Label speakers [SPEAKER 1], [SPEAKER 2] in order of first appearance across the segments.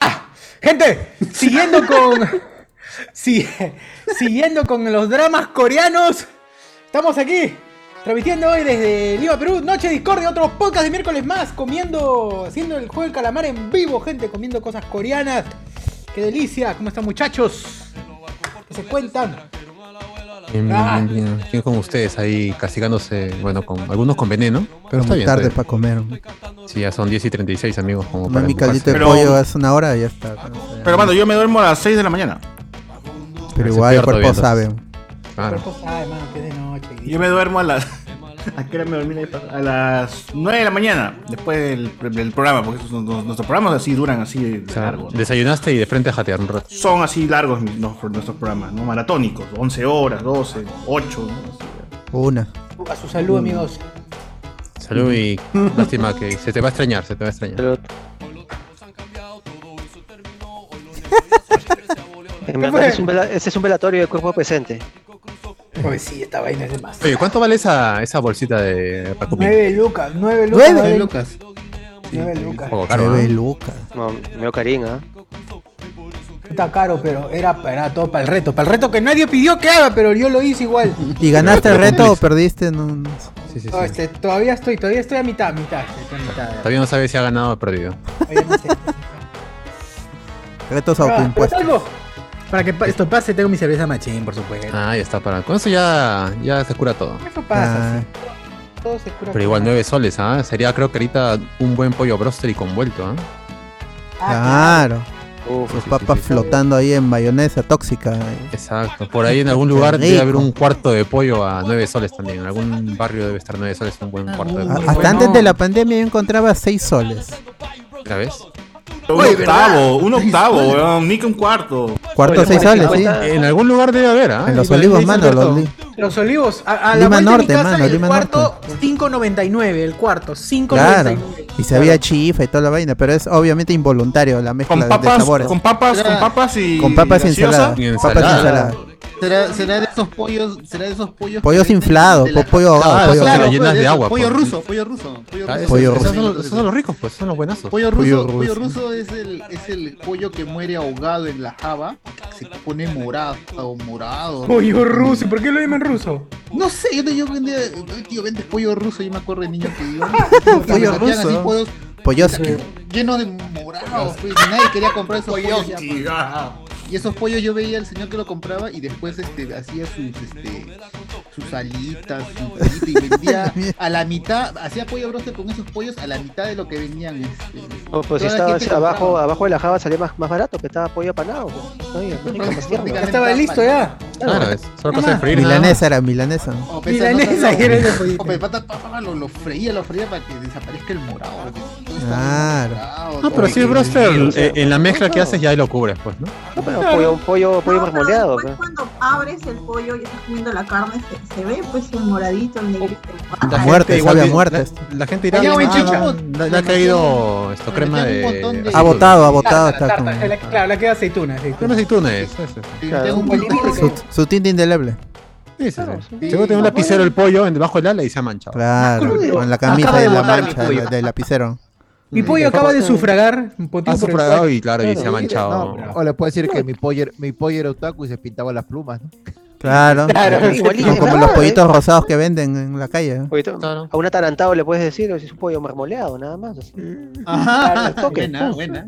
[SPEAKER 1] Gente, siguiendo con. si- siguiendo con los dramas coreanos. Estamos aquí, transmitiendo hoy desde Lima, Perú, Noche Discordia, otro podcast de miércoles más, comiendo, haciendo el juego del calamar en vivo, gente, comiendo cosas coreanas. ¡Qué delicia! ¿Cómo están, muchachos? ¿Qué se cuentan?
[SPEAKER 2] Bien,
[SPEAKER 1] Ah.
[SPEAKER 2] bien, bien, bien. Estoy con ustedes ahí castigándose, bueno, con algunos con veneno, pero
[SPEAKER 3] Pero
[SPEAKER 2] está
[SPEAKER 3] muy
[SPEAKER 2] bien.
[SPEAKER 3] tarde
[SPEAKER 2] está
[SPEAKER 3] para comer.
[SPEAKER 2] bien. Sí, ya son 10 y 36, amigos, como
[SPEAKER 3] Tomar
[SPEAKER 2] para
[SPEAKER 3] mi caldito de
[SPEAKER 2] empujarse.
[SPEAKER 4] Pero-
[SPEAKER 3] pollo hace una hora y ya está.
[SPEAKER 4] Pero mano, yo me duermo a las 6 de la mañana.
[SPEAKER 3] Pero
[SPEAKER 2] es
[SPEAKER 3] igual el
[SPEAKER 2] peor
[SPEAKER 3] cuerpo
[SPEAKER 2] todavía,
[SPEAKER 3] sabe.
[SPEAKER 2] Claro.
[SPEAKER 1] Ay, man, que es de noche.
[SPEAKER 4] Yo me duermo a las. ¿A qué hora me dormí? A las 9 de la mañana, después del, del programa, porque esos- nos- nuestros programas así duran así de
[SPEAKER 2] O sea,
[SPEAKER 4] largo. ¿no?
[SPEAKER 2] desayunaste y de frente a jatear un rato.
[SPEAKER 4] Son así largos mis- nos- nuestros programas, ¿no? Maratónicos, 11 horas, 12, 8. ¿no?
[SPEAKER 3] Una.
[SPEAKER 1] A su salud, amigos.
[SPEAKER 2] Salud y lástima que se te va a extrañar, se te va a extrañar.
[SPEAKER 5] Pero- En verdad,
[SPEAKER 1] fue?
[SPEAKER 5] ese es un vela- ese es un velatorio de cuerpo presente.
[SPEAKER 1] Pues sí, esta vaina es de más.
[SPEAKER 2] Oye, ¿cuánto vale esa, esa bolsita de Rakumi?
[SPEAKER 1] 9 lucas, 9 lucas.
[SPEAKER 3] Nueve
[SPEAKER 1] vale-
[SPEAKER 6] Lucas.
[SPEAKER 1] nueve lucas.
[SPEAKER 2] Poco caro,
[SPEAKER 3] Bebe
[SPEAKER 2] ¿no?
[SPEAKER 3] Lucas.
[SPEAKER 5] No, me cariño, ¿ah?
[SPEAKER 1] Está caro, pero era para todo para el reto. Para el reto que nadie pidió que haga, pero yo lo hice igual.
[SPEAKER 3] ¿Y ganaste el
[SPEAKER 2] pero
[SPEAKER 3] reto o
[SPEAKER 2] cumpliste.
[SPEAKER 3] perdiste? No, no sé.
[SPEAKER 2] Sí, sí, sí.
[SPEAKER 1] No, este, todavía estoy, todavía estoy a mitad, mitad. Estoy a mitad.
[SPEAKER 2] Todavía no sabes si ha ganado o perdido.
[SPEAKER 1] Todavía no sé.
[SPEAKER 3] Retos
[SPEAKER 1] Ah, pero
[SPEAKER 3] autoimpuestos.
[SPEAKER 1] salvo. Para que pa- esto pase, tengo mi cerveza machín, por supuesto.
[SPEAKER 2] Ah, ya está, para. Con eso ya, ya se cura todo.
[SPEAKER 1] Eso pasa,
[SPEAKER 3] Ah,
[SPEAKER 1] sí. Todo se cura.
[SPEAKER 2] Pero igual 9 soles, ¿ah? Sería, creo que ahorita un buen pollo broster y convuelto, ¿ah?
[SPEAKER 1] Ah,
[SPEAKER 3] claro.
[SPEAKER 5] Uf,
[SPEAKER 3] Sus
[SPEAKER 2] sí,
[SPEAKER 3] papas
[SPEAKER 2] sí, sí.
[SPEAKER 3] flotando ahí en mayonesa tóxica.
[SPEAKER 2] Exacto, por ahí en algún
[SPEAKER 3] Qué
[SPEAKER 2] lugar debe
[SPEAKER 3] rico.
[SPEAKER 2] haber un cuarto de pollo a 9 soles también. En algún barrio debe estar 9 soles un buen
[SPEAKER 1] Ah,
[SPEAKER 2] cuarto de
[SPEAKER 3] A-
[SPEAKER 2] pollo.
[SPEAKER 3] Hasta antes de la pandemia yo encontraba 6 soles.
[SPEAKER 2] ¿Ya ves?
[SPEAKER 4] Un octavo, un octavo, weón, ni que un cuarto.
[SPEAKER 3] Cuarto
[SPEAKER 5] Oye,
[SPEAKER 3] 6 soles, sí.
[SPEAKER 5] cuenta-
[SPEAKER 2] En algún lugar debe haber, ¿ah?
[SPEAKER 3] En los
[SPEAKER 2] Ahí
[SPEAKER 3] olivos,
[SPEAKER 2] dice
[SPEAKER 3] mano.
[SPEAKER 2] Alberto.
[SPEAKER 3] Los li-
[SPEAKER 1] Los olivos, a, a la
[SPEAKER 3] Lima
[SPEAKER 1] vuelta
[SPEAKER 3] Norte,
[SPEAKER 1] de mi casa,
[SPEAKER 3] mano,
[SPEAKER 1] el
[SPEAKER 3] Lima
[SPEAKER 1] cuarto
[SPEAKER 3] Norte.
[SPEAKER 1] 5.99, el cuarto 5.99.
[SPEAKER 3] Claro. Y se había
[SPEAKER 1] Claro.
[SPEAKER 3] chifa y toda la vaina, pero es obviamente involuntario la mezcla
[SPEAKER 4] Con
[SPEAKER 3] de
[SPEAKER 4] papas,
[SPEAKER 3] sabores.
[SPEAKER 4] con papas, con papas y.
[SPEAKER 3] Con papas y
[SPEAKER 4] gaseosa.
[SPEAKER 3] ensalada.
[SPEAKER 2] Y
[SPEAKER 3] Papas y
[SPEAKER 2] ensalada.
[SPEAKER 3] ensalada.
[SPEAKER 6] ¿Será, será de esos pollos, será de esos pollos.
[SPEAKER 3] Pollos
[SPEAKER 6] que venden
[SPEAKER 3] inflados,
[SPEAKER 6] de la-
[SPEAKER 3] po- pollo ahogado,
[SPEAKER 2] Ah,
[SPEAKER 3] pollo
[SPEAKER 2] eso
[SPEAKER 6] Claro,
[SPEAKER 2] que lo
[SPEAKER 3] ahogado.
[SPEAKER 2] llenas
[SPEAKER 6] pollo
[SPEAKER 2] de
[SPEAKER 6] eso,
[SPEAKER 2] agua,
[SPEAKER 6] Pollo
[SPEAKER 2] pues.
[SPEAKER 6] ruso, pollo ruso, pollo
[SPEAKER 2] Ah,
[SPEAKER 6] ruso.
[SPEAKER 2] esos-
[SPEAKER 3] Pollo
[SPEAKER 2] esos,
[SPEAKER 3] ruso.
[SPEAKER 2] son, los- esos son los ricos, pues, son los buenazos.
[SPEAKER 6] Pollo ruso,
[SPEAKER 3] Pollo
[SPEAKER 6] pollo
[SPEAKER 3] ruso.
[SPEAKER 6] ruso, es el es el pollo que muere ahogado en la java, se pone morado o morado.
[SPEAKER 1] Pollo ruso, ¿por qué lo llaman ruso?
[SPEAKER 6] No sé, yo te yo vendía, "Ay, tío, vendes pollo ruso, yo me acuerdo de niño que yo
[SPEAKER 3] Pollo
[SPEAKER 6] así
[SPEAKER 3] ruso.
[SPEAKER 6] pollos
[SPEAKER 3] Polloski.
[SPEAKER 6] llenos de morados, pues, y nadie quería comprar esos pollos. ya, pues. Y esos pollos yo veía al señor que lo compraba y después este, hacía sus, este, sus alitas, su frito, y vendía a la mitad, hacía pollo broster con esos pollos a la mitad de lo que vendían. Este,
[SPEAKER 5] No, pues si
[SPEAKER 6] Toda la
[SPEAKER 5] estaba
[SPEAKER 6] gente
[SPEAKER 5] así abajo,
[SPEAKER 6] compraba.
[SPEAKER 5] abajo de la java salía más, más barato, que estaba pollo apanado. pues. No, ya, no hay que capacitarlo.
[SPEAKER 1] Ya estaba listo ya.
[SPEAKER 2] Claro, es solo cosa de
[SPEAKER 1] Mamá.
[SPEAKER 2] freír. nada más.
[SPEAKER 3] Milanesa era milanesa.
[SPEAKER 6] O
[SPEAKER 1] Milanesa, que era el de pollito.
[SPEAKER 6] O pe- pata- pa- pa- lo, lo freía, lo freía para que desaparezca el morado. porque todo está
[SPEAKER 3] Claro.
[SPEAKER 6] morado,
[SPEAKER 2] No,
[SPEAKER 6] todo
[SPEAKER 2] Ah, pero sí,
[SPEAKER 6] que-
[SPEAKER 2] broster,
[SPEAKER 5] o sea,
[SPEAKER 2] eh, en la mezcla que
[SPEAKER 5] claro.
[SPEAKER 2] haces ya ahí lo cubres, pues, ¿no?
[SPEAKER 5] No, pero pollo, pollo, pollo
[SPEAKER 7] No, pero
[SPEAKER 5] marmoleado.
[SPEAKER 7] después
[SPEAKER 5] pues.
[SPEAKER 7] cuando abres el pollo y estás comiendo la carne, se, se ve pues el moradito, el negrito.
[SPEAKER 3] A
[SPEAKER 2] La
[SPEAKER 3] muerte,
[SPEAKER 2] gente
[SPEAKER 3] sabe a
[SPEAKER 2] igual-
[SPEAKER 3] muerte.
[SPEAKER 2] La, la gente dirá,
[SPEAKER 6] Oye,
[SPEAKER 2] "Ah,
[SPEAKER 6] oye, chicha".
[SPEAKER 2] le- le ha caído esto, crema
[SPEAKER 6] Le
[SPEAKER 2] de...
[SPEAKER 6] metieron un montón de-
[SPEAKER 3] Ha botado, ha botado.
[SPEAKER 1] Tarta,
[SPEAKER 3] Está como...
[SPEAKER 1] tarta, Ah, la- Claro, la queda aceituna.
[SPEAKER 2] Crema
[SPEAKER 1] aceituna.
[SPEAKER 2] de aceitunes, eso, eso.
[SPEAKER 6] que
[SPEAKER 5] Claro.
[SPEAKER 6] tenga un
[SPEAKER 1] Pollo-
[SPEAKER 3] Su, su tinta indeleble.
[SPEAKER 2] Sí, sí,
[SPEAKER 5] Claro,
[SPEAKER 2] sí.
[SPEAKER 5] sí.
[SPEAKER 2] Seguro tiene un lapicero el pollo en- debajo del ala y se ha manchado.
[SPEAKER 3] Claro,
[SPEAKER 1] Acabo de-
[SPEAKER 3] con la camisa
[SPEAKER 6] acabo de
[SPEAKER 3] de la
[SPEAKER 6] botar mi
[SPEAKER 3] mancha
[SPEAKER 6] pollo.
[SPEAKER 3] del del lapicero.
[SPEAKER 1] Mi pollo acaba de sufragar. un
[SPEAKER 2] Ha
[SPEAKER 1] motivo por el cual-
[SPEAKER 2] sufragado y claro, y
[SPEAKER 5] Claro,
[SPEAKER 2] se ha manchado.
[SPEAKER 8] No, o le puedo decir que mi pollo, mi pollo era otaku y se pintaba las plumas, ¿no?
[SPEAKER 3] Claro.
[SPEAKER 1] Claro,
[SPEAKER 5] igualito.
[SPEAKER 3] Son como
[SPEAKER 5] Claro,
[SPEAKER 3] los
[SPEAKER 5] eh.
[SPEAKER 3] pollitos rosados que venden en la calle.
[SPEAKER 5] Pollito-
[SPEAKER 2] Claro.
[SPEAKER 5] A un atarantado le puedes decir, es un pollo marmoleado, nada más. así.
[SPEAKER 3] Ah,
[SPEAKER 6] Ajá,
[SPEAKER 5] toque,
[SPEAKER 6] buena,
[SPEAKER 3] pues.
[SPEAKER 5] pum.
[SPEAKER 6] buena.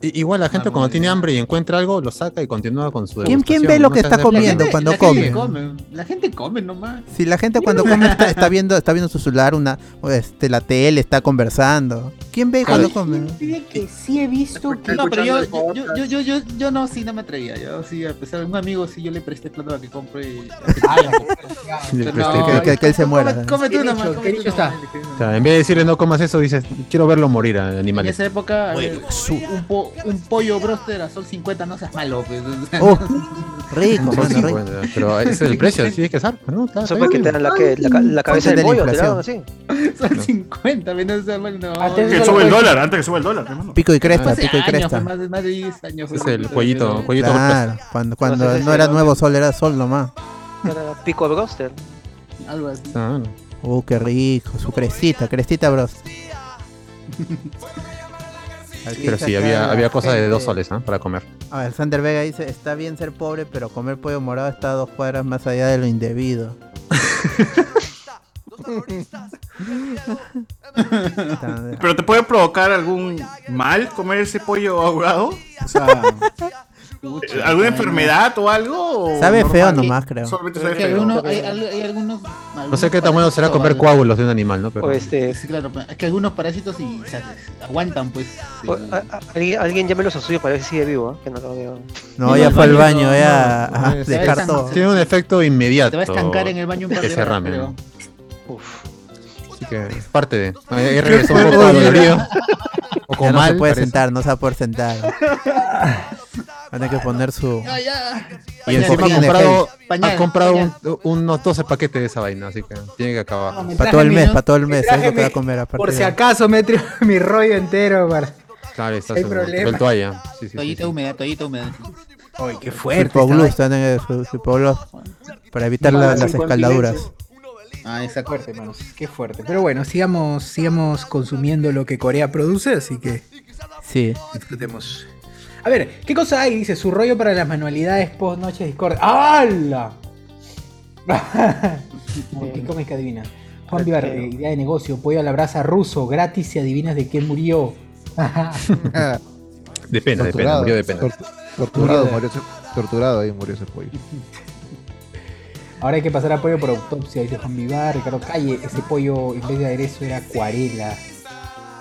[SPEAKER 2] I- Igual la gente
[SPEAKER 6] Ah,
[SPEAKER 2] cuando
[SPEAKER 6] muy
[SPEAKER 2] tiene
[SPEAKER 6] bien.
[SPEAKER 2] hambre y encuentra algo, lo saca y continúa con su
[SPEAKER 3] ¿Quién- quién
[SPEAKER 2] degustación,
[SPEAKER 3] ve lo
[SPEAKER 2] no
[SPEAKER 3] que
[SPEAKER 2] se
[SPEAKER 3] está
[SPEAKER 2] hace-
[SPEAKER 3] comiendo? cuando
[SPEAKER 6] la gente
[SPEAKER 3] come.
[SPEAKER 6] come, La gente come nomás.
[SPEAKER 3] Si la gente cuando come está, está viendo está viendo su celular, una o este la tele, está conversando. ¿Quién ve cuando come?
[SPEAKER 1] Fíjate que sí he visto que.
[SPEAKER 6] No, pero yo, yo, yo, yo, yo, yo, yo no, sí, no me atrevía. Yo sí, a pesar de un amigo, sí, yo le presté plata para que compre. Ah,
[SPEAKER 2] Le
[SPEAKER 6] No,
[SPEAKER 2] presté-
[SPEAKER 3] Que, que- que él se muera.
[SPEAKER 6] Come, come
[SPEAKER 1] ¿Qué
[SPEAKER 6] tú nomás.
[SPEAKER 1] dicho?
[SPEAKER 6] come
[SPEAKER 1] ¿Qué
[SPEAKER 6] tú
[SPEAKER 1] dicho
[SPEAKER 6] nomás.
[SPEAKER 2] O sea, en vez de decirle no comas eso, dices, quiero verlo morir eh, al
[SPEAKER 6] En
[SPEAKER 2] animal.
[SPEAKER 6] esa época, a ver, un, po- un pollo broster a sol 50, no seas malo. Pues.
[SPEAKER 3] Oh, rico,
[SPEAKER 2] No,
[SPEAKER 3] mano,
[SPEAKER 2] sí,
[SPEAKER 3] rico.
[SPEAKER 2] bueno, pero ese es el precio, sí, hay que saber, ¿no? Claro,
[SPEAKER 5] Eso
[SPEAKER 2] está
[SPEAKER 5] fue que
[SPEAKER 2] bien.
[SPEAKER 5] te dan la, que- la, ca- la cabeza
[SPEAKER 3] Ponte
[SPEAKER 5] del
[SPEAKER 3] de la
[SPEAKER 5] pollo, te la
[SPEAKER 3] inflación.
[SPEAKER 5] dan así.
[SPEAKER 6] Sol 50, pues, no seas malo. No,
[SPEAKER 1] Antes
[SPEAKER 4] Que
[SPEAKER 1] Eso
[SPEAKER 4] sube
[SPEAKER 1] lo
[SPEAKER 4] el
[SPEAKER 1] puedes-
[SPEAKER 4] dólar, antes que sube el dólar, hermano.
[SPEAKER 3] Pico y cresta,
[SPEAKER 6] Hace
[SPEAKER 3] pico y
[SPEAKER 6] años,
[SPEAKER 3] cresta.
[SPEAKER 6] pues, más, de, más de 10 años.
[SPEAKER 2] Ese es
[SPEAKER 6] pues,
[SPEAKER 2] el
[SPEAKER 6] pero-
[SPEAKER 2] cuellito, cuellito
[SPEAKER 3] Claro, cuando, cuando
[SPEAKER 5] Entonces,
[SPEAKER 3] no
[SPEAKER 5] ese
[SPEAKER 3] era
[SPEAKER 5] no-
[SPEAKER 3] nuevo sol, era sol nomás.
[SPEAKER 5] Era Pico broster.
[SPEAKER 6] Algo así.
[SPEAKER 2] Ah, bueno.
[SPEAKER 3] Uh, qué rico, su crestita, crestita, bros.
[SPEAKER 2] Pero sí, había, había cosas de dos soles ¿ah? para comer.
[SPEAKER 3] A ver, Sander Vega dice, está bien ser pobre, pero comer pollo morado está a dos cuadras más allá de lo indebido.
[SPEAKER 4] Pero te puede provocar algún mal comer ese pollo ahogado?
[SPEAKER 6] O sea,
[SPEAKER 4] ¿Alguna enfermedad o algo? ¿O
[SPEAKER 3] Oh, Sabe feo
[SPEAKER 4] normal?
[SPEAKER 3] nomás, creo.
[SPEAKER 4] Solamente
[SPEAKER 6] pero
[SPEAKER 4] sabe
[SPEAKER 6] es que
[SPEAKER 4] feo.
[SPEAKER 6] algunos, hay, al- hay algunos,
[SPEAKER 2] No sé
[SPEAKER 6] algunos
[SPEAKER 2] qué tan bueno será comer
[SPEAKER 6] parásitos,
[SPEAKER 2] coágulos de un animal, ¿no? Pero
[SPEAKER 5] O este,
[SPEAKER 6] Sí, claro, es que algunos parásitos sí, o sea, aguantan, pues. sí.
[SPEAKER 5] o- a- a- alguien, alguien llámelo a suyo para ver si sigue vivo, ¿ah? que no lo veo.
[SPEAKER 3] No,
[SPEAKER 6] Sí,
[SPEAKER 3] ya
[SPEAKER 6] no,
[SPEAKER 3] fue al
[SPEAKER 6] no,
[SPEAKER 3] baño,
[SPEAKER 6] no,
[SPEAKER 3] ya
[SPEAKER 6] no,
[SPEAKER 2] ah,
[SPEAKER 3] ajá,
[SPEAKER 6] no, no,
[SPEAKER 3] descartó.
[SPEAKER 6] no,
[SPEAKER 2] tiene un efecto inmediato.
[SPEAKER 6] Te va a estancar en el baño un par de
[SPEAKER 2] Ese
[SPEAKER 6] horas,
[SPEAKER 2] ramen,
[SPEAKER 6] creo.
[SPEAKER 2] ¿no?
[SPEAKER 5] Uf,
[SPEAKER 2] Así que es parte de. Ahí ahí regresó un poco dolorido. Un poco
[SPEAKER 3] Ya no se
[SPEAKER 2] mal,
[SPEAKER 3] puede
[SPEAKER 2] parece.
[SPEAKER 3] sentar, no se va a poder sentar. Van a que poner su...
[SPEAKER 6] Ah, ya.
[SPEAKER 2] Y
[SPEAKER 3] Pañal,
[SPEAKER 2] encima ha
[SPEAKER 3] pañal,
[SPEAKER 2] comprado,
[SPEAKER 6] pañal,
[SPEAKER 2] ha comprado
[SPEAKER 6] pañal.
[SPEAKER 2] un- unos 12 paquetes de esa vaina, así que tiene que acabar.
[SPEAKER 6] me
[SPEAKER 3] Para
[SPEAKER 6] traje
[SPEAKER 3] todo el
[SPEAKER 6] mi
[SPEAKER 3] mes,
[SPEAKER 6] no-
[SPEAKER 3] para todo el mes, es
[SPEAKER 1] traje
[SPEAKER 3] lo que va a
[SPEAKER 1] mi-
[SPEAKER 3] comer a
[SPEAKER 1] Por
[SPEAKER 3] partir
[SPEAKER 1] si
[SPEAKER 3] de-
[SPEAKER 1] acaso me he traído mi rollo entero para.
[SPEAKER 2] Claro, está
[SPEAKER 1] Hay
[SPEAKER 2] su,
[SPEAKER 1] problema.
[SPEAKER 2] su
[SPEAKER 3] ah.
[SPEAKER 2] toalla. Sí, sí, sí,
[SPEAKER 6] Toallita
[SPEAKER 2] sí.
[SPEAKER 6] húmeda, toallita húmeda.
[SPEAKER 1] Ay, qué
[SPEAKER 3] Su
[SPEAKER 1] fuerte.
[SPEAKER 3] pueblo
[SPEAKER 1] esta
[SPEAKER 3] está en el- su, su pueblo para evitar
[SPEAKER 1] Para
[SPEAKER 3] la-
[SPEAKER 1] su
[SPEAKER 3] las escaldaduras.
[SPEAKER 6] Ah,
[SPEAKER 1] vaina.
[SPEAKER 6] exacto.
[SPEAKER 1] fuerte, hermanos. Qué fuerte. Pero bueno, sigamos, sigamos consumiendo lo que Corea produce, así que
[SPEAKER 3] Sí.
[SPEAKER 1] disfrutemos. A ver, ¿qué cosa hay? Dice, su rollo para las manualidades post noche Discord. ¡Hala! Ay, ¿Qué comes que adivina? Juan Vivar, eh, idea de negocio, pollo a la brasa ruso, gratis si adivinas de qué murió.
[SPEAKER 2] De pena, de pena, murió de pena.
[SPEAKER 8] Tor- torturado, murió ese, torturado ahí murió ese pollo.
[SPEAKER 1] Ahora hay que pasar apoyo por autopsia, dice Juan Vivar, Ricardo Calle, ese pollo en vez de aderezo era acuarela.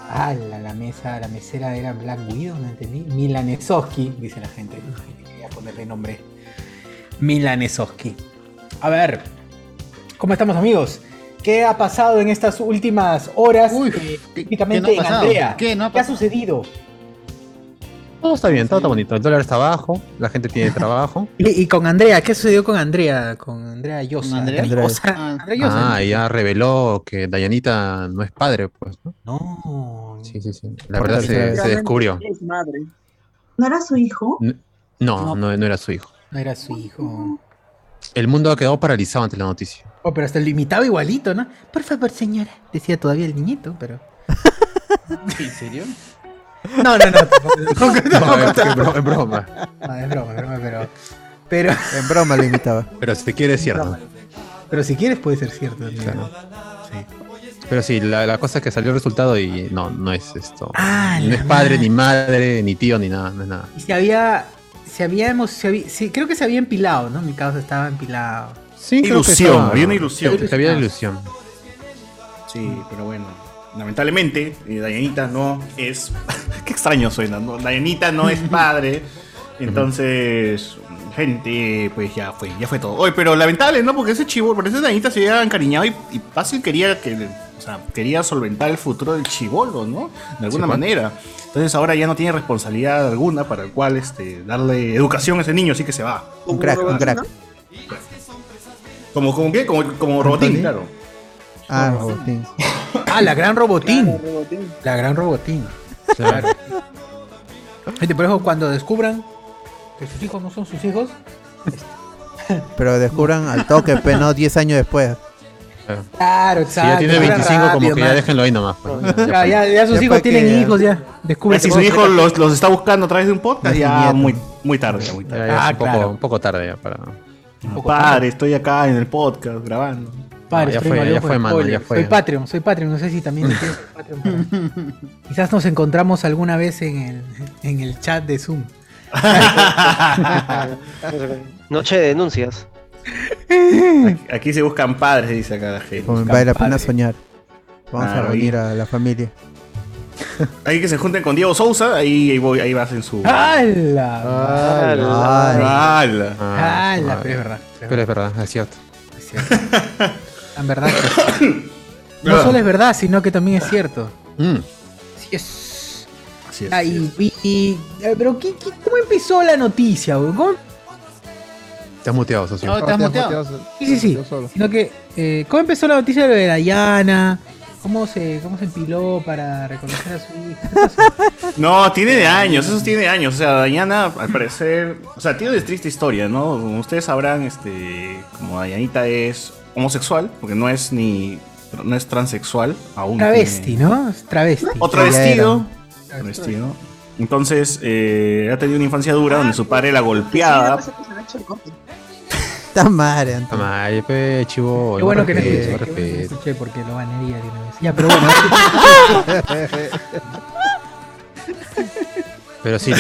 [SPEAKER 1] Ah, la, la mesa, la mesera era Black Widow, no entendí. Milanesowski, dice la gente. Ay, Quería ponerle nombre. Milanesowski. A ver, ¿cómo estamos amigos? ¿Qué ha pasado en estas últimas horas?
[SPEAKER 6] Uy,
[SPEAKER 1] eh,
[SPEAKER 6] ¿qué-
[SPEAKER 1] específicamente
[SPEAKER 6] qué no ha
[SPEAKER 1] en
[SPEAKER 6] pasado?
[SPEAKER 1] Andrea.
[SPEAKER 6] ¿Qué no ha
[SPEAKER 1] ha
[SPEAKER 6] pasado?
[SPEAKER 1] sucedido?
[SPEAKER 2] Todo está bien, todo está bonito. El dólar está bajo, la gente tiene trabajo.
[SPEAKER 1] Y, y con Andrea, ¿qué sucedió con Andrea? Con Andrea Llosa.
[SPEAKER 6] ¿Con Andrea?
[SPEAKER 1] Llosa.
[SPEAKER 6] Ah.
[SPEAKER 1] Andrea Llosa.
[SPEAKER 2] Ah, ella reveló que Dayanita no es padre, pues, ¿no?
[SPEAKER 1] No.
[SPEAKER 2] Sí, sí, sí. La
[SPEAKER 3] Por
[SPEAKER 2] verdad
[SPEAKER 3] tercera
[SPEAKER 2] se,
[SPEAKER 3] vez.
[SPEAKER 2] se descubrió.
[SPEAKER 7] Es madre. ¿No era su hijo?
[SPEAKER 2] No, no, no era su hijo.
[SPEAKER 1] No era su hijo.
[SPEAKER 2] El mundo ha quedado paralizado ante la noticia.
[SPEAKER 1] Oh, pero hasta el limitado igualito, ¿no? Por favor, señora. Decía todavía el niñito, pero.
[SPEAKER 6] ¿En serio?
[SPEAKER 1] No, no, no. tampoco- tampoco-
[SPEAKER 2] No, es, que es bro- es broma.
[SPEAKER 1] No, es broma, es broma, pero. Pero,
[SPEAKER 3] En broma lo imitaba.
[SPEAKER 2] Pero si te quiere decir, ¿no?
[SPEAKER 1] pero si quieres puede ser cierto. ¿no?
[SPEAKER 2] Claro. Pero sí, la, la cosa es que salió el resultado y no, no es esto.
[SPEAKER 1] Ah,
[SPEAKER 2] no
[SPEAKER 1] la
[SPEAKER 2] es padre,
[SPEAKER 1] madre.
[SPEAKER 2] ni madre, ni tío, ni nada, no es nada.
[SPEAKER 1] Y se había. Se había, emo- se había- sí, creo que se había empilado, ¿no? Mi causa estaba empilado.
[SPEAKER 2] Sí,
[SPEAKER 4] creo que Ilusión, estaba- había una ilusión.
[SPEAKER 2] Había ilusión.
[SPEAKER 4] Sí, pero bueno. Lamentablemente, eh, Dayanita no es. Qué extraño suena, ¿no? Dayanita no es padre. Entonces, gente, pues ya fue, ya fue todo. Oye, pero lamentable, ¿no? Porque ese chivo, por eso Dayanita se había encariñado y, y fácil quería que. le- O sea, quería solventar el futuro del chivolo, ¿no? De alguna
[SPEAKER 2] Sí, pues.
[SPEAKER 4] manera. Entonces ahora ya no tiene responsabilidad alguna para el cual este, darle educación a ese niño, así que se va.
[SPEAKER 3] Un crack, un crack.
[SPEAKER 4] Como, como qué? Como, como robotín,
[SPEAKER 3] Anthony.
[SPEAKER 4] claro.
[SPEAKER 3] Ah, Agustín.
[SPEAKER 1] Ah, la gran robotín.
[SPEAKER 5] Claro, Robotín.
[SPEAKER 1] La gran robotín.
[SPEAKER 2] Claro.
[SPEAKER 1] Gente, por eso cuando descubran que sus hijos no son sus hijos,
[SPEAKER 3] Pero descubran al toque, pero no 10 años después.
[SPEAKER 1] Claro,
[SPEAKER 2] Si
[SPEAKER 1] exacto.
[SPEAKER 2] ya tiene 25, como que ya déjenlo ahí nomás. pues, ¿no? Ya
[SPEAKER 1] Ah, Ya,
[SPEAKER 2] fue.
[SPEAKER 1] ya, ya sus
[SPEAKER 3] Ya
[SPEAKER 1] hijos
[SPEAKER 3] pa' que-
[SPEAKER 1] tienen hijos, ya. Descubre
[SPEAKER 4] Si su hijo los, los está buscando a través de un podcast,
[SPEAKER 3] Es
[SPEAKER 4] ya
[SPEAKER 3] nieto.
[SPEAKER 4] muy, muy tarde, ya muy tarde.
[SPEAKER 2] Ya- ya es
[SPEAKER 1] Ah,
[SPEAKER 2] un, poco,
[SPEAKER 1] claro.
[SPEAKER 2] un poco tarde ya para.
[SPEAKER 4] Padre, estoy acá en el podcast grabando.
[SPEAKER 2] ya fue, ya fue, mano, ya fue.
[SPEAKER 1] Soy Patreon, soy Patreon. No sé si también tienes Patreon. para- Quizás nos encontramos alguna vez en el, en el chat de Zoom.
[SPEAKER 5] Noche de denuncias.
[SPEAKER 4] Aquí, aquí se buscan padres, dice acá la gente.
[SPEAKER 3] Como
[SPEAKER 4] Buscan
[SPEAKER 3] vale la pena
[SPEAKER 4] padres.
[SPEAKER 3] soñar. Vamos a
[SPEAKER 4] Claro,
[SPEAKER 3] reunir a la familia.
[SPEAKER 4] Ahí que se junten con Diego Sousa, ahí, ahí, voy, ahí vas en su.
[SPEAKER 1] ¡Hala!
[SPEAKER 5] Ah,
[SPEAKER 3] Ay.
[SPEAKER 4] ¡Hala!
[SPEAKER 2] Ah,
[SPEAKER 1] ¡Hala!
[SPEAKER 2] ah,
[SPEAKER 1] Pero es verdad.
[SPEAKER 2] Pero es verdad, es cierto.
[SPEAKER 1] Es cierto. En verdad. que sí. No solo es verdad, sino que también es cierto.
[SPEAKER 2] Mm.
[SPEAKER 1] Sí es.
[SPEAKER 4] Así es, así
[SPEAKER 1] Ay, y- y- eh, pero ¿qué- qué- ¿cómo empezó la noticia? weón? ¿Cómo
[SPEAKER 2] Te has muteado, socio.
[SPEAKER 6] Ah, ¿Estás muteado?
[SPEAKER 1] Sí, sí, sí.
[SPEAKER 8] Yo solo.
[SPEAKER 1] Sino que, eh, ¿cómo empezó la noticia de lo de Dayana? ¿Cómo se, ¿Cómo se empiló para reconocer a su hija? ¿Qué pasó?
[SPEAKER 4] es. No, tiene de años, eso tiene de años. O sea, Dayana, al parecer. O sea, tiene una triste historia, ¿no? Como ustedes sabrán, este. Como Dayanita es homosexual, porque no es ni. No es transexual aún.
[SPEAKER 1] Travesti,
[SPEAKER 4] tiene-
[SPEAKER 1] ¿no? Es Travesti.
[SPEAKER 4] O travestido.
[SPEAKER 3] Ya
[SPEAKER 4] Travestido. Entonces, eh, ha tenido una infancia dura donde su padre la
[SPEAKER 5] Ah,
[SPEAKER 4] golpeaba.
[SPEAKER 3] Está madre, Antonio.
[SPEAKER 2] Ay, pe, chivo.
[SPEAKER 1] Qué bueno que no
[SPEAKER 2] respeto,
[SPEAKER 1] escuché, qué bueno que no
[SPEAKER 2] respeto.
[SPEAKER 1] escuché porque lo banearía de una vez. Ya, pero bueno.
[SPEAKER 2] Pero sí, la.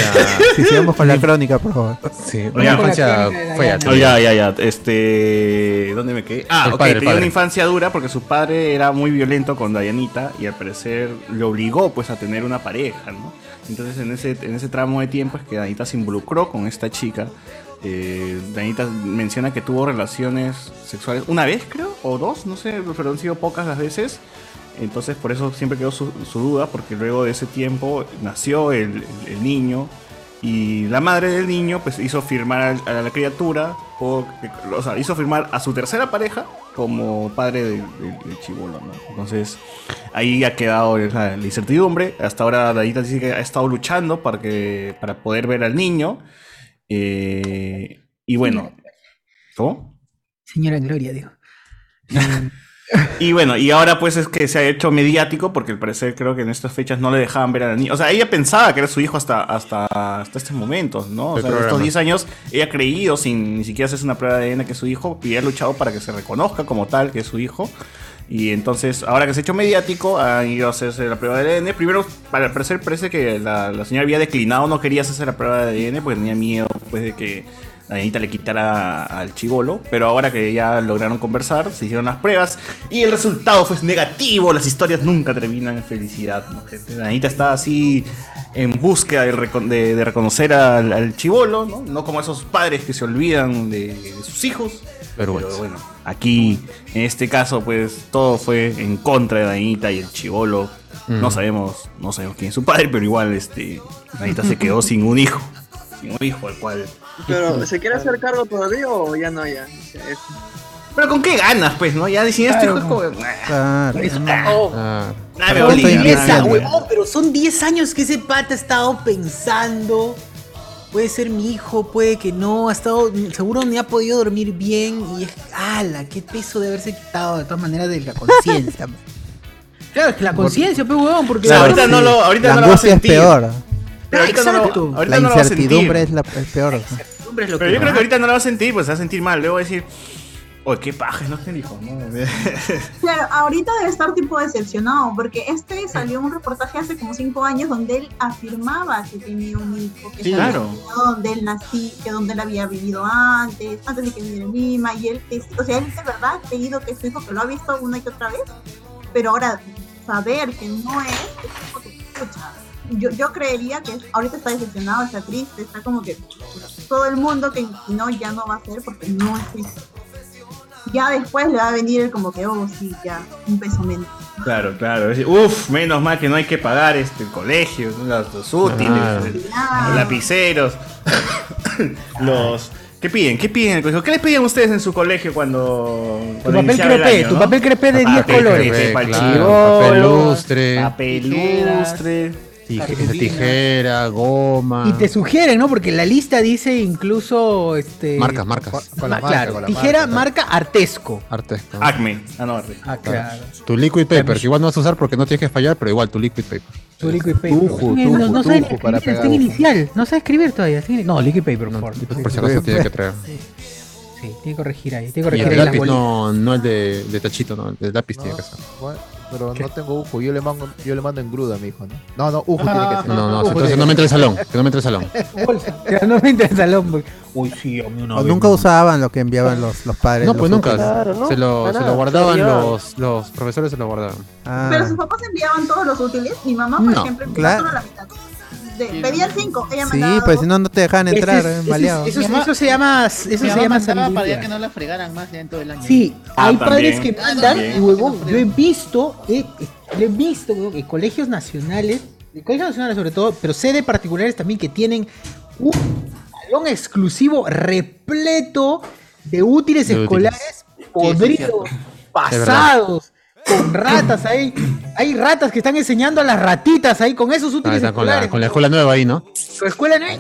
[SPEAKER 3] Si sigamos con la crónica, por favor.
[SPEAKER 2] Sí,
[SPEAKER 4] Oye,
[SPEAKER 2] una infancia
[SPEAKER 1] con la crónica
[SPEAKER 2] fea.
[SPEAKER 1] de Diana.
[SPEAKER 4] Oh,
[SPEAKER 2] también.
[SPEAKER 4] ya, ya, ya. Este. ¿Dónde me quedé? Ah,
[SPEAKER 2] El
[SPEAKER 4] ok.
[SPEAKER 2] padre, el
[SPEAKER 4] tenía
[SPEAKER 2] padre.
[SPEAKER 4] una infancia dura porque su padre era muy violento con Dayanita y al parecer le obligó pues a tener una pareja, ¿no? Entonces en ese, en ese tramo de tiempo es que Dayanita se involucró con esta chica. Eh, Dayanita menciona que tuvo relaciones sexuales una vez, creo, o dos, no sé, pero han sido pocas las veces. Entonces por eso siempre quedó su, su duda, porque luego de ese tiempo nació el- el- el niño, y la madre del niño pues hizo firmar al- a la criatura, por- o sea, hizo firmar a su tercera pareja como padre del chivolo, ¿no? Entonces ahí ha quedado la, la incertidumbre. Hasta ahora Dadita dice que ha estado luchando para, que, para poder ver al niño. Eh, y bueno, ¿cómo?
[SPEAKER 1] Señora Gloria, digo.
[SPEAKER 4] Y bueno, y ahora pues es que se ha hecho mediático porque al parecer creo que en estas fechas no le dejaban ver a la niña. O sea, ella pensaba que era su hijo hasta, hasta, hasta estos momentos, ¿no? O
[SPEAKER 2] El
[SPEAKER 4] sea, en estos
[SPEAKER 2] programa.
[SPEAKER 4] 10 años ella ha creído sin ni siquiera hacerse una prueba de ADN que es su hijo y ha luchado para que se reconozca como tal que es su hijo. Y entonces, ahora que se ha hecho mediático, han ido a hacerse la prueba de ADN. Primero, para al parecer, parece que la, la señora había declinado, no quería hacerse la prueba de ADN porque tenía miedo pues, de que la niñita le quitara al chivolo. Pero ahora que ya lograron conversar, se hicieron las pruebas y el resultado fue negativo. Las historias nunca terminan en felicidad. ¿no, gente? La niñita está así en búsqueda de, recon- de- de reconocer al, chivolo, ¿no? No como esos padres que se olvidan de- de sus hijos. Pero
[SPEAKER 2] Vergüenza.
[SPEAKER 4] bueno, aquí, en este caso, pues todo fue en contra de Danita y el chivolo. No sabemos, no sabemos quién es su padre, pero igual este Danita se quedó sin un hijo. Sin un hijo, el cual.
[SPEAKER 5] Pero, ¿se quiere hacer cargo todavía o ya no, ya? Es-
[SPEAKER 4] Pero con qué ganas, pues, ¿no? Ya sin este hijo es como. nah,
[SPEAKER 3] Claro.
[SPEAKER 2] Ah,
[SPEAKER 4] nah, me
[SPEAKER 3] Pero
[SPEAKER 4] vale,
[SPEAKER 3] estoy
[SPEAKER 4] nah,
[SPEAKER 3] inglesa,
[SPEAKER 4] nah, nah.
[SPEAKER 9] huevón, oh, pero son 10 años que ese pata ha estado pensando. Puede ser mi hijo, puede que no. Ha estado, seguro ni ha podido dormir bien. Y es, ala, qué peso de haberse quitado de todas maneras de la conciencia. man.
[SPEAKER 1] Claro, es que la conciencia, pues, huevón, porque.
[SPEAKER 4] O sea, ahorita no lo,
[SPEAKER 3] la
[SPEAKER 4] ahorita no lo va a
[SPEAKER 3] angustia es
[SPEAKER 4] sentir.
[SPEAKER 3] peor.
[SPEAKER 4] Pero ahorita no lo-
[SPEAKER 9] Exacto.
[SPEAKER 4] ahorita
[SPEAKER 3] La
[SPEAKER 4] no lo va a sentir.
[SPEAKER 3] incertidumbre es, la, es peor.
[SPEAKER 9] Hombre, es lo
[SPEAKER 4] Pero
[SPEAKER 9] que
[SPEAKER 4] yo creo
[SPEAKER 9] va.
[SPEAKER 4] que ahorita no lo va a sentir, pues se va a sentir mal. Luego va a decir, oye, qué paja, no te hijo, ¿no?
[SPEAKER 7] Claro, ahorita debe estar tipo decepcionado, porque este salió un reportaje hace como cinco años donde él afirmaba que tenía un hijo, que
[SPEAKER 4] Sí,
[SPEAKER 7] se
[SPEAKER 4] claro.
[SPEAKER 7] había criado donde él nací, que donde él había vivido antes, antes de que viniera Lima, y él, es- o sea, él de verdad ha creído que es su hijo, que lo ha visto una y otra vez, pero ahora saber que no es, es como que, pucha, yo, yo creería que ahorita está decepcionado, está triste, está como que todo el mundo que si no ya no va a ser porque no es triste ya después le va a venir el como que, oh, sí, ya, un peso menos.
[SPEAKER 4] Claro, claro. Uf, menos mal que no hay que pagar este, el colegio, ¿no? los, los útiles,
[SPEAKER 2] Claro.
[SPEAKER 4] el- los
[SPEAKER 7] Claro.
[SPEAKER 4] lapiceros, los... ¿Qué piden? ¿Qué piden en el colegio? ¿Qué les piden ustedes en su colegio cuando,
[SPEAKER 1] Tu
[SPEAKER 4] cuando
[SPEAKER 1] papel
[SPEAKER 4] iniciaba el
[SPEAKER 1] crepé,
[SPEAKER 4] año,
[SPEAKER 1] tu
[SPEAKER 4] no?
[SPEAKER 1] papel crepé de 10
[SPEAKER 4] Papel
[SPEAKER 1] colores.
[SPEAKER 4] crepé, pa'l
[SPEAKER 2] claro, papel
[SPEAKER 4] chibolo,
[SPEAKER 2] lustre,
[SPEAKER 4] Papel
[SPEAKER 6] Tijeras.
[SPEAKER 4] lustre.
[SPEAKER 2] tije- tijera, goma.
[SPEAKER 1] Y te sugieren, ¿no? Porque la lista dice incluso. Este,
[SPEAKER 2] Marcas, marcas.
[SPEAKER 1] Ma- claro, tijera, marca, artesco.
[SPEAKER 2] Artes. ¿no?
[SPEAKER 4] Acme. Ah, no, verde.
[SPEAKER 1] Ah, claro.
[SPEAKER 2] claro. Tu liquid paper, que igual no vas a usar porque no tienes que fallar, pero igual tu liquid paper.
[SPEAKER 1] Su liquid paper.
[SPEAKER 8] Tuju,
[SPEAKER 1] Eh, no, no
[SPEAKER 8] tuju,
[SPEAKER 1] sabe ni
[SPEAKER 8] tuju
[SPEAKER 1] escribir,
[SPEAKER 8] para
[SPEAKER 1] está en
[SPEAKER 8] pegar.
[SPEAKER 1] inicial. No sabe escribir todavía. está en- No, liquid paper, por
[SPEAKER 2] No,
[SPEAKER 1] favor. Sí,
[SPEAKER 2] por si acaso tiene que traer.
[SPEAKER 1] tiene que corregir ahí. Tiene que
[SPEAKER 2] Y
[SPEAKER 1] corregir
[SPEAKER 2] el de
[SPEAKER 1] ahí la
[SPEAKER 2] lápiz,
[SPEAKER 1] bolita.
[SPEAKER 2] no, no el de, de tachito, no, el de lápiz tiene que ser.
[SPEAKER 8] Bueno, pero no tengo ujo, yo le mando, yo le mando en gruda a mi hijo, ¿no? No, no, ujo tiene que ser.
[SPEAKER 2] Ah. No, no,
[SPEAKER 8] Ujo
[SPEAKER 2] entonces
[SPEAKER 8] tiene
[SPEAKER 2] no
[SPEAKER 8] que
[SPEAKER 2] me entre el salón, que no me entre el salón.
[SPEAKER 1] bolsa. O sea, no me interesa el hombre. Uy, sí, a mí una
[SPEAKER 3] O
[SPEAKER 1] vez
[SPEAKER 3] nunca
[SPEAKER 1] no.
[SPEAKER 3] usaban lo que enviaban los, los padres.
[SPEAKER 2] No,
[SPEAKER 3] Ah, los
[SPEAKER 2] pues nunca.
[SPEAKER 3] útiles.
[SPEAKER 5] Claro, ¿no?
[SPEAKER 2] Se lo, se
[SPEAKER 5] Nada,
[SPEAKER 2] lo guardaban
[SPEAKER 5] se lo llevaban.
[SPEAKER 2] los, los profesores, se lo guardaban.
[SPEAKER 3] Ah,
[SPEAKER 7] Pero sus papás enviaban todos los útiles. Mi mamá, por
[SPEAKER 2] No,
[SPEAKER 7] ejemplo, enviaba
[SPEAKER 3] claro.
[SPEAKER 7] solo la mitad. De- pedían cinco, ella
[SPEAKER 3] sí,
[SPEAKER 7] mandaba
[SPEAKER 3] pues
[SPEAKER 7] dos.
[SPEAKER 3] si no, no te dejaban
[SPEAKER 1] Ese es-
[SPEAKER 3] entrar, eh,
[SPEAKER 1] ese es-
[SPEAKER 3] maleado.
[SPEAKER 1] Eso,
[SPEAKER 6] Mi mamá-
[SPEAKER 1] eso se llama, eso
[SPEAKER 6] Mi
[SPEAKER 1] se
[SPEAKER 6] mamá
[SPEAKER 1] llama
[SPEAKER 6] mandaba para
[SPEAKER 1] sabiduría.
[SPEAKER 6] ya que no la fregaran más ya en todo el año.
[SPEAKER 1] Sí,
[SPEAKER 4] Ah,
[SPEAKER 1] hay
[SPEAKER 4] también.
[SPEAKER 1] padres que mandan,
[SPEAKER 4] también.
[SPEAKER 1] y huevón, yo he visto, eh, eh, yo he visto huevón, que colegios nacionales, de colegios nacionales sobre todo, pero sé de particulares también que tienen un salón exclusivo repleto de útiles
[SPEAKER 2] De útiles.
[SPEAKER 1] escolares
[SPEAKER 6] es
[SPEAKER 1] podridos,
[SPEAKER 6] cierto.
[SPEAKER 1] pasados, con ratas ahí. Hay ratas que están enseñando a las ratitas ahí con esos
[SPEAKER 2] Ah,
[SPEAKER 1] útiles
[SPEAKER 2] está con la,
[SPEAKER 1] escolares.
[SPEAKER 2] con la escuela nueva ahí, ¿no?
[SPEAKER 1] Su escuela no hay.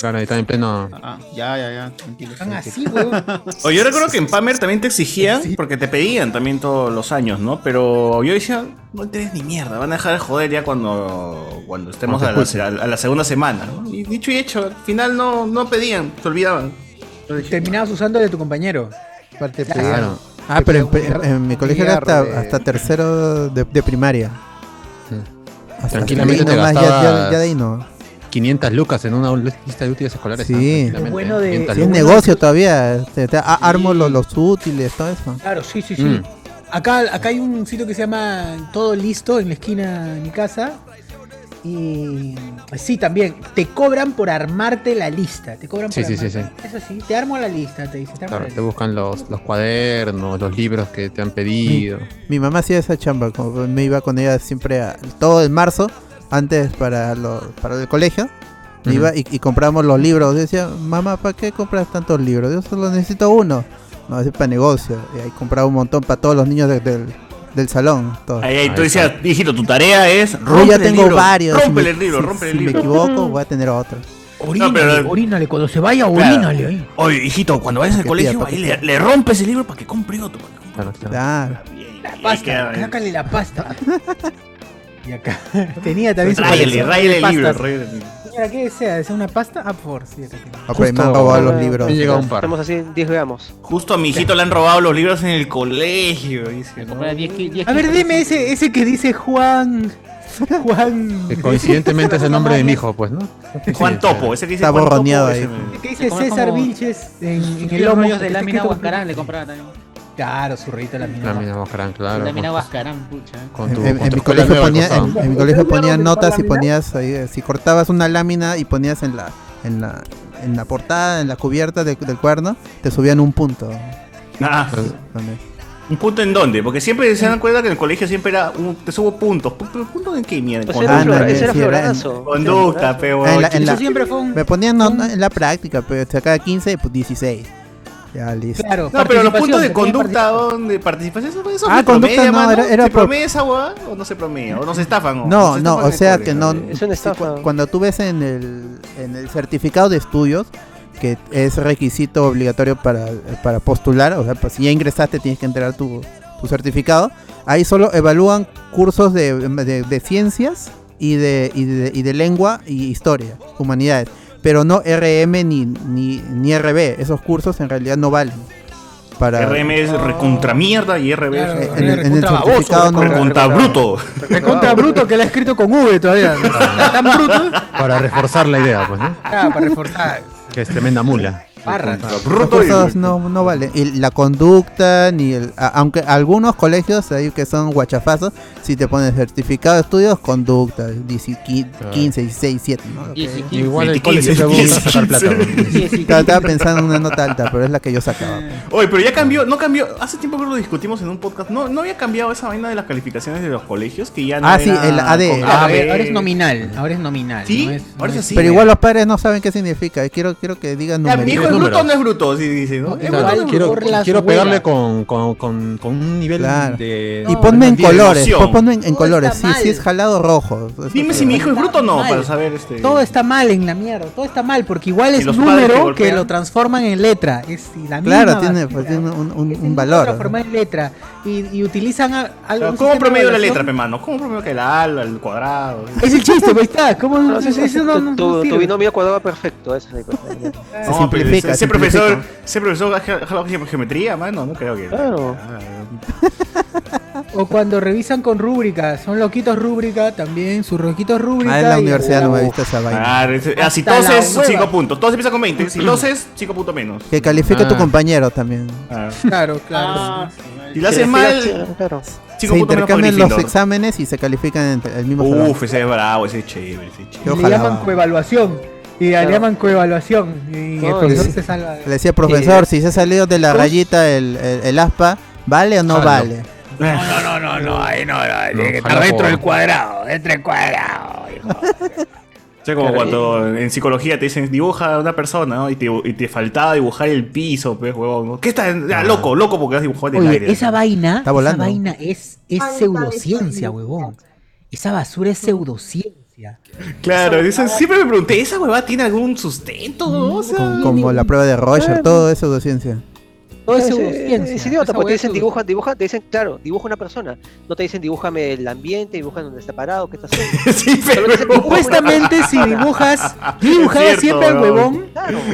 [SPEAKER 2] Claro, ahí está en pleno.
[SPEAKER 6] Ah, ya, ya, ya, tranquilo.
[SPEAKER 1] Están así, weón.
[SPEAKER 4] Oye, yo recuerdo que en Pamer también te exigían, porque te pedían también todos los años, ¿no? Pero yo decía, no te des ni mierda, van a dejar de joder ya cuando, cuando estemos
[SPEAKER 2] Cuando
[SPEAKER 4] a
[SPEAKER 2] te
[SPEAKER 4] la, a la segunda semana, ¿no? Y dicho y hecho, al final no, no pedían, se olvidaban.
[SPEAKER 1] Terminabas usando el de tu compañero.
[SPEAKER 8] Aparte,
[SPEAKER 2] Claro.
[SPEAKER 3] Ah, pero en, pre- en mi colegio era hasta,
[SPEAKER 8] Mierda.
[SPEAKER 3] hasta tercero de, de primaria.
[SPEAKER 2] Sí.
[SPEAKER 3] Hasta
[SPEAKER 2] Tranquilamente
[SPEAKER 3] ahí
[SPEAKER 2] te
[SPEAKER 3] nomás, ya- ya,
[SPEAKER 2] gastabas-
[SPEAKER 3] ya de ahí no.
[SPEAKER 2] 500 lucas en una lista de útiles escolares.
[SPEAKER 3] Sí.
[SPEAKER 2] ¿no? Tranquilamente,
[SPEAKER 1] Lo bueno de-
[SPEAKER 2] 500
[SPEAKER 3] Si es
[SPEAKER 2] lucas.
[SPEAKER 3] negocio todavía, este, te- te- a- armo los, los útiles, todo eso.
[SPEAKER 1] Claro, sí, sí, sí.
[SPEAKER 2] Mm.
[SPEAKER 1] Acá, acá hay un sitio que se llama Todo Listo en la esquina de mi casa. Y pues sí, también. Te cobran por armarte la lista. Te cobran
[SPEAKER 2] Sí,
[SPEAKER 1] por
[SPEAKER 2] sí, sí,
[SPEAKER 1] armarte- Eso sí, te armo la lista, te dicen. Te armo
[SPEAKER 2] Claro, te
[SPEAKER 1] la lista.
[SPEAKER 2] buscan los, los cuadernos, los libros que te han pedido.
[SPEAKER 3] Mi mamá hacía esa chamba, como me iba con ella siempre a- todo el marzo, antes para, lo- para el colegio. me
[SPEAKER 2] Ujú.
[SPEAKER 3] iba y, y compramos los libros. Yo decía, mamá, ¿para qué compras tantos libros? Yo solo necesito uno. No, es para negocio. Y ahí compraba un montón para todos los niños de- del, del salón. todos.
[SPEAKER 4] Ahí, ahí,
[SPEAKER 2] Ahí
[SPEAKER 4] tú
[SPEAKER 2] está.
[SPEAKER 4] decías, hijito, tu tarea es
[SPEAKER 3] Yo
[SPEAKER 4] romper
[SPEAKER 3] ya
[SPEAKER 4] el
[SPEAKER 3] tengo
[SPEAKER 4] libro,
[SPEAKER 3] varios. si
[SPEAKER 4] Rómpele
[SPEAKER 3] me-
[SPEAKER 4] el libro,
[SPEAKER 3] si-
[SPEAKER 4] rompe
[SPEAKER 3] si
[SPEAKER 4] el libro.
[SPEAKER 3] me equivoco, voy a tener otro.
[SPEAKER 1] Orínale,
[SPEAKER 4] pero-
[SPEAKER 1] orínale, Cuando se vaya,
[SPEAKER 4] Claro.
[SPEAKER 1] orínale.
[SPEAKER 5] eh.
[SPEAKER 1] ahí.
[SPEAKER 4] Oye, hijito, cuando vayas al
[SPEAKER 3] Que
[SPEAKER 4] colegio,
[SPEAKER 3] pida, pa'
[SPEAKER 4] ahí
[SPEAKER 3] que
[SPEAKER 4] le, le rompes el libro para que compre otro. para que compre
[SPEAKER 2] Claro, claro.
[SPEAKER 3] Claro.
[SPEAKER 4] otro.
[SPEAKER 1] La
[SPEAKER 4] Y ahí
[SPEAKER 1] pasta,
[SPEAKER 4] queda, eh.
[SPEAKER 1] sácale la pasta. y acá tenía también su
[SPEAKER 4] Ráyale,
[SPEAKER 1] colección
[SPEAKER 4] ráyale
[SPEAKER 1] de
[SPEAKER 4] el libro,
[SPEAKER 1] pastas.
[SPEAKER 4] ráyale el libro.
[SPEAKER 1] Señora, ¿qué desea? ¿Desea una pasta? Ah, por sí, acá tiene.
[SPEAKER 3] Ah,
[SPEAKER 2] pues,
[SPEAKER 3] pero me han robado los libros.
[SPEAKER 2] Me han llegado un par.
[SPEAKER 5] Estamos así 10 gramos.
[SPEAKER 4] Justo a mi hijito le han robado los libros en el colegio. Dice, ¿no?
[SPEAKER 1] A ver, deme ese, ese que dice Juan. Juan.
[SPEAKER 2] Que coincidentemente es el nombre de mi hijo, pues, ¿no?
[SPEAKER 4] Juan
[SPEAKER 2] Sí,
[SPEAKER 4] Topo,
[SPEAKER 2] claro.
[SPEAKER 4] ese que dice
[SPEAKER 3] Está
[SPEAKER 4] Juan Topo,
[SPEAKER 3] borroneado
[SPEAKER 4] ese
[SPEAKER 3] ahí.
[SPEAKER 4] me-
[SPEAKER 1] ¿Qué dice
[SPEAKER 10] Se come
[SPEAKER 1] César
[SPEAKER 10] como-
[SPEAKER 1] Vilches en, en el
[SPEAKER 10] Los
[SPEAKER 1] lomo?
[SPEAKER 10] rollos de
[SPEAKER 1] Está
[SPEAKER 10] lámina
[SPEAKER 1] escrito-
[SPEAKER 10] Huascarán le compraba también.
[SPEAKER 1] Claro, su rito de lámina.
[SPEAKER 2] La mina Huascarán, claro.
[SPEAKER 10] Lámina
[SPEAKER 2] con-
[SPEAKER 10] Huascarán, pucha.
[SPEAKER 2] con tu-
[SPEAKER 3] En,
[SPEAKER 2] con
[SPEAKER 3] en-
[SPEAKER 2] tu
[SPEAKER 3] en mi
[SPEAKER 2] escuela
[SPEAKER 3] colegio
[SPEAKER 2] nueva al
[SPEAKER 3] ponía,
[SPEAKER 2] costado.
[SPEAKER 3] en, en mi colegio ponía notas y ponías ahí, eh, si cortabas una lámina y ponías en la en la en la portada, en la cubierta de- del cuerno, te subían un punto.
[SPEAKER 4] Ah,
[SPEAKER 3] También.
[SPEAKER 4] ¿Un punto en dónde? Porque siempre se dan cuenta que en el colegio siempre era un, te subo puntos. ¿Pu- pu- ¿Puntos en qué mierda?
[SPEAKER 5] Pues era
[SPEAKER 3] Ah,
[SPEAKER 5] un flora-
[SPEAKER 3] no,
[SPEAKER 5] ese era
[SPEAKER 3] sí, era en-
[SPEAKER 5] florazo.
[SPEAKER 4] Conducta, peo.
[SPEAKER 3] Ah, en la- en
[SPEAKER 1] Eso
[SPEAKER 3] la-
[SPEAKER 1] siempre fue un.
[SPEAKER 3] Me ponían no- no, en la práctica, pero hasta cada 15 pues 16. Ya listo.
[SPEAKER 1] Claro,
[SPEAKER 4] No, pero los puntos de
[SPEAKER 1] participación,
[SPEAKER 4] conducta,
[SPEAKER 1] participación.
[SPEAKER 4] ¿dónde? ¿Participación? Eso, eso
[SPEAKER 3] Ah,
[SPEAKER 4] se
[SPEAKER 3] conducta
[SPEAKER 4] promedia,
[SPEAKER 3] no,
[SPEAKER 4] mano.
[SPEAKER 3] era- era
[SPEAKER 4] ¿Se
[SPEAKER 3] por-
[SPEAKER 4] promedia esa hueá o no se promedia? ¿O no se estafan? o
[SPEAKER 3] No,
[SPEAKER 4] se
[SPEAKER 3] no,
[SPEAKER 4] estafan
[SPEAKER 3] o
[SPEAKER 4] en el
[SPEAKER 3] sea
[SPEAKER 4] colegio,
[SPEAKER 3] que no.
[SPEAKER 5] Es una
[SPEAKER 3] sí,
[SPEAKER 5] estafa.
[SPEAKER 3] cu- cuando tú ves en el, en el certificado de estudios, que es requisito obligatorio para, para postular, o sea, pues, si ya ingresaste tienes que entregar tu, tu certificado, ahí solo evalúan cursos de, de- de ciencias y de, y, de, y de lengua y historia, humanidades, pero no RM ni, ni, ni RB, esos cursos en realidad no valen. Para,
[SPEAKER 4] RM es recontra mierda y RB
[SPEAKER 1] Claro,
[SPEAKER 4] es
[SPEAKER 3] en, en- en el
[SPEAKER 1] Recontra baboso,
[SPEAKER 3] certificado no
[SPEAKER 4] recontra bruto.
[SPEAKER 1] Me contra Bruto que la ha escrito con V todavía. Está Tan bruto.
[SPEAKER 2] Para reforzar la idea, pues, ¿no?
[SPEAKER 1] Ah, para reforzar.
[SPEAKER 2] Que es tremenda mula.
[SPEAKER 1] Barra.
[SPEAKER 3] Los
[SPEAKER 4] Bruto y-
[SPEAKER 3] cursos no, no valen. Y la conducta, ni el, a- aunque algunos colegios ahí que son guachafazos, si te pones certificado de estudios, conducta, 15,
[SPEAKER 2] Ah.
[SPEAKER 3] 15 16, 7. ¿no? Lo que-
[SPEAKER 10] 15,
[SPEAKER 2] Igual el
[SPEAKER 4] 15,
[SPEAKER 2] colegio se busca
[SPEAKER 4] 15.
[SPEAKER 2] sacar plata. ¿no?
[SPEAKER 3] Estaba, estaba pensando en una nota alta, pero es la que yo sacaba.
[SPEAKER 4] Oye, pero ya cambió, no cambió. Hace tiempo que lo discutimos en un podcast. No, no había cambiado esa vaina de las calificaciones de los colegios que ya no
[SPEAKER 3] Ah, sí,
[SPEAKER 4] era
[SPEAKER 3] el AD.
[SPEAKER 4] con
[SPEAKER 1] Claro,
[SPEAKER 4] AB.
[SPEAKER 1] ahora ahora es nominal. Ahora es nominal.
[SPEAKER 4] Sí,
[SPEAKER 1] no es-
[SPEAKER 4] ahora es
[SPEAKER 1] no es-
[SPEAKER 4] así.
[SPEAKER 3] pero igual los padres no saben qué significa. Quiero, quiero que digan
[SPEAKER 4] Ya, mi hijo
[SPEAKER 3] números.
[SPEAKER 4] es
[SPEAKER 2] Números.
[SPEAKER 4] bruto, no es bruto, sí, dice, ¿no?
[SPEAKER 1] No,
[SPEAKER 4] Es
[SPEAKER 1] claro,
[SPEAKER 4] bruto, no es
[SPEAKER 2] Quiero,
[SPEAKER 4] bruto.
[SPEAKER 1] Por las
[SPEAKER 2] quiero
[SPEAKER 1] huevas.
[SPEAKER 2] pegarle con, con, con, con un nivel
[SPEAKER 3] Claro.
[SPEAKER 2] de...
[SPEAKER 3] Y ponme en
[SPEAKER 4] no, tiene
[SPEAKER 3] colores,
[SPEAKER 4] emoción.
[SPEAKER 3] pues ponme en, en
[SPEAKER 1] Todo
[SPEAKER 3] colores.
[SPEAKER 1] está
[SPEAKER 3] Sí,
[SPEAKER 1] mal.
[SPEAKER 3] sí es jalado rojo.
[SPEAKER 4] Dime si mi hijo es bruto o no,
[SPEAKER 1] Mal.
[SPEAKER 4] para saber este.
[SPEAKER 1] Todo está mal en la mierda, todo está mal, porque igual
[SPEAKER 4] Y
[SPEAKER 1] es
[SPEAKER 4] los
[SPEAKER 1] un
[SPEAKER 4] padres que
[SPEAKER 1] número que,
[SPEAKER 4] golpean.
[SPEAKER 1] lo transforman en letra. Es y la misma
[SPEAKER 3] Claro, tiene,
[SPEAKER 1] basura.
[SPEAKER 3] pues, tiene un, un-
[SPEAKER 1] Es el
[SPEAKER 3] un
[SPEAKER 1] mismo
[SPEAKER 3] valor.
[SPEAKER 1] transformar en letra. Y, y utilizan a- algo. un sistema
[SPEAKER 4] ¿Cómo
[SPEAKER 1] de
[SPEAKER 4] promedio la
[SPEAKER 1] evaluación.
[SPEAKER 4] letra, pe mano? ¿Cómo promedio que la ala, el cuadrado?
[SPEAKER 1] Es el chiste, pues está. ¿Cómo
[SPEAKER 5] No,
[SPEAKER 1] no,
[SPEAKER 5] sí, sí,
[SPEAKER 1] eso no, no-
[SPEAKER 5] tu, tu-
[SPEAKER 1] no
[SPEAKER 5] tu
[SPEAKER 1] sirve.
[SPEAKER 5] binomio cuadrado perfecto. Ese, es el-
[SPEAKER 4] No, pero
[SPEAKER 3] simplifica,
[SPEAKER 4] ese, ese
[SPEAKER 3] simplifica.
[SPEAKER 4] profesor, ese profesor ha ge- ha jalado ge- geometría, mano, no creo que.
[SPEAKER 5] Claro.
[SPEAKER 1] O cuando revisan con rúbrica, son loquitos rúbrica también, sus loquitos rúbrica.
[SPEAKER 3] Ah, en la
[SPEAKER 1] y-
[SPEAKER 3] universidad no me he visto esa vaina.
[SPEAKER 4] Ah, ese- ah, si
[SPEAKER 1] Hasta la
[SPEAKER 4] toses,
[SPEAKER 1] hueva.
[SPEAKER 4] 5 puntos. Todos empiezan con 20. Si toses, 5 puntos menos.
[SPEAKER 3] Que califica
[SPEAKER 2] Ah.
[SPEAKER 3] tu compañero también.
[SPEAKER 4] Ah.
[SPEAKER 1] Claro, claro.
[SPEAKER 5] Ah,
[SPEAKER 4] Si lo haces mal,
[SPEAKER 5] Claro.
[SPEAKER 4] 5
[SPEAKER 3] se
[SPEAKER 4] puntos menos para
[SPEAKER 3] intercambian los
[SPEAKER 4] Gryffindor.
[SPEAKER 3] exámenes y se califican entre el mismo salón.
[SPEAKER 4] Uf, ese es bravo, ese es chévere, ese es chévere.
[SPEAKER 3] Yo
[SPEAKER 1] Y le
[SPEAKER 3] jalaba.
[SPEAKER 1] llaman coevaluación. Y
[SPEAKER 5] Claro.
[SPEAKER 1] le llaman coevaluación. Y el
[SPEAKER 5] No,
[SPEAKER 1] profesor
[SPEAKER 5] y-
[SPEAKER 1] se salva. de-
[SPEAKER 3] Le decía, profesor, si se ha salido de la rayita el, el- el aspa, ¿vale o no
[SPEAKER 2] Ah, no.
[SPEAKER 3] vale?
[SPEAKER 1] No, no, no, ahí no, no, tiene que
[SPEAKER 2] No,
[SPEAKER 1] estar
[SPEAKER 2] ojalá
[SPEAKER 1] dentro
[SPEAKER 2] por-
[SPEAKER 1] del cuadrado, dentro del cuadrado. hijo.
[SPEAKER 4] O sea, como cuando en psicología te dicen dibuja a una persona, ¿no? Y te, y te faltaba dibujar el piso, pues, huevón. ¿no? ¿Qué estás? Ah, loco, loco porque has dibujado en el aire.
[SPEAKER 10] Oye, esa vaina,
[SPEAKER 3] Está volando.
[SPEAKER 10] esa vaina es, es
[SPEAKER 7] Ay, está
[SPEAKER 10] pseudociencia,
[SPEAKER 7] desconectado.
[SPEAKER 10] huevón. Esa basura es pseudociencia.
[SPEAKER 1] hostia.
[SPEAKER 4] Claro, eso- siempre me pregunté, ¿esa huevada tiene algún sustento?
[SPEAKER 1] Mm.
[SPEAKER 4] no? O sea,
[SPEAKER 3] Como la prueba de Roger,
[SPEAKER 4] Claro.
[SPEAKER 3] todo eso de ciencia.
[SPEAKER 5] No, es,
[SPEAKER 1] pseudociencia,
[SPEAKER 5] es idiota,
[SPEAKER 1] esa
[SPEAKER 5] porque
[SPEAKER 1] hueá
[SPEAKER 5] te
[SPEAKER 1] es
[SPEAKER 5] dicen dibuja, dibuja, te dicen, claro, dibuja una persona. No te dicen dibújame el ambiente, dibuja donde está parado, qué está haciendo. Solo te dicen, dibuja una
[SPEAKER 1] Supuestamente si
[SPEAKER 5] persona.
[SPEAKER 1] dibujas,
[SPEAKER 5] Es
[SPEAKER 1] dibujaba
[SPEAKER 5] cierto,
[SPEAKER 1] siempre al
[SPEAKER 5] bro.
[SPEAKER 1] huevón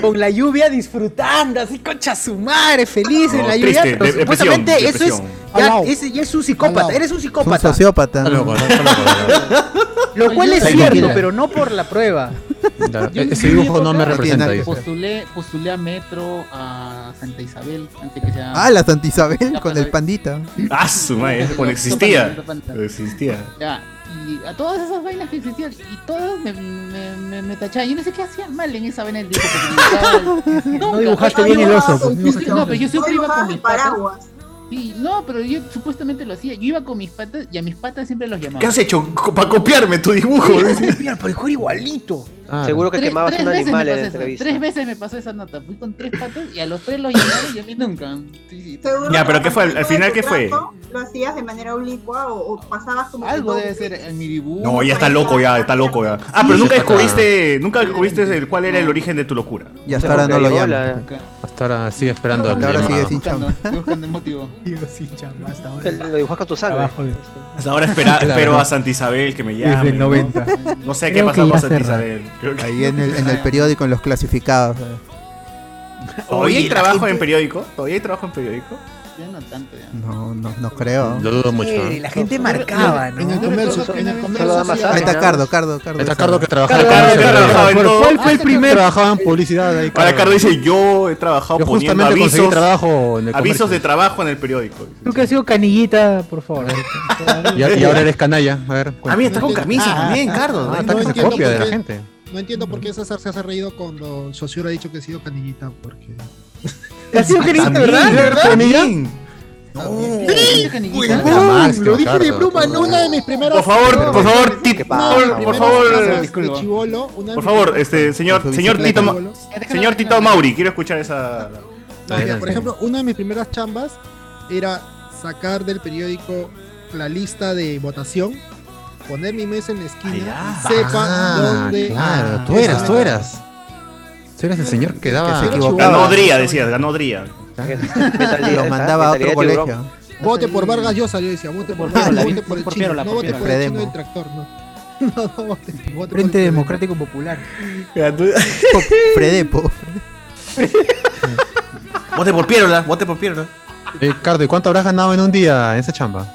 [SPEAKER 1] con la lluvia disfrutando, así concha su madre, feliz en
[SPEAKER 3] No,
[SPEAKER 1] la lluvia.
[SPEAKER 3] triste,
[SPEAKER 1] pero
[SPEAKER 3] de-
[SPEAKER 1] supuestamente
[SPEAKER 3] depresión,
[SPEAKER 1] eso es
[SPEAKER 3] depresión.
[SPEAKER 1] ya,
[SPEAKER 3] Alao.
[SPEAKER 1] ese ya es un psicópata,
[SPEAKER 3] Alao.
[SPEAKER 1] eres un
[SPEAKER 3] Es un
[SPEAKER 1] psicópata.
[SPEAKER 3] sociópata. ¿no?
[SPEAKER 1] Lo cual
[SPEAKER 3] yo-
[SPEAKER 1] es
[SPEAKER 3] Soy
[SPEAKER 1] cierto,
[SPEAKER 3] compila.
[SPEAKER 1] pero no por la prueba.
[SPEAKER 2] Claro, e-, Ese dibujo no me representa. dice.
[SPEAKER 6] Postulé, postulé a Metro, a Santa Isabel, antes que sea...
[SPEAKER 3] Ah, la Santa Isabel con el pandita.
[SPEAKER 4] Ah, su madre, eso cuando existía. Cuando existía.
[SPEAKER 6] Ya, y a todas esas vainas que existían, y todas me, me, me, me tachaban. Yo no sé qué hacían mal en esa vaina del dibujo. porque dibujaba-
[SPEAKER 1] No
[SPEAKER 6] Nunca.
[SPEAKER 1] dibujaste bien el oso, pues, no
[SPEAKER 6] Yo-
[SPEAKER 1] dibujaste
[SPEAKER 6] No, pero yo siempre iba con mis patas.
[SPEAKER 7] paraguas.
[SPEAKER 6] Sí, no, pero yo supuestamente lo hacía. Yo iba con mis patas y a mis patas siempre los llamaba.
[SPEAKER 4] ¿Qué has hecho co- para copiarme tu dibujo?
[SPEAKER 1] Mira, pero el juego igualito.
[SPEAKER 5] Seguro que
[SPEAKER 6] Tres-
[SPEAKER 5] quemabas un
[SPEAKER 6] tres veces
[SPEAKER 5] animal
[SPEAKER 6] me
[SPEAKER 5] en
[SPEAKER 6] pasó
[SPEAKER 5] la
[SPEAKER 6] eso,
[SPEAKER 5] entrevista.
[SPEAKER 6] Tres veces me pasó esa nota. Fui con tres patas y a los tres los llamaba y a mí nunca.
[SPEAKER 4] Ya, pero ¿qué fue? ¿Al final qué fue?
[SPEAKER 7] ¿Lo hacías de manera oblicua o, o pasabas como...
[SPEAKER 6] Algo
[SPEAKER 7] que-
[SPEAKER 6] debe ser en mi dibujo.
[SPEAKER 4] No, ya está loco, ya está loco ya. Ah, pero
[SPEAKER 2] Sí,
[SPEAKER 4] nunca
[SPEAKER 2] ya está.
[SPEAKER 4] descubriste, nunca descubriste el- cuál era el origen de tu locura.
[SPEAKER 3] Y hasta ahora no lo llamo.
[SPEAKER 2] Hasta ahora sigue esperando el
[SPEAKER 3] Hasta ahora sigue
[SPEAKER 2] llamado.
[SPEAKER 3] sin chamba.
[SPEAKER 6] buscando el motivo.
[SPEAKER 1] Digo, sí, chamba, hasta ahora.
[SPEAKER 5] Lo dibujas con tu sangre.
[SPEAKER 1] Abajo de-
[SPEAKER 4] Hasta ahora espera,
[SPEAKER 2] Claro.
[SPEAKER 4] espero a Santa Isabel que me llame.
[SPEAKER 1] Desde el
[SPEAKER 4] ¿no?
[SPEAKER 1] 90.
[SPEAKER 4] No, sé qué
[SPEAKER 1] Creo
[SPEAKER 4] pasó
[SPEAKER 1] que
[SPEAKER 4] con
[SPEAKER 1] ya
[SPEAKER 4] Santa
[SPEAKER 1] cerra.
[SPEAKER 4] Isabel. Creo que-
[SPEAKER 3] Ahí en el, en el periódico, en los clasificados. eh.
[SPEAKER 4] ¿Todavía hay
[SPEAKER 3] Oye,
[SPEAKER 4] trabajo
[SPEAKER 3] la gente-
[SPEAKER 4] en periódico? ¿Todavía hay trabajo en periódico?
[SPEAKER 6] Ya no tanto, ya.
[SPEAKER 3] No, no, no creo.
[SPEAKER 2] Lo dudo mucho. ¿eh?
[SPEAKER 1] La gente marcaba, ¿no?
[SPEAKER 6] En el comercio, en el comercio.
[SPEAKER 5] Solo da
[SPEAKER 6] sí,
[SPEAKER 5] masaje,
[SPEAKER 3] Ahí está
[SPEAKER 5] ¿no?
[SPEAKER 3] Cardo, Cardo, Cardo.
[SPEAKER 2] Está
[SPEAKER 3] esa
[SPEAKER 2] Cardo
[SPEAKER 3] hora.
[SPEAKER 2] que trabajaba.
[SPEAKER 4] Cardo, que trabajaba en
[SPEAKER 2] Pero
[SPEAKER 4] todo.
[SPEAKER 2] ¿Cuál fue el
[SPEAKER 6] Ah,
[SPEAKER 2] primero? Trabajaba en publicidad. ahí,
[SPEAKER 4] Ahora Cardo dice, yo he trabajado
[SPEAKER 2] Yo
[SPEAKER 4] poniendo
[SPEAKER 2] justamente conseguí
[SPEAKER 4] avisos,
[SPEAKER 2] trabajo en el
[SPEAKER 4] avisos de
[SPEAKER 2] comercio.
[SPEAKER 4] trabajo en el periódico. dice.
[SPEAKER 1] Tú que has sido canillita, por favor. eh,
[SPEAKER 2] Y, a- y ahora eres canalla. A ver.
[SPEAKER 4] Ah, mira, está con camisa también, Cardo.
[SPEAKER 2] Ah,
[SPEAKER 4] No
[SPEAKER 2] está con esa
[SPEAKER 4] entiendo
[SPEAKER 2] copia
[SPEAKER 4] por
[SPEAKER 2] de la
[SPEAKER 4] qué.
[SPEAKER 2] gente.
[SPEAKER 11] No entiendo por qué César se ha reído cuando Sociura ha dicho que he sido canillita, porque...
[SPEAKER 1] ¿Te has sido canillita, verdad?
[SPEAKER 4] También,
[SPEAKER 1] ¿Verdad?
[SPEAKER 4] también.
[SPEAKER 6] canillita.
[SPEAKER 11] lo dije de broma en una de mis primeras...
[SPEAKER 4] Por favor, por favor, Tito, por favor,
[SPEAKER 11] De chivolo, una de
[SPEAKER 4] por
[SPEAKER 11] mis
[SPEAKER 4] favor,
[SPEAKER 11] primeras
[SPEAKER 4] este
[SPEAKER 11] Con
[SPEAKER 4] señor,
[SPEAKER 11] su
[SPEAKER 4] señor
[SPEAKER 11] bicicleta
[SPEAKER 4] Tito, Ma-
[SPEAKER 11] de bolos.
[SPEAKER 4] señor Tito Mauri, quiero escuchar esa.
[SPEAKER 11] No,
[SPEAKER 2] Ah,
[SPEAKER 11] mira, por ejemplo, una de mis primeras chambas era sacar del periódico la lista de votación, poner mi mesa en la esquina, y sepa dónde.
[SPEAKER 2] Ah, Claro, tú eras, tú eras. Tú eras el señor que daba.
[SPEAKER 11] se equivocaba.
[SPEAKER 4] Ganó Dría, decías, ganó Dría.
[SPEAKER 5] Mentalidad-
[SPEAKER 3] Lo mandaba a otro
[SPEAKER 5] mentalidad tiburón.
[SPEAKER 3] colegio.
[SPEAKER 11] Vote por Vargas Llosa, yo decía, vote
[SPEAKER 10] Por
[SPEAKER 11] por Vargas,
[SPEAKER 10] Piola,
[SPEAKER 11] vote
[SPEAKER 10] bien,
[SPEAKER 11] por el
[SPEAKER 10] por
[SPEAKER 11] chino,
[SPEAKER 10] Piola,
[SPEAKER 11] no
[SPEAKER 10] por
[SPEAKER 11] vote
[SPEAKER 10] Piola.
[SPEAKER 11] por el chino
[SPEAKER 3] Predemo.
[SPEAKER 11] del tractor, no. No, no vote, vote por el
[SPEAKER 1] Frente
[SPEAKER 11] Predemo.
[SPEAKER 1] Democrático Popular.
[SPEAKER 3] Predepo.
[SPEAKER 4] Vote por Pierola, vote por Pierola.
[SPEAKER 2] Eh, Cardo, ¿y cuánto habrás ganado en un día en esa chamba?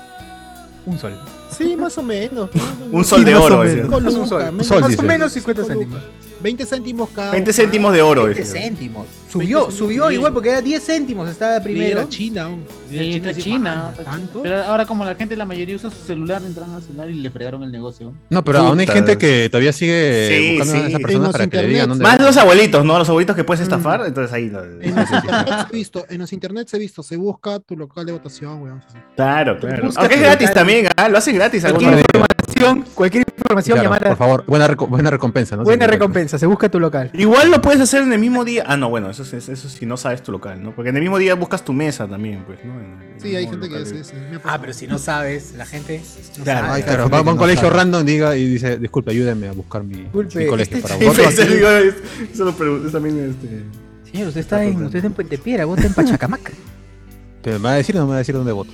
[SPEAKER 1] Un sol.
[SPEAKER 11] Sí, más o menos.
[SPEAKER 4] Un sol de
[SPEAKER 3] más o
[SPEAKER 4] oro,
[SPEAKER 3] menos.
[SPEAKER 4] decías.
[SPEAKER 11] Coluca,
[SPEAKER 1] Un sol.
[SPEAKER 11] menos-
[SPEAKER 2] Un sol,
[SPEAKER 1] Más o
[SPEAKER 2] dice.
[SPEAKER 1] menos 50 céntimos.
[SPEAKER 11] 20 céntimos cada.
[SPEAKER 4] 20 céntimos de oro,
[SPEAKER 1] 20
[SPEAKER 4] decías.
[SPEAKER 1] céntimos. Subió, subió igual porque era 10 céntimos. Estaba
[SPEAKER 11] Primero.
[SPEAKER 1] primero.
[SPEAKER 11] Era China, un-
[SPEAKER 6] Sí, está China. Pero ahora como la gente, la mayoría usa su celular, entraron al celular y le fregaron el negocio.
[SPEAKER 2] No, pero aún hay
[SPEAKER 4] Puta.
[SPEAKER 2] gente que todavía sigue
[SPEAKER 4] Sí,
[SPEAKER 2] buscando
[SPEAKER 4] sí.
[SPEAKER 2] a esa persona
[SPEAKER 11] Tengo
[SPEAKER 2] para que le
[SPEAKER 11] internet. Mm.
[SPEAKER 2] digan dónde.
[SPEAKER 4] Más los abuelitos, ¿no? Los abuelitos que puedes estafar, entonces ahí. lo-
[SPEAKER 11] En los internets he visto, en los internets he visto, se busca tu local de votación, weón.
[SPEAKER 4] Claro, claro.
[SPEAKER 1] Busca
[SPEAKER 4] Aunque es
[SPEAKER 1] tu
[SPEAKER 4] gratis
[SPEAKER 1] local.
[SPEAKER 4] también, ah, lo hacen gratis. algunos.
[SPEAKER 2] Claro,
[SPEAKER 1] Información, cualquier información
[SPEAKER 2] claro,
[SPEAKER 1] llamada.
[SPEAKER 2] por favor, buena, reco- buena recompensa, ¿no?
[SPEAKER 1] Buena
[SPEAKER 2] Sí,
[SPEAKER 1] recompensa, se busca tu local.
[SPEAKER 4] Igual lo puedes hacer en el mismo día. Ah, no, bueno, eso es eso si no sabes tu local, ¿no? Porque en el mismo día buscas tu mesa también, pues, ¿no? En- en el
[SPEAKER 11] Sí, hay
[SPEAKER 4] mismo
[SPEAKER 11] gente que
[SPEAKER 4] local
[SPEAKER 11] hace
[SPEAKER 4] de-
[SPEAKER 11] eso. me ha
[SPEAKER 1] Ah,
[SPEAKER 11] pasado.
[SPEAKER 1] pero si no sabes, la gente. No
[SPEAKER 4] Claro,
[SPEAKER 1] sabe.
[SPEAKER 3] Ay,
[SPEAKER 2] Claro, va va a un colegio random diga, y dice, disculpe, ayúdeme a buscar mi,
[SPEAKER 1] Disculpe,
[SPEAKER 2] mi colegio para
[SPEAKER 1] este-
[SPEAKER 4] Sí,
[SPEAKER 2] votar.
[SPEAKER 4] sí, sí, digo, es- Eso lo pregunté también. Este...
[SPEAKER 1] Señor, usted está en, usted está en Puente Piedra, vos está en Pachacamac.
[SPEAKER 2] ¿Me va a decir o no me va a decir dónde voto?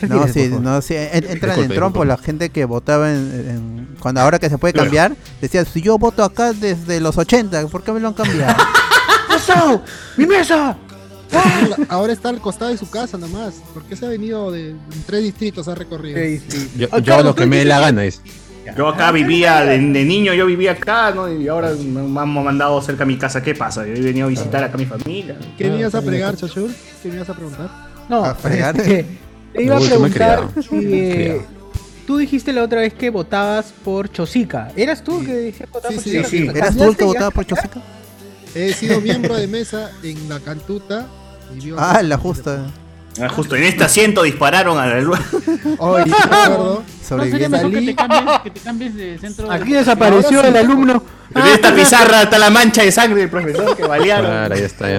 [SPEAKER 3] No,
[SPEAKER 1] Retírese,
[SPEAKER 3] sí,
[SPEAKER 1] por favor.
[SPEAKER 3] no, sí. en- Entran en
[SPEAKER 2] Disculpe,
[SPEAKER 3] trompo
[SPEAKER 2] disculpe.
[SPEAKER 3] la gente que votaba en, en- cuando ahora que se puede cambiar. Decía, si yo voto acá desde los 80, ¿por qué me lo han cambiado?
[SPEAKER 1] ¡Oso! ¡Mi mesa!
[SPEAKER 11] Ahora está al costado de su casa nomás. ¿Por qué se ha venido de en tres distritos? Ha recorrido.
[SPEAKER 2] Yo,
[SPEAKER 1] Ah,
[SPEAKER 2] yo
[SPEAKER 1] claro,
[SPEAKER 2] lo que
[SPEAKER 1] tú
[SPEAKER 2] me dé
[SPEAKER 1] dices-
[SPEAKER 2] la gana es.
[SPEAKER 4] Yo acá vivía, de, de niño yo vivía acá, ¿no? Y ahora me me han mandado cerca a mi casa. ¿Qué pasa? Yo he venido a visitar acá a mi familia.
[SPEAKER 11] ¿Qué me ibas a pregar, Chachur? ¿Qué me ibas a preguntar?
[SPEAKER 1] No,
[SPEAKER 3] A fregar.
[SPEAKER 1] este, te iba a
[SPEAKER 2] Uy, qué mal
[SPEAKER 1] preguntar
[SPEAKER 2] criado.
[SPEAKER 1] si,
[SPEAKER 2] Mal
[SPEAKER 1] eh,
[SPEAKER 2] criado.
[SPEAKER 1] tú dijiste la otra vez que votabas por Chosica. ¿Eras tú que decías que votabas
[SPEAKER 11] Sí,
[SPEAKER 1] por
[SPEAKER 11] sí,
[SPEAKER 1] Chosica?
[SPEAKER 3] ¿Eras tú el que votaba por Chosica?
[SPEAKER 11] He sido miembro de mesa en la cantuta. y vivo-
[SPEAKER 3] Ah, la justa.
[SPEAKER 4] Ah, Justo en este asiento dispararon a la luz.
[SPEAKER 11] Hoy,
[SPEAKER 12] ¿No sería mejor que te cambies, que te cambies de centro?
[SPEAKER 13] Aquí desapareció el alumno. Ah.
[SPEAKER 4] En esta pizarra está la mancha de sangre del profesor que balearon.
[SPEAKER 2] Claro, ahí está ya.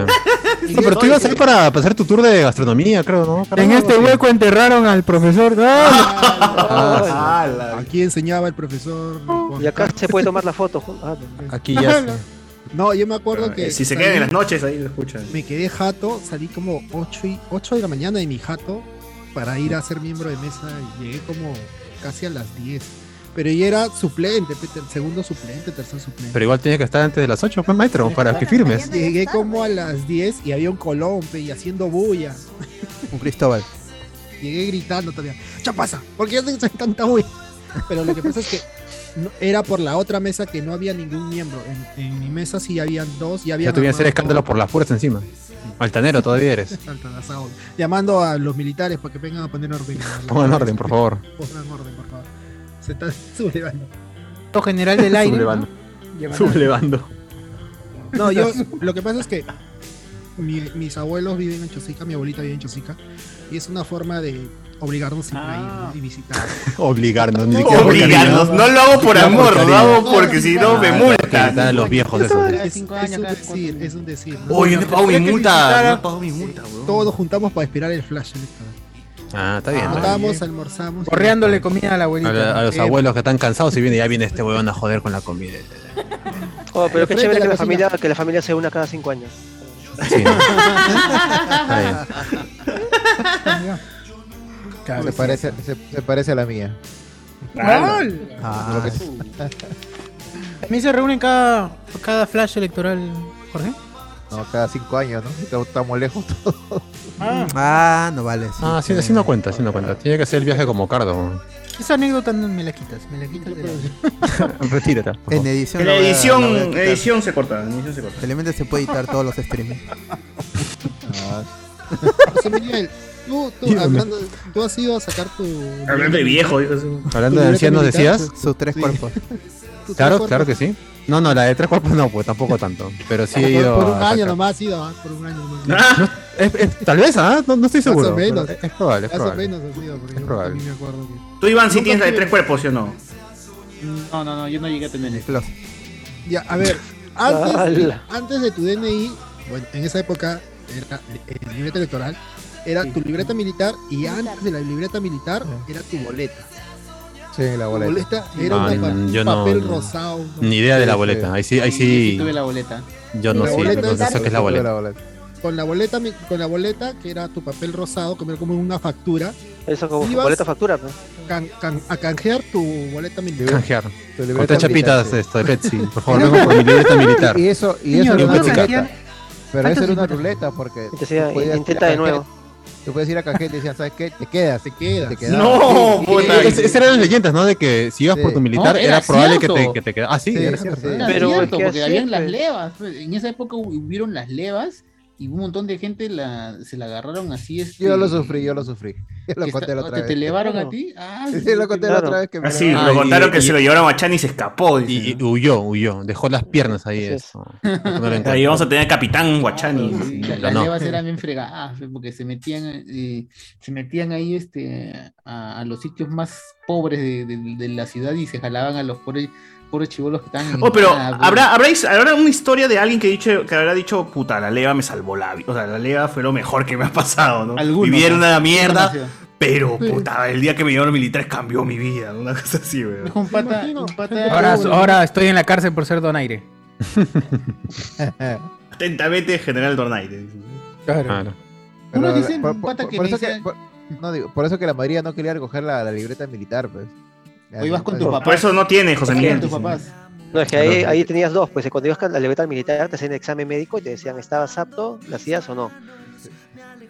[SPEAKER 4] No, pero tú ibas
[SPEAKER 2] ahí para pasar tu tour de gastronomía, creo, ¿no? Ah.
[SPEAKER 13] En este hueco enterraron al profesor.
[SPEAKER 11] Ah.
[SPEAKER 4] Ah,
[SPEAKER 11] Aquí enseñaba el profesor. Juan
[SPEAKER 1] Y acá
[SPEAKER 11] Carlos.
[SPEAKER 1] se puede tomar la foto. Ah,
[SPEAKER 2] Aquí
[SPEAKER 11] No, yo me acuerdo que.
[SPEAKER 4] eh, Si se
[SPEAKER 11] salí-
[SPEAKER 4] quedan en las noches ahí lo escuchan.
[SPEAKER 11] Me quedé jato, salí como 8, y, 8 de la mañana de mi jato para ir a ser miembro de mesa y llegué como casi a las 10. Pero yo era suplente, pe- el segundo suplente, tercer suplente.
[SPEAKER 2] Pero igual tienes que estar antes de las 8, pues, maestro, para que firmes.
[SPEAKER 11] Llegué como a las 10 y había un colón pe, y haciendo bulla.
[SPEAKER 3] Un Cristóbal.
[SPEAKER 11] Llegué gritando todavía, ya pasa, porque ya se tanta bulla. Pero lo que pasa es que no- era por la otra mesa que no había ningún miembro. En, en mi mesa sí habían dos y había
[SPEAKER 2] Ya tuvieron que hacer escándalo por las puras encima. Altanero todavía eres.
[SPEAKER 11] Llamando a los militares para que vengan a poner orden.
[SPEAKER 2] Pongan orden, por favor.
[SPEAKER 11] Pongan orden, por favor. Se está sublevando.
[SPEAKER 13] general del aire.
[SPEAKER 2] Sublevando.
[SPEAKER 11] Llevan-
[SPEAKER 2] Sublevando.
[SPEAKER 11] No, yo lo que pasa es que mi- mis abuelos viven en Chosica, mi abuelita vive en Chosica, y es una forma de obligarnos siempre a ir
[SPEAKER 13] Ah.
[SPEAKER 11] ¿no? y visitar.
[SPEAKER 2] Obligarnos, ni siquiera por
[SPEAKER 4] Obligarnos.
[SPEAKER 2] cariño.
[SPEAKER 4] No lo hago por
[SPEAKER 2] Ni siquiera
[SPEAKER 4] amor, lo
[SPEAKER 2] cariño.
[SPEAKER 4] hago porque si no me
[SPEAKER 2] Ah,
[SPEAKER 4] multan.
[SPEAKER 2] la de los viejos esos.
[SPEAKER 11] Es, es un decir, es un decir. ¿no?
[SPEAKER 4] Oye, no he pagado mi
[SPEAKER 11] Tendría que
[SPEAKER 4] multa.
[SPEAKER 11] visitar
[SPEAKER 4] No he pagado mi multa,
[SPEAKER 11] a-
[SPEAKER 4] weón.
[SPEAKER 11] Todos juntamos para esperar el flash electoral.
[SPEAKER 2] Ah, está bien. está bien.
[SPEAKER 11] Juntamos, almorzamos.
[SPEAKER 13] Correándole comida a la abuelita.
[SPEAKER 2] A, la- a los
[SPEAKER 11] Eh,
[SPEAKER 2] abuelos que están cansados y viene, ya viene este huevón a joder con la comida.
[SPEAKER 1] Oh, pero qué
[SPEAKER 11] Frente
[SPEAKER 1] chévere
[SPEAKER 11] a la
[SPEAKER 1] que la,
[SPEAKER 11] cocina.
[SPEAKER 1] familia, que la familia se una cada cinco años.
[SPEAKER 2] Sí.
[SPEAKER 8] Se parece, se, se parece a la mía.
[SPEAKER 13] ¡Lol!
[SPEAKER 8] Lo que es-
[SPEAKER 3] Ah.
[SPEAKER 13] También se reúnen cada, cada flash electoral, Jorge.
[SPEAKER 8] No, cada cinco años, ¿no? Está- Estamos lejos todos.
[SPEAKER 13] Ah.
[SPEAKER 3] Ah, no vale. sí.
[SPEAKER 2] Ah, sí, sí, no cuenta, sí, no cuenta. Tiene que hacer el viaje como Cardo.
[SPEAKER 13] Esa anécdota no me la quitas, me la quitas. de la-
[SPEAKER 2] Retírate. por
[SPEAKER 3] En
[SPEAKER 2] favor.
[SPEAKER 3] edición.
[SPEAKER 4] En
[SPEAKER 3] lo voy a- lo voy a
[SPEAKER 4] edición,
[SPEAKER 3] quitar.
[SPEAKER 4] edición se corta. En edición se corta.
[SPEAKER 3] Felizmente se puede editar todos los streams.
[SPEAKER 11] José Miguel, tú, tú,
[SPEAKER 2] Dígame.
[SPEAKER 11] hablando de- tú has ido a sacar tu.
[SPEAKER 4] Hablando de viejo, dijo eso.
[SPEAKER 2] Hablando de ancianos, decías.
[SPEAKER 3] Sus tres cuerpos.
[SPEAKER 11] tu-
[SPEAKER 2] Claro,
[SPEAKER 11] tu-
[SPEAKER 2] claro que sí. No, no, la de tres cuerpos no, pues tampoco tanto. Pero sí he
[SPEAKER 11] Por,
[SPEAKER 2] ido.
[SPEAKER 11] por un
[SPEAKER 2] a
[SPEAKER 11] año
[SPEAKER 2] sacar.
[SPEAKER 11] nomás has ido, ah, por un año nomás.
[SPEAKER 2] No, es- es- tal vez, ¿ah? No, no estoy
[SPEAKER 11] Más
[SPEAKER 2] seguro.
[SPEAKER 11] o
[SPEAKER 2] pero
[SPEAKER 11] menos.
[SPEAKER 2] Es, es probable, es
[SPEAKER 11] Más o
[SPEAKER 2] probable.
[SPEAKER 11] menos has ido, porque
[SPEAKER 2] Es
[SPEAKER 11] yo
[SPEAKER 2] probable.
[SPEAKER 11] también me acuerdo que.
[SPEAKER 4] Tú, Iván, sí
[SPEAKER 11] Nunca
[SPEAKER 4] tienes la de
[SPEAKER 11] tuve-
[SPEAKER 4] tres cuerpos, ¿sí o no?
[SPEAKER 6] No, no, no, yo no llegué a tener eso.
[SPEAKER 11] Ya, a ver, antes,
[SPEAKER 1] Ala.
[SPEAKER 11] antes de tu DNI, bueno, en esa época era el libreta electoral, era tu libreta militar y antes de la libreta militar era tu boleta.
[SPEAKER 8] Sí, la
[SPEAKER 11] Tu
[SPEAKER 8] boleta.
[SPEAKER 11] boleta era
[SPEAKER 2] Ah,
[SPEAKER 11] una pa-
[SPEAKER 2] mm, yo
[SPEAKER 11] un
[SPEAKER 2] no-
[SPEAKER 11] papel
[SPEAKER 2] no.
[SPEAKER 11] rosado. ¿no?
[SPEAKER 2] Ni idea de la
[SPEAKER 8] Sí,
[SPEAKER 2] boleta.
[SPEAKER 8] sí.
[SPEAKER 2] Ahí sí, ahí
[SPEAKER 6] Sí
[SPEAKER 2] sí.
[SPEAKER 6] tuve la boleta.
[SPEAKER 2] Yo no
[SPEAKER 11] La
[SPEAKER 2] sé,
[SPEAKER 11] boleta
[SPEAKER 2] pero
[SPEAKER 11] es-
[SPEAKER 2] sé que es la boleta.
[SPEAKER 11] Con la boleta, mi- con la boleta que era tu papel rosado, como era como una factura,
[SPEAKER 1] Eso como
[SPEAKER 11] Ibas-
[SPEAKER 1] boleta factura. pues.
[SPEAKER 11] can- can- a canjear tu boleta militar.
[SPEAKER 2] Canjear.
[SPEAKER 8] Tu libreta
[SPEAKER 2] Con tres
[SPEAKER 8] militar,
[SPEAKER 2] chapitas
[SPEAKER 8] sí.
[SPEAKER 2] esto de Pepsi. Por favor, vengo por mi libreta militar.
[SPEAKER 8] Y eso, y eso
[SPEAKER 13] Señor,
[SPEAKER 8] era una
[SPEAKER 13] ¿puedo
[SPEAKER 2] Yucatán.
[SPEAKER 8] ruleta.
[SPEAKER 13] canjear?
[SPEAKER 8] Pero eso era una
[SPEAKER 13] ¿Cuántos
[SPEAKER 8] ruleta porque.
[SPEAKER 1] Y te decía,
[SPEAKER 8] tú podías ir a
[SPEAKER 1] intenta de
[SPEAKER 8] canjear-
[SPEAKER 1] nuevo.
[SPEAKER 8] Tú puedes ir a cajeta y decían, ¿sabes qué? Te quedas, te quedas. Te quedas.
[SPEAKER 4] No, puta.
[SPEAKER 2] Es- Esas eran las leyendas, ¿no? De que si ibas
[SPEAKER 8] Sí.
[SPEAKER 2] por tu militar
[SPEAKER 6] No,
[SPEAKER 2] era,
[SPEAKER 6] era
[SPEAKER 2] probable que te,
[SPEAKER 6] cierto.
[SPEAKER 2] que te quedas. Ah, sí,
[SPEAKER 8] Sí,
[SPEAKER 2] era
[SPEAKER 8] sí,
[SPEAKER 2] cierto.
[SPEAKER 8] sí.
[SPEAKER 6] Era
[SPEAKER 1] Pero,
[SPEAKER 6] cierto,
[SPEAKER 1] ¿qué
[SPEAKER 6] porque
[SPEAKER 1] hacía,
[SPEAKER 6] habían las
[SPEAKER 1] pues?
[SPEAKER 6] levas. pues. En esa época hubieron las levas y un montón de gente la, se la agarraron así. Este,
[SPEAKER 8] Yo lo sufrí, yo lo sufrí. Yo lo
[SPEAKER 6] que
[SPEAKER 8] conté la
[SPEAKER 6] está-
[SPEAKER 8] otra
[SPEAKER 6] ¿Te,
[SPEAKER 8] vez.
[SPEAKER 6] te elevaron
[SPEAKER 1] Claro.
[SPEAKER 6] a ti? Ah,
[SPEAKER 8] Sí, sí, lo conté la
[SPEAKER 1] Claro.
[SPEAKER 8] otra vez que me
[SPEAKER 4] Así,
[SPEAKER 2] Ah,
[SPEAKER 4] lo
[SPEAKER 2] y-
[SPEAKER 4] contaron que
[SPEAKER 2] y-
[SPEAKER 4] se lo llevaron a Chan y se escapó. dice,
[SPEAKER 2] Y, y
[SPEAKER 4] ¿no?
[SPEAKER 2] huyó, huyó. Dejó las piernas ahí.
[SPEAKER 1] Así es.
[SPEAKER 2] Eso. No lo encuentro.
[SPEAKER 4] Ahí vamos a tener a Capitán Guachani.
[SPEAKER 6] Ah, sí, la-
[SPEAKER 2] Ya
[SPEAKER 6] las
[SPEAKER 2] no.
[SPEAKER 6] levas eran bien fregadas, pues, porque se metían, eh, se metían ahí este, a, a los sitios más pobres de, de- de la ciudad y se jalaban a los pobres, pobres chivolos que estaban. en
[SPEAKER 4] Oh, pero
[SPEAKER 6] nada, pues.
[SPEAKER 4] ¿habrá, habrá, habrá una historia de alguien que, dicho, que habrá dicho, puta, la leva me salvó la vida. O sea, la leva fue lo mejor que me ha pasado, ¿no?
[SPEAKER 6] Algunos,
[SPEAKER 4] Vivieron
[SPEAKER 6] ¿no?
[SPEAKER 4] una mierda,
[SPEAKER 6] Algunos,
[SPEAKER 4] pero puta, el día que me llevaron militares cambió mi vida. Una cosa así,
[SPEAKER 6] sí.
[SPEAKER 4] weón.
[SPEAKER 6] Un pata,
[SPEAKER 11] imagino,
[SPEAKER 6] un pata-
[SPEAKER 11] gente
[SPEAKER 13] Ahora, Ah, ahora estoy en la cárcel por ser donaire.
[SPEAKER 4] Atentamente, General Dornaire.
[SPEAKER 13] Claro.
[SPEAKER 2] Claro.
[SPEAKER 8] Pero
[SPEAKER 6] Unos
[SPEAKER 8] la-
[SPEAKER 6] dicen,
[SPEAKER 8] por,
[SPEAKER 6] un
[SPEAKER 8] por-
[SPEAKER 6] pata
[SPEAKER 8] por
[SPEAKER 6] que
[SPEAKER 8] eso
[SPEAKER 6] dice-
[SPEAKER 8] que, por, no, digo, por eso que la mayoría no quería recoger la, la libreta militar, pues.
[SPEAKER 6] O ibas con tus
[SPEAKER 8] tu
[SPEAKER 6] papás.
[SPEAKER 4] Por eso no tiene, José
[SPEAKER 6] ibas
[SPEAKER 4] Miguel.
[SPEAKER 6] con tus papás.
[SPEAKER 1] No, es que ahí, ahí tenías dos. Pues cuando ibas a la libertad militar, te hacían examen médico y te decían, ¿estabas apto? ¿La hacías o no?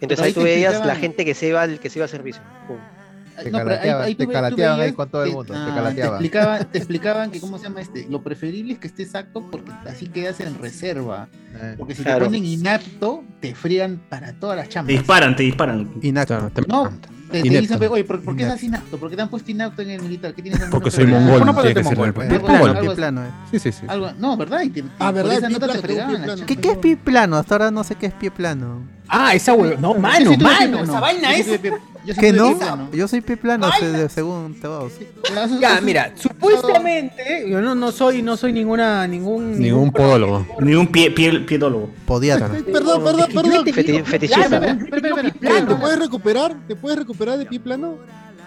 [SPEAKER 1] Entonces
[SPEAKER 6] Pero
[SPEAKER 1] ahí
[SPEAKER 6] ahí
[SPEAKER 1] tú
[SPEAKER 6] te
[SPEAKER 1] veías la
[SPEAKER 6] explicaban.
[SPEAKER 1] gente que se iba al, que se iba al servicio. Pum.
[SPEAKER 8] Te
[SPEAKER 6] pero
[SPEAKER 8] calateaban, te
[SPEAKER 6] ve-
[SPEAKER 8] calateaban ahí
[SPEAKER 6] veías
[SPEAKER 8] con todo el
[SPEAKER 6] que-
[SPEAKER 8] mundo, te
[SPEAKER 6] ah,
[SPEAKER 8] calateaban.
[SPEAKER 6] explicaban, te explicaban que, ¿cómo se llama este? Lo preferible es que estés acto porque así quedas en reserva.
[SPEAKER 4] Eh,
[SPEAKER 6] Porque si
[SPEAKER 1] Claro.
[SPEAKER 6] te ponen inapto, te frían para todas las
[SPEAKER 4] Te
[SPEAKER 6] chambas.
[SPEAKER 4] disparan, te disparan.
[SPEAKER 2] Claro,
[SPEAKER 3] Inacto.
[SPEAKER 2] te-
[SPEAKER 6] No, te, te
[SPEAKER 2] Inepto.
[SPEAKER 6] dicen, oye, ¿por, por qué estás inapto? ¿Por qué te han puesto inapto en el militar? ¿Qué tienes alguna
[SPEAKER 2] Porque soy
[SPEAKER 6] enfermedad?
[SPEAKER 2] mongol.
[SPEAKER 13] Bueno,
[SPEAKER 2] tiene que
[SPEAKER 13] ponete
[SPEAKER 2] ser el-
[SPEAKER 13] mongol,
[SPEAKER 6] pues.
[SPEAKER 2] mongol.
[SPEAKER 6] Algo-
[SPEAKER 3] Piplano, eh.
[SPEAKER 2] Sí, sí, sí.
[SPEAKER 6] Algo, no, ¿verdad? Y te, y
[SPEAKER 11] Ah,
[SPEAKER 6] por
[SPEAKER 11] ¿verdad?
[SPEAKER 6] esa nota te
[SPEAKER 11] Biplano,
[SPEAKER 6] fregaban.
[SPEAKER 11] biplano.
[SPEAKER 6] la
[SPEAKER 3] ¿Qué,
[SPEAKER 6] chamba.
[SPEAKER 3] ¿Qué es piplano? Hasta ahora no sé qué es piplano.
[SPEAKER 1] Ah, esa huevada. No,
[SPEAKER 3] Yo
[SPEAKER 1] mano,
[SPEAKER 3] sí tuve
[SPEAKER 1] mano.
[SPEAKER 3] plano.
[SPEAKER 1] Esa vaina
[SPEAKER 3] Yo sí
[SPEAKER 1] es.
[SPEAKER 3] tuve ¿Qué no? Yo soy piplano, se- de- según Tabaos.
[SPEAKER 1] Ya, mira, supuestamente, yo no, no soy, no soy ninguna, ningún,
[SPEAKER 2] Ningún podólogo.
[SPEAKER 4] Ningún pie, piel, piedólogo.
[SPEAKER 3] Podiatra.
[SPEAKER 11] Perdón, perdón, perdón.
[SPEAKER 4] Feti- fetichista.
[SPEAKER 11] Ya, espera, espera, espera, espera. ¿Te puedes recuperar? ¿Te puedes recuperar de pie plano?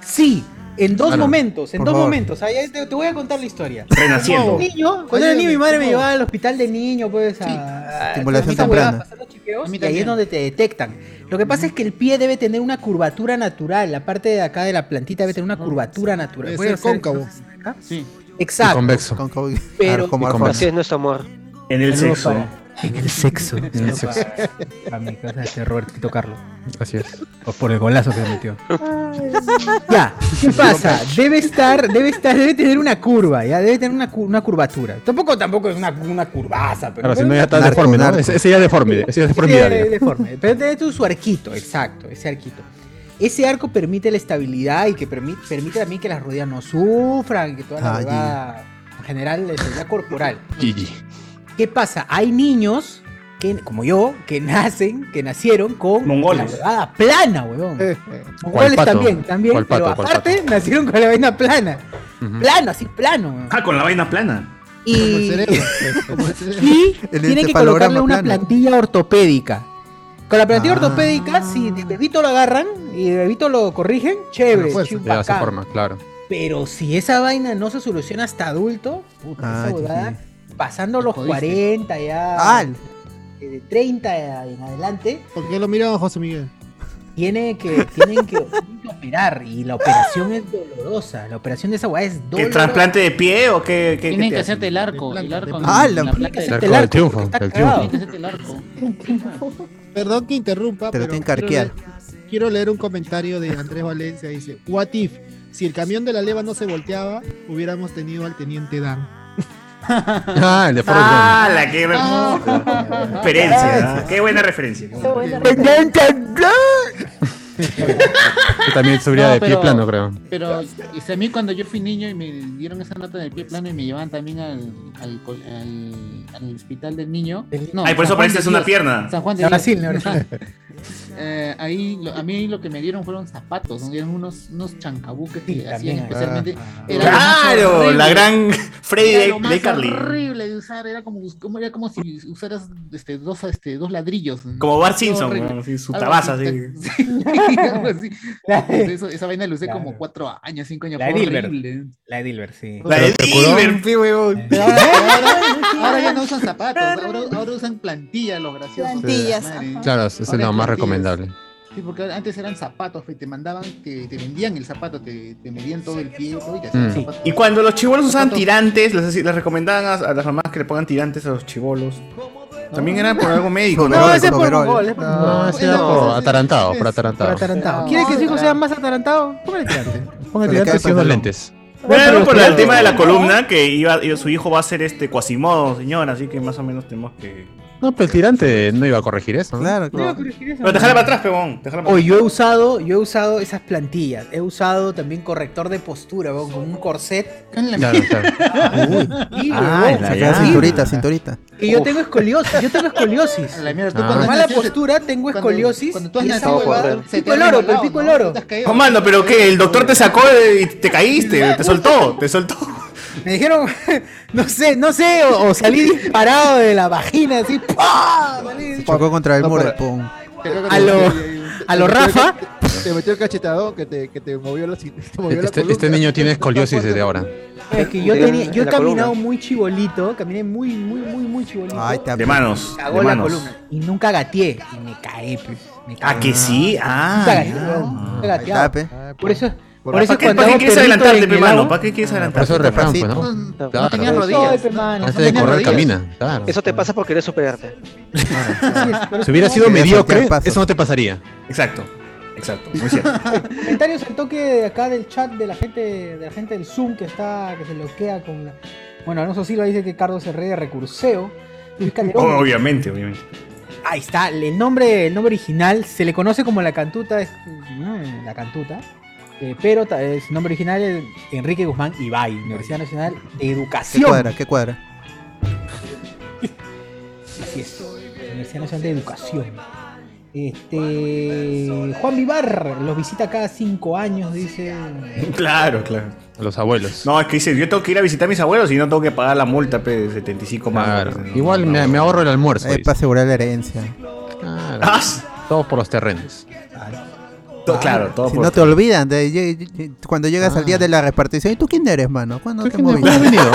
[SPEAKER 1] Sí, en dos
[SPEAKER 11] Claro.
[SPEAKER 1] momentos, en
[SPEAKER 11] Por
[SPEAKER 1] dos
[SPEAKER 11] favor.
[SPEAKER 1] momentos. Ahí ahí te, te voy a contar la historia.
[SPEAKER 4] Renaciendo.
[SPEAKER 1] Cuando era niño, cuando era niño, mi madre me llevaba al hospital de niño, pues, a.
[SPEAKER 3] Estimulación
[SPEAKER 1] a- a-
[SPEAKER 3] temprana.
[SPEAKER 1] a hacer los chequeos, Y ahí es donde te detectan. Lo que pasa es que el pie debe tener una curvatura natural. La parte de acá de la plantita debe tener una curvatura natural.
[SPEAKER 11] Debe
[SPEAKER 1] Puede
[SPEAKER 11] ser cóncavo.
[SPEAKER 1] acá.
[SPEAKER 11] Sí.
[SPEAKER 1] ¿ah? Exacto.
[SPEAKER 2] convexo.
[SPEAKER 1] Pero
[SPEAKER 2] como
[SPEAKER 5] así
[SPEAKER 2] Alfonso.
[SPEAKER 5] es nuestro amor.
[SPEAKER 4] En
[SPEAKER 1] Saludos para- En el sexo.
[SPEAKER 2] En el sexo.
[SPEAKER 1] A mi casa de Robertito Carlos.
[SPEAKER 2] Así es.
[SPEAKER 1] O por el golazo que metió. Ya, ¿qué pasa? Debe estar, debe estar, debe tener una curva, ya, debe tener una, cu- una curvatura. Tampoco, tampoco es una, una curvaza, pero.
[SPEAKER 2] Claro, si no ya está deforme, ¿no? Ese ese ya es deforme. Ese ya es
[SPEAKER 1] Sí,
[SPEAKER 2] deformidad.
[SPEAKER 1] de- deforme. Pero tiene tu- su arquito, exacto, ese arquito. Ese arco permite la estabilidad y que permite, permite también que las rodillas no sufran, que toda la
[SPEAKER 2] Ah,
[SPEAKER 1] huevada, en general, la estabilidad corporal.
[SPEAKER 2] GG.
[SPEAKER 1] ¿Qué pasa? Hay niños que, como yo, que nacen, que nacieron con
[SPEAKER 4] Mongoles.
[SPEAKER 1] la huevada plana, huevón.
[SPEAKER 4] ¿Cuál
[SPEAKER 1] Mongoles
[SPEAKER 4] pato?
[SPEAKER 1] también, también,
[SPEAKER 4] ¿Cuál pato?
[SPEAKER 1] pero
[SPEAKER 4] ¿Cuál
[SPEAKER 1] aparte nacieron con la vaina plana.
[SPEAKER 4] Ujú.
[SPEAKER 1] Plano, así plano. huevón.
[SPEAKER 4] Ah, con la vaina plana.
[SPEAKER 1] Y, y
[SPEAKER 4] pues, El
[SPEAKER 1] tienen que colocarle
[SPEAKER 4] encefalograma plano.
[SPEAKER 1] una plantilla ortopédica. Con la plantilla
[SPEAKER 4] Ah.
[SPEAKER 1] ortopédica, si de bebito lo agarran y de bebito lo corrigen, chévere,
[SPEAKER 11] pues,
[SPEAKER 2] Le da su
[SPEAKER 1] chimbacán.
[SPEAKER 2] forma, claro.
[SPEAKER 1] Pero si esa vaina no se soluciona hasta adulto, puta,
[SPEAKER 2] Ah,
[SPEAKER 1] esa huevada, pasando los
[SPEAKER 11] jodiste.
[SPEAKER 1] 40 ya,
[SPEAKER 11] Al.
[SPEAKER 1] eh, de 30 en adelante,
[SPEAKER 11] ¿Por qué lo miraban, José Miguel?
[SPEAKER 1] tiene que, tienen que operar y la operación es dolorosa. La operación de esa huevada es
[SPEAKER 4] ¿Qué
[SPEAKER 1] dolorosa.
[SPEAKER 4] trasplante de pie o qué? qué
[SPEAKER 1] Tienen que
[SPEAKER 4] hacerte
[SPEAKER 10] el arco. El arco.
[SPEAKER 1] Ah, la-
[SPEAKER 10] plata
[SPEAKER 1] el
[SPEAKER 10] de-
[SPEAKER 1] arco del triunfo,
[SPEAKER 10] Está
[SPEAKER 1] el
[SPEAKER 10] cagado. Tiene
[SPEAKER 1] triunfo.
[SPEAKER 10] que hacerte el arco.
[SPEAKER 11] Perdón que interrumpa,
[SPEAKER 3] Te lo
[SPEAKER 11] pero,
[SPEAKER 3] tienen que arquear.
[SPEAKER 11] Quiero, leer, quiero leer un comentario de Andrés Valencia. Dice, what if, si el camión de la leva no se volteaba, hubiéramos tenido al teniente Dan.
[SPEAKER 2] Ah, el de Forrest
[SPEAKER 4] Ah,
[SPEAKER 2] Gump.
[SPEAKER 4] la que referencia. ¿ah? Qué buena referencia.
[SPEAKER 2] Yo también subiría
[SPEAKER 10] No,
[SPEAKER 2] de pie
[SPEAKER 10] pero-
[SPEAKER 2] plano, creo.
[SPEAKER 10] Pero y si a mí cuando yo fui niño y me dieron esa nota del pie plano y me llevaban también al, al, co- al- al hospital del niño. No,
[SPEAKER 4] Ay, por eso
[SPEAKER 10] San Juan de
[SPEAKER 4] pareces una
[SPEAKER 10] Dios,
[SPEAKER 4] pierna.
[SPEAKER 10] San Juan de
[SPEAKER 4] Ahora
[SPEAKER 10] Dios.
[SPEAKER 4] Ah, sí, ahora sí.
[SPEAKER 10] Eh, ahí lo- a mí lo que me dieron fueron zapatos, me dieron unos, unos chancabuques que hacían
[SPEAKER 4] también.
[SPEAKER 10] especialmente.
[SPEAKER 4] Ah.
[SPEAKER 10] Era lo más
[SPEAKER 4] Claro,
[SPEAKER 10] horrible.
[SPEAKER 4] la gran Freddy
[SPEAKER 10] Era
[SPEAKER 4] de-
[SPEAKER 10] lo más
[SPEAKER 4] de Carly.
[SPEAKER 10] horrible de usar, era como, como- era como si usaras este, dos, este, dos ladrillos.
[SPEAKER 4] Como Bart
[SPEAKER 10] Todo
[SPEAKER 4] Simpson,
[SPEAKER 10] horrible.
[SPEAKER 4] ¿no? Así, su
[SPEAKER 10] Algo
[SPEAKER 4] tabaza,
[SPEAKER 10] así,
[SPEAKER 4] así.
[SPEAKER 10] Sí, algo así.
[SPEAKER 1] Claro.
[SPEAKER 10] Eso- esa vaina la usé
[SPEAKER 1] Claro.
[SPEAKER 10] como cuatro años, cinco años.
[SPEAKER 1] La
[SPEAKER 10] fue
[SPEAKER 1] de Dilbert.
[SPEAKER 10] horrible.
[SPEAKER 1] La de Dilbert, sí. Eh.
[SPEAKER 10] La de
[SPEAKER 4] Dilbert,
[SPEAKER 10] Pero ahora, ahora- ahora ya no usan zapatos, ahora, ahora usan plantillas, los graciosos.
[SPEAKER 7] Plantillas,
[SPEAKER 10] Madre.
[SPEAKER 2] Claro, es es
[SPEAKER 10] Ahora
[SPEAKER 2] lo
[SPEAKER 10] hay
[SPEAKER 2] más
[SPEAKER 10] plantillas.
[SPEAKER 2] recomendable.
[SPEAKER 10] Sí, porque antes eran zapatos, fe, te mandaban, te, te vendían el zapato, te, te medían todo el pie todo, y te hacían
[SPEAKER 4] Mm.
[SPEAKER 10] zapatos.
[SPEAKER 4] Y cuando los chibolos usaban tirantes, les, les recomendaban a, a las mamás que le pongan tirantes a los chibolos. También era por algo médico.
[SPEAKER 1] No, ese ¿eh? es por Google, es por
[SPEAKER 2] No, ese era por atarantado, por atarantado.
[SPEAKER 1] atarantado. ¿Quieres que su hijo sea más atarantado? Póngale tirante.
[SPEAKER 2] Póngale tirantes y unos lentes.
[SPEAKER 4] Bueno, por el
[SPEAKER 2] Claro.
[SPEAKER 4] tema de la columna, que iba, iba- su hijo va a ser este cuasimodo, señora, así que más o menos tenemos que.
[SPEAKER 2] No, pero el tirante no iba a corregir eso. ¿no?
[SPEAKER 3] Claro,
[SPEAKER 4] No. Pero déjala para atrás, pebón. déjala para
[SPEAKER 1] Oye, yo he usado, yo he usado esas plantillas. He usado también corrector de postura, weón, con un corset.
[SPEAKER 2] Claro, claro.
[SPEAKER 1] Sí,
[SPEAKER 3] Ah,
[SPEAKER 1] weón,
[SPEAKER 3] sacar
[SPEAKER 1] sí.
[SPEAKER 3] cinturita, cinturita.
[SPEAKER 1] Que yo tengo escoliosis, yo tengo escoliosis.
[SPEAKER 10] La mierda,
[SPEAKER 3] tú Ah. cuando
[SPEAKER 1] Por mala
[SPEAKER 10] naciste-
[SPEAKER 1] postura tengo
[SPEAKER 10] cuando-
[SPEAKER 1] escoliosis.
[SPEAKER 10] cuando tú has
[SPEAKER 1] y esa
[SPEAKER 10] nacido,
[SPEAKER 1] huevada-
[SPEAKER 10] weón, se te
[SPEAKER 1] pico el
[SPEAKER 10] ha
[SPEAKER 1] oro,
[SPEAKER 10] resbalado,
[SPEAKER 1] el pico el
[SPEAKER 10] ¿no?
[SPEAKER 1] oro.
[SPEAKER 4] atrás. Oh, mano, pero que el doctor te sacó y te caíste, te soltó, te soltó.
[SPEAKER 1] Me dijeron, no sé, no sé, o, o salí disparado de la vagina, así, ¡pah! Salí-
[SPEAKER 3] Chocó contra el
[SPEAKER 8] No,
[SPEAKER 3] muro.
[SPEAKER 8] para-
[SPEAKER 3] pum.
[SPEAKER 1] A lo- a lo
[SPEAKER 8] Te metió el
[SPEAKER 1] Rafa.
[SPEAKER 8] cach- Te metió el cachetado que te, que te movió la, ci- te movió la
[SPEAKER 2] Este,
[SPEAKER 8] columna.
[SPEAKER 2] este niño tiene escoliosis desde ahora.
[SPEAKER 1] Es que yo,
[SPEAKER 2] Tenía
[SPEAKER 1] tenía,
[SPEAKER 2] en
[SPEAKER 1] yo he
[SPEAKER 2] la
[SPEAKER 1] caminado
[SPEAKER 2] columna.
[SPEAKER 1] muy chibolito, caminé muy, muy, muy, muy chibolito.
[SPEAKER 2] Ay, te- De manos, de
[SPEAKER 1] Cagó la
[SPEAKER 2] manos.
[SPEAKER 1] columna. Y nunca gateé. Y me caí, pues. Me caí.
[SPEAKER 4] Ah, que sí, ah.
[SPEAKER 1] Nunca gateé, weón, nunca
[SPEAKER 3] Ahí
[SPEAKER 1] gateaba.
[SPEAKER 3] está, pe.
[SPEAKER 1] Por eso, por,
[SPEAKER 4] ¿Para
[SPEAKER 1] eso
[SPEAKER 4] qué-
[SPEAKER 1] cuando
[SPEAKER 4] para qué
[SPEAKER 1] hago
[SPEAKER 4] quieres
[SPEAKER 1] perrito
[SPEAKER 4] adelantarte,
[SPEAKER 1] en
[SPEAKER 4] pe,
[SPEAKER 1] el
[SPEAKER 4] mano?
[SPEAKER 1] agua-
[SPEAKER 4] ¿Para qué quieres
[SPEAKER 2] Por eso es
[SPEAKER 4] adelantarte?
[SPEAKER 2] refrán, pues,
[SPEAKER 4] Papacito.
[SPEAKER 2] ¿no?
[SPEAKER 4] No
[SPEAKER 2] Claro.
[SPEAKER 4] tenías
[SPEAKER 1] rodillas. Soy, pe, mano,
[SPEAKER 2] Antes
[SPEAKER 1] no
[SPEAKER 2] de
[SPEAKER 1] tenía
[SPEAKER 2] correr,
[SPEAKER 1] rodillas.
[SPEAKER 2] camina. Claro.
[SPEAKER 5] Eso te pasa por querer superarte.
[SPEAKER 2] Si hubiera sido
[SPEAKER 3] Quería
[SPEAKER 2] mediocre,
[SPEAKER 3] saltear pasos.
[SPEAKER 2] eso no te pasaría.
[SPEAKER 4] Exacto, exacto, muy cierto.
[SPEAKER 1] Comentarios al toque de acá del chat de la gente, de la gente del Zoom que está, que se bloquea con la- Bueno, Alonso Silva dice que Carlos se ríe de recurseo. Luis Calderón.
[SPEAKER 4] Oh, Obviamente, obviamente.
[SPEAKER 1] Ahí está, el nombre, el nombre original se le conoce como la cantuta, es- mm, la cantuta, eh, pero ta- eh, su nombre original es Enrique Guzmán Ibai, Universidad Nacional de
[SPEAKER 3] ¿Qué
[SPEAKER 1] Educación.
[SPEAKER 3] cuadra? ¿Qué cuadra?
[SPEAKER 1] Así es, Universidad Nacional de Educación. Este, Juan Vivar los visita cada cinco años, dice.
[SPEAKER 4] Claro, claro.
[SPEAKER 2] Los abuelos.
[SPEAKER 4] No, es que dice, yo tengo que ir a visitar a mis abuelos y no tengo que pagar la multa pe, de 75 más.
[SPEAKER 2] Igual me, me ahorro el almuerzo.
[SPEAKER 3] Es para asegurar la herencia.
[SPEAKER 2] Claro. Todos por los terrenos.
[SPEAKER 4] To- claro, Ah. todo
[SPEAKER 3] Si
[SPEAKER 4] por-
[SPEAKER 3] no te olvidan, de- lle- lle- cuando llegas al día de la repartición, ¿y tú quién eres, mano? ¿Cuándo te moviste?
[SPEAKER 2] Ah. has venido?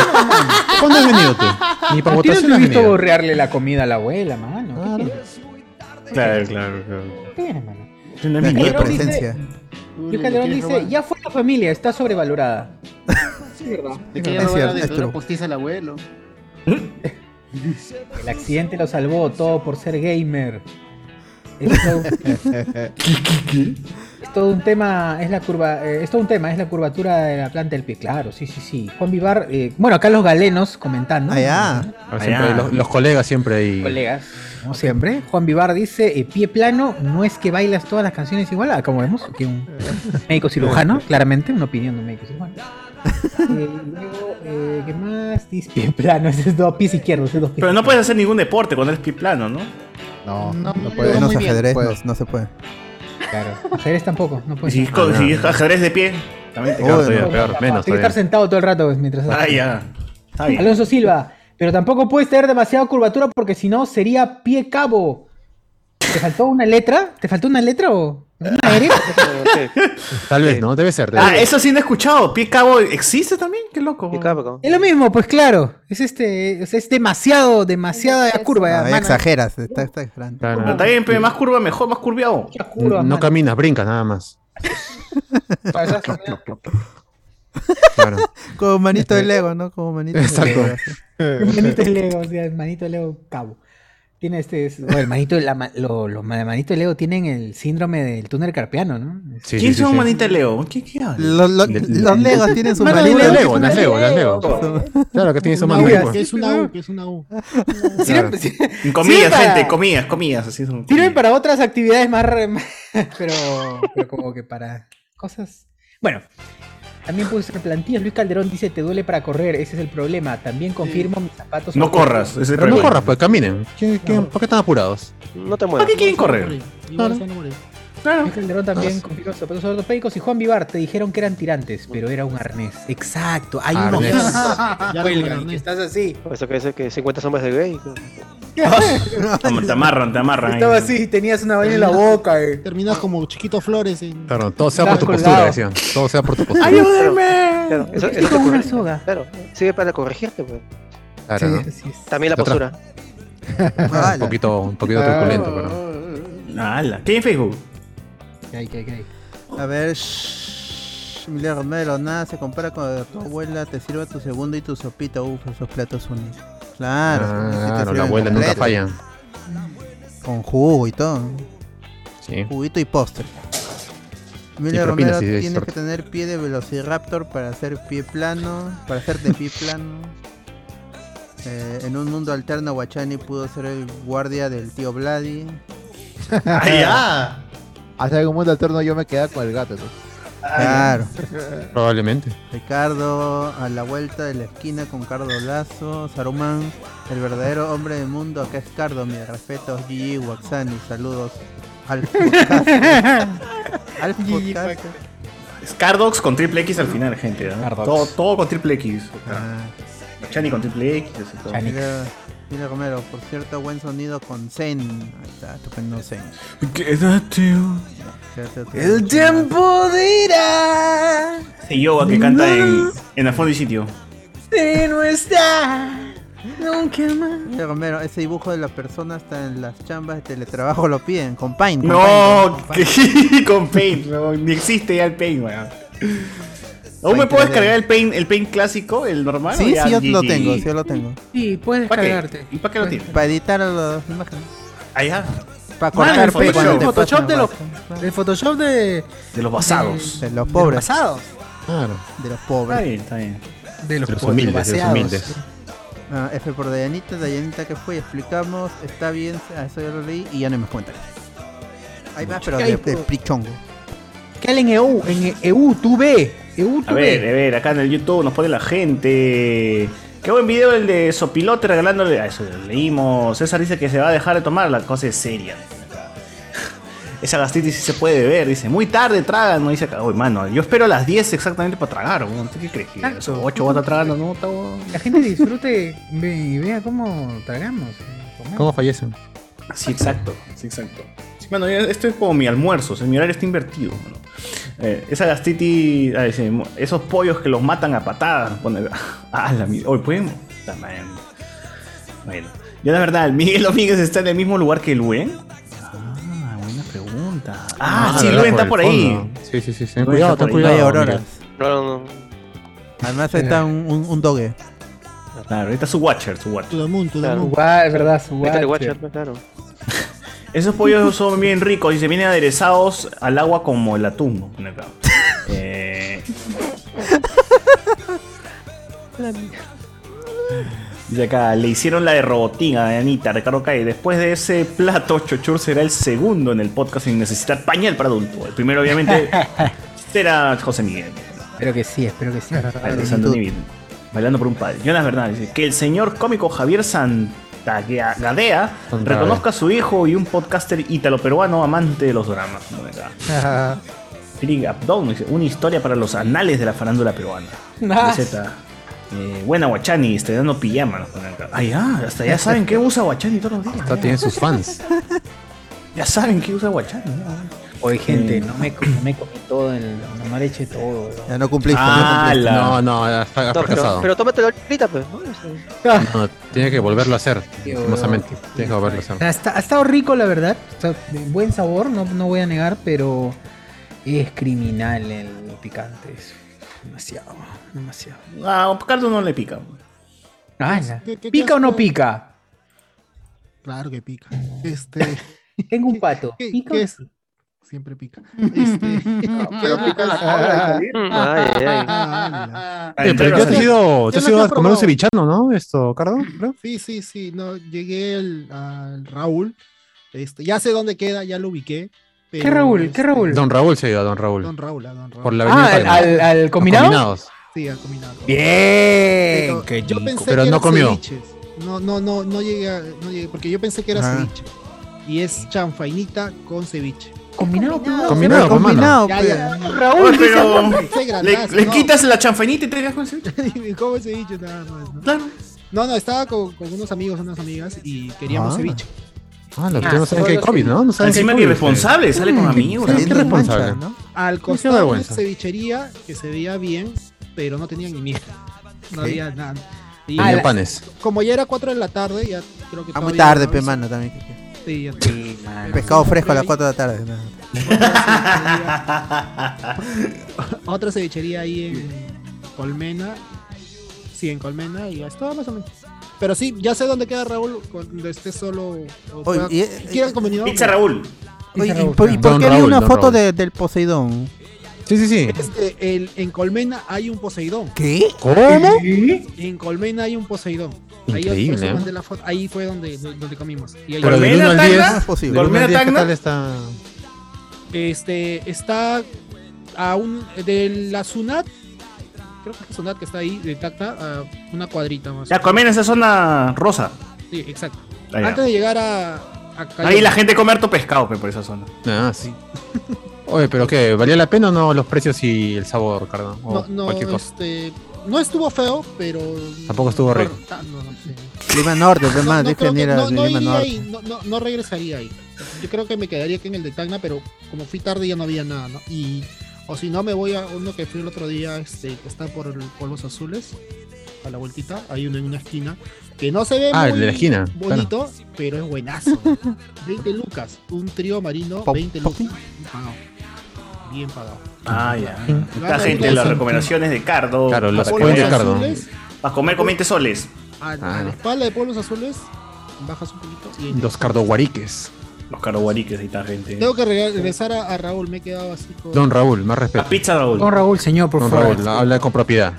[SPEAKER 2] ¿Cuándo has venido tú? Ni
[SPEAKER 1] ¿A
[SPEAKER 2] para
[SPEAKER 1] ti no
[SPEAKER 2] votación
[SPEAKER 1] te he
[SPEAKER 2] has
[SPEAKER 1] visto
[SPEAKER 2] venido.
[SPEAKER 1] borrearle la comida a la abuela, mano? ¿Qué tienes?
[SPEAKER 4] Claro, claro, claro.
[SPEAKER 1] ¿Qué tienes, mano?
[SPEAKER 4] Tiene
[SPEAKER 1] Luis
[SPEAKER 4] mi
[SPEAKER 1] Calderón
[SPEAKER 4] presencia.
[SPEAKER 1] dice- Luis Calderón dice, ya fue la familia, está sobrevalorada. Sí, verdad.
[SPEAKER 6] ¿De qué
[SPEAKER 1] Es
[SPEAKER 6] robar
[SPEAKER 1] cierto,
[SPEAKER 6] la
[SPEAKER 1] es
[SPEAKER 6] dentadura
[SPEAKER 1] true.
[SPEAKER 6] postiza al abuelo?
[SPEAKER 1] El accidente lo salvó todo por ser gamer. Es todo, es todo un tema, es la curva, eh, es todo un tema, es la curvatura de la planta del pie. Claro, sí, sí, sí. Juan Vivar, eh, bueno, acá los galenos comentando.
[SPEAKER 2] Ah, siempre
[SPEAKER 1] Allá.
[SPEAKER 2] los, los colegas siempre ahí.
[SPEAKER 1] Colegas, como siempre. Juan Vivar dice, eh, pie plano, no es que bailas todas las canciones igual, ah, como vemos, que un médico cirujano, claramente, una opinión de un médico cirujano. Eh, luego, eh, ¿qué más? Dice pie plano, ese es dos pies izquierdos, ese es dos pies
[SPEAKER 4] Pero no puedes hacer ningún deporte cuando eres piplano, ¿no?
[SPEAKER 3] No, no,
[SPEAKER 4] puede.
[SPEAKER 3] En los
[SPEAKER 4] Muy bien.
[SPEAKER 3] ajedrez
[SPEAKER 4] Puede.
[SPEAKER 3] no, no se puede.
[SPEAKER 1] Claro. Ajedrez tampoco, no puede.
[SPEAKER 4] Si, es co-
[SPEAKER 3] Ah,
[SPEAKER 4] si
[SPEAKER 3] no.
[SPEAKER 4] es ajedrez de pie, también te
[SPEAKER 2] Oh,
[SPEAKER 3] Uy,
[SPEAKER 4] cago
[SPEAKER 3] no.
[SPEAKER 4] todavía, peor,
[SPEAKER 1] Papá,
[SPEAKER 4] menos.
[SPEAKER 1] Tienes que estar
[SPEAKER 4] todavía.
[SPEAKER 1] sentado todo el rato pues, mientras.
[SPEAKER 4] Ah, ya. Está bien.
[SPEAKER 1] Alonso Silva, pero tampoco puedes tener demasiada curvatura porque si no sería pie cabo. ¿Te faltó una letra? ¿Te faltó una letra o una R?
[SPEAKER 2] Tal vez, ¿no? Debe ser. debe
[SPEAKER 4] Ah,
[SPEAKER 2] ser.
[SPEAKER 4] eso sí no he escuchado. Pie cabo existe también, qué loco. Pie
[SPEAKER 5] cabo.
[SPEAKER 1] Es lo mismo, pues claro. Es este, es, es demasiado, demasiada curva.
[SPEAKER 3] No,
[SPEAKER 1] mano.
[SPEAKER 3] ya exageras, está, está exagerando.
[SPEAKER 2] Claro.
[SPEAKER 4] Está bien, pero más curva mejor, más curviado.
[SPEAKER 2] No caminas, brincas nada más.
[SPEAKER 5] Ah,
[SPEAKER 2] Claro.
[SPEAKER 3] Como manito de Lego, ¿no? Como manito de
[SPEAKER 2] Exacto.
[SPEAKER 3] Lego.
[SPEAKER 1] manito de Lego, o sea, el manito de Lego cabo. Tiene este. es- o el manito, de la, ma- lo- los ma- manitos de Lego tienen el síndrome del túnel carpiano, ¿no?
[SPEAKER 2] Sí, ¿Quién sí, son sí, sí. manito
[SPEAKER 4] de Lego? ¿Qué, qué habla?
[SPEAKER 3] Los, los, los Legos tienen su
[SPEAKER 2] Mano,
[SPEAKER 3] manito
[SPEAKER 2] las
[SPEAKER 3] de
[SPEAKER 2] Lego, las Lego, las Lego. Claro que tiene su mano.
[SPEAKER 1] Mira,
[SPEAKER 11] Que es una U, que es una U.
[SPEAKER 4] Claro. En
[SPEAKER 1] sirve
[SPEAKER 4] comillas,
[SPEAKER 1] para-
[SPEAKER 4] gente, comillas, comillas. Así son.
[SPEAKER 1] Sirven para otras actividades más. re- más- Pero, pero como que para cosas. Bueno, también puedes ser plantillas. Luis Calderón dice: Te duele para correr, ese es el problema. También confirmo mis zapatos.
[SPEAKER 4] No corras, ese es el
[SPEAKER 2] Pero no
[SPEAKER 4] problema.
[SPEAKER 2] corras, pues caminen. ¿Qué- qué- ¿Por qué están apurados?
[SPEAKER 5] No te
[SPEAKER 4] ¿Para qué quieren correr?
[SPEAKER 1] Luis Calderón también confirmó sus zapatos ortopédicos. Y Juan Vivar te dijeron que eran tirantes, pero era un arnés. Exacto, hay unos
[SPEAKER 5] Arnés.
[SPEAKER 1] que cuelgan, que estás así.
[SPEAKER 5] Por eso que dice que 50 sombras de gay.
[SPEAKER 4] Como te amarran, te amarran. ahí.
[SPEAKER 1] Estaba así, tenías una vaina en la boca. Eh.
[SPEAKER 11] Terminas como Chiquito Flores en...
[SPEAKER 2] Claro, todo sea por
[SPEAKER 11] Estás
[SPEAKER 2] tu
[SPEAKER 11] colgado.
[SPEAKER 2] postura, decían. Todo sea por tu postura.
[SPEAKER 5] Claro, eso, eso te corrige. Claro, sirve para corregirte, pues.
[SPEAKER 2] Claro, ¿no?
[SPEAKER 5] También la
[SPEAKER 2] Lo tra-
[SPEAKER 5] postura.
[SPEAKER 2] Un poquito, un poquito truculento, pero.
[SPEAKER 4] Ala. ¿Qué hay en Facebook?
[SPEAKER 3] A ver, shh, Emilia Romero, nada se compara con tu abuela, te sirve tu segundo y tu sopita, uff, esos platos únicos. Claro,
[SPEAKER 2] Ah,
[SPEAKER 3] sí te
[SPEAKER 2] claro,
[SPEAKER 3] sirven
[SPEAKER 2] la abuela nunca
[SPEAKER 3] completo.
[SPEAKER 2] falla.
[SPEAKER 3] Con jugo y todo. Juguito y postre. Emilia
[SPEAKER 2] Y propinas,
[SPEAKER 3] Romero,
[SPEAKER 2] sí, sí,
[SPEAKER 3] tienes
[SPEAKER 2] sorte.
[SPEAKER 3] que tener pie de velociraptor para hacer pie plano, para hacerte pie plano. Eh, en un mundo alterno, Guachani pudo ser el guardia del tío Vladi.
[SPEAKER 4] ya!
[SPEAKER 8] Hasta algún mundo alterno yo me quedaba con el gato. entonces.
[SPEAKER 3] Claro.
[SPEAKER 2] Probablemente.
[SPEAKER 3] Ricardo, a la vuelta de la esquina con Cardo Lazo, Saruman, el verdadero hombre del mundo, acá es Cardo, mis respetos, Gigi Waxani, saludos al podcast. al podcast.
[SPEAKER 4] Scardox con triple X al final, gente. ¿no?
[SPEAKER 3] Scardox.
[SPEAKER 4] Todo, todo con triple X. Chani con triple X. así todo.
[SPEAKER 3] Mira, mira Romero, por cierto, buen sonido con Zen. Ahí está, estupendo Zen.
[SPEAKER 4] Quédate.
[SPEAKER 3] Quédate tú.
[SPEAKER 4] El
[SPEAKER 1] tiempo dirá
[SPEAKER 4] Sí, yo que canta en, en el fondo y sitio.
[SPEAKER 1] si no está nunca más.
[SPEAKER 3] Mira Romero, ese dibujo de la persona hasta en las chambas de teletrabajo lo piden, con Paint. con Paint,
[SPEAKER 4] No,
[SPEAKER 3] con Paint.
[SPEAKER 4] que- con Paint, no, ni existe ya el Paint, weón. ¿Aún me
[SPEAKER 3] Paint
[SPEAKER 4] puedo
[SPEAKER 3] 3D.
[SPEAKER 4] descargar el Paint, el Paint clásico, el normal?
[SPEAKER 3] Sí, sí, yo lo tengo, sí, yo lo Pues, tengo.
[SPEAKER 1] Sí, puedes
[SPEAKER 4] ¿Para qué?
[SPEAKER 1] descargarte.
[SPEAKER 4] ¿Y para qué lo tienes?
[SPEAKER 3] Para editar las imágenes.
[SPEAKER 4] Allá.
[SPEAKER 3] Para
[SPEAKER 1] Mano,
[SPEAKER 3] cortar
[SPEAKER 1] el
[SPEAKER 3] pe,
[SPEAKER 1] Photoshop,
[SPEAKER 3] cuando
[SPEAKER 1] el
[SPEAKER 3] te
[SPEAKER 1] Photoshop
[SPEAKER 3] pasan
[SPEAKER 1] de los,
[SPEAKER 3] WhatsApp.
[SPEAKER 1] el Photoshop de,
[SPEAKER 4] De los basados.
[SPEAKER 3] De los pobres.
[SPEAKER 1] de los basados.
[SPEAKER 2] Claro.
[SPEAKER 3] De los pobres.
[SPEAKER 4] Está bien, está bien.
[SPEAKER 1] De los,
[SPEAKER 2] De los
[SPEAKER 1] pobres,
[SPEAKER 2] humildes, de los
[SPEAKER 1] baseados.
[SPEAKER 2] humildes.
[SPEAKER 3] Ah, F por Dayanita, Dayanita que fue, explicamos, está bien, a eso ya lo leí y ya no me cuenta. Hay más, pero
[SPEAKER 1] Ay,
[SPEAKER 3] de, de
[SPEAKER 1] por-
[SPEAKER 3] plichongo.
[SPEAKER 1] ¿Qué hay en EU? En EU, tú ve. E EU,
[SPEAKER 4] A
[SPEAKER 1] tú
[SPEAKER 4] ver,
[SPEAKER 1] ve.
[SPEAKER 4] a ver, acá en el YouTube nos pone la gente. Qué buen video el de Sopilote regalándole. Ah, eso lo leímos. César dice que se va a dejar de tomar, la cosa es seria. Esa gastritis sí se puede beber. Dice, muy tarde tragan. No dice, oye, mano, yo espero a las 10 exactamente para tragar. weón. ¿Tú qué crees? Que a las 8 vas a tragar, no, está weón?
[SPEAKER 1] La gente disfrute ve- y vea cómo tragamos. eh,
[SPEAKER 2] ¿Cómo fallecen?
[SPEAKER 4] Sí, exacto. Sí, exacto. Sí, mano, yo- esto es como mi almuerzo. o sea, mi horario está invertido, mano. Eh, esa gastritis, ah, dice, mu- esos pollos que los matan a patadas. Pone, ah, la mierda. Oye, pueden. puta madre. Bueno, yo la verdad, Miguel Domínguez está en el mismo lugar que Luen. Ah, buena pregunta. Ah, sí,
[SPEAKER 2] ¿verdad?
[SPEAKER 4] Luen está por
[SPEAKER 2] el
[SPEAKER 4] ahí.
[SPEAKER 2] fondo. Sí, sí, sí. Ten
[SPEAKER 4] Luen
[SPEAKER 2] cuidado,
[SPEAKER 4] está
[SPEAKER 2] ten
[SPEAKER 4] por ahí.
[SPEAKER 2] cuidado.
[SPEAKER 3] Aurora.
[SPEAKER 5] No, no, no.
[SPEAKER 3] Además ahí está un, un, un dogue.
[SPEAKER 4] Claro, ahí está su Watcher, su Watcher. Ah,
[SPEAKER 1] Guay, Ah, es verdad, su
[SPEAKER 5] Métale
[SPEAKER 1] guacho.
[SPEAKER 5] Watcher, claro.
[SPEAKER 4] Esos pollos son bien ricos y se vienen aderezados al agua como el atún. ¿no? Claro. Eh, dice acá, le hicieron la de robotín a Anita, Ricardo Calle. Después de ese plato, Chochur será el segundo en el podcast sin necesitar pañal para adulto. El primero, obviamente, será José Miguel.
[SPEAKER 1] Espero que sí, espero que sí.
[SPEAKER 4] Alessandro Nibil, bailando por un padre. Jonas Bernal dice que el señor cómico Javier Santagadea
[SPEAKER 2] Santagadea.
[SPEAKER 4] reconozca a su hijo y un podcaster ítalo-peruano amante de los dramas. No me cago. Eric Abdón dice una historia para los anales de la farándula peruana.
[SPEAKER 1] Ah.
[SPEAKER 4] Receta. Eh, buena Guachani, estoy dando pijama. nos ponen acá. Ah, ya, hasta ya saben que usa Guachani todos los días.
[SPEAKER 2] Hasta tiene sus fans.
[SPEAKER 4] Ya saben que usa Guachani.
[SPEAKER 1] Oye, gente,
[SPEAKER 4] Eh.
[SPEAKER 1] no me, no me comí todo, el, no me le eché todo. weón.
[SPEAKER 3] Ya no cumpliste.
[SPEAKER 4] Ah,
[SPEAKER 3] no
[SPEAKER 4] la-
[SPEAKER 3] cumpliste.
[SPEAKER 2] No, no, has has
[SPEAKER 5] No, pero,
[SPEAKER 2] fracasado.
[SPEAKER 5] pero tómatelo ahorita, pues. ¿no? Este,
[SPEAKER 2] No, tiene que volverlo a hacer,
[SPEAKER 1] Tío,
[SPEAKER 2] lastimosamente. Tiene que volverlo a
[SPEAKER 1] O sea,
[SPEAKER 2] hacer.
[SPEAKER 1] está- ha estado rico, la verdad. O sea, de buen sabor, no, no voy a negar, pero es criminal el picante. Es demasiado, demasiado.
[SPEAKER 4] A Carlos no le pica.
[SPEAKER 1] Ah,
[SPEAKER 11] ¿Qué- qué-
[SPEAKER 1] ¿Pica
[SPEAKER 11] qué
[SPEAKER 1] o no
[SPEAKER 11] asco?
[SPEAKER 1] pica?
[SPEAKER 11] Claro que pica. Este,
[SPEAKER 1] Tengo un pato.
[SPEAKER 11] ¿qué-
[SPEAKER 1] ¿Pica?
[SPEAKER 11] qué es? Siempre pica. Este...
[SPEAKER 6] Pero pica la hora de salir.
[SPEAKER 5] Ay, ay, ay.
[SPEAKER 11] Ah, la-
[SPEAKER 2] Oye, pero
[SPEAKER 4] Yo
[SPEAKER 2] ya te has ido, te
[SPEAKER 11] yo
[SPEAKER 2] has
[SPEAKER 11] no
[SPEAKER 2] ido
[SPEAKER 11] lo he
[SPEAKER 2] a comer un
[SPEAKER 11] probado.
[SPEAKER 2] cevichano, ¿no? Esto, Cardo, creo.
[SPEAKER 11] Sí, sí, sí. No, llegué al, al Raúl. Este, ya sé dónde queda, ya lo ubiqué.
[SPEAKER 1] ¿Qué
[SPEAKER 11] pero,
[SPEAKER 1] Raúl?
[SPEAKER 11] este,
[SPEAKER 1] ¿Qué Raúl?
[SPEAKER 2] Don Raúl se ha ido a Don
[SPEAKER 11] Don
[SPEAKER 2] Raúl.
[SPEAKER 11] Raúl, a Don Raúl.
[SPEAKER 2] Por la avenida
[SPEAKER 1] Ah, al,
[SPEAKER 2] Palma.
[SPEAKER 1] al, al
[SPEAKER 2] Los
[SPEAKER 1] combinado.
[SPEAKER 2] combinados.
[SPEAKER 11] Sí, al combinado.
[SPEAKER 1] Bien.
[SPEAKER 11] Pero
[SPEAKER 1] qué
[SPEAKER 11] yo
[SPEAKER 1] rico.
[SPEAKER 11] pensé
[SPEAKER 2] pero
[SPEAKER 11] que
[SPEAKER 2] no
[SPEAKER 11] era
[SPEAKER 2] comió.
[SPEAKER 11] ceviches. No, no, no, no llegué, a- no llegué, porque yo pensé que era
[SPEAKER 3] Ah.
[SPEAKER 11] ceviche. Y es chanfainita con ceviche.
[SPEAKER 1] Combinado, combinado.
[SPEAKER 2] Combinado,
[SPEAKER 3] Pero combinado,
[SPEAKER 11] Ya,
[SPEAKER 3] pe.
[SPEAKER 11] ya,
[SPEAKER 1] Raúl, dice,
[SPEAKER 4] pero
[SPEAKER 11] Qué
[SPEAKER 4] le,
[SPEAKER 11] grandazo,
[SPEAKER 4] le
[SPEAKER 11] no.
[SPEAKER 4] quitas la chanfainita y te dejas con el ceviche.
[SPEAKER 11] ¿Cómo ceviche? Nada más, ¿no?
[SPEAKER 4] Claro.
[SPEAKER 11] No, no, estaba con, con unos amigos, unas amigas y queríamos
[SPEAKER 2] Ah.
[SPEAKER 11] ceviche.
[SPEAKER 2] Ah, los tíos no saben
[SPEAKER 1] solo
[SPEAKER 2] que hay COVID, ¿no? No saben que hay
[SPEAKER 4] Encima que
[SPEAKER 2] COVID.
[SPEAKER 4] irresponsable, sale con amigos.
[SPEAKER 2] Qué
[SPEAKER 3] Saliendo en
[SPEAKER 2] responsable.
[SPEAKER 3] mancha, ¿no?
[SPEAKER 11] Al
[SPEAKER 2] qué
[SPEAKER 11] costado de una
[SPEAKER 2] vergüenza.
[SPEAKER 11] cevichería que se veía bien, pero no tenía ni mierda. No
[SPEAKER 3] Sí.
[SPEAKER 11] había nada. Y
[SPEAKER 1] Ah,
[SPEAKER 2] Tenía panes.
[SPEAKER 11] como ya era 4 de la tarde, ya creo que
[SPEAKER 3] Ah, muy
[SPEAKER 11] todavía
[SPEAKER 3] tarde,
[SPEAKER 11] no
[SPEAKER 3] pe
[SPEAKER 11] avisan.
[SPEAKER 3] mano, también. que- que-
[SPEAKER 11] Sí, ya-
[SPEAKER 3] Pescado fresco a las 4 de la tarde. ¿no?
[SPEAKER 11] Otra cevichería ahí en Colmena. Sí, en Colmena y ya estaba más o menos. Pero sí, ya sé dónde queda Raúl cuando esté solo. o
[SPEAKER 3] Oye,
[SPEAKER 11] pueda-
[SPEAKER 3] y- eh,
[SPEAKER 11] si quieren comunidad.
[SPEAKER 4] Pizza Raúl.
[SPEAKER 3] Oye,
[SPEAKER 1] Raúl,
[SPEAKER 3] ¿y por, y
[SPEAKER 2] claro.
[SPEAKER 3] por
[SPEAKER 2] Don
[SPEAKER 3] qué había
[SPEAKER 2] Raúl,
[SPEAKER 3] una
[SPEAKER 2] don
[SPEAKER 3] foto
[SPEAKER 2] Raúl.
[SPEAKER 3] de- del Poseidón?
[SPEAKER 2] Sí, sí, sí.
[SPEAKER 11] Este, el- en Colmena hay un Poseidón.
[SPEAKER 3] ¿Qué?
[SPEAKER 2] ¿Cómo?
[SPEAKER 11] En Colmena hay un Poseidón. ahí,
[SPEAKER 2] Increíble,
[SPEAKER 11] por eso
[SPEAKER 2] ¿eh?
[SPEAKER 11] mandé la foto. ahí fue donde, donde comimos. Y ahí-
[SPEAKER 2] Pero del
[SPEAKER 4] ¿Colmena,
[SPEAKER 2] 1 al 10,
[SPEAKER 4] Tacna?
[SPEAKER 2] del
[SPEAKER 11] pues,
[SPEAKER 3] Es posible.
[SPEAKER 2] uno al
[SPEAKER 4] ¿Colmena,
[SPEAKER 2] 10, ¿qué
[SPEAKER 4] Tacna?
[SPEAKER 2] tal está?
[SPEAKER 11] Este está a un de la Sunat, creo que es Sunat que está ahí de Tacna, a una cuadrita más.
[SPEAKER 4] Ya, comen esa zona rosa.
[SPEAKER 11] Sí, exacto.
[SPEAKER 4] Ah, ya.
[SPEAKER 11] Antes de llegar a, a Callao.
[SPEAKER 4] Ahí la gente come harto pescado pe, por esa zona.
[SPEAKER 2] Ah, sí. Oye, pero ¿qué? ¿Valía la pena o no los precios y el sabor, Cardo? O
[SPEAKER 11] no, no,
[SPEAKER 2] Oh, cualquier cosa.
[SPEAKER 11] este, no estuvo feo, pero
[SPEAKER 2] Tampoco estuvo rico.
[SPEAKER 11] Ah, no, no sé.
[SPEAKER 3] Lima Norte, pe
[SPEAKER 11] Ah, No,
[SPEAKER 3] mano.
[SPEAKER 11] no
[SPEAKER 3] Tienes que
[SPEAKER 11] creo que-
[SPEAKER 3] venir a
[SPEAKER 11] no- no
[SPEAKER 3] Lima
[SPEAKER 11] iría
[SPEAKER 3] Norte.
[SPEAKER 11] ahí, no- no- no regresaría ahí. Yo creo que me quedaría aquí en el de Tacna, pero como fui tarde ya no había nada, ¿no? Y, o si no, me voy a uno que fui el otro día, este, que está por Polvos Azules, a la vueltita, hay uno en una esquina, que no se ve
[SPEAKER 2] Ah, el
[SPEAKER 11] muy
[SPEAKER 2] de la esquina,
[SPEAKER 11] bonito, pero es buenazo. 20 lucas, un trío marino,
[SPEAKER 3] Pop-
[SPEAKER 11] 20 lucas, pagado. Bien pagado.
[SPEAKER 4] Ah, ya.
[SPEAKER 11] Lo
[SPEAKER 4] La gente,
[SPEAKER 11] hago todo
[SPEAKER 4] las
[SPEAKER 11] sentido.
[SPEAKER 4] recomendaciones de Cardo.
[SPEAKER 2] Claro, las
[SPEAKER 4] para,
[SPEAKER 2] Buen
[SPEAKER 11] Polvos
[SPEAKER 4] comer,
[SPEAKER 2] de Cardo.
[SPEAKER 11] Azules,
[SPEAKER 4] para comer con 20 soles.
[SPEAKER 11] a, a
[SPEAKER 2] Ah.
[SPEAKER 11] la espalda de Polvos Azules, bajas un poquito y en-
[SPEAKER 2] Los cardoguariques.
[SPEAKER 4] Los cardoguariques y tal gente.
[SPEAKER 11] Tengo que rega- regresar a, a Raúl, me he quedado así con...
[SPEAKER 2] Don Raúl, más
[SPEAKER 4] La
[SPEAKER 2] respeto.
[SPEAKER 4] pizza Raúl.
[SPEAKER 1] Don Raúl, señor, por
[SPEAKER 2] Don
[SPEAKER 1] favor.
[SPEAKER 2] Raúl, habla con propiedad.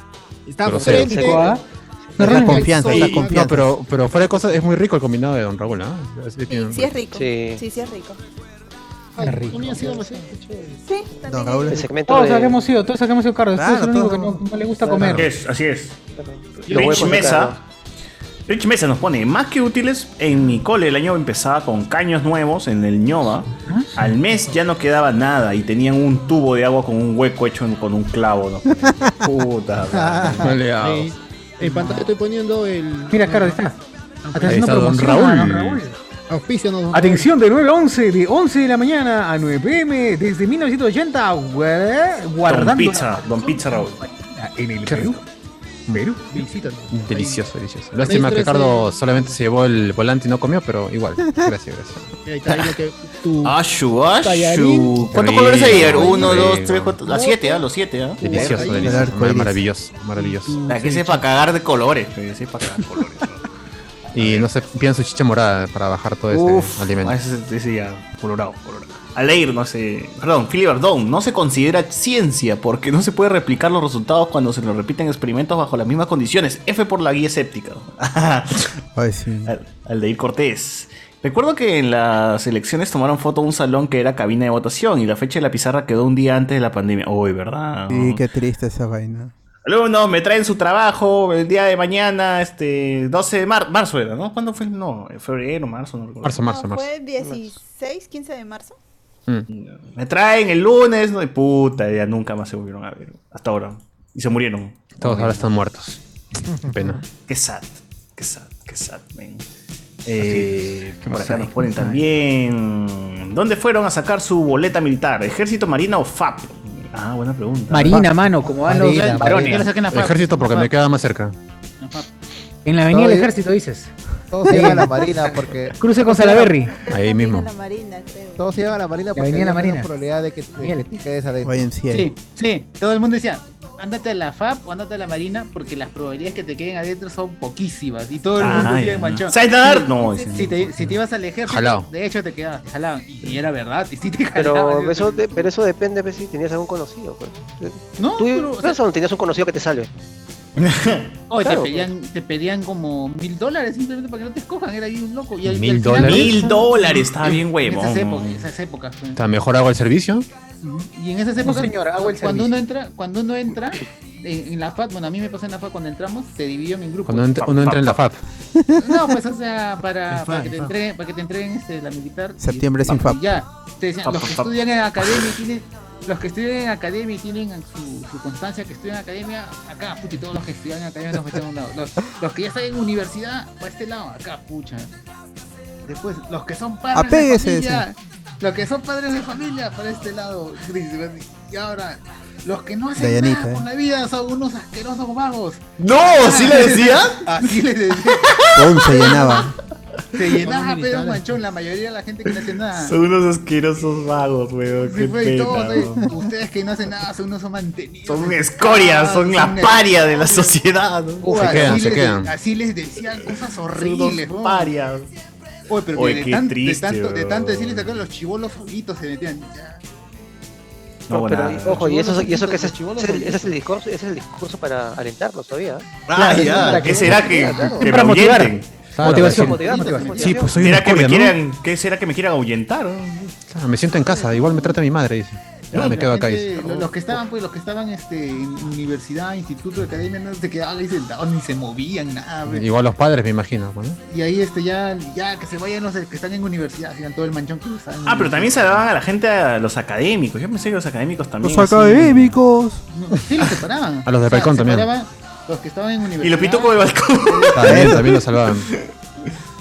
[SPEAKER 11] Está
[SPEAKER 2] Pero
[SPEAKER 11] frente.
[SPEAKER 1] Seco, ¿ah?
[SPEAKER 3] No,
[SPEAKER 11] Está
[SPEAKER 3] Raúl,
[SPEAKER 11] con-
[SPEAKER 3] confianza,
[SPEAKER 11] soy-
[SPEAKER 3] está confianza.
[SPEAKER 2] No, pero, pero fuera de cosas, es muy rico el combinado de Don Raúl, ¿ah? Así que-
[SPEAKER 14] Sí, sí es rico.
[SPEAKER 5] Sí.
[SPEAKER 14] Sí, sí, es rico.
[SPEAKER 11] Ay,
[SPEAKER 1] rico.
[SPEAKER 11] ¿tú no has ido más allá? Qué chévere.
[SPEAKER 14] Sí, también
[SPEAKER 3] Don Raúl
[SPEAKER 14] es-
[SPEAKER 5] El
[SPEAKER 3] es
[SPEAKER 5] segmento
[SPEAKER 1] Todos
[SPEAKER 5] de-
[SPEAKER 1] acá hemos ido, todos acá hemos ido Carlos.
[SPEAKER 3] Claro,
[SPEAKER 1] Tú eres el único que
[SPEAKER 3] todos
[SPEAKER 1] no,
[SPEAKER 3] hemos-
[SPEAKER 1] no le gusta comer.
[SPEAKER 4] Así es, así es.
[SPEAKER 5] Los
[SPEAKER 4] Rich
[SPEAKER 5] huevos de
[SPEAKER 4] Mesa.
[SPEAKER 5] Cardo.
[SPEAKER 4] Rich Mesa nos pone, más que útiles, en mi cole el año empezaba con caños nuevos en el ñoba Al mes ya no quedaba nada y tenían un tubo de agua con un hueco hecho en- con un clavo. ¿no? Puta madre.
[SPEAKER 1] Ah,
[SPEAKER 11] Eh, en pantalla estoy poniendo el.
[SPEAKER 1] Mira, Carlos, está. Acá
[SPEAKER 4] Ahí
[SPEAKER 1] haciendo
[SPEAKER 4] está Don
[SPEAKER 1] promoción a
[SPEAKER 4] Raúl.
[SPEAKER 1] Don Raúl.
[SPEAKER 11] Auspicio, no,
[SPEAKER 1] Atención de 9 a 11, de 11 de la mañana a 9 pm, desde 1980, guarda- guardando.
[SPEAKER 4] Don Pizza, Don Pizza Raúl.
[SPEAKER 1] En el Perú. Perú.
[SPEAKER 11] Visítanos.
[SPEAKER 2] Delicioso, delicioso. Lástima que Ricardo solamente se llevó el volante y no comió, pero igual. Gracias, gracias.
[SPEAKER 11] Ahí está, ahí lo que tú.
[SPEAKER 4] Ashu,
[SPEAKER 11] Tallarín.
[SPEAKER 4] ashu. ¿Cuántos
[SPEAKER 2] Rico,
[SPEAKER 4] colores hay? Uno,
[SPEAKER 2] rico.
[SPEAKER 4] dos, tres, cuatro. A siete, a los siete, ¿ah?
[SPEAKER 2] Delicioso, delicioso. ma- Maravilloso, maravilloso.
[SPEAKER 4] La que sepa cagar de colores, pe, sepa cagar de colores.
[SPEAKER 2] Y no sé, pidan su chicha morada para bajar todo ese
[SPEAKER 4] Uf,
[SPEAKER 2] alimento.
[SPEAKER 4] ah, ese, ese ya, colorado, colorado. Aleir, no sé. Perdón, Philly Bardone, no se considera ciencia porque no se puede replicar los resultados cuando se lo repiten experimentos bajo las mismas condiciones. F por la guía escéptica. Al- Aldair Cortés. Recuerdo que en las elecciones tomaron foto de un salón que era cabina de votación y la fecha de la pizarra quedó un día antes de la pandemia. Uy, ¿verdad?
[SPEAKER 3] Sí, qué triste esa vaina.
[SPEAKER 4] Alumnos, me traen su trabajo el día de mañana, este, 12 de mar- marzo era, ¿no? ¿Cuándo fue? No, en febrero, marzo, no recuerdo.
[SPEAKER 2] Marzo, marzo, marzo.
[SPEAKER 14] ¿Fue 16, 15 de marzo?
[SPEAKER 4] Me traen el lunes, no, y puta, ya nunca más se volvieron a ver, hasta ahora. Y se murieron.
[SPEAKER 2] Todos ahora están muertos. Qué Pena.
[SPEAKER 4] Qué sad, qué sad, qué sad, men. Eh,
[SPEAKER 2] ¿Qué
[SPEAKER 4] por
[SPEAKER 2] más
[SPEAKER 4] acá
[SPEAKER 2] hay?
[SPEAKER 4] nos
[SPEAKER 2] ¿Qué
[SPEAKER 4] ponen
[SPEAKER 2] más hay?
[SPEAKER 4] también. ¿Dónde fueron a sacar su boleta militar? ¿Ejército, Marina o FAP? Ah, buena pregunta.
[SPEAKER 1] Marina, mano, como
[SPEAKER 2] Ah,
[SPEAKER 1] van los
[SPEAKER 4] Marina,
[SPEAKER 1] varones.
[SPEAKER 4] Marina.
[SPEAKER 2] El ejército porque me queda más cerca.
[SPEAKER 1] En la avenida del
[SPEAKER 3] Todo bien.
[SPEAKER 1] ejército, dices.
[SPEAKER 3] Todos llegan a la marina porque.
[SPEAKER 1] Cruce con Salaberry.
[SPEAKER 2] Ahí mismo.
[SPEAKER 8] Todos se llevan a la marina porque
[SPEAKER 1] venía la
[SPEAKER 8] hay menos
[SPEAKER 1] marina.
[SPEAKER 8] probabilidad de que de que te quedes adentro.
[SPEAKER 3] Sí.
[SPEAKER 6] Sí, todo el mundo decía, ándate a la FAP o ándate a la Marina porque las probabilidades que te queden adentro son poquísimas y
[SPEAKER 3] Ah,
[SPEAKER 6] todo el mundo
[SPEAKER 4] Ay,
[SPEAKER 6] sigue
[SPEAKER 4] no.
[SPEAKER 6] manchado.
[SPEAKER 4] ¿Sabes nadar? No,
[SPEAKER 6] si,
[SPEAKER 4] dicen.
[SPEAKER 6] si te, si te ibas al ejército,
[SPEAKER 4] Jalao.
[SPEAKER 6] de hecho te quedabas, te jalaban. Y era verdad, y sí te
[SPEAKER 1] Ah,
[SPEAKER 6] jalaban.
[SPEAKER 15] Pero eso, de- pero eso depende pues, si tenías algún conocido. Pues.
[SPEAKER 6] No,
[SPEAKER 15] Tú
[SPEAKER 6] pero, o sea-
[SPEAKER 15] Nelson, tenías un conocido que te salve.
[SPEAKER 6] Oye,
[SPEAKER 15] Claro,
[SPEAKER 6] te, pedían, te pedían como mil dólares simplemente para que no te escojan, era ahí un loco. Y, al- y
[SPEAKER 2] ¿Mil
[SPEAKER 6] al final-
[SPEAKER 2] dólares?
[SPEAKER 4] Mil dólares, estaba bien
[SPEAKER 6] En esas épocas,
[SPEAKER 4] huevón.
[SPEAKER 6] esas épocas. pues.
[SPEAKER 2] Está mejor hago el servicio.
[SPEAKER 6] Y en esas épocas,
[SPEAKER 1] señor, hago el
[SPEAKER 6] cuando
[SPEAKER 1] servicio.
[SPEAKER 6] uno entra, cuando uno entra en, en la FAP, bueno, a mí me pasó en la FAP cuando entramos, te dividieron en grupos.
[SPEAKER 2] Cuando ent- uno entra en la FAP.
[SPEAKER 6] No, pues o sea, para, para
[SPEAKER 3] En FAP,
[SPEAKER 6] que te
[SPEAKER 3] en FAP.
[SPEAKER 6] entreguen, para que te entreguen este, la militar. y-
[SPEAKER 3] Septiembre sin
[SPEAKER 6] y
[SPEAKER 3] FAP.
[SPEAKER 6] Ya, te decían,
[SPEAKER 3] FAP,
[SPEAKER 6] los que
[SPEAKER 3] FAP.
[SPEAKER 6] estudian en academia y tienen, los que estudian en academia y tienen su, su constancia que estudian en academia, acá, pucha, y todos los que estudian en academia nos meten a un lado. Los, los que ya están en universidad, para este lado, acá, pucha. Después, los que son padres de
[SPEAKER 3] Apéguese,
[SPEAKER 6] familia, los que son padres de familia, para este lado. Y ahora, los que no hacen
[SPEAKER 3] Dayanita,
[SPEAKER 6] nada con
[SPEAKER 3] eh.
[SPEAKER 6] la vida son unos asquerosos vagos.
[SPEAKER 4] ¡No! ¿Sí le decía?
[SPEAKER 11] Ah,
[SPEAKER 6] Así les decía.
[SPEAKER 3] Pum, se llenaba.
[SPEAKER 6] Se llenaba pedo manchón, la mayoría de la gente que no hace nada.
[SPEAKER 4] Son unos asquerosos vagos, weón.
[SPEAKER 6] Sí,
[SPEAKER 4] Qué
[SPEAKER 6] fue, y
[SPEAKER 4] pena,
[SPEAKER 6] todos, eh,
[SPEAKER 4] huevón.
[SPEAKER 6] ustedes que no hacen nada son unos mantenidos.
[SPEAKER 4] Son escorias, son la
[SPEAKER 6] una-
[SPEAKER 4] paria de la sociedad. ¿no?
[SPEAKER 6] Uy, así
[SPEAKER 2] quedan,
[SPEAKER 6] les
[SPEAKER 2] se
[SPEAKER 6] de-
[SPEAKER 2] quedan.
[SPEAKER 6] Así les decían cosas horribles, ¿no?
[SPEAKER 4] parias.
[SPEAKER 6] Oye, pero
[SPEAKER 4] Oye,
[SPEAKER 6] de,
[SPEAKER 4] qué
[SPEAKER 6] tan- de
[SPEAKER 4] triste,
[SPEAKER 6] tanto, de
[SPEAKER 4] bro.
[SPEAKER 6] tanto decirles que acá los chivolos solitos se metían. ya.
[SPEAKER 4] No,
[SPEAKER 15] pero,
[SPEAKER 4] nada.
[SPEAKER 15] y- ojo, y eso, y eso que ese,
[SPEAKER 6] Los chibolos
[SPEAKER 15] ese-
[SPEAKER 6] son-
[SPEAKER 15] ese es el discurso, ese es el discurso para alentarlos todavía.
[SPEAKER 4] Ah, ya. ¿Qué será que,
[SPEAKER 1] "Ah,
[SPEAKER 4] que me ahuyenten?
[SPEAKER 2] Motivación.
[SPEAKER 15] Motivación,
[SPEAKER 2] Motivación.
[SPEAKER 15] motivación.
[SPEAKER 2] Sí, pues soy
[SPEAKER 4] ¿Será
[SPEAKER 2] una
[SPEAKER 4] que me
[SPEAKER 2] escoria, ¿no?
[SPEAKER 4] quieran, ¿Qué será que me quieran ahuyentar?
[SPEAKER 2] Claro, Ah, me siento en casa, igual me trata mi madre, dice. Ya,
[SPEAKER 6] No,
[SPEAKER 2] me
[SPEAKER 6] la
[SPEAKER 2] quedo acá,
[SPEAKER 6] gente-
[SPEAKER 2] dice.
[SPEAKER 6] lo- Los que estaban, pues, los que estaban este, en universidad, instituto, academia, no se quedaban ahí sentados ni se movían, nada. pues.
[SPEAKER 2] Igual los padres, me imagino, ¿no?
[SPEAKER 6] Y ahí este ya, ya que se vayan los que están en universidad, sigan todo el manchón que están.
[SPEAKER 4] Ah, pero también se daban a la gente, a los académicos. Yo pensé que los académicos también.
[SPEAKER 3] Los
[SPEAKER 4] así.
[SPEAKER 3] académicos.
[SPEAKER 6] Sí, los separaban.
[SPEAKER 2] A los de Raycon también.
[SPEAKER 6] separaban Los que estaban en universidad.
[SPEAKER 4] Y lo pitó con el balcón.
[SPEAKER 2] También, también lo salvaban.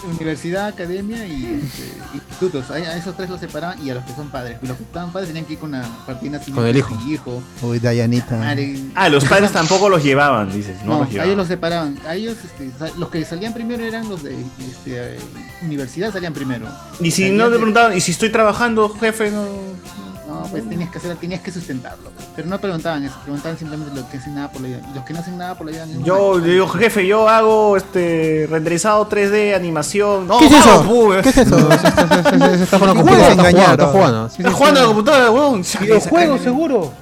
[SPEAKER 6] Universidad, academia y este, institutos. A, a esos tres los separaban y a los que son padres. Los que estaban padres tenían que ir con la partida sin-
[SPEAKER 2] Con el hijo.
[SPEAKER 6] sin
[SPEAKER 3] Uy, Dayanita.
[SPEAKER 6] madre.
[SPEAKER 4] Ah, los padres tampoco los llevaban, dices. No, los
[SPEAKER 6] No, a ellos
[SPEAKER 4] llevaban.
[SPEAKER 6] los separaban. A ellos, este, sa- los que salían primero eran los de este, eh, universidad, salían primero.
[SPEAKER 4] Y si
[SPEAKER 6] Salían
[SPEAKER 4] no te
[SPEAKER 6] de-
[SPEAKER 4] preguntaban, ¿y si estoy trabajando, jefe? No.
[SPEAKER 6] No, pues tenías que hacer, tenías que sustentarlo. Pero no preguntaban eso, preguntaban simplemente los que hacen nada por la vida. Y los que no hacen nada por la vida.
[SPEAKER 4] Yo le digo, jefe, yo hago este renderizado 3D, animación. No, pues.
[SPEAKER 6] ¿Qué es
[SPEAKER 4] hago,
[SPEAKER 6] eso?
[SPEAKER 4] pu-
[SPEAKER 3] ¿Qué es eso?
[SPEAKER 2] Está con
[SPEAKER 4] computadora,
[SPEAKER 2] la computadora,
[SPEAKER 4] está jugando,
[SPEAKER 2] está jugando,
[SPEAKER 4] está jugando.
[SPEAKER 2] está jugando.
[SPEAKER 4] Está jugando a la computadora, weón.
[SPEAKER 1] Videojuegos, seguro.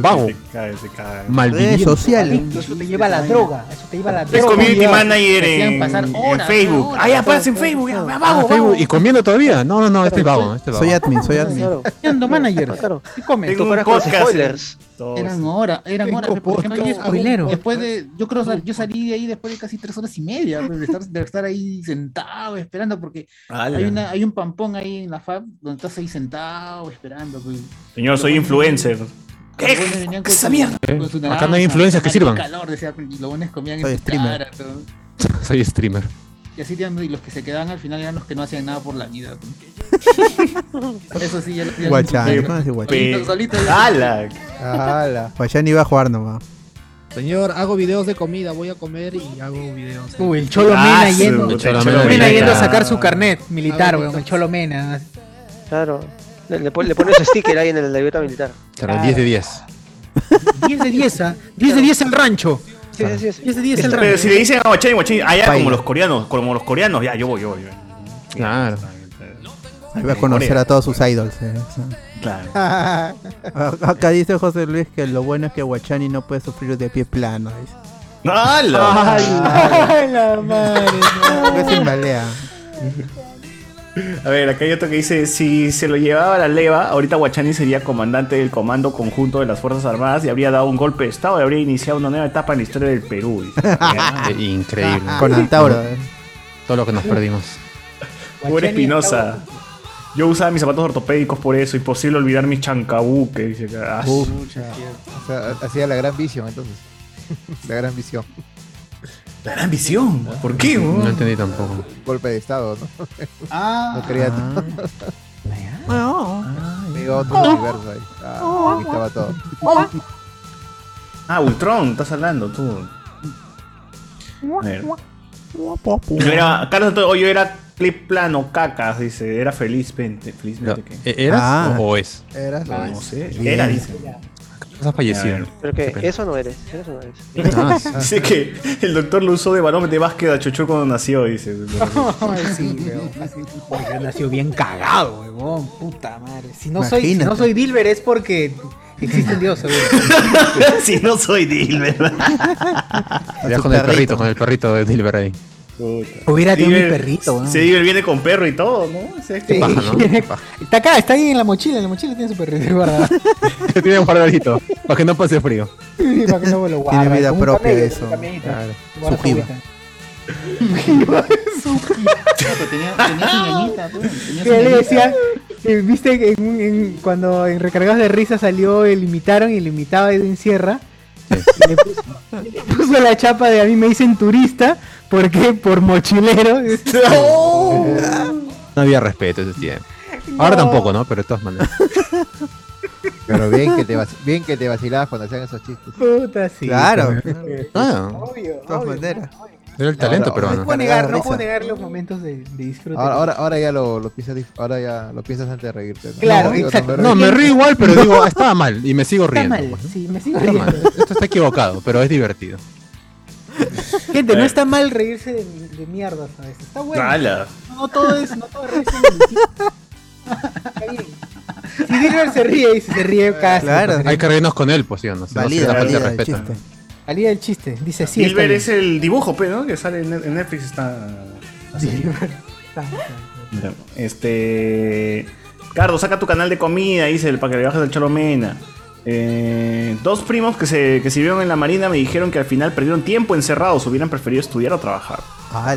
[SPEAKER 2] Vago.
[SPEAKER 4] Se cae, se cae.
[SPEAKER 2] Malviviente.
[SPEAKER 3] Redes sociales.
[SPEAKER 1] Eso te lleva a la droga. Eso te lleva a la droga.
[SPEAKER 4] Es community
[SPEAKER 1] Ya.
[SPEAKER 4] manager
[SPEAKER 1] Te hacían
[SPEAKER 4] en,
[SPEAKER 1] pasar
[SPEAKER 4] en
[SPEAKER 1] horas,
[SPEAKER 4] Facebook.
[SPEAKER 1] horas. Ah,
[SPEAKER 4] Ah, ya aparece en Facebook. Ya, va, vago, vago.
[SPEAKER 2] Facebook, ¿Y comiendo todavía? No, no, no, este es vago, este es vago.
[SPEAKER 3] Soy admin, soy admin.
[SPEAKER 2] Ah,
[SPEAKER 1] Siendo manager. ¿Qué comes?
[SPEAKER 4] Tengo
[SPEAKER 15] Tú
[SPEAKER 4] un
[SPEAKER 15] paras con los
[SPEAKER 4] podcast. eh.
[SPEAKER 15] spoilers.
[SPEAKER 2] Dos.
[SPEAKER 10] Eran horas, eran
[SPEAKER 11] Cinco
[SPEAKER 10] horas. Por ejemplo,
[SPEAKER 11] podcasts.
[SPEAKER 10] yo-
[SPEAKER 11] Spoilero.
[SPEAKER 10] después de, yo creo, sal- yo salí de ahí después de casi tres horas y media pues, de estar, de estar ahí sentado esperando porque
[SPEAKER 4] Ala.
[SPEAKER 10] hay, una, hay un pampón ahí en la fab donde estás ahí sentado esperando. pues.
[SPEAKER 4] Señor, soy influencer.
[SPEAKER 10] Los buenos venían con su- con su
[SPEAKER 2] Eh, acá
[SPEAKER 10] naranja,
[SPEAKER 2] no hay influencias que
[SPEAKER 10] con
[SPEAKER 2] sirvan.
[SPEAKER 10] Calor, decía, y los buenos comían
[SPEAKER 2] Soy
[SPEAKER 10] en su
[SPEAKER 2] streamer.
[SPEAKER 10] cara, todo.
[SPEAKER 2] Soy streamer.
[SPEAKER 10] Y así te- y los que se quedaban al final eran los que no hacían nada por la vida. pues. Eso sí, ya lo ya lo-
[SPEAKER 3] Guachani,
[SPEAKER 10] solito,
[SPEAKER 3] ¿cómo es el guachani?
[SPEAKER 10] solito ya-
[SPEAKER 3] ¡Hala! Guachani Pues iba a jugar nomás.
[SPEAKER 11] Señor, hago videos de comida, voy a comer y hago videos.
[SPEAKER 3] Uy, el
[SPEAKER 1] Cholo Mena yendo,
[SPEAKER 11] Ah, El Cholo
[SPEAKER 1] Cholo
[SPEAKER 11] Mena
[SPEAKER 1] Mena
[SPEAKER 11] yendo.
[SPEAKER 1] yendo a sacar su carnet militar,
[SPEAKER 5] Ah,
[SPEAKER 1] weón, el Cholo Mena.
[SPEAKER 5] Claro. Le, le pon- le pones sticker ahí en el- la libreta militar.
[SPEAKER 2] Claro, 10 de 10.
[SPEAKER 1] 10 de 10, ah. 10 de 10 el rancho.
[SPEAKER 5] Sí, sí, sí.
[SPEAKER 1] 10 de 10 el rancho.
[SPEAKER 4] Pero si le dicen a Guachani, Guachani, allá
[SPEAKER 1] Paila.
[SPEAKER 4] como los coreanos, como los coreanos, ya, yo voy, yo voy. yo voy.
[SPEAKER 2] Claro.
[SPEAKER 3] Ahí va a conocer a todos sus idols. eh.
[SPEAKER 4] Claro.
[SPEAKER 8] Ah,
[SPEAKER 3] A- Acá dice José Luis que lo bueno es que Guachani no puede sufrir de pie plano. dice.
[SPEAKER 4] ¡Hala!
[SPEAKER 1] Ay, la madre.
[SPEAKER 3] Que se embalea.
[SPEAKER 4] A ver, acá hay otro que dice, si se lo llevaba la leva, ahorita Guachani sería comandante del Comando Conjunto de las Fuerzas Armadas y habría dado un golpe de Estado y habría iniciado una nueva etapa en la historia del Perú. dice.
[SPEAKER 2] Eh, Increíble.
[SPEAKER 4] Con Antauro,
[SPEAKER 2] Todo-
[SPEAKER 4] eh.
[SPEAKER 2] Todo lo que nos perdimos.
[SPEAKER 4] Pobre Espinosa. Yo usaba mis zapatos ortopédicos por eso, imposible olvidar mis chancabuques. Dice acá. Ah,
[SPEAKER 8] Uf,
[SPEAKER 4] su-
[SPEAKER 8] o sea, hacía la gran visión entonces. La gran visión.
[SPEAKER 4] La gran visión. ¿Por qué?
[SPEAKER 8] weón?
[SPEAKER 2] No entendí tampoco.
[SPEAKER 8] Golpe de estado, ¿no?
[SPEAKER 10] Ah.
[SPEAKER 8] No quería. Me iba a otro
[SPEAKER 2] Oh.
[SPEAKER 8] universo ahí. Ah, ahí estaba todo.
[SPEAKER 4] Ah, Ultron, estás hablando tú. A ver. Yo era, Carlos, Antonio, yo era clip plano, cacas, dice. Era felizmente. felizmente
[SPEAKER 2] No,
[SPEAKER 4] que-
[SPEAKER 2] ¿e- eras Ah. o- o es?
[SPEAKER 8] Eras,
[SPEAKER 4] No,
[SPEAKER 8] o es.
[SPEAKER 4] sé.
[SPEAKER 2] Bien.
[SPEAKER 4] Era, dice.
[SPEAKER 2] Has fallecido.
[SPEAKER 4] A ver.
[SPEAKER 5] Pero que eso no eres, eso no eres.
[SPEAKER 2] Ah.
[SPEAKER 4] dice que el doctor lo usó de balón de básquet a Chuchu cuando nació, dice.
[SPEAKER 1] Ay, sí, weón. Oye, yo nací bien cagado, weón. Puta madre. Si no, soy, si
[SPEAKER 4] Imagínate.
[SPEAKER 1] no soy Dilber es porque existe un dios, seguro.
[SPEAKER 4] si no soy Dil, ¿verdad?
[SPEAKER 2] Ya con el perrito, con el perrito de Dilber ahí.
[SPEAKER 1] Hubiera tenido mi
[SPEAKER 4] Diver-
[SPEAKER 1] perrito, weón.
[SPEAKER 4] Sí, Diver viene con perro y todo, ¿no? O sea,
[SPEAKER 1] Sí.
[SPEAKER 4] que-
[SPEAKER 2] Paja, ¿no?
[SPEAKER 1] Está acá, está ahí en la mochila, en la mochila tiene su perrito guardado.
[SPEAKER 2] Que tiene un guardadito, para que no pase frío.
[SPEAKER 1] Sí, para que no me lo guarde,
[SPEAKER 3] vida
[SPEAKER 1] como un
[SPEAKER 3] propia
[SPEAKER 1] camello,
[SPEAKER 3] eso,
[SPEAKER 1] como un camellito.
[SPEAKER 3] claro.
[SPEAKER 1] Guarda
[SPEAKER 3] Su
[SPEAKER 1] su
[SPEAKER 3] jiba.
[SPEAKER 1] vida.
[SPEAKER 10] Chato, tenía, tenía su ñañita, tú,
[SPEAKER 6] pues,
[SPEAKER 10] tenía su
[SPEAKER 1] Que le
[SPEAKER 10] ñañita.
[SPEAKER 1] decía, eh, viste que en un- en- cuando en Recargados de Risa salió, el imitaron y el imitaba Edwin Sierra. Y Le, puso, le puso la chapa de a mí me dicen turista, porque por mochilero.
[SPEAKER 2] No había respeto ese tiempo. Ahora
[SPEAKER 8] No.
[SPEAKER 2] tampoco, ¿no? Pero de todas maneras.
[SPEAKER 8] Pero bien que, te vac- bien que te vacilabas cuando hacían esos chistes.
[SPEAKER 1] Puta, sí.
[SPEAKER 8] Claro.
[SPEAKER 2] Ah,
[SPEAKER 1] Obvio,
[SPEAKER 3] De todas maneras.
[SPEAKER 2] era el talento
[SPEAKER 8] Ahora,
[SPEAKER 2] peruano.
[SPEAKER 1] No puedo negar, no puedo negar los momentos de, de disfrute.
[SPEAKER 8] Ahora, ahora, ahora ya lo, lo piensas, dif- ahora ya lo piensas antes de reírte. ¿no?
[SPEAKER 1] Claro,
[SPEAKER 8] No, yo
[SPEAKER 1] exacto.
[SPEAKER 2] No, me río igual, pero digo, estaba mal y me sigo
[SPEAKER 1] Está
[SPEAKER 2] riendo.
[SPEAKER 1] mal, sí, me sigo
[SPEAKER 2] Está
[SPEAKER 1] riendo.
[SPEAKER 2] mal. Esto está equivocado, pero es divertido.
[SPEAKER 1] Gente, no está mal reírse de, de mierdas a veces. Está bueno.
[SPEAKER 2] Ala.
[SPEAKER 1] No todo es, no todo es reírse de mentiras. Está bien. Si Dilbert se ríe y se ríe cada
[SPEAKER 2] Hay que reírnos con él, pues sí, o no. Si no, sería
[SPEAKER 3] Valida,
[SPEAKER 2] falta de
[SPEAKER 3] valida el
[SPEAKER 2] respeto.
[SPEAKER 1] Salía el chiste. Dice, sí,
[SPEAKER 4] Dilber es
[SPEAKER 1] está
[SPEAKER 4] el dibujo, pero ¿no? que sale en en Netflix está. así.
[SPEAKER 1] bien. Dilbert está-
[SPEAKER 4] Mira, Este. Cardo, saca tu canal de comida, dice el para que le bajes al Cholomena. Eh, dos primos que se que sirvieron en la marina me dijeron que al final perdieron tiempo encerrados, hubieran preferido estudiar o trabajar. Eh,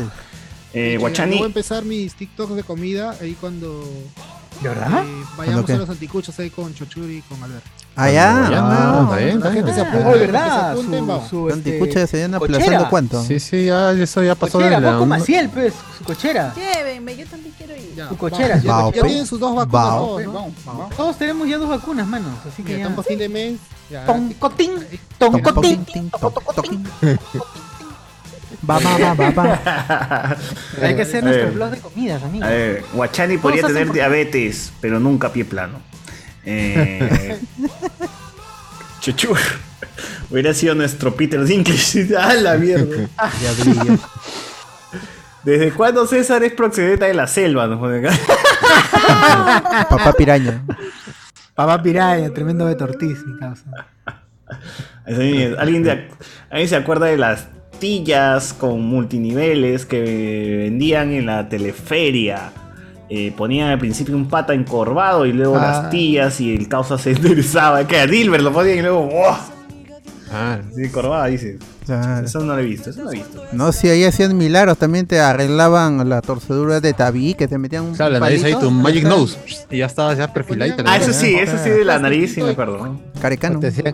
[SPEAKER 11] Eh, yo voy a
[SPEAKER 4] Guachani.
[SPEAKER 11] empezar mis TikToks de comida ahí cuando.
[SPEAKER 1] ¿De verdad?
[SPEAKER 11] eh,
[SPEAKER 1] ¿Cuándo
[SPEAKER 11] vayamos
[SPEAKER 1] qué?
[SPEAKER 11] a los anticuchos ahí con Chochuri y con Albert.
[SPEAKER 3] Ah, ya.
[SPEAKER 2] Ya, no,
[SPEAKER 3] Ah,
[SPEAKER 2] está bien,
[SPEAKER 11] La
[SPEAKER 2] está
[SPEAKER 11] gente
[SPEAKER 2] bien.
[SPEAKER 11] se apunta.
[SPEAKER 1] Oh,
[SPEAKER 11] la gente
[SPEAKER 1] ¿verdad?
[SPEAKER 11] Se apunta,
[SPEAKER 1] Su-
[SPEAKER 11] vamos.
[SPEAKER 1] su, este,
[SPEAKER 3] Escucha, se vienen aplazando
[SPEAKER 1] cochera.
[SPEAKER 3] cuánto.
[SPEAKER 2] Sí, sí, ya, eso ya pasó de
[SPEAKER 1] Cochera,
[SPEAKER 2] la.
[SPEAKER 1] Paco Maciel, pues, su cochera.
[SPEAKER 14] Llévenme, yo también quiero ir.
[SPEAKER 1] Su cochera, su
[SPEAKER 2] Bao,
[SPEAKER 1] cochera.
[SPEAKER 2] pe. Ya tienen
[SPEAKER 11] sus dos vacunas,
[SPEAKER 1] Bao.
[SPEAKER 11] todos, ¿no?
[SPEAKER 1] Vamos, vamos. Todos tenemos ya dos vacunas, manos. Así que
[SPEAKER 11] Mira,
[SPEAKER 1] ya.
[SPEAKER 11] estamos a fin de mes. ya.
[SPEAKER 1] Toncotín, toncotín. Va, va, va, va, va. Hay que hacer
[SPEAKER 4] A
[SPEAKER 1] nuestro
[SPEAKER 4] ver.
[SPEAKER 1] blog de comidas,
[SPEAKER 4] A
[SPEAKER 1] amigos.
[SPEAKER 4] ver, eh, Guachani podría
[SPEAKER 1] Todos hacen
[SPEAKER 4] tener
[SPEAKER 1] por-
[SPEAKER 4] diabetes, pero nunca pie plano. Eh, Chuchu. Hubiera sido nuestro Peter Dinklage. ¡Ah, la mierda! ¿Desde cuándo César es proxeneta de la selva? Nos pone acá.
[SPEAKER 3] Papá piraña.
[SPEAKER 1] Papá Piraya, tremendo de tortiz, mi causa.
[SPEAKER 4] Sí, ¿Alguien, de ac- alguien se acuerda de las tillas con multiniveles que vendían en la teleferia? eh, ponían al principio un pata encorvado y luego
[SPEAKER 11] Ah.
[SPEAKER 4] las tías y el causa se enderezaba. Que a Dilbert lo ponían y luego ¡wow!
[SPEAKER 3] Ah.
[SPEAKER 4] Sí, encorvada, dice.
[SPEAKER 3] Claro.
[SPEAKER 4] Eso no lo he visto, eso no lo he visto.
[SPEAKER 3] No, si ahí hacían milagros, también te arreglaban la torcedura de tabique que te metían un
[SPEAKER 2] Claro, la nariz ahí,
[SPEAKER 3] palito.
[SPEAKER 2] tu Magic Nose. Y ya estaba ya perfiladita.
[SPEAKER 3] Ah, eso sí, eso sí,
[SPEAKER 4] de la nariz, sí me acuerdo.
[SPEAKER 3] Carecano.
[SPEAKER 2] Te hacía-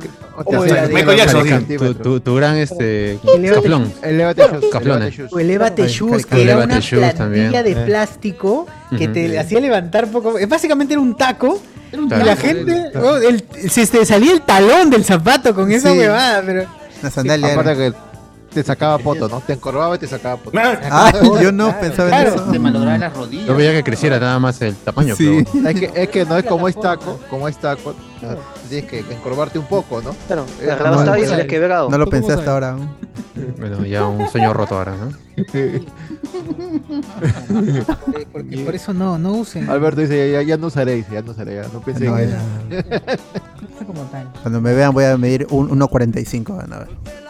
[SPEAKER 3] Michael
[SPEAKER 2] Jackson,
[SPEAKER 3] Jackson,
[SPEAKER 2] sí. tu, tu, tu gran este
[SPEAKER 1] Elevate-
[SPEAKER 2] caflón.
[SPEAKER 8] Elevate shoes,
[SPEAKER 2] Caflón.
[SPEAKER 8] elevate shoes.
[SPEAKER 1] O el Elevate
[SPEAKER 2] Ay,
[SPEAKER 1] Shoes,
[SPEAKER 2] caricatura.
[SPEAKER 1] que era
[SPEAKER 2] Elevate
[SPEAKER 1] una
[SPEAKER 2] Shoes también.
[SPEAKER 1] plantilla de
[SPEAKER 2] Eh.
[SPEAKER 1] plástico que
[SPEAKER 2] Ujú.
[SPEAKER 1] te hacía levantar poco. eh, Básicamente era un taco.
[SPEAKER 6] un
[SPEAKER 1] y la
[SPEAKER 6] taco,
[SPEAKER 1] gente.
[SPEAKER 6] claro.
[SPEAKER 1] oh, el- se te salía el talón del zapato con esa
[SPEAKER 8] Sí.
[SPEAKER 1] huevada, pero.
[SPEAKER 3] La sandalia
[SPEAKER 8] Aparte que
[SPEAKER 3] era.
[SPEAKER 8] te sacaba poto, ¿no? Te encorvaba y te sacaba poto.
[SPEAKER 2] Ah, yo no pensaba en eso.
[SPEAKER 8] Te malograba las rodillas.
[SPEAKER 2] Yo veía que creciera nada más el tamaño.
[SPEAKER 8] Sí.
[SPEAKER 2] pero bueno.
[SPEAKER 8] Es que, es que no es como es taco, como es taco, tienes que encorvarte un poco, ¿no?
[SPEAKER 16] Claro,
[SPEAKER 8] te
[SPEAKER 16] agarrabas
[SPEAKER 8] está
[SPEAKER 16] tabla y salías quebrado.
[SPEAKER 3] No lo pensé hasta ahora. aún.
[SPEAKER 2] Bueno, ya un sueño roto ahora, ¿no?
[SPEAKER 1] Eh, Porque por eso no, no usen.
[SPEAKER 8] Alberto dice, ya, ya no usaré, dice, ya no usaré, ya no pensé
[SPEAKER 3] No,
[SPEAKER 8] en
[SPEAKER 3] era-
[SPEAKER 1] Como tal.
[SPEAKER 3] Cuando me vean voy a medir un 1.45. van a ver.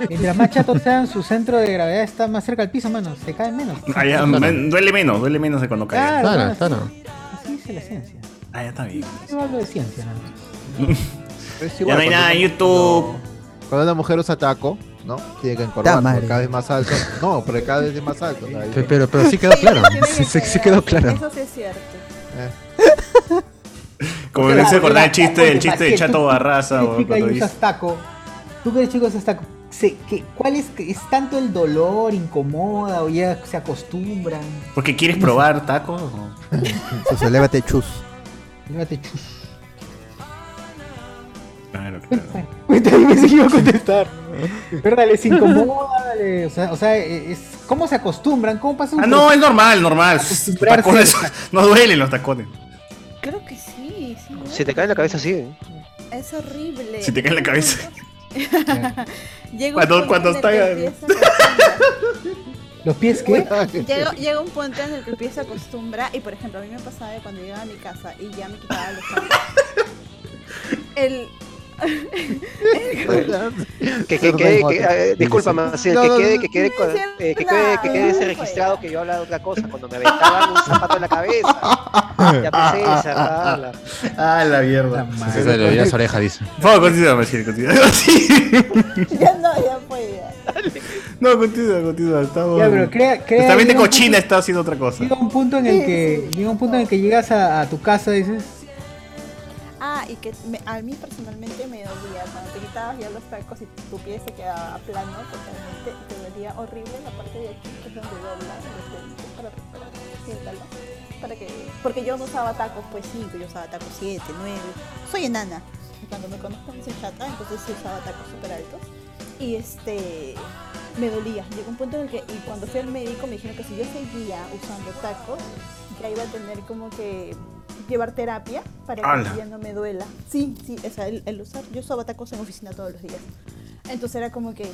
[SPEAKER 1] Mientras más chatos sean, su centro de gravedad está más cerca al piso, mano. Se caen menos.
[SPEAKER 4] Ah, ya, men- duele menos, duele menos de cuando cae.
[SPEAKER 1] Claro, Claro, claro. Así es la ciencia.
[SPEAKER 4] Ah, ya está bien.
[SPEAKER 1] Yo hablo de ciencia, nada más.
[SPEAKER 4] Ya no hay nada en YouTube.
[SPEAKER 8] Cuando una mujer usa taco, ¿no? Tiene que encorvarse
[SPEAKER 2] madre.
[SPEAKER 8] cada vez más alto. No, pero cada vez es más alto. ¿no? Ahí-
[SPEAKER 2] Pe- Pero, pero sí quedó claro. Sí, sí- sí quedó claro.
[SPEAKER 14] Eso sí es cierto.
[SPEAKER 4] Como me hice acordar el chiste, el chiste de Chato Barraza,
[SPEAKER 1] Tú
[SPEAKER 4] o
[SPEAKER 1] que eres chica
[SPEAKER 4] cuando
[SPEAKER 1] y
[SPEAKER 4] dice.
[SPEAKER 1] usas taco. Tú que eres chico y usas taco. Se- que- ¿Cuál es, es tanto el dolor, incomoda o ya se acostumbran?
[SPEAKER 4] Porque quieres probar tacos. o-
[SPEAKER 3] Entonces, elévate chus.
[SPEAKER 1] Llévate chus.
[SPEAKER 4] Claro,
[SPEAKER 1] Cuenta, yo pensé que iba a contestar. Pero dale, se incomoda, dale, O sea, o sea, e, es, ¿cómo se acostumbran? ¿Cómo pasa un
[SPEAKER 4] Ah, no, es normal, normal.
[SPEAKER 1] Acostumbrarse.
[SPEAKER 4] Tacones, no duelen los tacones.
[SPEAKER 14] Creo que sí, sí. ¿no?
[SPEAKER 16] Si te cae en la cabeza, sí.
[SPEAKER 14] Es horrible.
[SPEAKER 4] Si te cae en la cabeza.
[SPEAKER 14] Llega
[SPEAKER 4] Cuando-
[SPEAKER 14] un punto
[SPEAKER 4] cuando
[SPEAKER 14] en el que
[SPEAKER 4] está-
[SPEAKER 14] empiezas
[SPEAKER 1] ¿Los pies qué?
[SPEAKER 14] Llega, llega un punto en el que el pie se acostumbra y por ejemplo a mí me pasaba de cuando llegaba a mi casa y ya me quitaba los zapatos. El...
[SPEAKER 16] Que, que, que, que, eh, disculpa, Maciel, que quede, que quede, con- eh, que quede, que quede ese registrado
[SPEAKER 14] pues.
[SPEAKER 16] que yo hablaba de otra cosa, cuando me aventaban un zapato en la cabeza. Ya pensé, en cerrarla.
[SPEAKER 4] Ah, la mierda.
[SPEAKER 2] Se le dolía las orejas, dice.
[SPEAKER 4] Por favor, continúa, Maciel, continúa.
[SPEAKER 14] ya no, ya fue. ya.
[SPEAKER 4] No, continúa, continúa. Estamos...
[SPEAKER 1] Ya, pero crea- crea-
[SPEAKER 4] Justamente
[SPEAKER 1] llega un
[SPEAKER 4] cochina
[SPEAKER 1] punto-
[SPEAKER 4] está haciendo otra cosa.
[SPEAKER 1] Llega un punto en el que, llega un punto en el que llegas a, a tu casa y dices,
[SPEAKER 14] Ah, y que me- a mí personalmente me dolía cuando te quitabas ya los tacos y tu pie se quedaba plano totalmente y te dolía horrible la parte de aquí que es donde dobla los deditos para, para siéntalo, para que porque yo no usaba tacos pues 5, yo usaba tacos 7, 9. Soy enana. Y Cuando me conozcan soy chata, entonces sí usaba tacos súper altos. Y este me dolía. Llegó un punto en el que y cuando fui al médico me dijeron que si yo seguía usando tacos, ya iba a tener como que llevar terapia para que
[SPEAKER 17] ¡Hala!
[SPEAKER 14] ya no me duela. Sí, sí, o sea, el, el usar, yo usaba tacos en oficina todos los días. Entonces era como que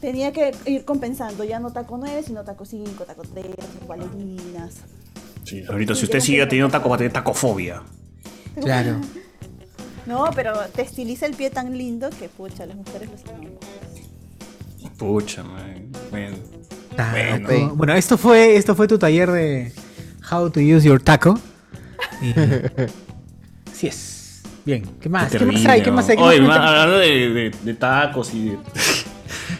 [SPEAKER 14] tenía que ir compensando, ya no taco 9, sino taco 5, taco 3, bailarinas.
[SPEAKER 4] Sí, ahorita, si usted sigue teniendo tacos, va a tener tacofobia.
[SPEAKER 1] Claro.
[SPEAKER 14] No, pero te estiliza el pie tan lindo que pucha, las mujeres lo amamos.
[SPEAKER 4] Pucha, man. Bueno.
[SPEAKER 1] "Ah,
[SPEAKER 4] Bueno.
[SPEAKER 1] no". bueno, esto fue, esto fue tu taller de How to use your taco. Y- Así es. Bien, ¿qué más? ¿Qué más
[SPEAKER 4] Terrible,
[SPEAKER 1] hay? ¿Qué más hay? ¿Qué
[SPEAKER 4] ¿no? Oye,
[SPEAKER 1] más
[SPEAKER 4] man,
[SPEAKER 1] hay?
[SPEAKER 4] hablando de, de- de tacos y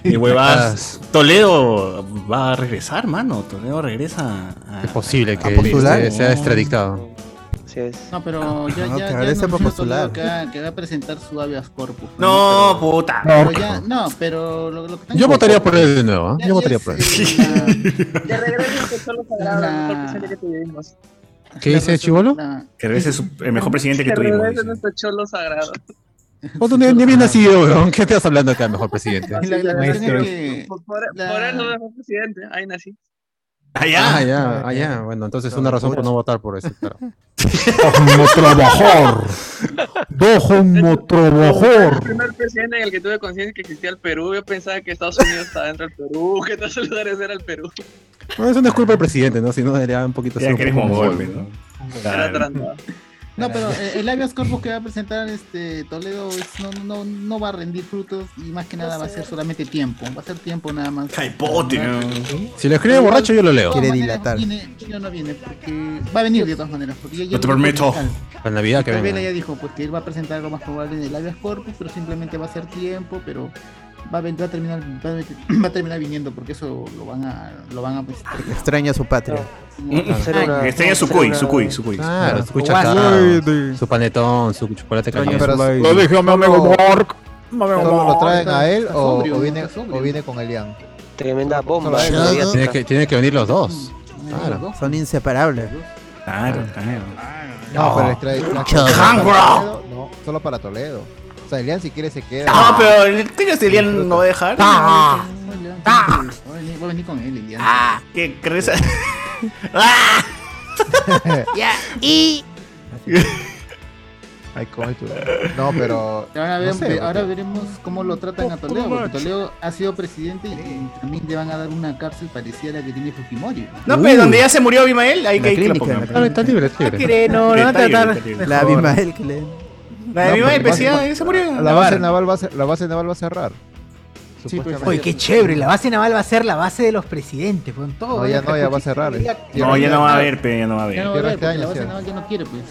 [SPEAKER 4] de, de huevadas. Toledo va a regresar, mano. Toledo regresa a.
[SPEAKER 2] Es posible que
[SPEAKER 4] ¿A postular?
[SPEAKER 2] se- sea extradictado.
[SPEAKER 16] Así es.
[SPEAKER 6] No, pero ya,
[SPEAKER 2] No,
[SPEAKER 6] ya,
[SPEAKER 2] que
[SPEAKER 6] ya
[SPEAKER 2] regrese
[SPEAKER 6] anunció
[SPEAKER 2] para postular.
[SPEAKER 6] Toledo Que, va- que va a presentar su habeas corpus.
[SPEAKER 4] No, puta.
[SPEAKER 6] Pero ya- no, pero lo, lo que
[SPEAKER 2] Yo votaría por él de nuevo, ¿ah? Yo votaría por él.
[SPEAKER 16] De regreso, que solo sagrado, mejor presente que tuvimos.
[SPEAKER 2] ¿Qué dice Chivolo?
[SPEAKER 4] Que regrese su- el mejor presidente que
[SPEAKER 16] De
[SPEAKER 4] tuvimos.
[SPEAKER 16] regreso, nuestro cholo sagrado.
[SPEAKER 2] ¿Vos dónde ni bien nacido, weón? ¿Qué estás hablando acá, mejor presidente?
[SPEAKER 16] La- la- la-
[SPEAKER 2] Maestro.
[SPEAKER 16] Por, por, por eso mejor presidente, ahí nací.
[SPEAKER 4] Allá.
[SPEAKER 2] Allá, allá. ah, Bueno, entonces una razón por no votar por ese claro.
[SPEAKER 18] trabajador. Déjenme
[SPEAKER 16] El
[SPEAKER 18] trabajar.
[SPEAKER 16] primer presidente en el que tuve conciencia que existía el Perú, yo pensaba que Estados Unidos estaba dentro del Perú, que no se lo era el Perú.
[SPEAKER 2] Bueno, eso no es culpa del presidente, ¿no? Si no, debería un poquito
[SPEAKER 4] Ya
[SPEAKER 2] ser un
[SPEAKER 4] que eres
[SPEAKER 2] poco
[SPEAKER 4] mongol,
[SPEAKER 2] mongol,
[SPEAKER 4] ¿no?
[SPEAKER 2] ¿no?
[SPEAKER 16] Era trampa.
[SPEAKER 6] No, pero eh, el habeas corpus que va a presentar este Toledo es- no, no, no va a rendir frutos y más que nada va a ser solamente tiempo. Va a ser tiempo nada más.
[SPEAKER 4] Caipote,
[SPEAKER 6] Nada.
[SPEAKER 4] ¿no?
[SPEAKER 2] Si lo escribe borracho, yo lo leo.
[SPEAKER 6] De todas maneras, viene- yo no viene porque va a venir de todas maneras. Porque ya- ya
[SPEAKER 2] No te
[SPEAKER 6] lo dijo
[SPEAKER 2] permito.
[SPEAKER 6] Pascal.
[SPEAKER 2] Para Navidad que
[SPEAKER 6] Tal vez
[SPEAKER 2] venga.
[SPEAKER 6] ella dijo pues que él va a presentar lo más probable del habeas corpus, pero simplemente va a ser tiempo, pero va a, ven- va a terminar va a, va a terminar viniendo porque eso lo van a lo van a pues,
[SPEAKER 3] Extraña su patria.
[SPEAKER 6] Mm,
[SPEAKER 4] Claro.
[SPEAKER 6] una-
[SPEAKER 4] Extraña su
[SPEAKER 6] hacer
[SPEAKER 4] cuy,
[SPEAKER 6] una-
[SPEAKER 4] su cuy, su cuy.
[SPEAKER 2] Claro, su cuchaca, su panetón, su chocolate
[SPEAKER 8] Extraña
[SPEAKER 2] caliente.
[SPEAKER 8] su baile. Lo dije a mi amigo Mark. ¿Solo lo traen a él
[SPEAKER 6] Está
[SPEAKER 8] o,
[SPEAKER 6] sobrio,
[SPEAKER 8] o viene,
[SPEAKER 6] está sobrio.
[SPEAKER 8] o viene con Elian?
[SPEAKER 5] Tremenda bomba.
[SPEAKER 2] Tiene que, tiene que venir los dos.
[SPEAKER 3] Claro. Son inseparables.
[SPEAKER 4] Claro, claro.
[SPEAKER 8] No,
[SPEAKER 3] No.
[SPEAKER 8] pero les trae. la-
[SPEAKER 3] Chao.
[SPEAKER 8] solo para
[SPEAKER 4] Hangra.
[SPEAKER 8] Toledo, No, solo para Toledo. O sea, Elian si quiere se queda.
[SPEAKER 4] Ah, pero el coño de Elian no va a dejar.
[SPEAKER 8] Ah.
[SPEAKER 6] Va a venir, va a venir con él, Elian.
[SPEAKER 4] ¿Qué crees? ¡Ah!
[SPEAKER 6] Ya, y.
[SPEAKER 8] Ay, coño, tú. No, pero.
[SPEAKER 6] Ahora,
[SPEAKER 8] no
[SPEAKER 6] veremos-
[SPEAKER 8] sé,
[SPEAKER 6] ahora veremos cómo lo tratan a Toledo, porque Toledo ha sido presidente y también le van a dar una cárcel parecida a la que tiene Fujimori.
[SPEAKER 4] No, pero donde
[SPEAKER 8] Uh.
[SPEAKER 4] ya se murió Abimael, ahí que ahí que la pongan.
[SPEAKER 2] Está libre, está
[SPEAKER 4] No quiere, no, lo van a tratar
[SPEAKER 3] La
[SPEAKER 4] mejor.
[SPEAKER 3] Abimael que le.
[SPEAKER 4] La de
[SPEAKER 8] No,
[SPEAKER 4] Abimael,
[SPEAKER 8] porque
[SPEAKER 4] pues
[SPEAKER 8] va a-
[SPEAKER 4] ya, ya se murió.
[SPEAKER 8] La base naval va a, cer- la base naval va a cerrar.
[SPEAKER 4] pues,
[SPEAKER 9] Oye, qué chévere, la base naval va a ser la base de los presidentes, con todo.
[SPEAKER 8] No, ya no, ya va a cerrar. eh.
[SPEAKER 4] No, ya no va a haber, pe, ya no va a
[SPEAKER 6] Ya no
[SPEAKER 4] haber.
[SPEAKER 6] va a haber,
[SPEAKER 8] este
[SPEAKER 6] porque
[SPEAKER 8] año,
[SPEAKER 6] la base
[SPEAKER 8] sí.
[SPEAKER 6] naval ya no quiere, pues.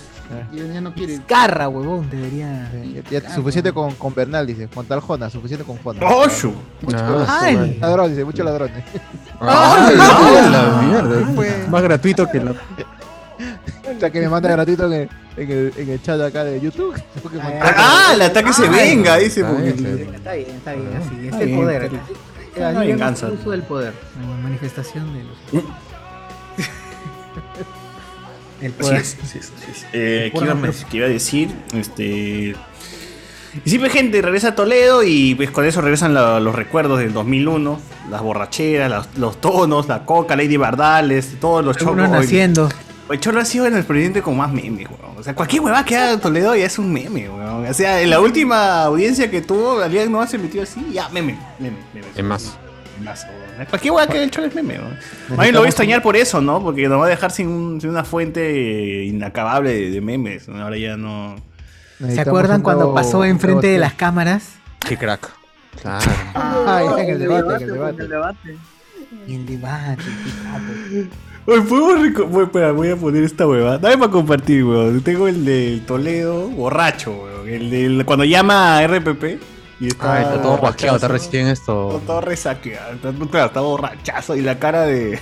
[SPEAKER 6] Ya, ya no quiere.
[SPEAKER 9] Carra, huevón, debería.
[SPEAKER 8] Ya- ya suficiente con, con Bernal, dice. Con tal Jona, suficiente con Jona.
[SPEAKER 4] ¡Oshu!
[SPEAKER 9] Ay.
[SPEAKER 8] Ladrón, dice, mucho ladrón.
[SPEAKER 2] Ah, la mierda. Más gratuito que la.
[SPEAKER 8] O sea, que me manda gratuito en el, en el, en el chat acá de YouTube. Tengo que mandar-
[SPEAKER 4] Ah, el ataque se venga, dice.
[SPEAKER 8] Está bien,
[SPEAKER 4] porque- Ah.
[SPEAKER 9] Está bien, está bien,
[SPEAKER 8] Ah,
[SPEAKER 9] así. Es
[SPEAKER 4] Está
[SPEAKER 9] el
[SPEAKER 4] bien,
[SPEAKER 9] poder.
[SPEAKER 4] está
[SPEAKER 9] así.
[SPEAKER 4] bien.
[SPEAKER 9] Así
[SPEAKER 4] Una
[SPEAKER 9] vemos
[SPEAKER 4] venganza.
[SPEAKER 9] el uso del poder. La manifestación de los.
[SPEAKER 4] Mm,
[SPEAKER 9] El
[SPEAKER 4] Así
[SPEAKER 9] poder.
[SPEAKER 4] es, así es, así es. Eh, ¿qué,
[SPEAKER 9] Pura
[SPEAKER 4] iba a, qué iba a decir? Este. Y sí, pues, gente, regresa a Toledo y pues con eso regresan la- los recuerdos del 2001, las borracheras, las- los tonos, la coca, Lady Bardales, todos los
[SPEAKER 9] Algunos
[SPEAKER 4] chocos.
[SPEAKER 9] naciendo.
[SPEAKER 4] El Cholo ha sido el presidente con más memes, weón. O sea, cualquier huevada que haga Toledo ya es un meme, weón. O sea, en la última audiencia que tuvo, Alian no se metió así, ya, meme, meme, meme.
[SPEAKER 2] Es más.
[SPEAKER 4] Memazo, weón. ¿Para qué hueá que el Cholo es meme, weón? Más bien lo voy a extrañar por eso, ¿no? Porque nos va a dejar sin, un- sin una fuente inacabable de, de memes. ¿no? Ahora ya no.
[SPEAKER 9] ¿Se acuerdan cuando pasó enfrente de las cámaras?
[SPEAKER 2] Qué crack. Claro.
[SPEAKER 8] Ah, está en el debate, en el debate.
[SPEAKER 9] Y el debate,
[SPEAKER 4] Oye, ¿podemos reco- voy, espera, voy a poner esta huevada. Dame para compartir, weón. Tengo el del Toledo borracho, weón. El del cuando llama a RPP y está,
[SPEAKER 2] Ay, está todo guaqueado,
[SPEAKER 4] borrachazo.
[SPEAKER 2] está recién esto.
[SPEAKER 4] Está todo resaqueado. Está- Claro, está borrachazo y la cara de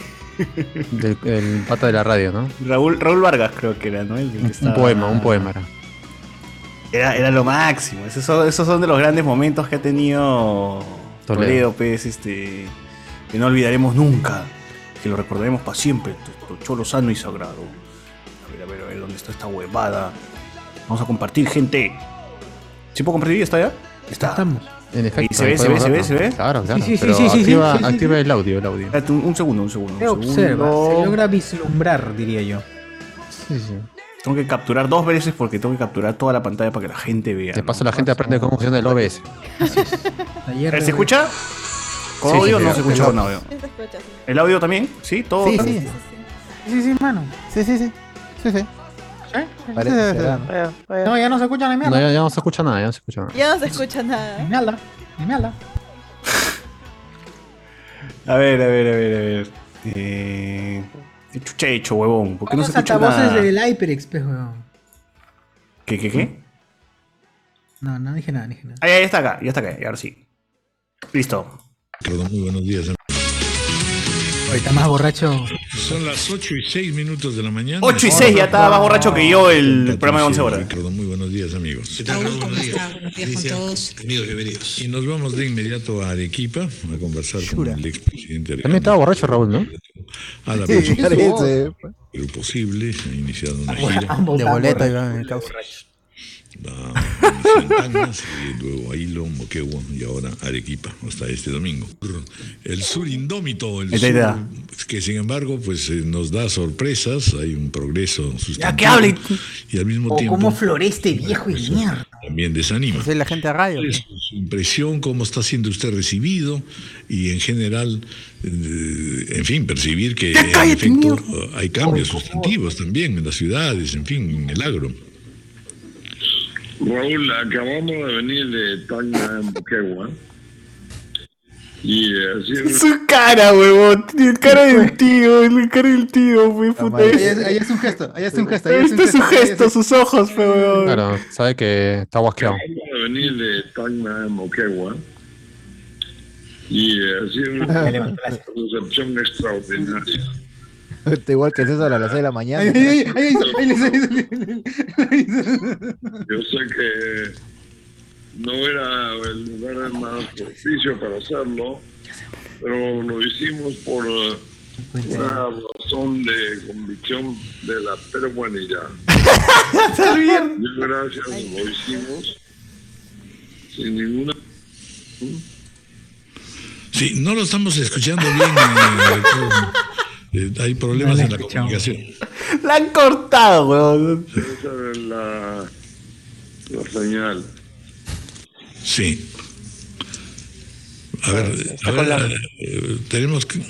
[SPEAKER 2] Del, el pata de la radio, ¿no?
[SPEAKER 4] Raúl, Raúl Vargas, creo que era, ¿no? El que
[SPEAKER 2] Un
[SPEAKER 4] estaba-
[SPEAKER 2] poema, un poema era.
[SPEAKER 4] Era, era lo máximo. Esos son, esos son de los grandes momentos que ha tenido
[SPEAKER 2] Toledo.
[SPEAKER 4] Toledo, pues, este. Que no olvidaremos nunca. Que lo recordaremos para siempre. tu- tu Cholo sano y sagrado. A ver, a ver, a ver, ¿dónde está esta huevada? Vamos a compartir, gente. ¿Sí puedo compartir? ¿Está ya? Está.
[SPEAKER 9] Estamos.
[SPEAKER 2] En efecto.
[SPEAKER 4] se ve, se ve, se ve, se ve.
[SPEAKER 2] Claro, claro.
[SPEAKER 9] Sí, sí, sí,
[SPEAKER 2] pero
[SPEAKER 9] sí, sí,
[SPEAKER 2] activa,
[SPEAKER 9] sí, sí, sí.
[SPEAKER 2] activa el audio, el audio.
[SPEAKER 4] Espérate, Un, un segundo, un segundo.
[SPEAKER 9] Se
[SPEAKER 4] un
[SPEAKER 9] observa,
[SPEAKER 4] segundo.
[SPEAKER 9] se logra vislumbrar, diría yo.
[SPEAKER 2] Sí, sí.
[SPEAKER 4] Tengo que capturar dos veces porque tengo que capturar toda la pantalla para que la gente vea.
[SPEAKER 2] De
[SPEAKER 4] ¿no?
[SPEAKER 2] paso la gente aprende cómo funciona el OBS.
[SPEAKER 9] Ayer
[SPEAKER 4] ¿Se escucha? ¿Con
[SPEAKER 2] Sí, sí,
[SPEAKER 4] audio o
[SPEAKER 2] sí,
[SPEAKER 4] no se
[SPEAKER 2] sí.
[SPEAKER 4] escucha con audio?
[SPEAKER 14] Sí, se escucha, sí.
[SPEAKER 4] ¿El audio también? ¿Sí? ¿Todo?
[SPEAKER 3] Sí,
[SPEAKER 4] también?
[SPEAKER 3] sí.
[SPEAKER 9] Sí, sí, mano.
[SPEAKER 3] Sí, sí, sí. Sí, sí.
[SPEAKER 8] Parece
[SPEAKER 3] Sí, sí,
[SPEAKER 8] será,
[SPEAKER 3] sí.
[SPEAKER 8] ¿no?
[SPEAKER 9] No, ya no se escucha ni
[SPEAKER 2] No,
[SPEAKER 9] mierda.
[SPEAKER 2] ya, ya no se escucha nada, ya no se escucha nada.
[SPEAKER 14] Ya no se escucha nada.
[SPEAKER 9] Ni mierda. Ni mierda.
[SPEAKER 4] A ver, a ver, a ver, a ver. Eh... ¿Qué chucha he hecho, huevón? ¿Por qué no se
[SPEAKER 9] Los
[SPEAKER 4] escucha
[SPEAKER 9] altavoces
[SPEAKER 4] nada?
[SPEAKER 9] del HyperX, pues, weón.
[SPEAKER 4] ¿Qué, qué, qué?
[SPEAKER 9] No, no dije nada, no dije nada.
[SPEAKER 4] Ah, ya ya está acá, ya está acá, y ahora sí. Listo.
[SPEAKER 19] Muy buenos días.
[SPEAKER 9] Hoy está más borracho.
[SPEAKER 19] Son las 8 y 6 minutos de la mañana.
[SPEAKER 4] 8 y 6, ya estaba más borracho que yo el programa de 11 horas.
[SPEAKER 19] Ricardo, muy buenos días, amigos. ¿Qué tal, Raúl? Buenos días. Buenos días Amigos, bienvenidos. Y nos vamos de inmediato a Arequipa a conversar con el expresidente
[SPEAKER 2] También
[SPEAKER 19] Alejandro.
[SPEAKER 2] estaba borracho Raúl, ¿no?
[SPEAKER 19] A la
[SPEAKER 3] Sí,
[SPEAKER 19] posible,
[SPEAKER 3] parece.
[SPEAKER 19] lo posible, ha iniciado una gira.
[SPEAKER 3] De boleto, en el causa.
[SPEAKER 19] Tangas, y luego Ailo, Moquegua y ahora Arequipa, hasta este domingo. El sur indómito, el
[SPEAKER 4] Esta
[SPEAKER 19] sur,
[SPEAKER 4] idea.
[SPEAKER 19] que sin embargo pues eh, nos da sorpresas, hay un progreso sustantivo.
[SPEAKER 9] que hable.
[SPEAKER 19] Y al
[SPEAKER 9] O
[SPEAKER 19] mismo tiempo
[SPEAKER 9] cómo floreste viejo y mierda.
[SPEAKER 19] también desanima.
[SPEAKER 3] Soy la gente a radio.
[SPEAKER 19] ¿Cuál es su- su impresión? ¿Cómo está siendo usted recibido? Y en general, eh, en fin, percibir que en efecto, hay cambios sustantivos también en las ciudades, en fin, en el agro. Raúl, acabamos de venir de Tacna en Buquegua. Y eh, ha sido
[SPEAKER 16] Su cara, huevón. El cara del tío, el cara del tío, wey, puta.
[SPEAKER 6] Ahí es, ahí es un gesto, ahí es un gesto. Ahí es un
[SPEAKER 16] Este es su
[SPEAKER 6] ahí
[SPEAKER 16] gesto,
[SPEAKER 6] es un-
[SPEAKER 16] sus ojos, fe, huevón.
[SPEAKER 2] Claro, sabe que está guasqueado.
[SPEAKER 19] acabamos de venir de Tacna en Moquegua. Y eh, ha sido
[SPEAKER 8] Me
[SPEAKER 19] una
[SPEAKER 8] levantó
[SPEAKER 19] recepción extraordinaria.
[SPEAKER 8] Está Este, igual que César a las 6 de la mañana.
[SPEAKER 6] Ahí, ahí, ahí, ahí, ahí, ahí, ahí, ahí, ahí, ahí.
[SPEAKER 19] Yo sé que no era el lugar más propicio para hacerlo, pero lo hicimos por eh, una razón de convicción de la peruanidad. Yo gracias lo hicimos sin ninguna...
[SPEAKER 20] Sí, no lo estamos escuchando bien. eh, eh, hay problemas en la comunicación.
[SPEAKER 16] La han cortado, huevón.
[SPEAKER 19] Esa es la, la señal.
[SPEAKER 20] Sí. A ver, a ver, eh, tenemos que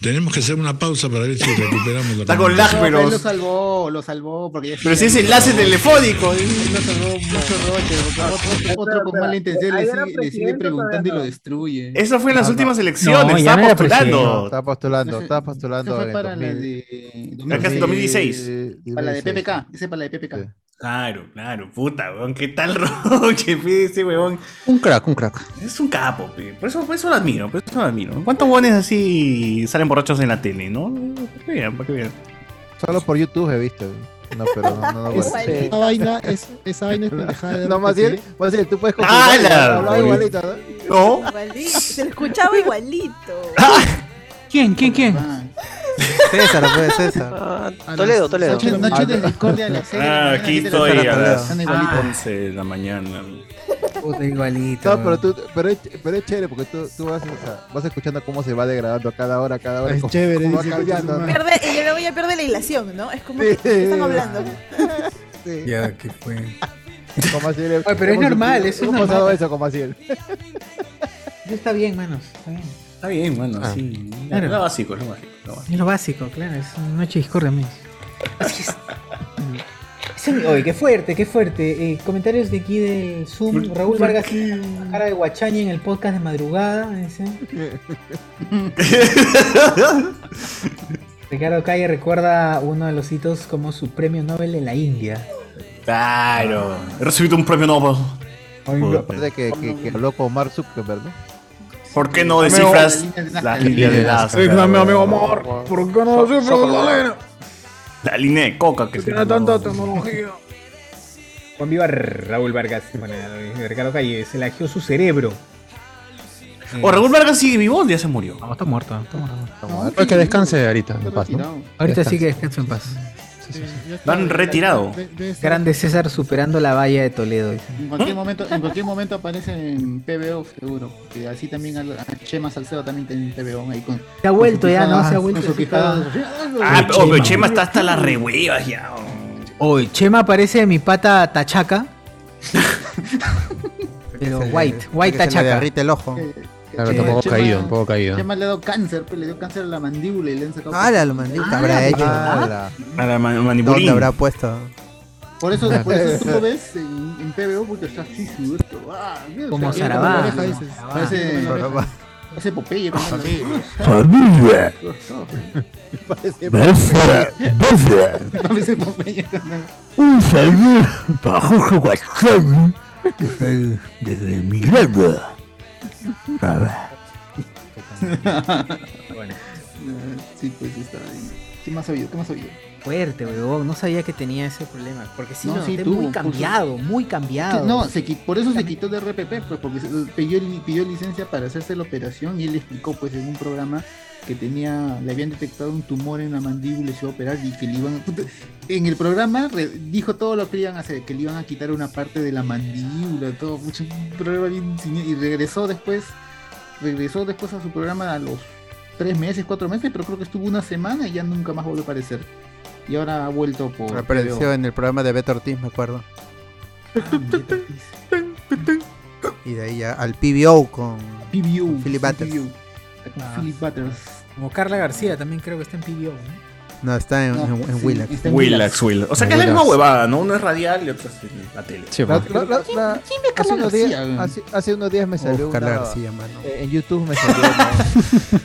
[SPEAKER 20] tenemos que hacer una pausa para ver si recuperamos la
[SPEAKER 6] Está con lag, pero- Él lo
[SPEAKER 20] salvó, lo salvó porque
[SPEAKER 6] Pero si es enlace telefónico,
[SPEAKER 20] Él
[SPEAKER 6] lo salvó mucho roche, porque otro, otro con mala intención le sigue, le sigue preguntando y lo destruye.
[SPEAKER 4] Eso fue en las últimas elecciones,
[SPEAKER 6] No, ya
[SPEAKER 4] estaba
[SPEAKER 6] no era
[SPEAKER 4] postulando.
[SPEAKER 6] presidente.
[SPEAKER 8] Está postulando, está postulando.
[SPEAKER 6] Eso fue
[SPEAKER 8] en
[SPEAKER 6] para la
[SPEAKER 8] 2000.
[SPEAKER 6] de...
[SPEAKER 4] Acá es 2016.
[SPEAKER 6] Para la de PPK, ese para la de PPK.
[SPEAKER 4] Claro, claro, puta, weón, qué tal Roche, pe, ese weón.
[SPEAKER 2] Un crack, un crack.
[SPEAKER 4] Es un capo, pe. Por eso, por eso lo admiro, por eso lo admiro. ¿Cuántos weones así salen borrachos en la tele, no? Para que vean, para que vean.
[SPEAKER 8] Solo por YouTube he visto. No, pero no, no, no.
[SPEAKER 4] Es-
[SPEAKER 8] vale.
[SPEAKER 11] Esa vaina es, esa vaina es pendejada. de
[SPEAKER 8] No, más
[SPEAKER 11] RPC.
[SPEAKER 8] bien, más bien, tú puedes
[SPEAKER 11] ¡Hala!
[SPEAKER 8] Hablaba igualito, ¿no?
[SPEAKER 14] Igualito, se lo escuchaba igualito.
[SPEAKER 1] ¿Quién? ¿Quién? ¿Quién?
[SPEAKER 3] César, pues, César.
[SPEAKER 21] Toledo, Toledo.
[SPEAKER 6] Noche, noche de discordia a las seis de la
[SPEAKER 4] Ah,
[SPEAKER 6] mañana,
[SPEAKER 4] aquí
[SPEAKER 6] gente de la
[SPEAKER 4] estoy a
[SPEAKER 6] tarde.
[SPEAKER 4] las
[SPEAKER 6] Son igualitos.
[SPEAKER 4] 11 de la mañana.
[SPEAKER 22] Puta, igualito.
[SPEAKER 8] No, pero, tú, pero, es, pero es chévere porque tú, tú vas, o sea, vas escuchando cómo se va degradando a cada hora, a cada hora.
[SPEAKER 11] Es
[SPEAKER 8] cómo-
[SPEAKER 11] chévere,
[SPEAKER 8] cómo va
[SPEAKER 11] dice,
[SPEAKER 8] cambiando. ¿no?
[SPEAKER 14] Pierde, y luego ya pierde la hilación, ¿no? Es como que ¿qué están hablando.
[SPEAKER 16] Ya, que fue.
[SPEAKER 8] Como así le-
[SPEAKER 1] Oye, pero es
[SPEAKER 8] ¿cómo-
[SPEAKER 1] normal, eso es
[SPEAKER 8] ¿Cómo ha pasado
[SPEAKER 1] normal.
[SPEAKER 8] eso, como así? él?
[SPEAKER 1] Ya está bien, manos. Está bien.
[SPEAKER 4] Está bien, bueno, sí.
[SPEAKER 1] Claro.
[SPEAKER 4] Lo básico, lo básico. lo básico.
[SPEAKER 1] Es lo básico, claro. Es una noche de discordia, amigos. Así es. Mm. Ese- Oye, qué fuerte, qué fuerte. Eh, comentarios de aquí de Zoom. Raúl Vargas, con cara de guachaña en el podcast de madrugada. dice. Ricardo Calle recuerda uno de los hitos como su premio Nobel en la India.
[SPEAKER 4] Claro. He recibido un premio Nobel.
[SPEAKER 8] Parece que, que, que habló con Mark Zuckerberg, ¿no?
[SPEAKER 4] ¿Por qué no
[SPEAKER 8] Amigo,
[SPEAKER 4] descifras
[SPEAKER 8] la
[SPEAKER 4] la línea de Nazca?
[SPEAKER 8] Sí, dame,
[SPEAKER 4] weón?
[SPEAKER 8] amigo,
[SPEAKER 16] amor, ¿por qué no
[SPEAKER 4] So-
[SPEAKER 16] sé, pero
[SPEAKER 4] sócalo.
[SPEAKER 16] Dolena?
[SPEAKER 4] La línea de coca que
[SPEAKER 16] Tiene tanta tecnología.
[SPEAKER 1] Juan Viva Raúl Vargas. Bueno, Ricardo Calle se lagió su cerebro.
[SPEAKER 4] O Raúl Vargas sigue vivo, ya se murió.
[SPEAKER 1] No, está muerto. Está muerto.
[SPEAKER 2] Pues que descanse ahorita, en paz, ¿no?
[SPEAKER 1] Ahorita
[SPEAKER 2] Descanse.
[SPEAKER 1] sí que descanso en paz.
[SPEAKER 4] Lo han retirado.
[SPEAKER 1] Grande César superando la valla de Toledo. dice.
[SPEAKER 6] En
[SPEAKER 2] ¿Eh?
[SPEAKER 6] cualquier momento, en cualquier momento aparece en PBO seguro. Y así también al- a Chema Salcedo también tiene PBO ahí con.
[SPEAKER 1] Se ha vuelto ya, ¿no? Se ha
[SPEAKER 6] con
[SPEAKER 1] vuelto
[SPEAKER 6] su
[SPEAKER 1] así
[SPEAKER 6] pijada.
[SPEAKER 4] Ah,
[SPEAKER 1] Chema.
[SPEAKER 4] oh, pero Chema está hasta las rehuevas ya. oh.
[SPEAKER 1] Oye, Chema aparece mi pata tachaca. Pero white, white
[SPEAKER 3] Que se le
[SPEAKER 1] tachaca.
[SPEAKER 3] derrite el ojo.
[SPEAKER 2] Claro, está un poco
[SPEAKER 6] Chema-
[SPEAKER 2] caído, un poco caído.
[SPEAKER 6] Chema le ha dado cáncer, pues, le dio cáncer a la mandíbula y le han sacado. Ah,
[SPEAKER 3] ¡Hala, la mandíbula! Habrá hecho.
[SPEAKER 6] ¿verdad?
[SPEAKER 4] A la
[SPEAKER 3] ¿Dónde
[SPEAKER 4] manipulación.
[SPEAKER 3] habrá puesto?
[SPEAKER 6] Por eso, por eso tú lo ves en, en PBO porque está así suelto. ¡Ah! mira,
[SPEAKER 1] Como
[SPEAKER 6] está bien,
[SPEAKER 1] Sarabá,
[SPEAKER 6] oreja,
[SPEAKER 1] como
[SPEAKER 6] dices.
[SPEAKER 1] Sarabá.
[SPEAKER 6] Parece.
[SPEAKER 1] Sarabá.
[SPEAKER 6] Parece Popeye. con la-
[SPEAKER 23] Familia.
[SPEAKER 6] Parece
[SPEAKER 23] Bufra, bufra.
[SPEAKER 6] Parece Popeye.
[SPEAKER 23] Un saludo para Jorge Guachani, que está ahí desde Miranda. Nada.
[SPEAKER 6] bueno. Sí, pues está bien. ¿Qué más ha habido? ¿Qué más ha habido?
[SPEAKER 1] Fuerte, weón. No sabía que tenía ese problema. Porque sí,
[SPEAKER 6] No,
[SPEAKER 1] lo
[SPEAKER 6] sí,
[SPEAKER 1] noté
[SPEAKER 6] tuvo,
[SPEAKER 1] muy
[SPEAKER 6] por
[SPEAKER 1] cambiado, muy cambiado.
[SPEAKER 6] No, se qui- por eso se quitó de RPP, pues, porque se- pidió, li- pidió licencia para hacerse la operación y él explicó pues en un programa que tenía, le habían detectado un tumor en la mandíbula y se iba a operar y que le iban puta, en el programa re- dijo todo lo que le iban a hacer, que le iban a quitar una parte de la mandíbula, todo, mucho un programa bien siniestro, y regresó después, regresó después a su programa a los tres meses, cuatro meses, pero creo que estuvo una semana y ya nunca más volvió a aparecer. Y ahora ha vuelto
[SPEAKER 3] Ah,
[SPEAKER 6] por
[SPEAKER 3] Apareció en el programa de Beto Ortiz, me acuerdo. Y de ahí ya al PBO con, con Philip Butters.
[SPEAKER 1] Ah.
[SPEAKER 6] Philip Butters.
[SPEAKER 1] Como Carla García también creo que está en PBO. ¿no?
[SPEAKER 3] No, está en, en- en Willax.
[SPEAKER 4] Willax, Willax. O sea que es la misma huevada, ¿no? Uno es radial y otro es en la tele.
[SPEAKER 3] Sí,
[SPEAKER 8] La-
[SPEAKER 4] pues.
[SPEAKER 8] la- la- la- hace, unos días, hace, hace unos días me salió
[SPEAKER 3] Carla
[SPEAKER 8] una-
[SPEAKER 3] García, mano.
[SPEAKER 8] eh, en YouTube me salió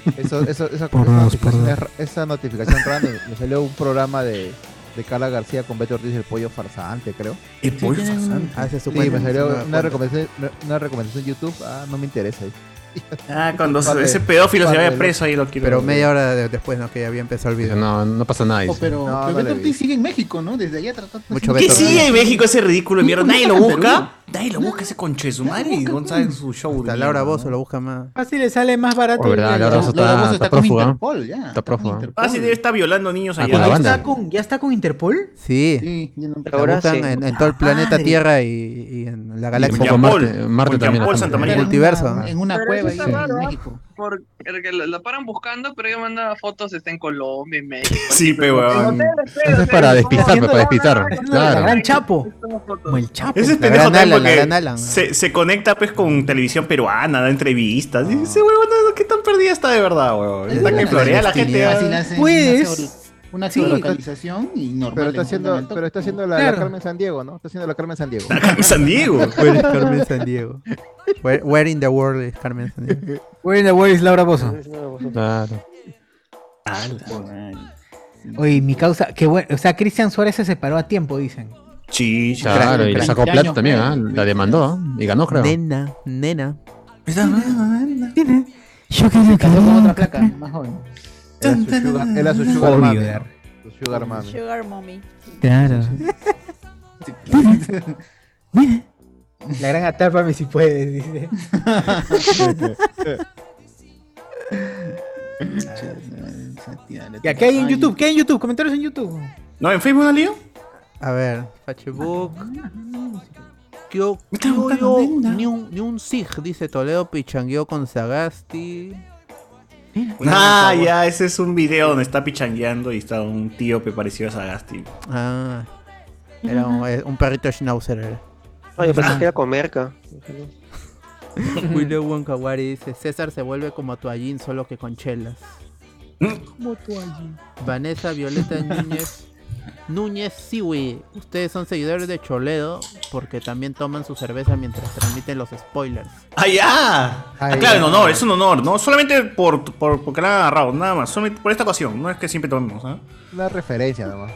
[SPEAKER 8] ¿no? eso, eso- esa,
[SPEAKER 3] Por
[SPEAKER 8] esa
[SPEAKER 3] dos,
[SPEAKER 8] notificación,
[SPEAKER 3] por
[SPEAKER 8] es ra- esa notificación random. Me salió un programa de, de Carla García con Beto Ortiz, el pollo farsante, creo.
[SPEAKER 4] ¿El
[SPEAKER 3] pollo tienen un- farsante?
[SPEAKER 8] Ah, esa es su
[SPEAKER 3] Sí,
[SPEAKER 8] cuenta.
[SPEAKER 3] me
[SPEAKER 8] Me salió
[SPEAKER 3] salió una
[SPEAKER 8] una
[SPEAKER 3] cuenta.
[SPEAKER 8] recomendación, una recomendación en YouTube. Ah, no me interesa. ahí.
[SPEAKER 4] Ah, cuando
[SPEAKER 8] Parte-
[SPEAKER 4] ese pedófilo se
[SPEAKER 8] parte
[SPEAKER 4] vaya
[SPEAKER 8] del-
[SPEAKER 4] preso ahí lo quiero.
[SPEAKER 3] Pero media hora de- después, ¿no? Que ya había empezado el video.
[SPEAKER 2] No, no pasa nada.
[SPEAKER 10] Oh, pero
[SPEAKER 3] No,
[SPEAKER 10] pero
[SPEAKER 3] no le
[SPEAKER 10] Beto
[SPEAKER 3] vi.
[SPEAKER 10] Ortiz sigue en México, ¿no? Desde allá tratando.
[SPEAKER 3] Mucho
[SPEAKER 4] ¿Qué
[SPEAKER 3] Beto
[SPEAKER 4] sigue en
[SPEAKER 3] Ortiz.
[SPEAKER 4] México ese ridículo de mierda?
[SPEAKER 10] Ni-
[SPEAKER 4] Nadie
[SPEAKER 10] ni
[SPEAKER 4] lo
[SPEAKER 10] sacan Perú.
[SPEAKER 4] busca. Nadie lo busca ese conche de su madre y González su show.
[SPEAKER 3] pues. Hasta Laura Bozo lo busca más.
[SPEAKER 1] Fácil le sale más barato.
[SPEAKER 2] Oh, verdad,
[SPEAKER 1] que-
[SPEAKER 2] Laura Bozo está- está
[SPEAKER 1] con
[SPEAKER 2] prófuga.
[SPEAKER 1] Interpol, ya.
[SPEAKER 2] Está prófuga.
[SPEAKER 4] Ah, sí, debe estar violando niños
[SPEAKER 2] Ah,
[SPEAKER 4] allá.
[SPEAKER 2] con la
[SPEAKER 4] Ahí
[SPEAKER 2] banda.
[SPEAKER 4] está
[SPEAKER 1] con- ¿Ya está con Interpol?
[SPEAKER 3] Sí.
[SPEAKER 1] Sí, ya no-
[SPEAKER 3] La
[SPEAKER 1] Ahora
[SPEAKER 3] buscan
[SPEAKER 1] sí.
[SPEAKER 3] en, en todo el planeta
[SPEAKER 1] Madre.
[SPEAKER 3] Tierra y, y en la galaxia.
[SPEAKER 2] Jean Paul. Marte- Marte Con Jean también Paul la Santa buscan. María.
[SPEAKER 3] El multiverso.
[SPEAKER 24] Pero eso está raro, ¿ah?
[SPEAKER 10] México.
[SPEAKER 24] Porque la, la paran buscando, pero ella manda fotos, está en Colombia, en México.
[SPEAKER 4] Sí, pe, weón.
[SPEAKER 2] Eso es para despistar, pe, para Este despistar.
[SPEAKER 1] La
[SPEAKER 4] Este
[SPEAKER 2] Claro.
[SPEAKER 1] gran Chapo. Como el Chapo.
[SPEAKER 4] Ese es
[SPEAKER 1] La
[SPEAKER 4] pendejo
[SPEAKER 1] gran
[SPEAKER 4] también
[SPEAKER 1] Alan, la
[SPEAKER 4] porque
[SPEAKER 1] gran Alan.
[SPEAKER 4] Se, se conecta pues con televisión peruana, da entrevistas. Y Ese huevón, no, ¿qué tan perdida está de verdad, huevón? Está que florea la gente.
[SPEAKER 3] ¿eh?
[SPEAKER 10] Así
[SPEAKER 4] ah.
[SPEAKER 10] le hacen
[SPEAKER 3] Pues,
[SPEAKER 10] Una
[SPEAKER 8] Sí.
[SPEAKER 10] geolocalización y normal. le
[SPEAKER 8] Pero está
[SPEAKER 10] juntan al
[SPEAKER 8] haciendo,
[SPEAKER 10] toque.
[SPEAKER 8] pero está haciendo la, la
[SPEAKER 10] Claro.
[SPEAKER 8] Carmen San Diego, ¿no? Está haciendo la Carmen San Diego.
[SPEAKER 4] La Carmen San Diego.
[SPEAKER 3] Where is Carmen San Diego? Where, where in the world is Carmen San Diego?
[SPEAKER 1] Where in the world is Laura Bozo?
[SPEAKER 2] Claro.
[SPEAKER 1] Oye, mi causa, qué bueno. O sea, Cristian Suárez se separó a tiempo, dicen.
[SPEAKER 4] Sí,
[SPEAKER 2] Claro, y le sacó plata también, ¿ah? La demandó ¿ah? y ganó, creo.
[SPEAKER 3] Nena, nena.
[SPEAKER 1] Yo
[SPEAKER 10] Se casó con otra placa, más joven.
[SPEAKER 8] Era su sugar, era su sugar
[SPEAKER 1] Obvio,
[SPEAKER 8] mami.
[SPEAKER 1] de-
[SPEAKER 8] Su sugar mami.
[SPEAKER 14] Sugar Mommy.
[SPEAKER 1] Claro. La gran atápame si puedes, dice. y aquí hay en YouTube, ¿qué hay en YouTube? Comentarios en YouTube.
[SPEAKER 4] No, en Facebook no lío.
[SPEAKER 3] A ver, Facebook.
[SPEAKER 10] Ah,
[SPEAKER 3] Kyo-
[SPEAKER 1] buscando
[SPEAKER 3] Kyoyo
[SPEAKER 1] nena.
[SPEAKER 3] ni un, ni un sig, dice Toledo pichangueó con Sagasti.
[SPEAKER 4] Ah, ya, ese es un video donde está pichangueando y está un tío que parecido a Sagasti.
[SPEAKER 3] Ah, era un, eh, un perrito schnauzer. era. Ah.
[SPEAKER 5] Ay, yo pensé que era comerca.
[SPEAKER 3] Willow Wonkawari dice: César se vuelve como toallín, solo que con chelas. Vanessa Violeta Núñez. Núñez Siwi, ustedes son seguidores de Choledo porque también toman su cerveza mientras transmiten los spoilers.
[SPEAKER 4] ¡Ah, ya! Ah,
[SPEAKER 3] Ay,
[SPEAKER 4] claro, en
[SPEAKER 3] ya.
[SPEAKER 4] honor, es un honor, ¿no? Solamente por, por, porque la han agarrado, nada más. Solamente por esta ocasión, no es que siempre tomemos, ¿ah?
[SPEAKER 8] Una referencia, nomás.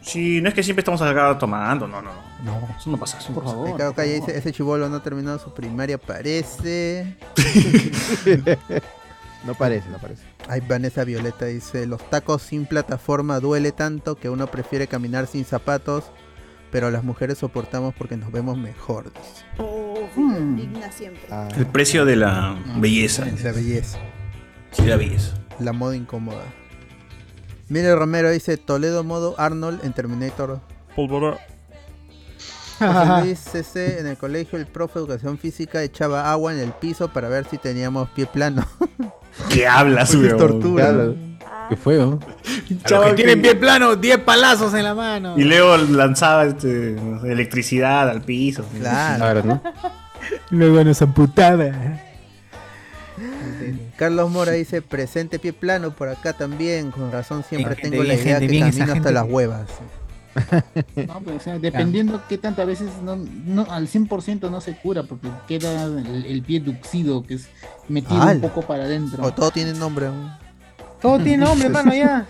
[SPEAKER 4] Sí, no es que siempre estamos acá tomando, no, no, no. No, eso no pasa, eso no pasa.
[SPEAKER 3] Ricardo Calle dice, ese chivolo no ha terminado su primaria, parece.
[SPEAKER 8] No parece, no parece.
[SPEAKER 3] Ay, Vanessa Violeta dice, los tacos sin plataforma duele tanto que uno prefiere caminar sin zapatos, pero las mujeres soportamos porque nos vemos mejor. dice.
[SPEAKER 14] Oh, digna siempre.
[SPEAKER 4] El precio de la belleza.
[SPEAKER 3] La belleza.
[SPEAKER 4] Sí, la belleza.
[SPEAKER 3] La moda incómoda. Mire Romero dice, Toledo modo Arnold en Terminator.
[SPEAKER 4] Pólvora.
[SPEAKER 3] José Luis CC, en el colegio el profe de educación física echaba agua en el piso para ver si teníamos pie plano.
[SPEAKER 4] ¿Qué hablas,
[SPEAKER 3] Eso es
[SPEAKER 4] weón?
[SPEAKER 3] tortura.
[SPEAKER 4] ¿Qué hablas?
[SPEAKER 2] ¿Qué fue, weón?
[SPEAKER 1] Chavo, que tienen pie plano, 10 palazos en la mano.
[SPEAKER 4] Y luego lanzaba este, no sé, electricidad al piso.
[SPEAKER 3] Claro.
[SPEAKER 4] ¿no?
[SPEAKER 1] Luego nos amputaba.
[SPEAKER 3] Carlos Mora dice, presente pie plano por acá también, con razón siempre
[SPEAKER 1] Bien, gente,
[SPEAKER 3] tengo la
[SPEAKER 1] bien,
[SPEAKER 3] idea
[SPEAKER 1] gente,
[SPEAKER 3] que
[SPEAKER 1] bien, esa
[SPEAKER 3] camino hasta
[SPEAKER 1] gente
[SPEAKER 3] las
[SPEAKER 1] que-
[SPEAKER 3] huevas.
[SPEAKER 10] No, pero, o sea, dependiendo qué tantas veces no, no, al 100% no se cura porque queda el, el pie duxido que es metido
[SPEAKER 3] Al.
[SPEAKER 10] un poco para adentro.
[SPEAKER 3] O todo tiene nombre. ¿no?
[SPEAKER 1] Todo tiene nombre, mano, ya.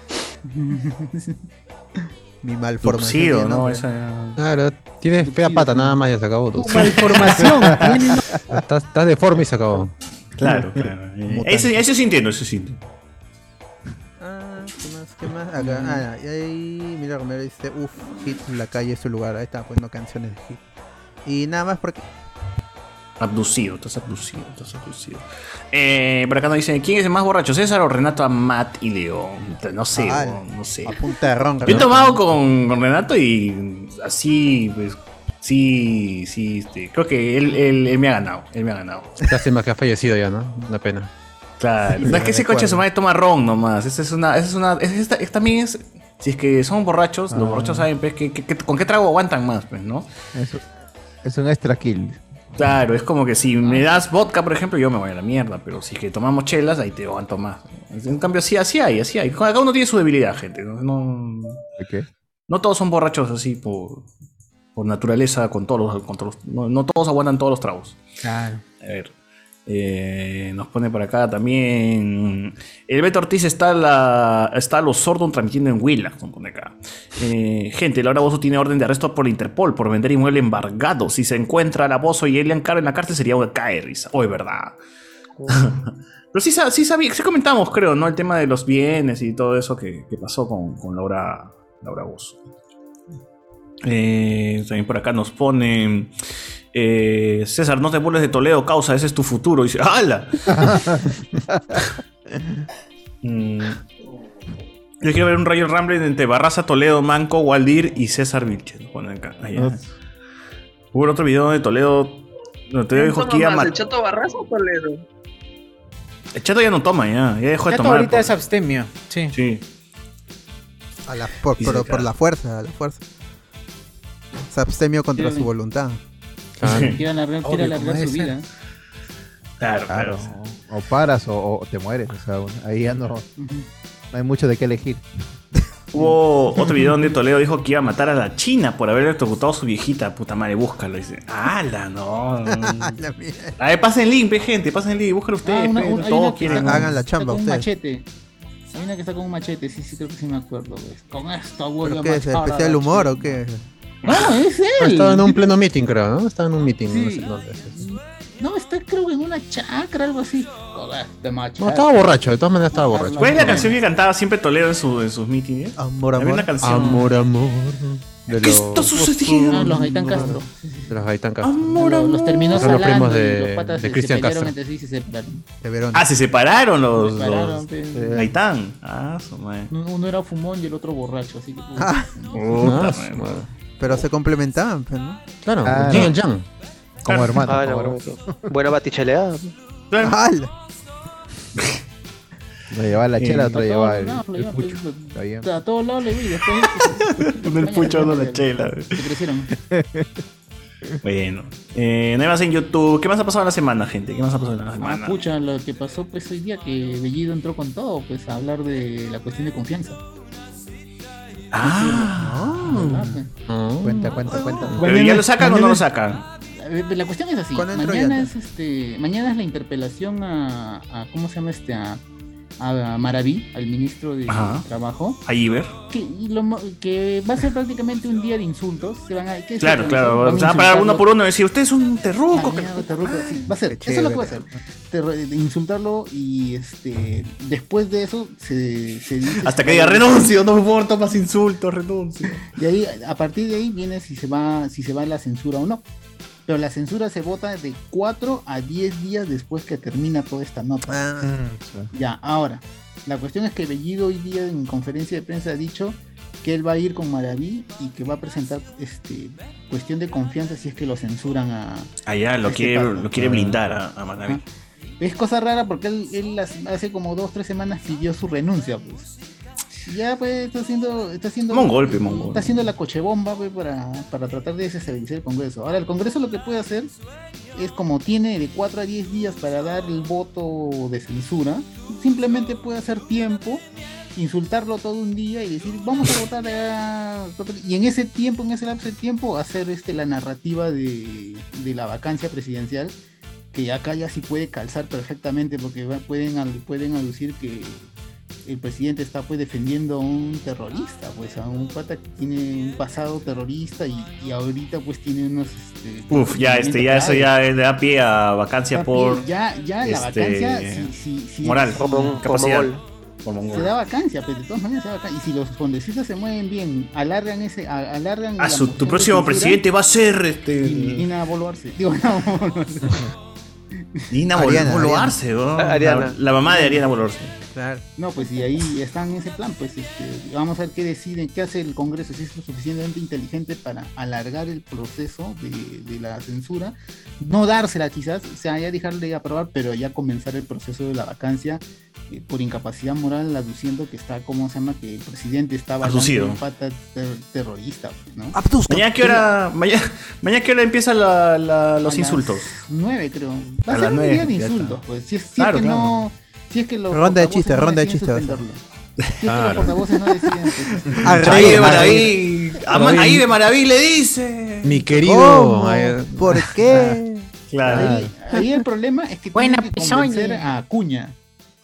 [SPEAKER 3] Mi
[SPEAKER 2] malformación
[SPEAKER 3] tiene
[SPEAKER 2] ¿no?
[SPEAKER 3] nombre.
[SPEAKER 4] Esa-
[SPEAKER 2] Claro, tienes fea pata nada más ya se acabó. Tu
[SPEAKER 1] malformación.
[SPEAKER 2] estás, estás deforme y se acabó.
[SPEAKER 4] Claro, claro. Eh, Eso, eso sí entiendo, eso sí entiendo.
[SPEAKER 3] Ah, ¿qué más? ¿Qué más? Acá, ah, y ahí, mira Romero dice, uff, hit, la calle es su lugar. Ahí está poniendo canciones de hit. Y nada más porque...
[SPEAKER 4] Abducido, estás abducido, estás abducido. Eh, por acá nos dicen, ¿quién es el más borracho, César o Renato Amat y León? No sé,
[SPEAKER 3] Ah,
[SPEAKER 4] weón, no sé.
[SPEAKER 3] Punta de ron,
[SPEAKER 4] Yo he
[SPEAKER 3] ¿no?
[SPEAKER 4] tomado con, con Renato y así, pues, sí, sí, este, creo que él, él, él me ha ganado, él me ha ganado.
[SPEAKER 2] Lástima que ha fallecido ya, ¿no? Una pena.
[SPEAKER 4] Claro, no es que ese coche su madre toma ron nomás, esa es una, esa es una, es- esta- esta también es, si es que son borrachos,
[SPEAKER 3] Ah.
[SPEAKER 4] los borrachos saben, pues, que, que- que- con qué trago aguantan más, pues, ¿no?
[SPEAKER 8] Es, es un extra kill.
[SPEAKER 4] Claro, es como que si me das vodka, por ejemplo, yo me voy a la mierda, pero si es que tomamos chelas, ahí te aguanto más. En cambio, sí, así hay, así hay. Cada uno tiene su debilidad, gente. No, no, no todos son borrachos así por, por naturaleza, con todos los. con todos los- no, no todos aguantan todos los tragos.
[SPEAKER 10] Claro.
[SPEAKER 4] A ver. eh, nos pone por acá también. El Beto Ortiz está la, está a los sordos transmitiendo en Willax. nos pone acá. Eh, gente, Laura Bozo tiene orden de arresto por la Interpol por vender inmueble embargado. Si se encuentra a la Bozo y Elian Caro en la cárcel sería una cae risa. Hoy, verdad. Pero sí, sa- sí sabía, sí comentamos, creo, ¿no? El tema de los bienes y todo eso que, que pasó con, con Laura, Laura Bozo. Eh, también por acá nos ponen. eh, César, no te burles de Toledo, causa, ese es tu futuro. Y dice, ¡Hala! Mm. Yo quiero ver un Rayo Rambling entre Barraza, Toledo, Manco, Waldir y César Vilche. Nos ponen acá. Ah, ya. Hubo otro video donde Toledo. donde Toledo dijo que iba a
[SPEAKER 24] más, ¿El
[SPEAKER 4] matar.
[SPEAKER 24] Chato Barraza o Toledo?
[SPEAKER 4] El chato ya no toma, ya. Ya dejó de
[SPEAKER 1] Chato
[SPEAKER 4] tomar.
[SPEAKER 1] ahorita
[SPEAKER 4] por-
[SPEAKER 1] es abstemio. Sí.
[SPEAKER 4] Sí.
[SPEAKER 3] A la, por,
[SPEAKER 4] Dice
[SPEAKER 3] por-
[SPEAKER 4] acá.
[SPEAKER 3] por la fuerza, a la fuerza. Se abstemio contra su voluntad.
[SPEAKER 6] Quieren arreglar,
[SPEAKER 3] Obvio,
[SPEAKER 6] quieren
[SPEAKER 3] como
[SPEAKER 6] arreglar su
[SPEAKER 3] debe ser.
[SPEAKER 6] vida.
[SPEAKER 4] Claro,
[SPEAKER 8] claro. O, o paras o, o te mueres. O sea, un- ahí ya no, no hay mucho de qué elegir.
[SPEAKER 4] Hubo otro video donde Toledo dijo que iba a matar a la China por haber electrocutado a su viejita. Puta madre, búscalo. Dice, ¡Hala, no! A ver, pasen el link, ve, gente, pasen el link, búscalo ustedes.
[SPEAKER 6] Ah, una-
[SPEAKER 4] pe,
[SPEAKER 6] un- hay una
[SPEAKER 4] todos
[SPEAKER 6] que
[SPEAKER 4] quieren.
[SPEAKER 6] está-
[SPEAKER 3] Hagan la
[SPEAKER 6] está
[SPEAKER 3] chamba
[SPEAKER 6] con
[SPEAKER 3] ustedes.
[SPEAKER 6] Un machete. Hay una que está con un machete, sí, sí, creo que sí me acuerdo. pues. Con esto voy
[SPEAKER 3] ¿Pero
[SPEAKER 6] a
[SPEAKER 3] qué es?
[SPEAKER 6] matar a
[SPEAKER 3] ¿Especial
[SPEAKER 6] la
[SPEAKER 3] humor o qué?
[SPEAKER 6] No, es él.
[SPEAKER 2] Estaba en un pleno meeting, creo, ¿no? Estaba en un meeting, no sé dónde.
[SPEAKER 6] chi- No, está creo que en una chacra, algo así. Con este macho.
[SPEAKER 2] No, estaba borracho, de todas maneras estaba borracho.
[SPEAKER 4] ¿Cuál es la canción que cantaba siempre Toledo en, su- en sus meetings? eh?
[SPEAKER 3] Amor,
[SPEAKER 4] Había una canción.
[SPEAKER 2] Amor, amor. De
[SPEAKER 4] ¿Qué está sucediendo?
[SPEAKER 6] Ah, los Gaitán Castro.
[SPEAKER 2] De los Gaitán Castro.
[SPEAKER 6] Amor, Los- los amor. terminó
[SPEAKER 2] Son los
[SPEAKER 6] salando
[SPEAKER 2] primos
[SPEAKER 6] y
[SPEAKER 2] de,
[SPEAKER 6] los patas
[SPEAKER 2] de
[SPEAKER 6] se-
[SPEAKER 2] Cristian
[SPEAKER 6] se
[SPEAKER 2] Castro.
[SPEAKER 6] pelearon entre sí y se separaron.
[SPEAKER 4] Ah, se separaron los.
[SPEAKER 6] Se separaron,
[SPEAKER 4] los-
[SPEAKER 6] pe.
[SPEAKER 4] Sí. Gaitán. Ah, su madre.
[SPEAKER 6] Uno uno era fumón y el otro borracho, así que. uy.
[SPEAKER 4] Puta
[SPEAKER 3] Ah,
[SPEAKER 4] madre.
[SPEAKER 3] Pero se complementaban, pues, ¿no?
[SPEAKER 2] Claro,
[SPEAKER 3] Ah,
[SPEAKER 2] Jin and Yang.
[SPEAKER 3] Como hermano,
[SPEAKER 5] Ah,
[SPEAKER 3] como
[SPEAKER 5] no,
[SPEAKER 3] hermano.
[SPEAKER 5] Buena baticheleada.
[SPEAKER 3] ¡Hala!
[SPEAKER 8] Uno llevaba la
[SPEAKER 3] Eh,
[SPEAKER 8] chela, otro
[SPEAKER 6] a
[SPEAKER 8] llevaba
[SPEAKER 6] todos
[SPEAKER 8] el,
[SPEAKER 6] lados le
[SPEAKER 8] el
[SPEAKER 6] iba,
[SPEAKER 8] pucho.
[SPEAKER 6] pues,
[SPEAKER 8] Está bien.
[SPEAKER 6] o sea, A todos lados le vi. Después,
[SPEAKER 4] Con el pucho no la chela.
[SPEAKER 6] Se crecieron.
[SPEAKER 4] Bueno. Eh, nada más en YouTube. ¿Qué más ha pasado en la semana, gente? ¿Qué más ha pasado en la
[SPEAKER 6] Ah,
[SPEAKER 4] semana?
[SPEAKER 6] escucha, lo que pasó pues hoy día que Bellido entró con todo, pues a hablar de la cuestión de confianza. Ah,
[SPEAKER 8] Cuenta, cuenta, cuenta.
[SPEAKER 4] Pero ya lo sacan o no lo sacan?
[SPEAKER 6] La cuestión es así.
[SPEAKER 8] ¿Cuándo entró
[SPEAKER 6] Mañana es
[SPEAKER 8] Yanta?
[SPEAKER 6] este, mañana es la interpelación a, a- ¿cómo se llama este? A, a Maraví, al ministro de
[SPEAKER 4] Ajá.
[SPEAKER 6] Trabajo.
[SPEAKER 4] A Iber.
[SPEAKER 6] Que, y lo mo- que va a ser prácticamente un día de insultos. Se van a, ¿qué es
[SPEAKER 4] Claro,
[SPEAKER 6] eso?
[SPEAKER 4] claro.
[SPEAKER 6] Van
[SPEAKER 4] Se van a parar uno
[SPEAKER 6] insultarlo.
[SPEAKER 4] por uno y decir, usted es un terruco. que-
[SPEAKER 6] Mañana, terruco, sí, va a ser,
[SPEAKER 4] Qué
[SPEAKER 6] eso es lo que va a
[SPEAKER 4] chévere.
[SPEAKER 6] hacer. Ter- insultarlo y este después de eso se, se dice-
[SPEAKER 4] Hasta que diga, renuncio, no me importa más insultos, renuncio.
[SPEAKER 6] Y ahí, a partir de ahí viene si se va, si se va la censura o no. Pero la censura se vota de 4 a 10 días después que termina toda esta nota. Ya, ahora, la cuestión es que Bellido hoy día en conferencia de prensa ha dicho que él va a ir con Maraví y que va a presentar este cuestión de confianza si es que lo censuran a,
[SPEAKER 4] Allá Ah, lo
[SPEAKER 6] Este
[SPEAKER 4] quiere,
[SPEAKER 6] pato.
[SPEAKER 4] lo
[SPEAKER 2] Ah.
[SPEAKER 4] quiere blindar a, a Manaví.
[SPEAKER 6] Ah. es cosa rara porque él, él hace- hace como dos, tres semanas pidió su renuncia, pues. Ya, pues, está haciendo... Está haciendo
[SPEAKER 4] Mongol, pe, mongol.
[SPEAKER 6] Está haciendo la cochebomba, pues, para, para tratar de desestabilizar el Congreso. Ahora, el Congreso lo que puede hacer es como tiene de 4 a 10 días para dar el voto de censura, simplemente puede hacer tiempo, insultarlo todo un día y decir, vamos a votar a... Y en ese tiempo, en ese lapso de tiempo, hacer este, la narrativa de, de la vacancia presidencial, que ya acá ya sí puede calzar perfectamente porque va- pueden, al- pueden alucir que el presidente está pues defendiendo a un terrorista, pues a un pata que tiene un pasado terrorista y, y ahorita pues tiene unos... este,
[SPEAKER 4] Uf, ya, este, ya eso ya le da pie a vacancia por.
[SPEAKER 6] ya, ya la
[SPEAKER 4] este,
[SPEAKER 6] vacancia, si, si, si-
[SPEAKER 4] moral,
[SPEAKER 6] si-
[SPEAKER 4] capacidad.
[SPEAKER 6] se da vacancia, pero de todas maneras se da vacancia. Y si los congresistas se mueven bien, alargan ese, a- alargan.
[SPEAKER 4] Ah,
[SPEAKER 6] la
[SPEAKER 4] su-
[SPEAKER 6] moción
[SPEAKER 4] tu
[SPEAKER 6] de
[SPEAKER 4] próximo
[SPEAKER 6] censura,
[SPEAKER 4] presidente va a ser este.
[SPEAKER 6] Dina Boluarte. Digo, no, Boluarte.
[SPEAKER 4] Dina Bol-
[SPEAKER 6] Ariana,
[SPEAKER 4] Boluarce, ¿no?
[SPEAKER 6] Ariana.
[SPEAKER 3] Ah,
[SPEAKER 4] La, la mamá de Ariana Boluarce.
[SPEAKER 6] No, pues y ahí están en ese plan, pues este, vamos a ver qué deciden, qué hace el Congreso, si es lo suficientemente inteligente para alargar el proceso de, de la censura, no dársela quizás, o sea, ya dejarle aprobar, pero ya comenzar el proceso de la vacancia eh, por incapacidad moral, aduciendo que está, ¿cómo se llama? Que el presidente estaba
[SPEAKER 4] Abducido.
[SPEAKER 6] un pata ter- terrorista, pues, ¿no?
[SPEAKER 4] ¿Mañana qué hora, mañana, mañana qué hora empiezan la- la- los
[SPEAKER 6] A las
[SPEAKER 4] insultos?
[SPEAKER 6] Nueve, creo. Va
[SPEAKER 4] A las
[SPEAKER 6] a, ser un
[SPEAKER 4] nueve,
[SPEAKER 6] día de
[SPEAKER 4] ya está.
[SPEAKER 6] insultos, pues, si es, si es
[SPEAKER 4] Claro,
[SPEAKER 6] que
[SPEAKER 4] claro.
[SPEAKER 6] no... Si es que los
[SPEAKER 3] Ronda de
[SPEAKER 6] portavoces
[SPEAKER 3] chistes,
[SPEAKER 6] no
[SPEAKER 3] ronda de
[SPEAKER 6] deciden
[SPEAKER 3] chistes va a ser.
[SPEAKER 6] suspenderlo.
[SPEAKER 3] Claro.
[SPEAKER 6] Los portavoces no deciden, pues.
[SPEAKER 3] Ahí de
[SPEAKER 6] Maraví.
[SPEAKER 3] A Man- ahí de
[SPEAKER 4] Maraví le dice.
[SPEAKER 2] Mi querido.
[SPEAKER 3] ¿Cómo?
[SPEAKER 2] eh,
[SPEAKER 3] ¿Por qué?
[SPEAKER 6] Ahí, ahí el problema es que
[SPEAKER 3] Buena
[SPEAKER 6] tienen que convencer
[SPEAKER 3] persona.
[SPEAKER 6] a Acuña.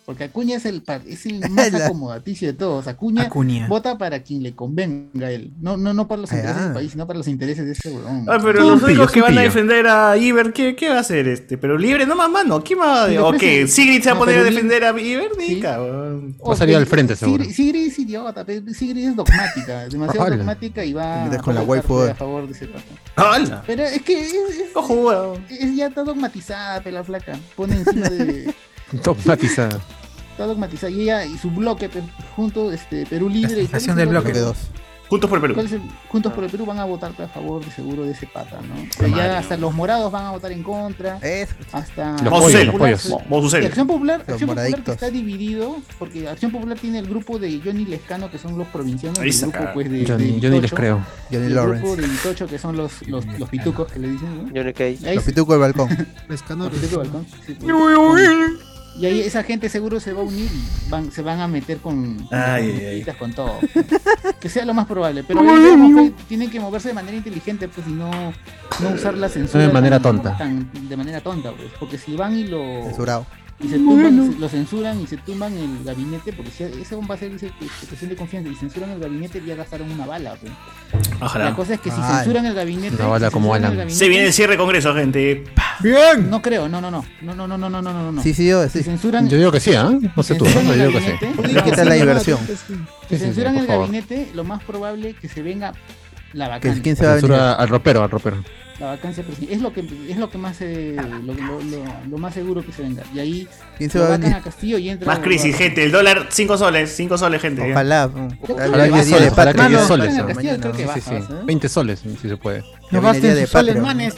[SPEAKER 6] Porque Acuña es el, pa- es el más
[SPEAKER 3] La-
[SPEAKER 6] acomodaticio de todos. Acuña,
[SPEAKER 3] Acuña.
[SPEAKER 6] vota para quien le convenga a él. No, no, no para los
[SPEAKER 3] Ah,
[SPEAKER 6] intereses
[SPEAKER 3] ya.
[SPEAKER 6] del país, sino para los intereses de ese huevón.
[SPEAKER 4] Ah, pero
[SPEAKER 6] Es un
[SPEAKER 4] los
[SPEAKER 6] pillo,
[SPEAKER 4] únicos
[SPEAKER 6] es
[SPEAKER 4] que
[SPEAKER 6] un
[SPEAKER 4] van a
[SPEAKER 6] pillo.
[SPEAKER 4] defender a Iber, ¿qué, qué va a hacer este? Pero libre, no más mano. ¿Quién va a.?
[SPEAKER 6] Pero
[SPEAKER 4] ¿O
[SPEAKER 6] parece-
[SPEAKER 4] qué? ¿Sigrid se va a
[SPEAKER 6] no,
[SPEAKER 4] poner a
[SPEAKER 6] pero
[SPEAKER 4] defender a Iber? Ni cabrón.
[SPEAKER 6] O sea, Sigrid- Sigrid es idiota, pe- Sigrid es dogmática, demasiado
[SPEAKER 4] Ala.
[SPEAKER 6] dogmática y va
[SPEAKER 4] Mira,
[SPEAKER 6] a
[SPEAKER 4] con la
[SPEAKER 6] votar
[SPEAKER 3] eh.
[SPEAKER 4] waifu.
[SPEAKER 6] a favor de ese pata.
[SPEAKER 3] Ah.
[SPEAKER 4] ¡Hala!
[SPEAKER 6] Pero es que es, es- es- ya está dogmatizada, pe, la flaca. Pone encima de.
[SPEAKER 2] Dogmatizada.
[SPEAKER 6] Está dogmatizada. Y ella y su bloque, pe, junto este, Perú Libre. y-
[SPEAKER 2] estación
[SPEAKER 6] ¿cuál es
[SPEAKER 2] del
[SPEAKER 6] el
[SPEAKER 2] bloque.
[SPEAKER 6] otro?
[SPEAKER 4] Juntos por el Perú.
[SPEAKER 6] ¿Cuál es el- Juntos
[SPEAKER 4] Ah.
[SPEAKER 6] por el Perú van a votar pe, a favor, de seguro, de ese pata, ¿no? O sea,
[SPEAKER 4] Puta madre,
[SPEAKER 6] ya hasta los morados van a votar en contra. Hasta.
[SPEAKER 4] Los pollos,
[SPEAKER 6] Popular,
[SPEAKER 4] los pollos.
[SPEAKER 6] su-
[SPEAKER 4] Vos Ucel.
[SPEAKER 6] y Acción Popular,
[SPEAKER 4] Los
[SPEAKER 6] Acción Popular que
[SPEAKER 4] moradictos.
[SPEAKER 6] está dividido, porque Acción Popular tiene el grupo de Johnny Lescano, que son los provincianos,
[SPEAKER 2] Ahí
[SPEAKER 6] y el
[SPEAKER 2] saca.
[SPEAKER 6] grupo pues,
[SPEAKER 2] Johnny-
[SPEAKER 6] de, de
[SPEAKER 2] Johnny
[SPEAKER 6] Itocho,
[SPEAKER 2] les creo.
[SPEAKER 6] y
[SPEAKER 3] Johnny
[SPEAKER 6] el
[SPEAKER 3] Lawrence.
[SPEAKER 6] grupo de Itocho, que son los, los, los pitucos que le dicen, ¿no?
[SPEAKER 5] Johnny Cage.
[SPEAKER 6] Ahí-
[SPEAKER 3] Los pitucos del balcón.
[SPEAKER 11] Ah,
[SPEAKER 6] Los pitucos del balcón, sí, pues.
[SPEAKER 3] Uy, uy.
[SPEAKER 6] Y ahí esa gente seguro se va a unir y van, se van a meter con,
[SPEAKER 4] Ay,
[SPEAKER 6] con,
[SPEAKER 4] ay, ay.
[SPEAKER 6] con todo. Que sea lo más probable. Pero
[SPEAKER 2] Uy,
[SPEAKER 6] ahí
[SPEAKER 2] uy,
[SPEAKER 6] vemos
[SPEAKER 2] uy.
[SPEAKER 6] que tienen que moverse de manera inteligente, pues, y no, no usar la censura.
[SPEAKER 2] de manera
[SPEAKER 6] tan-
[SPEAKER 2] tonta.
[SPEAKER 6] tan- de manera tonta, pues. Porque si van y lo.
[SPEAKER 3] Censurado.
[SPEAKER 6] Y se tumban,
[SPEAKER 3] Bueno.
[SPEAKER 6] lo censuran y se tumban el gabinete, porque si ese bomba se dice que se presión de confianza y censuran el gabinete, ya gastaron una bala. pues.
[SPEAKER 4] Ojalá.
[SPEAKER 6] La cosa es que si
[SPEAKER 4] Ay.
[SPEAKER 6] censuran el gabinete.
[SPEAKER 4] Una bala
[SPEAKER 6] si
[SPEAKER 4] como
[SPEAKER 6] censuran el
[SPEAKER 4] Alan.
[SPEAKER 6] gabinete-
[SPEAKER 4] Se viene el cierre de congreso, gente.
[SPEAKER 3] Bien.
[SPEAKER 6] No creo, no, no, no. No, no, no, no, no, no, no, no.
[SPEAKER 3] Sí, sí, yo, sí.
[SPEAKER 6] Si censuran-
[SPEAKER 2] Yo digo que sí, ¿ah? No sé tú,
[SPEAKER 6] censuran
[SPEAKER 2] ¿no?
[SPEAKER 6] el
[SPEAKER 2] Yo digo que sí.
[SPEAKER 6] gabinete-
[SPEAKER 3] ¿Y qué tal la diversión?
[SPEAKER 6] Si
[SPEAKER 2] Sí, sí, sí,
[SPEAKER 6] censuran
[SPEAKER 2] por
[SPEAKER 6] el
[SPEAKER 2] favor.
[SPEAKER 6] gabinete, lo más probable que se venga la
[SPEAKER 3] Que-
[SPEAKER 6] vacancia.
[SPEAKER 3] ¿Quién se va a venir?
[SPEAKER 2] Censura al ropero, al ropero.
[SPEAKER 6] La vacancia presidencial. Es lo que es lo que más eh, lo, lo- lo- lo más seguro que se venga. Y ahí
[SPEAKER 3] ¿Quién
[SPEAKER 4] se
[SPEAKER 6] lo
[SPEAKER 4] va a
[SPEAKER 6] vacan
[SPEAKER 4] venir?
[SPEAKER 6] a Castillo y entra
[SPEAKER 4] Más crisis, gente. El dólar, 5 soles. 5 soles, gente.
[SPEAKER 3] Ojalá.
[SPEAKER 2] Ojalá 10 soles, ojalá que 10 soles. ¿no?
[SPEAKER 6] Castillo creo
[SPEAKER 2] Mañana, sí,
[SPEAKER 6] que
[SPEAKER 2] sí.
[SPEAKER 6] bajas, ¿eh?
[SPEAKER 2] 20 soles, si se puede.
[SPEAKER 3] No gasten Día de sus soles, Patreon.
[SPEAKER 6] manes.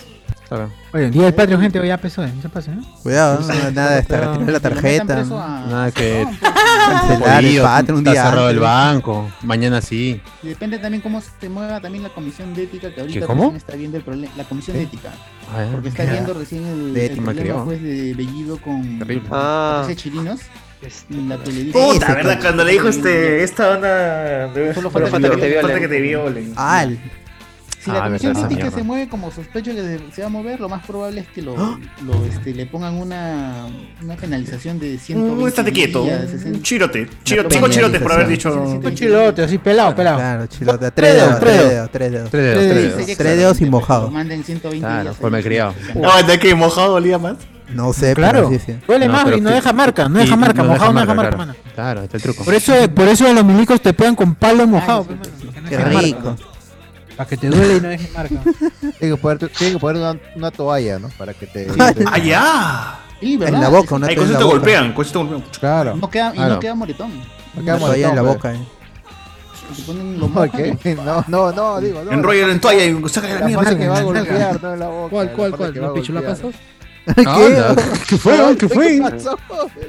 [SPEAKER 2] Claro.
[SPEAKER 25] Oye, el día del Patreon, gente, ya pesó,
[SPEAKER 1] eh,
[SPEAKER 25] no se pase, ¿no?
[SPEAKER 3] Cuidado, no, nada de estar retirando la tarjeta.
[SPEAKER 2] Nada que.
[SPEAKER 3] Cancelar el
[SPEAKER 2] Jodido,
[SPEAKER 3] Patreon un
[SPEAKER 2] está
[SPEAKER 3] día
[SPEAKER 2] cerrado el
[SPEAKER 3] antes.
[SPEAKER 2] banco. Mañana sí.
[SPEAKER 6] Y depende también cómo se mueva también la comisión de ética que ahorita
[SPEAKER 2] ¿Qué, cómo? Ah,
[SPEAKER 6] recién está viendo el problema. La comisión de ética. Porque está viendo recién el,
[SPEAKER 2] De
[SPEAKER 6] el
[SPEAKER 2] ética,
[SPEAKER 6] problema
[SPEAKER 2] creo.
[SPEAKER 6] pues, de Bellido con
[SPEAKER 2] Terrible.
[SPEAKER 5] Ah.
[SPEAKER 6] ese chirinos. La que le dice-
[SPEAKER 4] Puta, ¿verdad? Cuando le dijo este, esta banda. de-
[SPEAKER 6] Solo falta
[SPEAKER 4] falta
[SPEAKER 6] que te violen.
[SPEAKER 4] falta que te violen.
[SPEAKER 3] Al.
[SPEAKER 6] Si la
[SPEAKER 4] Ah,
[SPEAKER 6] comisión
[SPEAKER 4] verdad,
[SPEAKER 6] de
[SPEAKER 4] esa
[SPEAKER 6] ética se
[SPEAKER 4] mierda.
[SPEAKER 6] mueve como sospecho que se- se va a mover, lo más probable es que lo, lo, este, le pongan una, una penalización de 120
[SPEAKER 4] Mm, estate quieto.
[SPEAKER 6] días, 60.
[SPEAKER 4] Un chirote. Chiro- cinco chirotes por haber dicho.
[SPEAKER 25] Un chilote, así pelado, pelado.
[SPEAKER 3] Claro, chilote. Tres dedos, tres dedos, tres dedos.
[SPEAKER 2] Tres dedos, tres dedos.
[SPEAKER 3] Tres dedos y mojado.
[SPEAKER 6] Manden 120
[SPEAKER 2] Claro,
[SPEAKER 6] días.
[SPEAKER 2] por malcriado.
[SPEAKER 4] Ah, de que mojado olía más.
[SPEAKER 3] No sé,
[SPEAKER 25] Claro.
[SPEAKER 3] pero sí, sí.
[SPEAKER 25] Duele más
[SPEAKER 2] pero
[SPEAKER 25] y no
[SPEAKER 2] que-
[SPEAKER 25] deja marca, no
[SPEAKER 2] y
[SPEAKER 25] deja marca, mojado no deja marca,
[SPEAKER 2] claro.
[SPEAKER 25] mano.
[SPEAKER 2] Claro, está el truco.
[SPEAKER 25] Por eso, por eso los milicos te pegan con palo mojado, pe, mano.
[SPEAKER 3] Qué rico.
[SPEAKER 25] Para que te duele y no dejes marca.
[SPEAKER 8] Tiene que poner, tiene que poner una, una toalla, ¿no? Para que te.
[SPEAKER 4] ¡Ah, ya!
[SPEAKER 6] Sí, ¿verdad?
[SPEAKER 3] En la boca, una
[SPEAKER 4] Ahí
[SPEAKER 3] toalla
[SPEAKER 4] con
[SPEAKER 3] en
[SPEAKER 4] eso
[SPEAKER 3] la
[SPEAKER 4] te
[SPEAKER 3] boca.
[SPEAKER 4] golpean, con eso te golpean.
[SPEAKER 8] Claro.
[SPEAKER 6] No queda, y
[SPEAKER 8] Claro.
[SPEAKER 6] no queda moretón.
[SPEAKER 8] Ah, No
[SPEAKER 3] Una
[SPEAKER 8] queda
[SPEAKER 3] toalla en la
[SPEAKER 8] moretón,
[SPEAKER 3] boca, eh.
[SPEAKER 6] Se ponen lo
[SPEAKER 8] ¿Por
[SPEAKER 6] mojan
[SPEAKER 8] qué? No, no, no, digo, no.
[SPEAKER 4] Enróllalo en toalla y sácale la
[SPEAKER 8] La
[SPEAKER 4] mierda.
[SPEAKER 8] parte que va a
[SPEAKER 4] sácale la
[SPEAKER 8] golpear,
[SPEAKER 4] nalga.
[SPEAKER 8] no en la boca.
[SPEAKER 11] ¿Cuál,
[SPEAKER 8] la
[SPEAKER 11] cuál,
[SPEAKER 8] parte
[SPEAKER 11] cuál?
[SPEAKER 8] que va a
[SPEAKER 11] ¿Los pichulapazos?
[SPEAKER 8] golpear.
[SPEAKER 2] Ah, ¿Qué fue? ¿Qué fue?
[SPEAKER 8] pasó?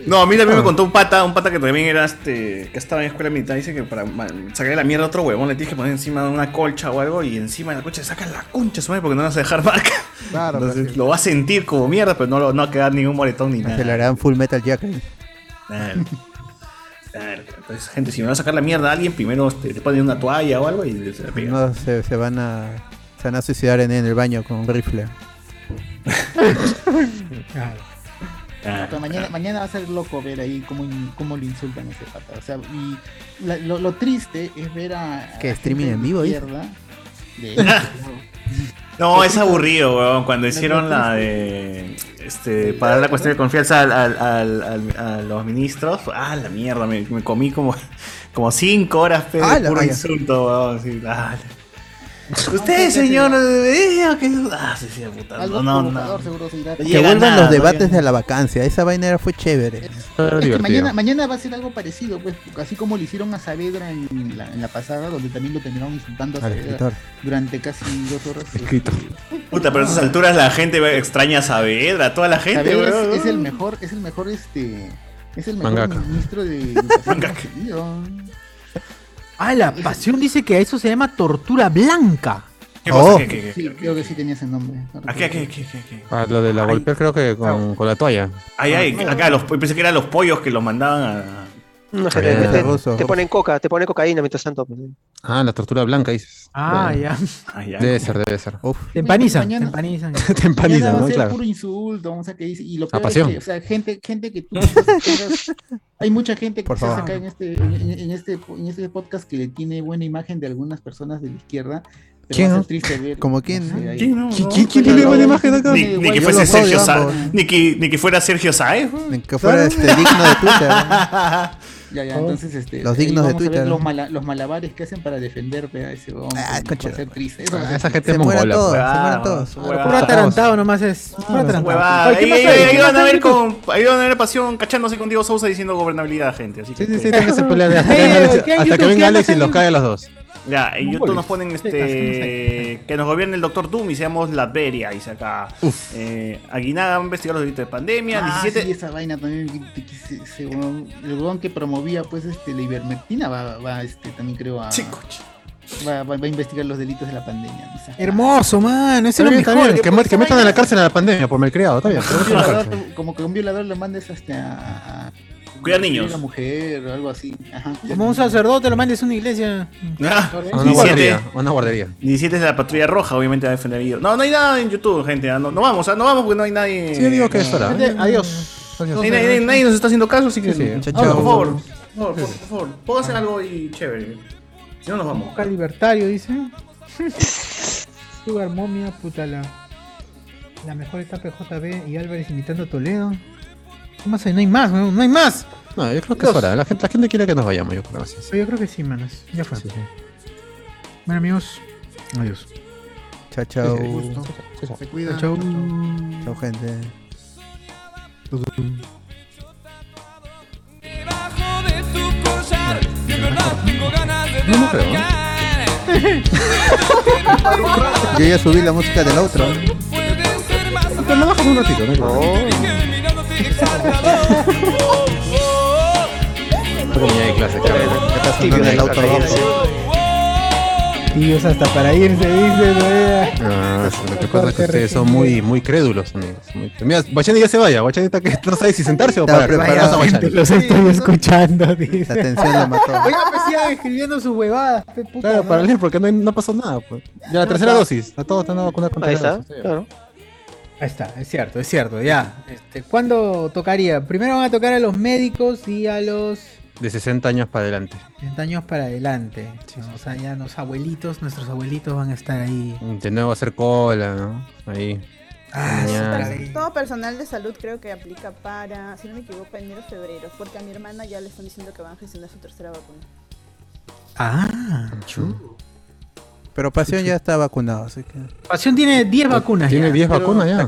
[SPEAKER 4] No, a mí también me contó un pata, un pata que también era este, que estaba en escuela militar, dice que para ma- sacarle la mierda a otro huevón le tienes que poner encima de una colcha o algo y encima de la colcha le sacas la concha, su madre, porque no vas a dejar marca.
[SPEAKER 8] Claro,
[SPEAKER 4] Entonces lo va a sentir como mierda, pero Pues no, lo- no va a quedar ningún moretón ni
[SPEAKER 3] Se
[SPEAKER 4] nada.
[SPEAKER 3] le harán full metal jacket.
[SPEAKER 4] Claro. Claro. Entonces, gente, si me van a sacar la mierda a alguien, primero este, le ponen una toalla o algo y le- se la pegan.
[SPEAKER 3] No se, se van a. Se van a suicidar en, en el baño con un rifle.
[SPEAKER 6] Pero mañana, mañana va a ser loco ver ahí cómo, in- cómo lo insultan a ese pata. O sea, y la- lo, lo triste es ver a. a
[SPEAKER 3] ¿Qué,
[SPEAKER 6] gente
[SPEAKER 3] streaming en
[SPEAKER 6] de
[SPEAKER 3] vivo, dice?
[SPEAKER 6] izquierda, de-
[SPEAKER 4] No, es aburrido, weón. Cuando hicieron la de. Este, para dar la cuestión de confianza al- al- al- al- a los ministros. Ah, la mierda, me, me comí como, como cinco horas pe, de
[SPEAKER 3] Ah, la
[SPEAKER 4] puro
[SPEAKER 3] raya.
[SPEAKER 4] insulto, weón. sí, ah, la-
[SPEAKER 6] Usted, señor,
[SPEAKER 4] eh, ah,
[SPEAKER 2] Algo
[SPEAKER 6] no,
[SPEAKER 2] provocador,
[SPEAKER 6] no.
[SPEAKER 2] seguro se irá.
[SPEAKER 6] No
[SPEAKER 3] Que
[SPEAKER 6] llega
[SPEAKER 3] vuelvan
[SPEAKER 6] nada,
[SPEAKER 3] los
[SPEAKER 6] no llega
[SPEAKER 3] debates de la vacancia. Esa vaina era- fue chévere.
[SPEAKER 6] Es que mañana, mañana va a ser algo parecido, pues, así como le hicieron a Saavedra en la, en la pasada, donde también lo terminaron insultando a
[SPEAKER 3] Al
[SPEAKER 6] Saavedra
[SPEAKER 3] escritor.
[SPEAKER 6] durante casi dos horas.
[SPEAKER 4] Puta, pero a esas alturas la gente va- extraña a Saavedra, toda la gente,
[SPEAKER 6] Saavedra
[SPEAKER 4] weón.
[SPEAKER 6] es, es el mejor, es el mejor, este, es el mejor
[SPEAKER 4] Mangaka.
[SPEAKER 6] ministro de educación que ha tenido.
[SPEAKER 1] Ah, la pasión dice que a eso se llama tortura blanca.
[SPEAKER 4] ¿Qué cosa?
[SPEAKER 3] Oh.
[SPEAKER 4] ¿Qué, qué, qué?
[SPEAKER 6] Sí, creo que sí tenía ese nombre. no
[SPEAKER 4] ¿A qué, a qué, a
[SPEAKER 6] recuerdo.
[SPEAKER 4] qué, a qué, a qué?
[SPEAKER 2] Ah, lo de la golpear creo que con, con la toalla.
[SPEAKER 4] Ay,
[SPEAKER 3] Ah,
[SPEAKER 4] ay,
[SPEAKER 1] Ah.
[SPEAKER 4] acá los, yo pensé que eran los pollos que los mandaban a.
[SPEAKER 5] No,
[SPEAKER 2] Ah,
[SPEAKER 5] te, te- te
[SPEAKER 2] ruso.
[SPEAKER 5] ponen coca, te ponen cocaína mientras tanto. pues, ¿eh?
[SPEAKER 2] Ah, la tortura blanca dices.
[SPEAKER 5] Ah,
[SPEAKER 2] Bueno.
[SPEAKER 5] ya.
[SPEAKER 4] Ah, ya.
[SPEAKER 2] Debe ser, debe ser.
[SPEAKER 1] Te empanizan,
[SPEAKER 6] pues, Mañana-
[SPEAKER 1] te empanizan.
[SPEAKER 2] Te empanizan,
[SPEAKER 6] Mañana va
[SPEAKER 2] ¿no?
[SPEAKER 6] a ser
[SPEAKER 2] Claro.
[SPEAKER 6] puro insulto, vamos a que dice, y lo
[SPEAKER 2] A
[SPEAKER 6] peor es
[SPEAKER 2] pasión.
[SPEAKER 6] que, o sea, gente, gente que tú quizás- hay mucha gente que
[SPEAKER 2] Por
[SPEAKER 6] quizás
[SPEAKER 2] favor.
[SPEAKER 6] acá en este, en, en este, en este podcast que le tiene buena imagen de algunas personas de la izquierda. pero
[SPEAKER 3] ¿Quién,
[SPEAKER 6] va a ser
[SPEAKER 3] no?
[SPEAKER 6] triste ver-
[SPEAKER 3] ¿Como quién,
[SPEAKER 6] sé,
[SPEAKER 3] no?
[SPEAKER 6] ahí-
[SPEAKER 3] ¿Quién, no? ¿Qui- qui- quién tiene buena imagen acá?
[SPEAKER 4] Ni, ni que
[SPEAKER 3] Yo
[SPEAKER 4] fuese
[SPEAKER 3] los odio
[SPEAKER 4] Sergio Saez.
[SPEAKER 3] ambos.
[SPEAKER 4] Ni que, ni que fuera Sergio Saez. Ni
[SPEAKER 3] que fuera, este, digno de Twitter.
[SPEAKER 6] Ya, ya,
[SPEAKER 3] Oh.
[SPEAKER 6] entonces este,
[SPEAKER 3] Los
[SPEAKER 6] ahí
[SPEAKER 3] dignos de
[SPEAKER 6] vamos a ver
[SPEAKER 3] Twitter.
[SPEAKER 6] Los, mala- los malabares que hacen para defender pe, a ese hombre. Ah, va a ser triste. eso va a ser
[SPEAKER 2] Ah, esa gente
[SPEAKER 6] triste.
[SPEAKER 2] es
[SPEAKER 1] pues.
[SPEAKER 2] mongola. pues.
[SPEAKER 1] Ah,
[SPEAKER 4] Ah,
[SPEAKER 1] Puro atarantado nomás es. Puro atarantado.
[SPEAKER 4] Huevada.
[SPEAKER 1] Oye, ¿qué
[SPEAKER 4] Ahí,
[SPEAKER 1] pasó?
[SPEAKER 4] ahí- ahí
[SPEAKER 1] ¿Qué
[SPEAKER 4] van
[SPEAKER 1] pasó,
[SPEAKER 4] a ver
[SPEAKER 1] Nico?
[SPEAKER 4] con, ahí van a ver a pasión cachándose con Diego Sousa diciendo gobernabilidad, gente. Así que, pues.
[SPEAKER 2] Sí, sí, tengan esa pelea de- hasta que venga Alex- hasta que venga Alex y los cae a los dos.
[SPEAKER 4] Ya, en YouTube nos ponen
[SPEAKER 2] Tetas, ¿qué
[SPEAKER 4] este que nos gobierne el Doctor Doom y seamos la Beria y saca eh, Aguinaga va a investigar los delitos de pandemia,
[SPEAKER 6] Ah,
[SPEAKER 4] 17
[SPEAKER 6] sí, esa vaina también. que- que se- se- huevón- el huevón que promovía pues este, la ivermectina va, va este, también creo a. Va, va- va a investigar los delitos de la pandemia. o sea.
[SPEAKER 1] Hermoso, mano. Ese
[SPEAKER 2] Está
[SPEAKER 1] es lo
[SPEAKER 2] bien, está bien,
[SPEAKER 1] mejor.
[SPEAKER 2] Que, mu- que metan a la cárcel a la pandemia por malcriado, está bien. que lo metan a la cárcel.
[SPEAKER 6] como que un violador lo mandes hasta a.
[SPEAKER 4] Cuidar niños.
[SPEAKER 6] Una mujer o algo así. Ajá.
[SPEAKER 1] Como un sacerdote lo mandes a una iglesia.
[SPEAKER 2] Una
[SPEAKER 4] 17.
[SPEAKER 2] guardería, una guardería.
[SPEAKER 4] 17 es de la patrulla roja, obviamente va a defender a Guido. No, no hay nada en YouTube, gente. ah, No, no vamos, ah, no vamos porque no hay nadie.
[SPEAKER 2] Sí, yo digo que es hora.
[SPEAKER 4] Gente,
[SPEAKER 1] Adiós.
[SPEAKER 4] No hay nadie, nadie nos está haciendo caso, así que.
[SPEAKER 2] Sí, sí.
[SPEAKER 4] Ah,
[SPEAKER 2] Chao, chao.
[SPEAKER 4] por favor, por favor, por favor, póngase algo y chévere. Si no, nos vamos.
[SPEAKER 1] Boca libertario, dice. Sugar momia, putala. La mejor etapa de JB y Álvarez imitando a Toledo. ¿Qué más hay? No hay más, weón, no hay más.
[SPEAKER 2] No, yo creo que es hora. La gente, la gente quiere que nos vayamos, yo creo. Así es.
[SPEAKER 1] Yo creo que sí, manos. Ya fue. Bueno, amigos. Adiós.
[SPEAKER 3] Chao, chao.
[SPEAKER 1] Un gusto.
[SPEAKER 11] Se cuidan.
[SPEAKER 1] Chao, chao.
[SPEAKER 3] Chao, gente.
[SPEAKER 2] No, no creo. ¿eh?
[SPEAKER 3] Yo ya subí la música del otro.
[SPEAKER 2] Pero no bajas un ratito, ¿no?
[SPEAKER 3] Oh.
[SPEAKER 2] Porque ya hay clase, Eh, claro.
[SPEAKER 3] el auto
[SPEAKER 1] Tíos, hasta para irse, dice, todavía.
[SPEAKER 2] Ah, sí, lo que pasa es que ustedes son muy, muy crédulos, amigos. Muy... Mira, Guachani ya se vaya. Guachani está que no sabe si sentarse o
[SPEAKER 3] Está
[SPEAKER 2] parar.
[SPEAKER 3] preparado,
[SPEAKER 2] Vayas a
[SPEAKER 3] gente,
[SPEAKER 2] Guachani.
[SPEAKER 3] los estoy
[SPEAKER 1] escuchando, dice.
[SPEAKER 3] La atención la mató.
[SPEAKER 1] Oiga, pues sigan escribiendo este sus huevadas, pe puta.
[SPEAKER 2] Claro,
[SPEAKER 1] madre.
[SPEAKER 2] para leer, porque no, hay- no pasó nada. Pues. Ya la tercera dosis. A todos están vacunados con la
[SPEAKER 1] Ahí
[SPEAKER 2] tercera
[SPEAKER 1] está,
[SPEAKER 2] dosis. sí.
[SPEAKER 1] Ahí está, es cierto, es cierto, ya. Este, ¿Cuándo tocaría? Primero van a tocar a los médicos y a los
[SPEAKER 2] De 60 años para adelante.
[SPEAKER 1] 30 años para adelante. ¿no? O sea, ya los abuelitos, nuestros abuelitos van a estar ahí.
[SPEAKER 2] De nuevo hacer cola, ¿no? Ahí.
[SPEAKER 1] Ah,
[SPEAKER 2] Mañana.
[SPEAKER 14] Todo personal de salud creo que aplica para, si no me equivoco, enero febrero, porque a mi hermana ya le están diciendo que van a gestionar su tercera vacuna.
[SPEAKER 1] Ah,
[SPEAKER 3] Pero Pasión ya está vacunado, así que.
[SPEAKER 1] Pasión tiene 10 vacunas.
[SPEAKER 2] Tiene 10 vacunas
[SPEAKER 3] está
[SPEAKER 2] ya. Y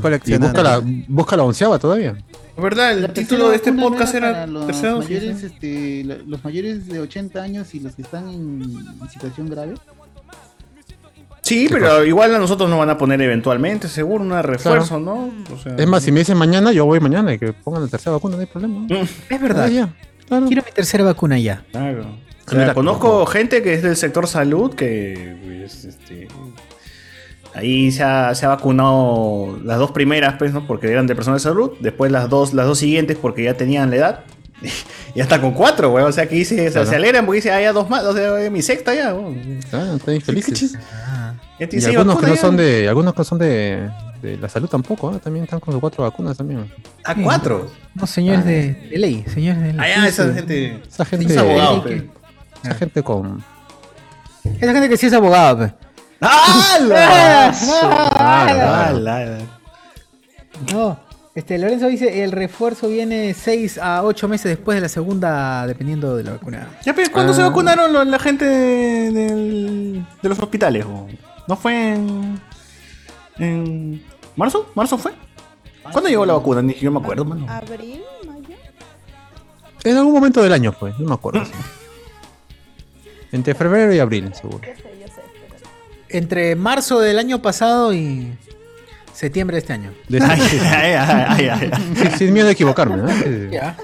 [SPEAKER 2] busca
[SPEAKER 3] coleccionando.
[SPEAKER 2] la, busca la onceava todavía.
[SPEAKER 4] ¿Verdad? El título de este podcast
[SPEAKER 6] para
[SPEAKER 4] era
[SPEAKER 6] los
[SPEAKER 4] Tercera dosis, ¿eh?
[SPEAKER 6] mayores,
[SPEAKER 4] ¿no?
[SPEAKER 6] este, lo- los mayores de 80 años y los que están en, en situación grave.
[SPEAKER 4] Sí, pero igual a nosotros nos van a poner eventualmente, seguro, un refuerzo,
[SPEAKER 2] Claro.
[SPEAKER 4] ¿no? O sea,
[SPEAKER 2] Es más, si me dicen mañana, yo voy mañana y que pongan la tercera vacuna, no hay problema.
[SPEAKER 1] Es verdad.
[SPEAKER 2] Ah,
[SPEAKER 1] Quiero mi tercera vacuna ya.
[SPEAKER 4] Claro. O sea,
[SPEAKER 1] Mira,
[SPEAKER 4] conozco gente que es del sector salud que pues, este, ahí se ha, se ha vacunado las dos primeras, pues, ¿no? Porque eran de personal de salud, después las dos, las dos siguientes porque ya tenían la edad. Y hasta con cuatro, weón. O sea, que dice, o sea,
[SPEAKER 2] Claro.
[SPEAKER 4] se alegran porque dice, ah, ya dos más, o sea, mi sexta ya, weón.
[SPEAKER 2] Claro,
[SPEAKER 1] Ah.
[SPEAKER 2] están Ah, felices.
[SPEAKER 4] Ya te
[SPEAKER 2] Y
[SPEAKER 4] hice
[SPEAKER 2] algunos que no
[SPEAKER 4] vacuna,
[SPEAKER 2] son
[SPEAKER 4] ya.
[SPEAKER 2] de, algunos que no son de, de la salud tampoco, ¿eh? también están con sus cuatro vacunas también.
[SPEAKER 1] Ah,
[SPEAKER 4] ¿A cuatro?
[SPEAKER 1] No, señores de, de ley, señores de ley.
[SPEAKER 4] Ah, ya, esa gente.
[SPEAKER 2] Esa gente.
[SPEAKER 4] Es abogado, pe.
[SPEAKER 2] Esa gente con.
[SPEAKER 1] Esa gente que sí es abogado, pe.
[SPEAKER 4] ¡Ala!
[SPEAKER 1] ¡Ala!
[SPEAKER 4] ¡Ala!
[SPEAKER 1] No, este Lorenzo dice el refuerzo viene 6 a 8 meses después de la segunda, dependiendo de la vacuna.
[SPEAKER 4] Ya, pero ¿cuándo se vacunaron lo- la gente del- de los hospitales? weón? ¿No fue en. en marzo? ¿Marzo fue? ¿Cuándo llegó la vacuna? Ni yo me acuerdo, mano.
[SPEAKER 14] ¿Abril? ¿Mayo?
[SPEAKER 2] En algún momento del año fue, no me acuerdo. Entre febrero y abril, seguro.
[SPEAKER 1] Entre marzo del año pasado y septiembre de este año.
[SPEAKER 2] De- Sí, Sin miedo a equivocarme, ¿no? Sí.
[SPEAKER 1] Ya.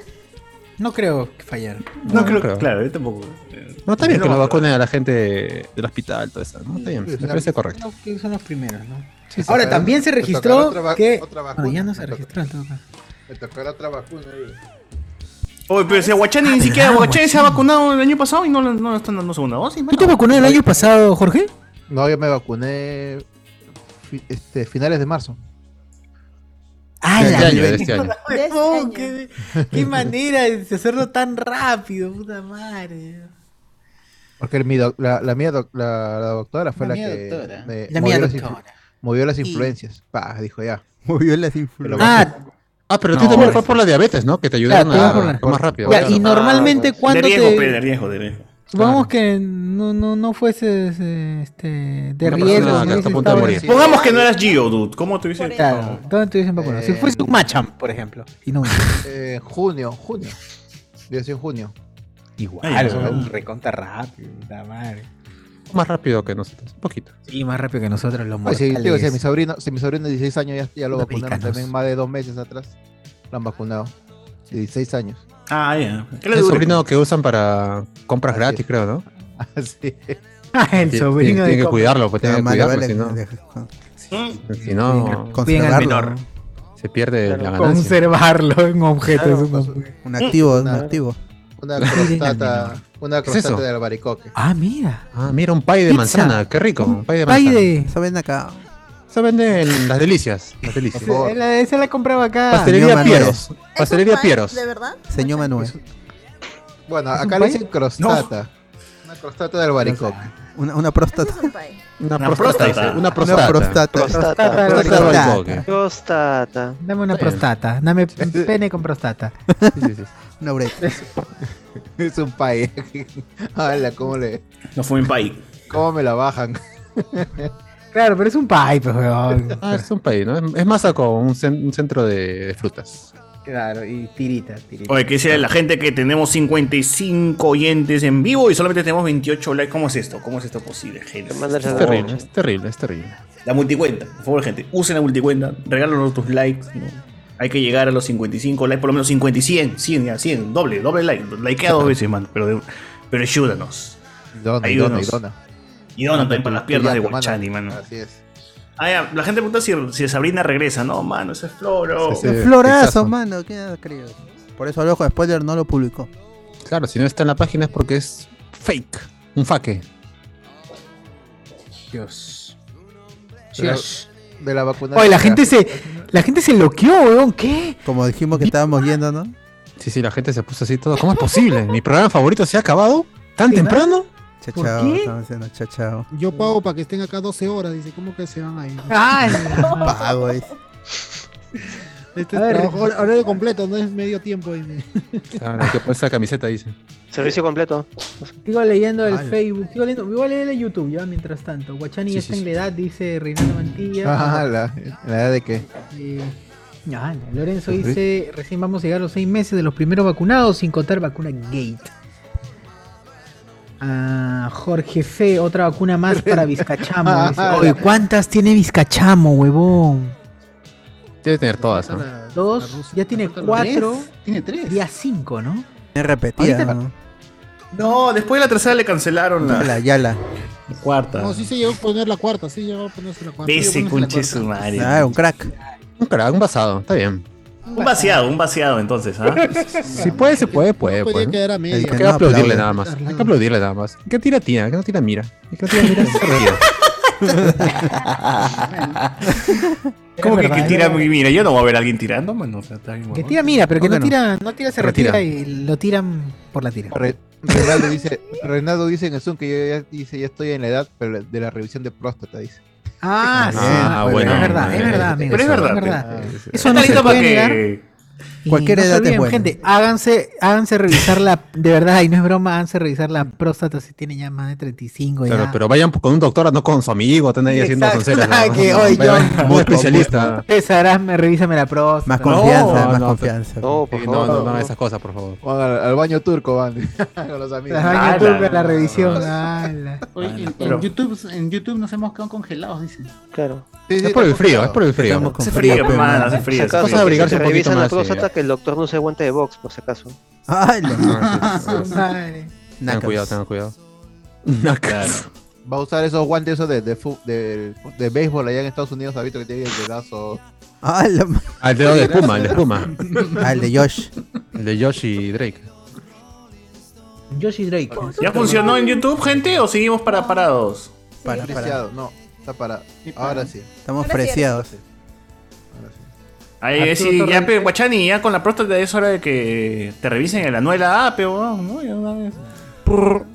[SPEAKER 1] No creo que fallar.
[SPEAKER 2] No, creo, claro,
[SPEAKER 4] yo tampoco.
[SPEAKER 2] No, está bien
[SPEAKER 1] No,
[SPEAKER 2] que nos
[SPEAKER 1] pero-
[SPEAKER 2] vacunen a la gente del hospital, todo eso. ¿no? Está bien, me
[SPEAKER 1] Sí,
[SPEAKER 2] parece
[SPEAKER 1] claro.
[SPEAKER 2] correcto.
[SPEAKER 1] No, que son los primeros, ¿no?
[SPEAKER 2] Sí, sí.
[SPEAKER 1] Ahora
[SPEAKER 2] Pero
[SPEAKER 1] también se
[SPEAKER 2] me
[SPEAKER 1] registró
[SPEAKER 8] tocará otra va-
[SPEAKER 1] que.
[SPEAKER 8] otra
[SPEAKER 1] Bueno, ya
[SPEAKER 8] vacuna,
[SPEAKER 1] no se
[SPEAKER 8] me toca-
[SPEAKER 1] registró en todo caso.
[SPEAKER 8] Me tocó la otra vacuna. eh.
[SPEAKER 4] Oye, pero si Aguachani
[SPEAKER 1] Ah,
[SPEAKER 4] ni siquiera Aguachani se ha vacunado el año pasado y no, le- no le están dando segunda dosis, mano.
[SPEAKER 1] vacunaste el año pasado, Jorge?
[SPEAKER 8] No, yo me vacuné fi- este, finales de marzo.
[SPEAKER 1] Ah,
[SPEAKER 8] De
[SPEAKER 1] la
[SPEAKER 8] este año, de
[SPEAKER 1] mierda.
[SPEAKER 8] este año.
[SPEAKER 1] No, qué, qué manera de hacerlo tan rápido, puta madre.
[SPEAKER 8] Porque mi doc- la, la mía doc- la, la doctora fue
[SPEAKER 1] La
[SPEAKER 8] la,
[SPEAKER 1] mía
[SPEAKER 8] que
[SPEAKER 1] doctora.
[SPEAKER 8] me
[SPEAKER 1] La
[SPEAKER 8] movió,
[SPEAKER 1] mía
[SPEAKER 8] las
[SPEAKER 1] doctora.
[SPEAKER 8] influ- movió las
[SPEAKER 1] Y-
[SPEAKER 8] influencias. Pa, dijo ya.
[SPEAKER 3] Movió las
[SPEAKER 8] influencias.
[SPEAKER 1] Ah,
[SPEAKER 2] Ah, pero a ti
[SPEAKER 8] No,
[SPEAKER 2] también
[SPEAKER 8] por-
[SPEAKER 2] fue por la diabetes, ¿no? Que te
[SPEAKER 1] Claro,
[SPEAKER 2] ayudaron
[SPEAKER 1] todo
[SPEAKER 2] a
[SPEAKER 1] por la-
[SPEAKER 2] a más rápido.
[SPEAKER 1] Ya, y normalmente cuando
[SPEAKER 4] De riesgo,
[SPEAKER 1] te-
[SPEAKER 4] pe, de riesgo, de riesgo.
[SPEAKER 1] Ah, Supongamos que no, no, no fuese ese, este, de
[SPEAKER 4] Una persona que
[SPEAKER 1] riesgo. no
[SPEAKER 4] está a
[SPEAKER 1] hubiese
[SPEAKER 4] punto de
[SPEAKER 1] estado-
[SPEAKER 4] morir. Pongamos que no eras Gio, dude. ¿Cómo te hubiese
[SPEAKER 1] Claro, ¿dónde te hubiesen vacunado? Si
[SPEAKER 8] Eh,
[SPEAKER 1] fuese un Machamp, por ejemplo. Y no un-
[SPEAKER 8] Eh, junio, junio. Yo soy en junio.
[SPEAKER 1] Igual,
[SPEAKER 2] Ay,
[SPEAKER 1] son
[SPEAKER 2] no.
[SPEAKER 1] un recontra rápido, puta madre.
[SPEAKER 2] Más rápido que nosotros, un poquito.
[SPEAKER 1] Sí, más rápido que nosotros los
[SPEAKER 8] Oye,
[SPEAKER 1] mortales.
[SPEAKER 8] si, digo, si mi sobrino, si mi sobrino de 16 años ya, ya lo
[SPEAKER 1] Los
[SPEAKER 8] vacunaron
[SPEAKER 1] mexicanos.
[SPEAKER 8] también más de dos meses atrás. Lo han vacunado. De 16 años.
[SPEAKER 4] Ah, ya. ¿Qué le
[SPEAKER 2] el
[SPEAKER 4] dure?
[SPEAKER 2] sobrino que usan para compras gratis, creo, ¿no?
[SPEAKER 8] Así.
[SPEAKER 1] Ah, el
[SPEAKER 2] Ti-
[SPEAKER 1] sobrino
[SPEAKER 2] tiene-
[SPEAKER 1] de
[SPEAKER 2] Tiene que
[SPEAKER 1] compras.
[SPEAKER 2] cuidarlo, pues tiene
[SPEAKER 3] Ah,
[SPEAKER 2] que
[SPEAKER 3] vale,
[SPEAKER 2] cuidarlo,
[SPEAKER 3] vale,
[SPEAKER 2] si
[SPEAKER 3] vale.
[SPEAKER 2] no. Si no,
[SPEAKER 3] Cuiden al menor.
[SPEAKER 2] Se pierde la ganancia.
[SPEAKER 1] Conservarlo en objetos.
[SPEAKER 8] Claro,
[SPEAKER 4] pues,
[SPEAKER 1] un-
[SPEAKER 3] Un activo, un
[SPEAKER 8] Una-
[SPEAKER 3] activo.
[SPEAKER 8] Una
[SPEAKER 3] Lo piden al
[SPEAKER 8] crostata,
[SPEAKER 3] menor.
[SPEAKER 8] una
[SPEAKER 3] ¿Qué es eso?
[SPEAKER 8] crostata de albaricoque.
[SPEAKER 1] Ah, mira.
[SPEAKER 2] Ah, mira, un pay de
[SPEAKER 3] Pizza.
[SPEAKER 2] manzana, qué rico. Un pay de
[SPEAKER 1] pay
[SPEAKER 2] manzana.
[SPEAKER 1] de-
[SPEAKER 3] Se venden acá.
[SPEAKER 2] Se venden las delicias. Las delicias.
[SPEAKER 1] Esa- la- Esa la compraba acá.
[SPEAKER 2] Pastelería
[SPEAKER 3] Manuel.
[SPEAKER 2] Pieros. Pastelería
[SPEAKER 3] pan
[SPEAKER 2] Pieros.
[SPEAKER 3] de
[SPEAKER 14] verdad?
[SPEAKER 3] Señor Manuel.
[SPEAKER 8] Bueno,
[SPEAKER 3] ¿Es un
[SPEAKER 8] acá le
[SPEAKER 3] pay?
[SPEAKER 8] dicen crostata. Una crostata de albaricoque.
[SPEAKER 3] Una, una próstata.
[SPEAKER 2] Una
[SPEAKER 8] Una próstata, próstata. dice, una próstata.
[SPEAKER 3] Una próstata.
[SPEAKER 8] Próstata.
[SPEAKER 3] Próstata.
[SPEAKER 8] Próstata.
[SPEAKER 3] Próstata.
[SPEAKER 5] Prostata.
[SPEAKER 1] Dame una prostata. Dame pene con prostata.
[SPEAKER 3] Una uretra.
[SPEAKER 8] Es un pay. Hala, ¿cómo le.
[SPEAKER 4] No fue un pay.
[SPEAKER 8] ¿Cómo me la bajan?
[SPEAKER 1] Claro, pero es un pay, pues, weón.
[SPEAKER 2] Ah, es un pay, ¿no? Es- Es masa con un, cen- un centro de, de frutas.
[SPEAKER 1] Claro, y tirita, tirita.
[SPEAKER 4] Oye, que sea la gente que tenemos 55 oyentes en vivo y solamente tenemos 28 likes. ¿Cómo es esto? ¿Cómo es esto posible, gente?
[SPEAKER 2] Es terrible, es terrible, es terrible.
[SPEAKER 4] La multicuenta, por favor, gente. Usen la multicuenta, regálanos tus likes. ¿no? Hay que llegar a los 55 likes, por lo menos 50 y 100, 100, ya, 100, doble, doble like. Likea dos veces, mano, pero, de- pero ayúdanos.
[SPEAKER 8] Dona, y dona, y
[SPEAKER 4] Ayúdanos.
[SPEAKER 8] dona.
[SPEAKER 4] Y dona también para las piernas de
[SPEAKER 8] Yaco, mano.
[SPEAKER 4] Guachani, mano.
[SPEAKER 8] Así es.
[SPEAKER 4] Ah, ya, la gente pregunta si, si Sabrina regresa. No, mano, ese es floro.
[SPEAKER 3] Un florazo, mano. ¿Qué has creído? Por eso el ojo de spoiler no lo publicó.
[SPEAKER 2] Claro, si no está en la página es porque es fake. Un faque.
[SPEAKER 1] Dios.
[SPEAKER 8] De la,
[SPEAKER 1] Dios.
[SPEAKER 8] de la vacuna.
[SPEAKER 1] Oye, la gente se. La gente se loqueó, weón. ¿Qué?
[SPEAKER 3] Como dijimos que estábamos yendo, ¿no?
[SPEAKER 2] Sí, sí, la gente se puso así todo. ¿Cómo es posible? Mi programa favorito se ha acabado tan temprano.
[SPEAKER 3] Chao,
[SPEAKER 11] ¿Por
[SPEAKER 3] chao.
[SPEAKER 11] qué?
[SPEAKER 3] Estamos diciendo chao, chao.
[SPEAKER 11] Yo pago para que estén acá 12 horas, dice, ¿cómo que se van a ir?
[SPEAKER 3] Pago, eh. dice.
[SPEAKER 11] Este
[SPEAKER 3] A
[SPEAKER 11] es
[SPEAKER 3] ver.
[SPEAKER 11] trabajo, hor- horario completo, no es medio tiempo. dime.
[SPEAKER 2] Claro, hay Ah, que poner esa camiseta, dice.
[SPEAKER 5] Servicio completo.
[SPEAKER 1] Sigo leyendo el
[SPEAKER 2] Ay.
[SPEAKER 1] Facebook, sigo leyendo, voy a leer el YouTube ya mientras tanto. Guachani
[SPEAKER 8] Ah, Sí,
[SPEAKER 1] ya
[SPEAKER 8] sí,
[SPEAKER 1] está en
[SPEAKER 8] sí.
[SPEAKER 1] la edad, dice Reinaldo Mantilla.
[SPEAKER 8] Ah, la, la edad de qué.
[SPEAKER 1] Eh, ah, Lorenzo dice, recién vamos a llegar a los seis meses de los primeros vacunados sin contar vacuna Gate. Ah, Jorge Fe, otra vacuna más para
[SPEAKER 4] Ah,
[SPEAKER 1] Vizcachamo. dice.
[SPEAKER 8] Ah,
[SPEAKER 1] Oye, Ah, ¿cuántas tiene Vizcachamo, huevón?
[SPEAKER 2] Debe tener todas, ¿no?
[SPEAKER 1] Dos, ya tiene cuatro.
[SPEAKER 6] Tiene tres.
[SPEAKER 1] Día cinco, ¿no?
[SPEAKER 3] Es repetida.
[SPEAKER 1] Ahorita-
[SPEAKER 3] ¿no?
[SPEAKER 4] No, después de la tercera le cancelaron la,
[SPEAKER 3] Yala, yala.
[SPEAKER 4] cuarta.
[SPEAKER 11] No, sí se llegó a poner la cuarta, sí llegó a ponerse la cuarta.
[SPEAKER 4] De
[SPEAKER 11] Sí
[SPEAKER 4] ese
[SPEAKER 11] llegó a ponerse
[SPEAKER 4] conche
[SPEAKER 11] la
[SPEAKER 4] su madre.
[SPEAKER 3] Ah, un crack.
[SPEAKER 2] Un crack, un basado, está bien.
[SPEAKER 4] Un vaciado, un vaciado entonces, ¿ah?
[SPEAKER 2] Si puede, se puede, puede.
[SPEAKER 11] podía
[SPEAKER 2] pues, ¿no?
[SPEAKER 11] quedar a medias.
[SPEAKER 2] Hay
[SPEAKER 11] El
[SPEAKER 2] que
[SPEAKER 11] que no
[SPEAKER 2] aplaudirle
[SPEAKER 11] aplaude.
[SPEAKER 2] nada más. Hay que aplaudirle nada más. El que tira, tira. El que no tira, mira. El que no tira, mira. se ríe.
[SPEAKER 4] ¿Cómo que,
[SPEAKER 1] verdad,
[SPEAKER 4] que
[SPEAKER 1] es
[SPEAKER 4] tira?
[SPEAKER 1] verdad.
[SPEAKER 4] Mira, yo no voy a ver a alguien tirando, mano. O sea, está bien,
[SPEAKER 1] Que
[SPEAKER 4] huevón.
[SPEAKER 1] tira, mira, pero que no,
[SPEAKER 8] ¿Cómo que no?
[SPEAKER 1] tira, no tira, se retira,
[SPEAKER 8] Retira.
[SPEAKER 1] y lo tiran por la tira.
[SPEAKER 8] Re- Reinaldo dice, Reinaldo dice en el Zoom que yo ya, dice, ya estoy en la edad pero de la revisión de próstata, dice.
[SPEAKER 1] Ah, sí.
[SPEAKER 2] Ah,
[SPEAKER 1] Muy
[SPEAKER 2] bueno.
[SPEAKER 1] bien, Es verdad, es verdad, amigo.
[SPEAKER 4] Pero es
[SPEAKER 1] eso,
[SPEAKER 4] verdad.
[SPEAKER 8] Ah,
[SPEAKER 3] Ah,
[SPEAKER 1] Es verdad.
[SPEAKER 4] pe.
[SPEAKER 1] Eso
[SPEAKER 4] Está
[SPEAKER 1] no se
[SPEAKER 4] listo para
[SPEAKER 1] puede negar.
[SPEAKER 4] que-
[SPEAKER 3] Cualquier
[SPEAKER 9] no se
[SPEAKER 3] edad es
[SPEAKER 9] olviden,
[SPEAKER 3] buena.
[SPEAKER 9] Gente, háganse, háganse revisar la, de verdad, y no es broma, háganse revisar la próstata si tienen ya más de 35 ya.
[SPEAKER 2] Pero, pero vayan con un doctor, no con su amigo, están ahí haciendo
[SPEAKER 9] Exacto,
[SPEAKER 2] sonceras.
[SPEAKER 9] nada
[SPEAKER 2] ¿no?
[SPEAKER 9] que, oye,
[SPEAKER 2] Vayan
[SPEAKER 9] yo-
[SPEAKER 2] con un especialista.
[SPEAKER 9] Pesarás, me revísame la próstata.
[SPEAKER 3] Más
[SPEAKER 2] No,
[SPEAKER 3] confianza,
[SPEAKER 2] no,
[SPEAKER 3] más
[SPEAKER 2] no,
[SPEAKER 3] confianza.
[SPEAKER 2] Eh, No, por favor. No, no, no, esas cosas, por favor.
[SPEAKER 8] Van al, al baño turco, van. con los amigos.
[SPEAKER 9] Las bañas turcas, la revisión. ala.
[SPEAKER 10] Oye, en, en
[SPEAKER 8] Pero-
[SPEAKER 10] YouTube, en YouTube nos hemos quedado congelados, dice.
[SPEAKER 5] Claro.
[SPEAKER 2] Es por el frío, es por el frío.
[SPEAKER 5] Estamos con
[SPEAKER 2] Hace frío,
[SPEAKER 5] frío,
[SPEAKER 2] hermano,
[SPEAKER 5] hermano.
[SPEAKER 2] hace frío,
[SPEAKER 5] Por si
[SPEAKER 2] hace
[SPEAKER 5] acaso,
[SPEAKER 2] frío.
[SPEAKER 5] si
[SPEAKER 2] Abrigarse un
[SPEAKER 5] te
[SPEAKER 2] poquito
[SPEAKER 5] revisan la
[SPEAKER 2] más, sí.
[SPEAKER 5] próstata que el doctor no se aguante de box, por si acaso.
[SPEAKER 3] Ay,
[SPEAKER 9] Madre.
[SPEAKER 2] Tengan cuidado, tengan cuidado.
[SPEAKER 8] Va a usar esos guantes esos de, de, fu- de, de béisbol allá en Estados Unidos, ha visto que tiene el pedazo.
[SPEAKER 3] Ah, la ma-
[SPEAKER 2] Al dedo de espuma, el de espuma.
[SPEAKER 3] Ah, el de Josh.
[SPEAKER 2] El de Josh y Drake.
[SPEAKER 9] Yoshi Drake.
[SPEAKER 4] ¿Ya funcionó en YouTube, gente? ¿O seguimos para parados?
[SPEAKER 3] Para, para.
[SPEAKER 8] Preciado, No, está parado. Ahora sí.
[SPEAKER 3] Estamos preciados.
[SPEAKER 4] Ahí
[SPEAKER 8] Arturo
[SPEAKER 4] sí, ya,
[SPEAKER 8] Torres.
[SPEAKER 4] pe, Guachani, ya con la próstata es hora de que te revisen el anuela A, pe, weón, ¿no? Ya una vez. Prrr.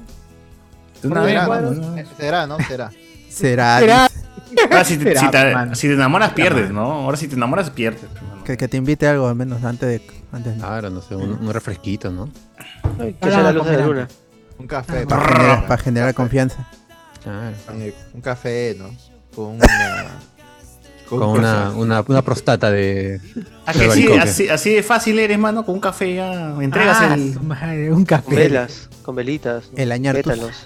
[SPEAKER 4] De una vez,
[SPEAKER 8] Será,
[SPEAKER 4] mano.
[SPEAKER 8] ¿no? Será, ¿no? Será.
[SPEAKER 3] Será.
[SPEAKER 4] Será.
[SPEAKER 3] dice.
[SPEAKER 4] Ahora, si, te,
[SPEAKER 3] Será,
[SPEAKER 4] si, te,
[SPEAKER 3] mano.
[SPEAKER 4] si te enamoras, pierdes, ¿no? Ahora, si te enamoras, pierdes. pues,
[SPEAKER 3] Que, que te invite algo al menos antes de. Antes de-
[SPEAKER 2] Claro, no sé, un, un refresquito, ¿no?
[SPEAKER 5] Que sea la luz de la luna.
[SPEAKER 8] Un café.
[SPEAKER 3] Para generar, para generar confianza.
[SPEAKER 8] Eh, Un café, ¿no? Con una.
[SPEAKER 2] Con una, una, una prostata de.
[SPEAKER 4] ¿A Ah,
[SPEAKER 2] de
[SPEAKER 4] que sí,
[SPEAKER 2] albaricoque.
[SPEAKER 4] así, así de fácil eres, mano, con un café ya entregas
[SPEAKER 9] Ah,
[SPEAKER 4] el...
[SPEAKER 9] su madre, un
[SPEAKER 5] Con
[SPEAKER 9] café.
[SPEAKER 5] velas, con velitas.
[SPEAKER 3] El añartus.
[SPEAKER 5] pétalos.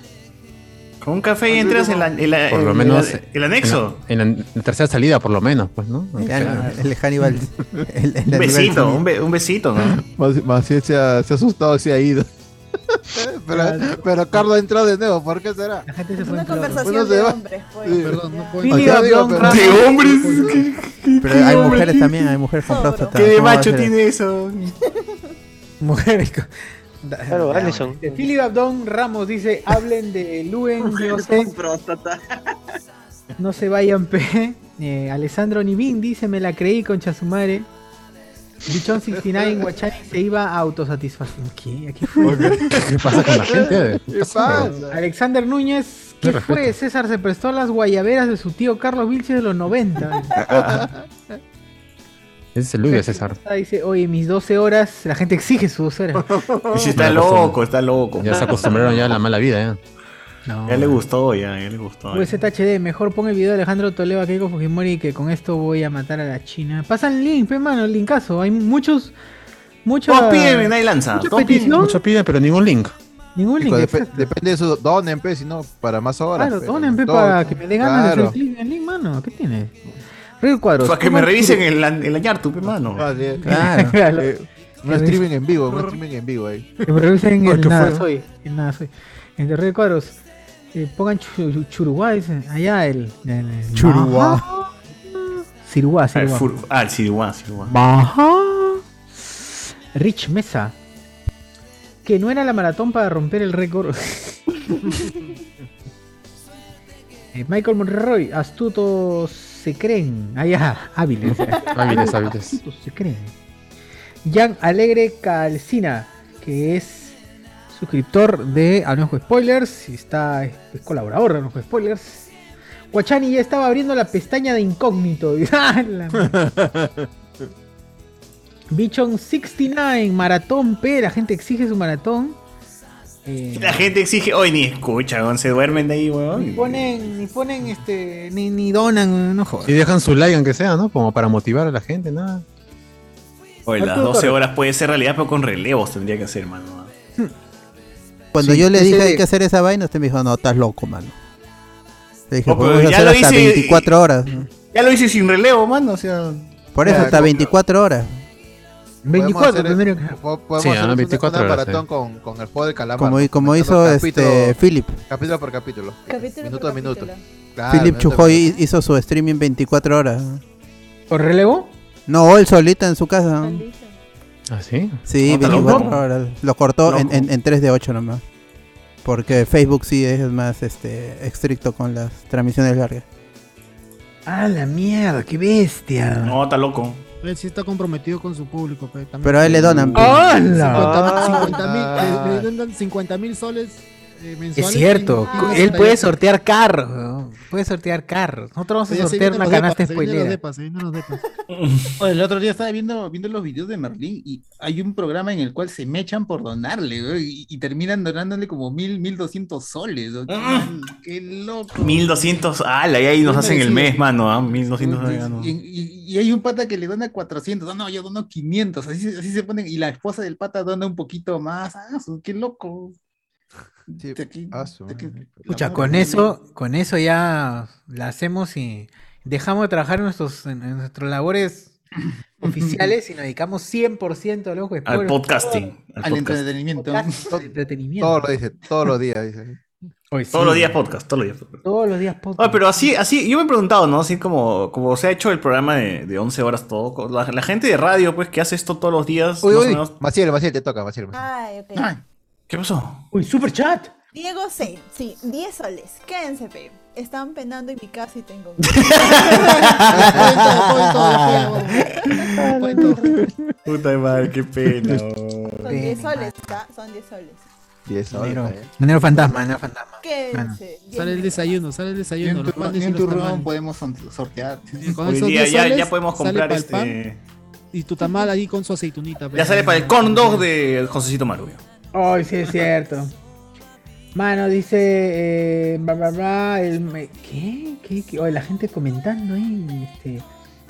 [SPEAKER 4] Con un café y entras en la, en la-
[SPEAKER 2] Por lo
[SPEAKER 4] en
[SPEAKER 2] menos.
[SPEAKER 4] la- Eh, el
[SPEAKER 8] eh,
[SPEAKER 4] anexo.
[SPEAKER 2] En, la- en la tercera salida, por lo menos, pues, ¿no?
[SPEAKER 3] Claro, El Hannibal. El, el
[SPEAKER 4] Un besito,
[SPEAKER 3] Hannibal-
[SPEAKER 4] un, be- un besito, ¿no?
[SPEAKER 8] Más, más si se ha, se ha asustado, se ha ido. pero, pero Carlos ha entrado de nuevo, ¿por qué será?
[SPEAKER 14] Una conversación
[SPEAKER 8] Uno se
[SPEAKER 14] de
[SPEAKER 8] va.
[SPEAKER 14] hombres, pues.
[SPEAKER 8] Sí.
[SPEAKER 14] Perdón, no puedo
[SPEAKER 8] O sea, digo, pero-
[SPEAKER 4] De hombres.
[SPEAKER 3] Pero hay mujeres también, hay mujeres con próstata.
[SPEAKER 4] ¿Qué de
[SPEAKER 3] ¿Cómo va a
[SPEAKER 4] macho
[SPEAKER 3] ser?
[SPEAKER 4] tiene eso?
[SPEAKER 9] Mujeres con-
[SPEAKER 5] Claro, Alison.
[SPEAKER 1] Philip Abdón Ramos dice, hablen de Luen, no sé,
[SPEAKER 24] próstata.
[SPEAKER 1] no se vayan, pe. Eh, Alessandro Nivín dice, me la creí con Chasumare. Bichon 69 Guachani se iba a autosatisfacción. ¿Qué? ¿A qué fue?
[SPEAKER 2] ¿Qué pasa con la gente?
[SPEAKER 1] ¿Qué pasa? Alexander Núñez, ¿qué fue? César se prestó a las guayaberas de su tío Carlos Vilches de los 90.
[SPEAKER 2] Ese es el Luis de César.
[SPEAKER 1] Dice, oye, mis 12 horas, la gente exige sus 12 horas.
[SPEAKER 4] Sí, está loco, está loco.
[SPEAKER 2] Ya se acostumbraron ya a la mala vida, ¿eh?
[SPEAKER 4] Ya le gustó, ya, ya le gustó.
[SPEAKER 1] Pues, VZHD, mejor pon el video de Alejandro Toledo a Keiko Fujimori que con esto voy a matar a la China. Pasa el link, pe mano, el linkazo. Hay muchos. Muchos.
[SPEAKER 4] Todos piden, nadie lanza.
[SPEAKER 1] Mucha
[SPEAKER 4] Todos piden,
[SPEAKER 1] petición.
[SPEAKER 2] Mucho pide, pero ningún link.
[SPEAKER 1] Ningún
[SPEAKER 8] Chico,
[SPEAKER 1] link.
[SPEAKER 8] dep- depende de eso, donen, pe, si no, para más horas.
[SPEAKER 1] Claro,
[SPEAKER 8] pero-
[SPEAKER 1] donen, pe,
[SPEAKER 8] todo-
[SPEAKER 1] para que me dé ganas de
[SPEAKER 8] claro.
[SPEAKER 1] hacer clic en el link, mano. ¿Qué tiene? Río Cuadros.
[SPEAKER 4] Para que me revisen el, el añartu, pe, mano.
[SPEAKER 1] Claro. Claro.
[SPEAKER 8] Ah,
[SPEAKER 1] Este-
[SPEAKER 8] Eh, un streaming en vivo, pues. un streaming en vivo ahí.
[SPEAKER 1] Que me revisen
[SPEAKER 8] Porque
[SPEAKER 1] el
[SPEAKER 8] fue-
[SPEAKER 1] nada soy. El nada soy. En el Río Cuadros. eh, pongan chu- chu- Churuguá, dice. Allá el. el, el-
[SPEAKER 4] Churuguá.
[SPEAKER 1] Ajá. Ciruguá,
[SPEAKER 4] Ah, el
[SPEAKER 1] Ciruguá.
[SPEAKER 4] fur- Ah, el Siruá, Siruá.
[SPEAKER 1] Baja. Rich Mesa. Que no era la maratón para romper el récord. Eh, Michael Monroy, astutos se creen. Ah, ya, hábiles.
[SPEAKER 2] Hábiles, hábiles.
[SPEAKER 1] Astutos se creen. Jan Alegre Calcina, que es suscriptor de Anojo Spoilers. y Está, es, es colaborador de Anojo Spoilers. Guachani ya estaba abriendo la pestaña de incógnito. ¡Ah, la madre! Bichon 69, maratón P, la gente exige su maratón.
[SPEAKER 4] La gente exige, hoy ni escucha, weón, se duermen de ahí, weón.
[SPEAKER 1] Ponen, ni ponen este, ni, ni donan, no
[SPEAKER 2] Y
[SPEAKER 1] jodas.
[SPEAKER 2] dejan su like, aunque sea, ¿no? Como para motivar a la gente, nada.
[SPEAKER 4] Oye, las
[SPEAKER 1] Arturo
[SPEAKER 4] 12
[SPEAKER 1] Torres.
[SPEAKER 4] horas puede ser realidad, pero con relevos tendría que hacer, mano.
[SPEAKER 3] Cuando
[SPEAKER 4] Sí,
[SPEAKER 3] yo le
[SPEAKER 4] ese-
[SPEAKER 3] dije hay que hacer esa vaina, usted me dijo, no, estás loco, mano. Le dije,
[SPEAKER 4] Oh, pero
[SPEAKER 3] podemos
[SPEAKER 4] ya
[SPEAKER 3] hacer
[SPEAKER 4] lo
[SPEAKER 3] hasta
[SPEAKER 4] hice y-
[SPEAKER 3] 24 horas.
[SPEAKER 4] Ya lo hice sin relevo, mano, o sea.
[SPEAKER 3] Por eso,
[SPEAKER 4] Ya,
[SPEAKER 3] hasta
[SPEAKER 4] como-
[SPEAKER 3] 24 horas.
[SPEAKER 1] tendría que-
[SPEAKER 8] po- Podemos
[SPEAKER 3] Sí,
[SPEAKER 8] hacer
[SPEAKER 3] ah,
[SPEAKER 8] una-
[SPEAKER 3] 24
[SPEAKER 8] una
[SPEAKER 3] horas,
[SPEAKER 8] maratón
[SPEAKER 3] sí.
[SPEAKER 8] con, con el juego del calamar.
[SPEAKER 3] Como,
[SPEAKER 8] ¿no?
[SPEAKER 3] como hizo
[SPEAKER 8] Comentando
[SPEAKER 3] este
[SPEAKER 8] capítulo-
[SPEAKER 3] Philip.
[SPEAKER 8] Capítulo por capítulo.
[SPEAKER 14] Capítulo
[SPEAKER 8] minuto
[SPEAKER 14] por
[SPEAKER 8] a minuto.
[SPEAKER 4] Ah,
[SPEAKER 8] Claro,
[SPEAKER 3] Philip
[SPEAKER 8] minuto a
[SPEAKER 3] Chujoy hizo su streaming 24 horas.
[SPEAKER 1] ¿Por relevo?
[SPEAKER 3] No, él solito en su casa.
[SPEAKER 2] ¿Ah, sí?
[SPEAKER 3] Sí,
[SPEAKER 2] ¿Otra
[SPEAKER 3] 24
[SPEAKER 2] loco?
[SPEAKER 3] horas. Lo cortó en,
[SPEAKER 2] Loco.
[SPEAKER 3] en, en 3 de 8 nomás. Porque Facebook sí es más este estricto con las transmisiones largas.
[SPEAKER 1] Ah, la mierda, qué bestia.
[SPEAKER 4] No, está loco.
[SPEAKER 11] Él sí está comprometido con su público, pe, también.
[SPEAKER 3] Pero a él le donan, pe.
[SPEAKER 1] ¡Hala!
[SPEAKER 11] eh, 50 mil- 50 mil, le- le donan 50 mil soles eh,
[SPEAKER 1] Es
[SPEAKER 11] mensuales.
[SPEAKER 1] cierto,
[SPEAKER 11] y- y más
[SPEAKER 1] él puede
[SPEAKER 11] talleres.
[SPEAKER 1] sortear carros, weón. puede sortear carros. Nosotros vamos a
[SPEAKER 11] Oye, se
[SPEAKER 1] sortear
[SPEAKER 11] vienen
[SPEAKER 1] una
[SPEAKER 11] los
[SPEAKER 1] canasta
[SPEAKER 11] depas, se vienen los
[SPEAKER 1] spoilera.
[SPEAKER 11] depas, se vienen los depas.
[SPEAKER 6] Oye, el otro día estaba viendo, viendo los videos de Merlín y hay un programa en el cual se mechan por donarle weón, y, y terminan donándole como mil, mil doscientos soles. weón. ¡Qué loco!
[SPEAKER 4] 1200, ala, y ahí nos
[SPEAKER 6] Yo
[SPEAKER 4] hacen el
[SPEAKER 6] merecido.
[SPEAKER 4] mes, mano, ¿ah? 1200. ah, no.
[SPEAKER 6] Y, y- y hay un pata que le dona 400, no, no, yo dono 500, así, se- así se ponen, y la esposa del pata dona un poquito más, ah, su- qué loco. Te- que-
[SPEAKER 11] ah,
[SPEAKER 6] te- que-
[SPEAKER 1] Escucha,
[SPEAKER 6] la
[SPEAKER 1] con
[SPEAKER 6] madre,
[SPEAKER 1] eso, con eso ya la hacemos y dejamos de trabajar en nuestros, en, en nuestros labores oficiales y nos dedicamos 100% a los juegos.
[SPEAKER 4] Al podcasting,
[SPEAKER 1] Al,
[SPEAKER 4] al
[SPEAKER 1] podcast.
[SPEAKER 4] podcast.
[SPEAKER 6] entretenimiento.
[SPEAKER 1] Podcast, entretenimiento.
[SPEAKER 4] Todo lo
[SPEAKER 1] dice,
[SPEAKER 8] todos los días, dice.
[SPEAKER 1] Hoy
[SPEAKER 4] Todos
[SPEAKER 1] sí.
[SPEAKER 4] los días podcast, todos los días.
[SPEAKER 1] Todos los días podcast.
[SPEAKER 4] Oye, pero así, así, yo me he preguntado, ¿no? Así como, como se ha hecho el programa de, de 11 horas todo, con la, la gente de radio, pues, que hace esto todos los días.
[SPEAKER 8] Uy,
[SPEAKER 4] más
[SPEAKER 8] uy,
[SPEAKER 4] o menos.
[SPEAKER 8] Maciel, Maciel, te toca, Maciel. Maciel.
[SPEAKER 14] Ay, ok.
[SPEAKER 4] ¿Qué pasó?
[SPEAKER 1] Uy, super chat.
[SPEAKER 14] Diego C. Sí, 10 soles. Quédense, pe. Están penando en mi casa y tengo.
[SPEAKER 4] Puta madre, qué pena.
[SPEAKER 14] Son 10 soles, ¿está? Son 10 soles.
[SPEAKER 1] Enero, enero fantasma, enero fantasma.
[SPEAKER 14] Quédense. diez
[SPEAKER 11] Sale el
[SPEAKER 14] minutos.
[SPEAKER 11] desayuno, sale el
[SPEAKER 6] Ni
[SPEAKER 11] desayuno.
[SPEAKER 6] un,
[SPEAKER 11] los
[SPEAKER 6] turrón-
[SPEAKER 11] panes
[SPEAKER 6] ni
[SPEAKER 11] y
[SPEAKER 6] un
[SPEAKER 11] los
[SPEAKER 6] turrón
[SPEAKER 11] tamales.
[SPEAKER 6] podemos son- sortear.
[SPEAKER 11] Con
[SPEAKER 4] Hoy
[SPEAKER 11] esos
[SPEAKER 4] día
[SPEAKER 11] 10
[SPEAKER 4] ya,
[SPEAKER 11] soles
[SPEAKER 4] ya podemos
[SPEAKER 11] sale
[SPEAKER 4] comprar
[SPEAKER 11] pa'l
[SPEAKER 4] este.
[SPEAKER 11] pan Y tu tamal ahí con su aceitunita.
[SPEAKER 4] Ya sale para el corn dog de Josecito Marubio.
[SPEAKER 1] Ay, sí es cierto. Mano, dice. eh, bla, bla, bla, el me- ¿Qué? ¿Qué? qué? Oye, la gente comentando ahí. Este,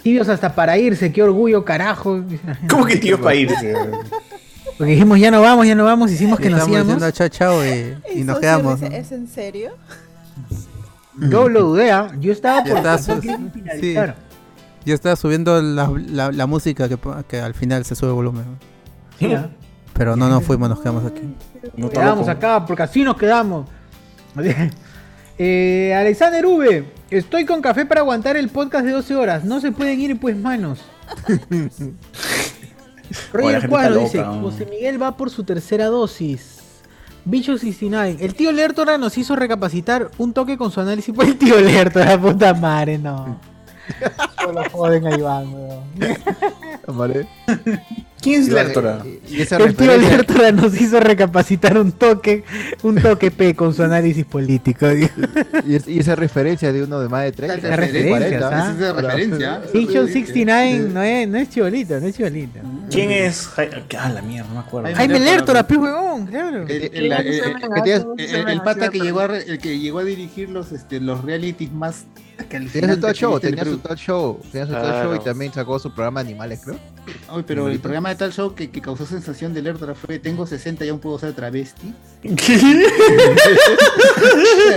[SPEAKER 1] tibios hasta para irse, qué orgullo, carajo. dice la gente.
[SPEAKER 4] ¿Cómo que tío para irse?
[SPEAKER 1] Porque dijimos, ya no vamos, ya no vamos, hicimos que nos
[SPEAKER 3] Estamos
[SPEAKER 1] íbamos.
[SPEAKER 3] diciendo chao, chao y, y nos
[SPEAKER 14] socio
[SPEAKER 3] quedamos.
[SPEAKER 14] dice, ¿Es en serio?
[SPEAKER 1] Yo lo dudé, ¿ah? yo estaba
[SPEAKER 3] Ya
[SPEAKER 1] por
[SPEAKER 3] está,
[SPEAKER 1] pensar
[SPEAKER 3] sus-
[SPEAKER 1] que iban a finalizar.
[SPEAKER 3] Yo estaba subiendo la, la- la música que, po- que al final se sube el volumen.
[SPEAKER 1] Sí, ¿ah?
[SPEAKER 3] Pero no nos fuimos, nos quedamos aquí.
[SPEAKER 1] Nos quedamos acá, porque así nos quedamos. Eh, Alexander V, estoy con café para aguantar el podcast de 12 horas. No se pueden ir, pues, manos.
[SPEAKER 4] Oye, la
[SPEAKER 1] Roger
[SPEAKER 4] gente
[SPEAKER 1] Cuadro
[SPEAKER 4] está
[SPEAKER 1] dice:
[SPEAKER 4] loca, ¿no?
[SPEAKER 1] José Miguel va por su tercera dosis. Bicho 69. El tío Lertora nos hizo recapacitar un toque con su análisis. Pues el tío Lertora, puta madre, no. No lo joden a Iván, weón.
[SPEAKER 8] Vale.
[SPEAKER 1] ¿Quién
[SPEAKER 8] es Lertora?
[SPEAKER 1] Y el tío Lertora nos hizo recapacitar un toque, un toque P con su análisis político. dijo.
[SPEAKER 8] Y, y esa referencia de uno de más de 30.
[SPEAKER 1] Las referencias, ¿ah? Fiction 69 no es, no es chibolita, no es chibolita.
[SPEAKER 4] ¿Quién es? Jai- Ah, la mierda, no me acuerdo.
[SPEAKER 1] Jaime Lertora, pe huevón, claro.
[SPEAKER 6] El, el- el- el- que te- el- el- el pata que llegó a re- el que llegó a dirigir los este los realities más que al
[SPEAKER 8] Tenía
[SPEAKER 6] final
[SPEAKER 8] su talk
[SPEAKER 6] te-
[SPEAKER 8] show,
[SPEAKER 6] te-
[SPEAKER 8] tenía su talk show, tenía su talk
[SPEAKER 6] Claro.
[SPEAKER 8] show y también sacó su programa de animales, creo.
[SPEAKER 6] Ay, pero el programa de tal show que, que causó sensación de Lertora fue Tengo 60 y aún puedo ser travesti.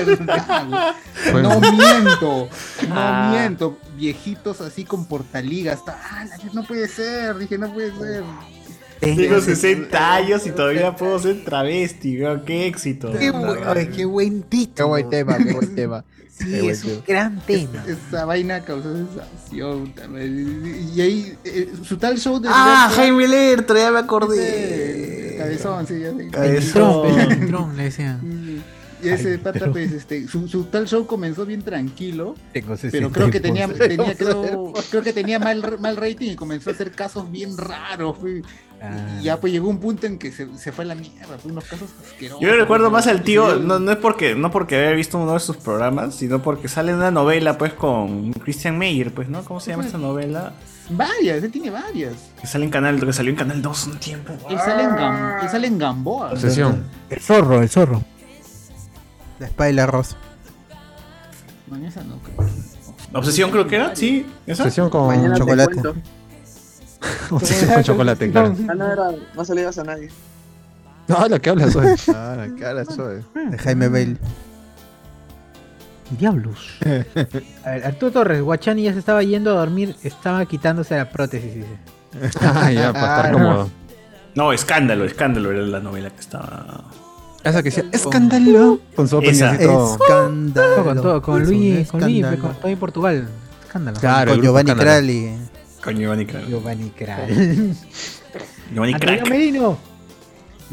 [SPEAKER 6] Verdad, güey. no miento, no
[SPEAKER 25] Ah.
[SPEAKER 6] miento. Viejitos así con portaligas. ta- ah, la- no puede ser, dije, no puede ser.
[SPEAKER 4] Tengo 60 años y todavía puedo ser travesti, weón. Qué éxito.
[SPEAKER 6] Qué bueno, ay, qué
[SPEAKER 1] buen título.
[SPEAKER 8] Qué buen tema, qué buen tema.
[SPEAKER 6] Sí,
[SPEAKER 8] Qué
[SPEAKER 6] es
[SPEAKER 8] buen
[SPEAKER 6] un
[SPEAKER 8] tema.
[SPEAKER 1] gran tema.
[SPEAKER 6] Esa vaina causó sensación. puta madre. Y ahí, eh, su tal show de.
[SPEAKER 25] Ah, Jaime
[SPEAKER 1] Lertra, ya me
[SPEAKER 6] acordé. Cabezón, sí, ya sé.
[SPEAKER 1] Cabezón. Le decía.
[SPEAKER 6] Y ese
[SPEAKER 1] Ay,
[SPEAKER 6] pata,
[SPEAKER 1] pero-
[SPEAKER 6] pues, este, su, su tal show comenzó bien tranquilo.
[SPEAKER 1] Tengo 60
[SPEAKER 6] Pero creo que
[SPEAKER 1] y
[SPEAKER 6] tenía,
[SPEAKER 1] puedo ser
[SPEAKER 6] tenía,
[SPEAKER 1] travesti.
[SPEAKER 6] creo, creo que tenía mal, mal rating y comenzó a hacer casos bien raros. fue.
[SPEAKER 1] Ah.
[SPEAKER 6] Y ya pues llegó un punto en que se, se fue a la mierda. Fue unos casos asquerosos.
[SPEAKER 4] Yo recuerdo más al tío,
[SPEAKER 6] Sí,
[SPEAKER 4] no, no es porque no porque haber visto uno de sus programas, sino porque sale una novela pues con Christian Meyer, pues, ¿no? ¿Cómo se llama esa novela?
[SPEAKER 6] Varias,
[SPEAKER 1] eh,
[SPEAKER 6] él tiene varias.
[SPEAKER 4] Que sale en canal, que salió en Canal 2 un tiempo.
[SPEAKER 6] Él sale en, Gam- él sale en Gamboa.
[SPEAKER 3] El zorro, el zorro. La espada y la rosa.
[SPEAKER 6] No, en esa no creo.
[SPEAKER 4] Obsesión creo que era, sí, esa.
[SPEAKER 2] Obsesión con
[SPEAKER 4] Mañana te
[SPEAKER 2] chocolate.
[SPEAKER 4] cuento.
[SPEAKER 2] Obsesión con chocolate, claro.
[SPEAKER 24] Ah, no, era, no saludas a nadie.
[SPEAKER 2] No, lo que hablas hoy.
[SPEAKER 8] Ah, la cara soy.
[SPEAKER 3] De Jaime Bale.
[SPEAKER 1] Diablos. A ver, Arturo Torres, Guachani ya se estaba yendo a dormir, estaba quitándose la prótesis, dice.
[SPEAKER 4] Ah, ya, para estar
[SPEAKER 1] Ah, no.
[SPEAKER 4] cómodo. No, escándalo, escándalo era la novela que estaba.
[SPEAKER 2] Esa que decía, escándalo. Con su
[SPEAKER 4] Esa.
[SPEAKER 1] Todo
[SPEAKER 3] Escándalo.
[SPEAKER 1] con todo, con
[SPEAKER 3] Es un
[SPEAKER 1] Luis, con Luis,
[SPEAKER 3] escándalo.
[SPEAKER 1] con todo en Portugal. Escándalo.
[SPEAKER 3] Claro, Con el grupo Giovanni escándalo. Crali.
[SPEAKER 4] Con Giovanni Kral.
[SPEAKER 1] Giovanni Kral.
[SPEAKER 4] Giovanni
[SPEAKER 8] Ah,
[SPEAKER 1] Antonio
[SPEAKER 4] Crack.
[SPEAKER 1] Merino.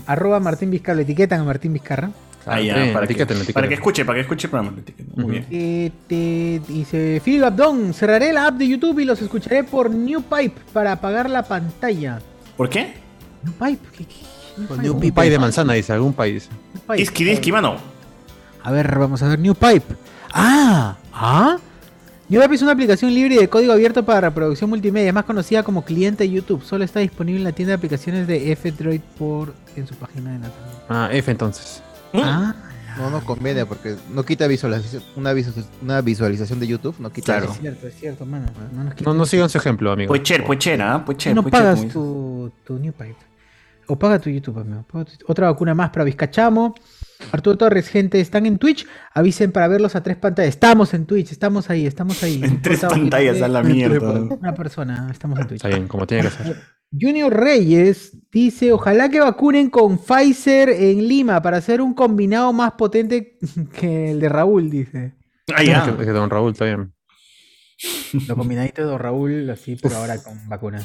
[SPEAKER 1] Arroba Martín Vizcarra, etiquetan a Martín Vizcarra.
[SPEAKER 4] Ah, ya,
[SPEAKER 2] Sí,
[SPEAKER 4] para, que,
[SPEAKER 2] etiquétenlo,
[SPEAKER 4] para
[SPEAKER 2] etiquétenlo.
[SPEAKER 4] que escuche, para que escuche el programa. etiquétenlo. Muy bien.
[SPEAKER 1] Eh, te dice Philip Abdón, cerraré la app de YouTube y los escucharé por New Pipe para apagar la pantalla.
[SPEAKER 4] ¿Por qué?
[SPEAKER 1] New Pipe, ¿qué, qué-
[SPEAKER 2] Un pie de manzana, dice, algún país.
[SPEAKER 4] Iski, Iski, mano.
[SPEAKER 1] A ver, vamos a ver, New Pipe. Ah, ah. New Pipe es una aplicación libre y de código abierto para reproducción multimedia, más conocida como cliente de YouTube. Solo está disponible en la tienda de aplicaciones de F-Droid por en su página de Natal.
[SPEAKER 2] Ah, F entonces.
[SPEAKER 1] Ah,
[SPEAKER 8] No, no conviene porque no quita visualización, una, visualiz- una visualización de YouTube, no quita
[SPEAKER 1] es
[SPEAKER 8] eso.
[SPEAKER 1] cierto, es cierto, mano. No, nos
[SPEAKER 2] No, no sigan su ejemplo, amigo.
[SPEAKER 4] Puecher, puechera, ¿ah? puecher,
[SPEAKER 1] no
[SPEAKER 4] puecher,
[SPEAKER 1] pagas
[SPEAKER 4] como dices.
[SPEAKER 1] tu, tu New Pipe. O paga tu YouTube, amigo. paga tu YouTube. Otra vacuna más para Vizcachamo. Arturo Torres, gente, ¿están en Twitch? Avisen para verlos a tres pantallas. Estamos en Twich, estamos ahí, estamos ahí. En
[SPEAKER 4] tres pantallas, a la mierda.
[SPEAKER 1] Una persona, estamos en Twitch.
[SPEAKER 2] Está bien, como tiene que ser.
[SPEAKER 1] Junior Reyes dice, ojalá que vacunen con Pfizer en Lima para hacer un combinado más potente que el de Raúl, dice.
[SPEAKER 4] Ah, ya.
[SPEAKER 2] Es que don Raúl está bien.
[SPEAKER 1] Lo combinadito de Don Raúl, así por ahora con vacunas.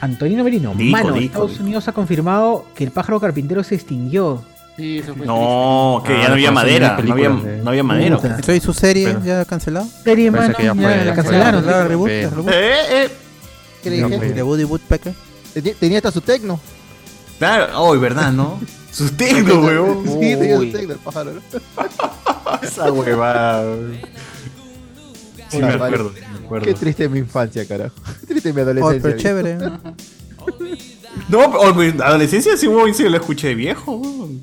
[SPEAKER 1] Antonino Merino,
[SPEAKER 4] Dico,
[SPEAKER 1] mano,
[SPEAKER 4] dico,
[SPEAKER 1] Estados Unidos ha confirmado que el pájaro carpintero se extinguió.
[SPEAKER 10] Sí, eso
[SPEAKER 1] Pues,
[SPEAKER 10] fue
[SPEAKER 4] No, que ya Ah, no había madera. No había, no había madera.
[SPEAKER 3] Puta. Soy su serie ya cancelada.
[SPEAKER 1] Serie,
[SPEAKER 4] Parece mano, que ya ya fue, la ya cancelaron. fue.
[SPEAKER 3] La reboot,
[SPEAKER 4] Eh,
[SPEAKER 3] la reboot.
[SPEAKER 4] eh, eh.
[SPEAKER 3] ¿Qué le dije?
[SPEAKER 4] No, pues.
[SPEAKER 3] Reboot, debut, peque.
[SPEAKER 8] Tenía hasta su tecno.
[SPEAKER 4] Claro, hoy, ¿verdad, no? Sustento, weón.
[SPEAKER 8] Sí, tenía su tecno, el pájaro.
[SPEAKER 4] Esa huevada. weón. Sí, me acuerdo, me acuerdo.
[SPEAKER 8] Qué triste mi infancia, carajo. Qué triste mi
[SPEAKER 3] Oh,
[SPEAKER 8] adolescencia.
[SPEAKER 3] pero chévere.
[SPEAKER 4] No, o- mi adolescencia sí, weón, sí, lo escuché de viejo, weón.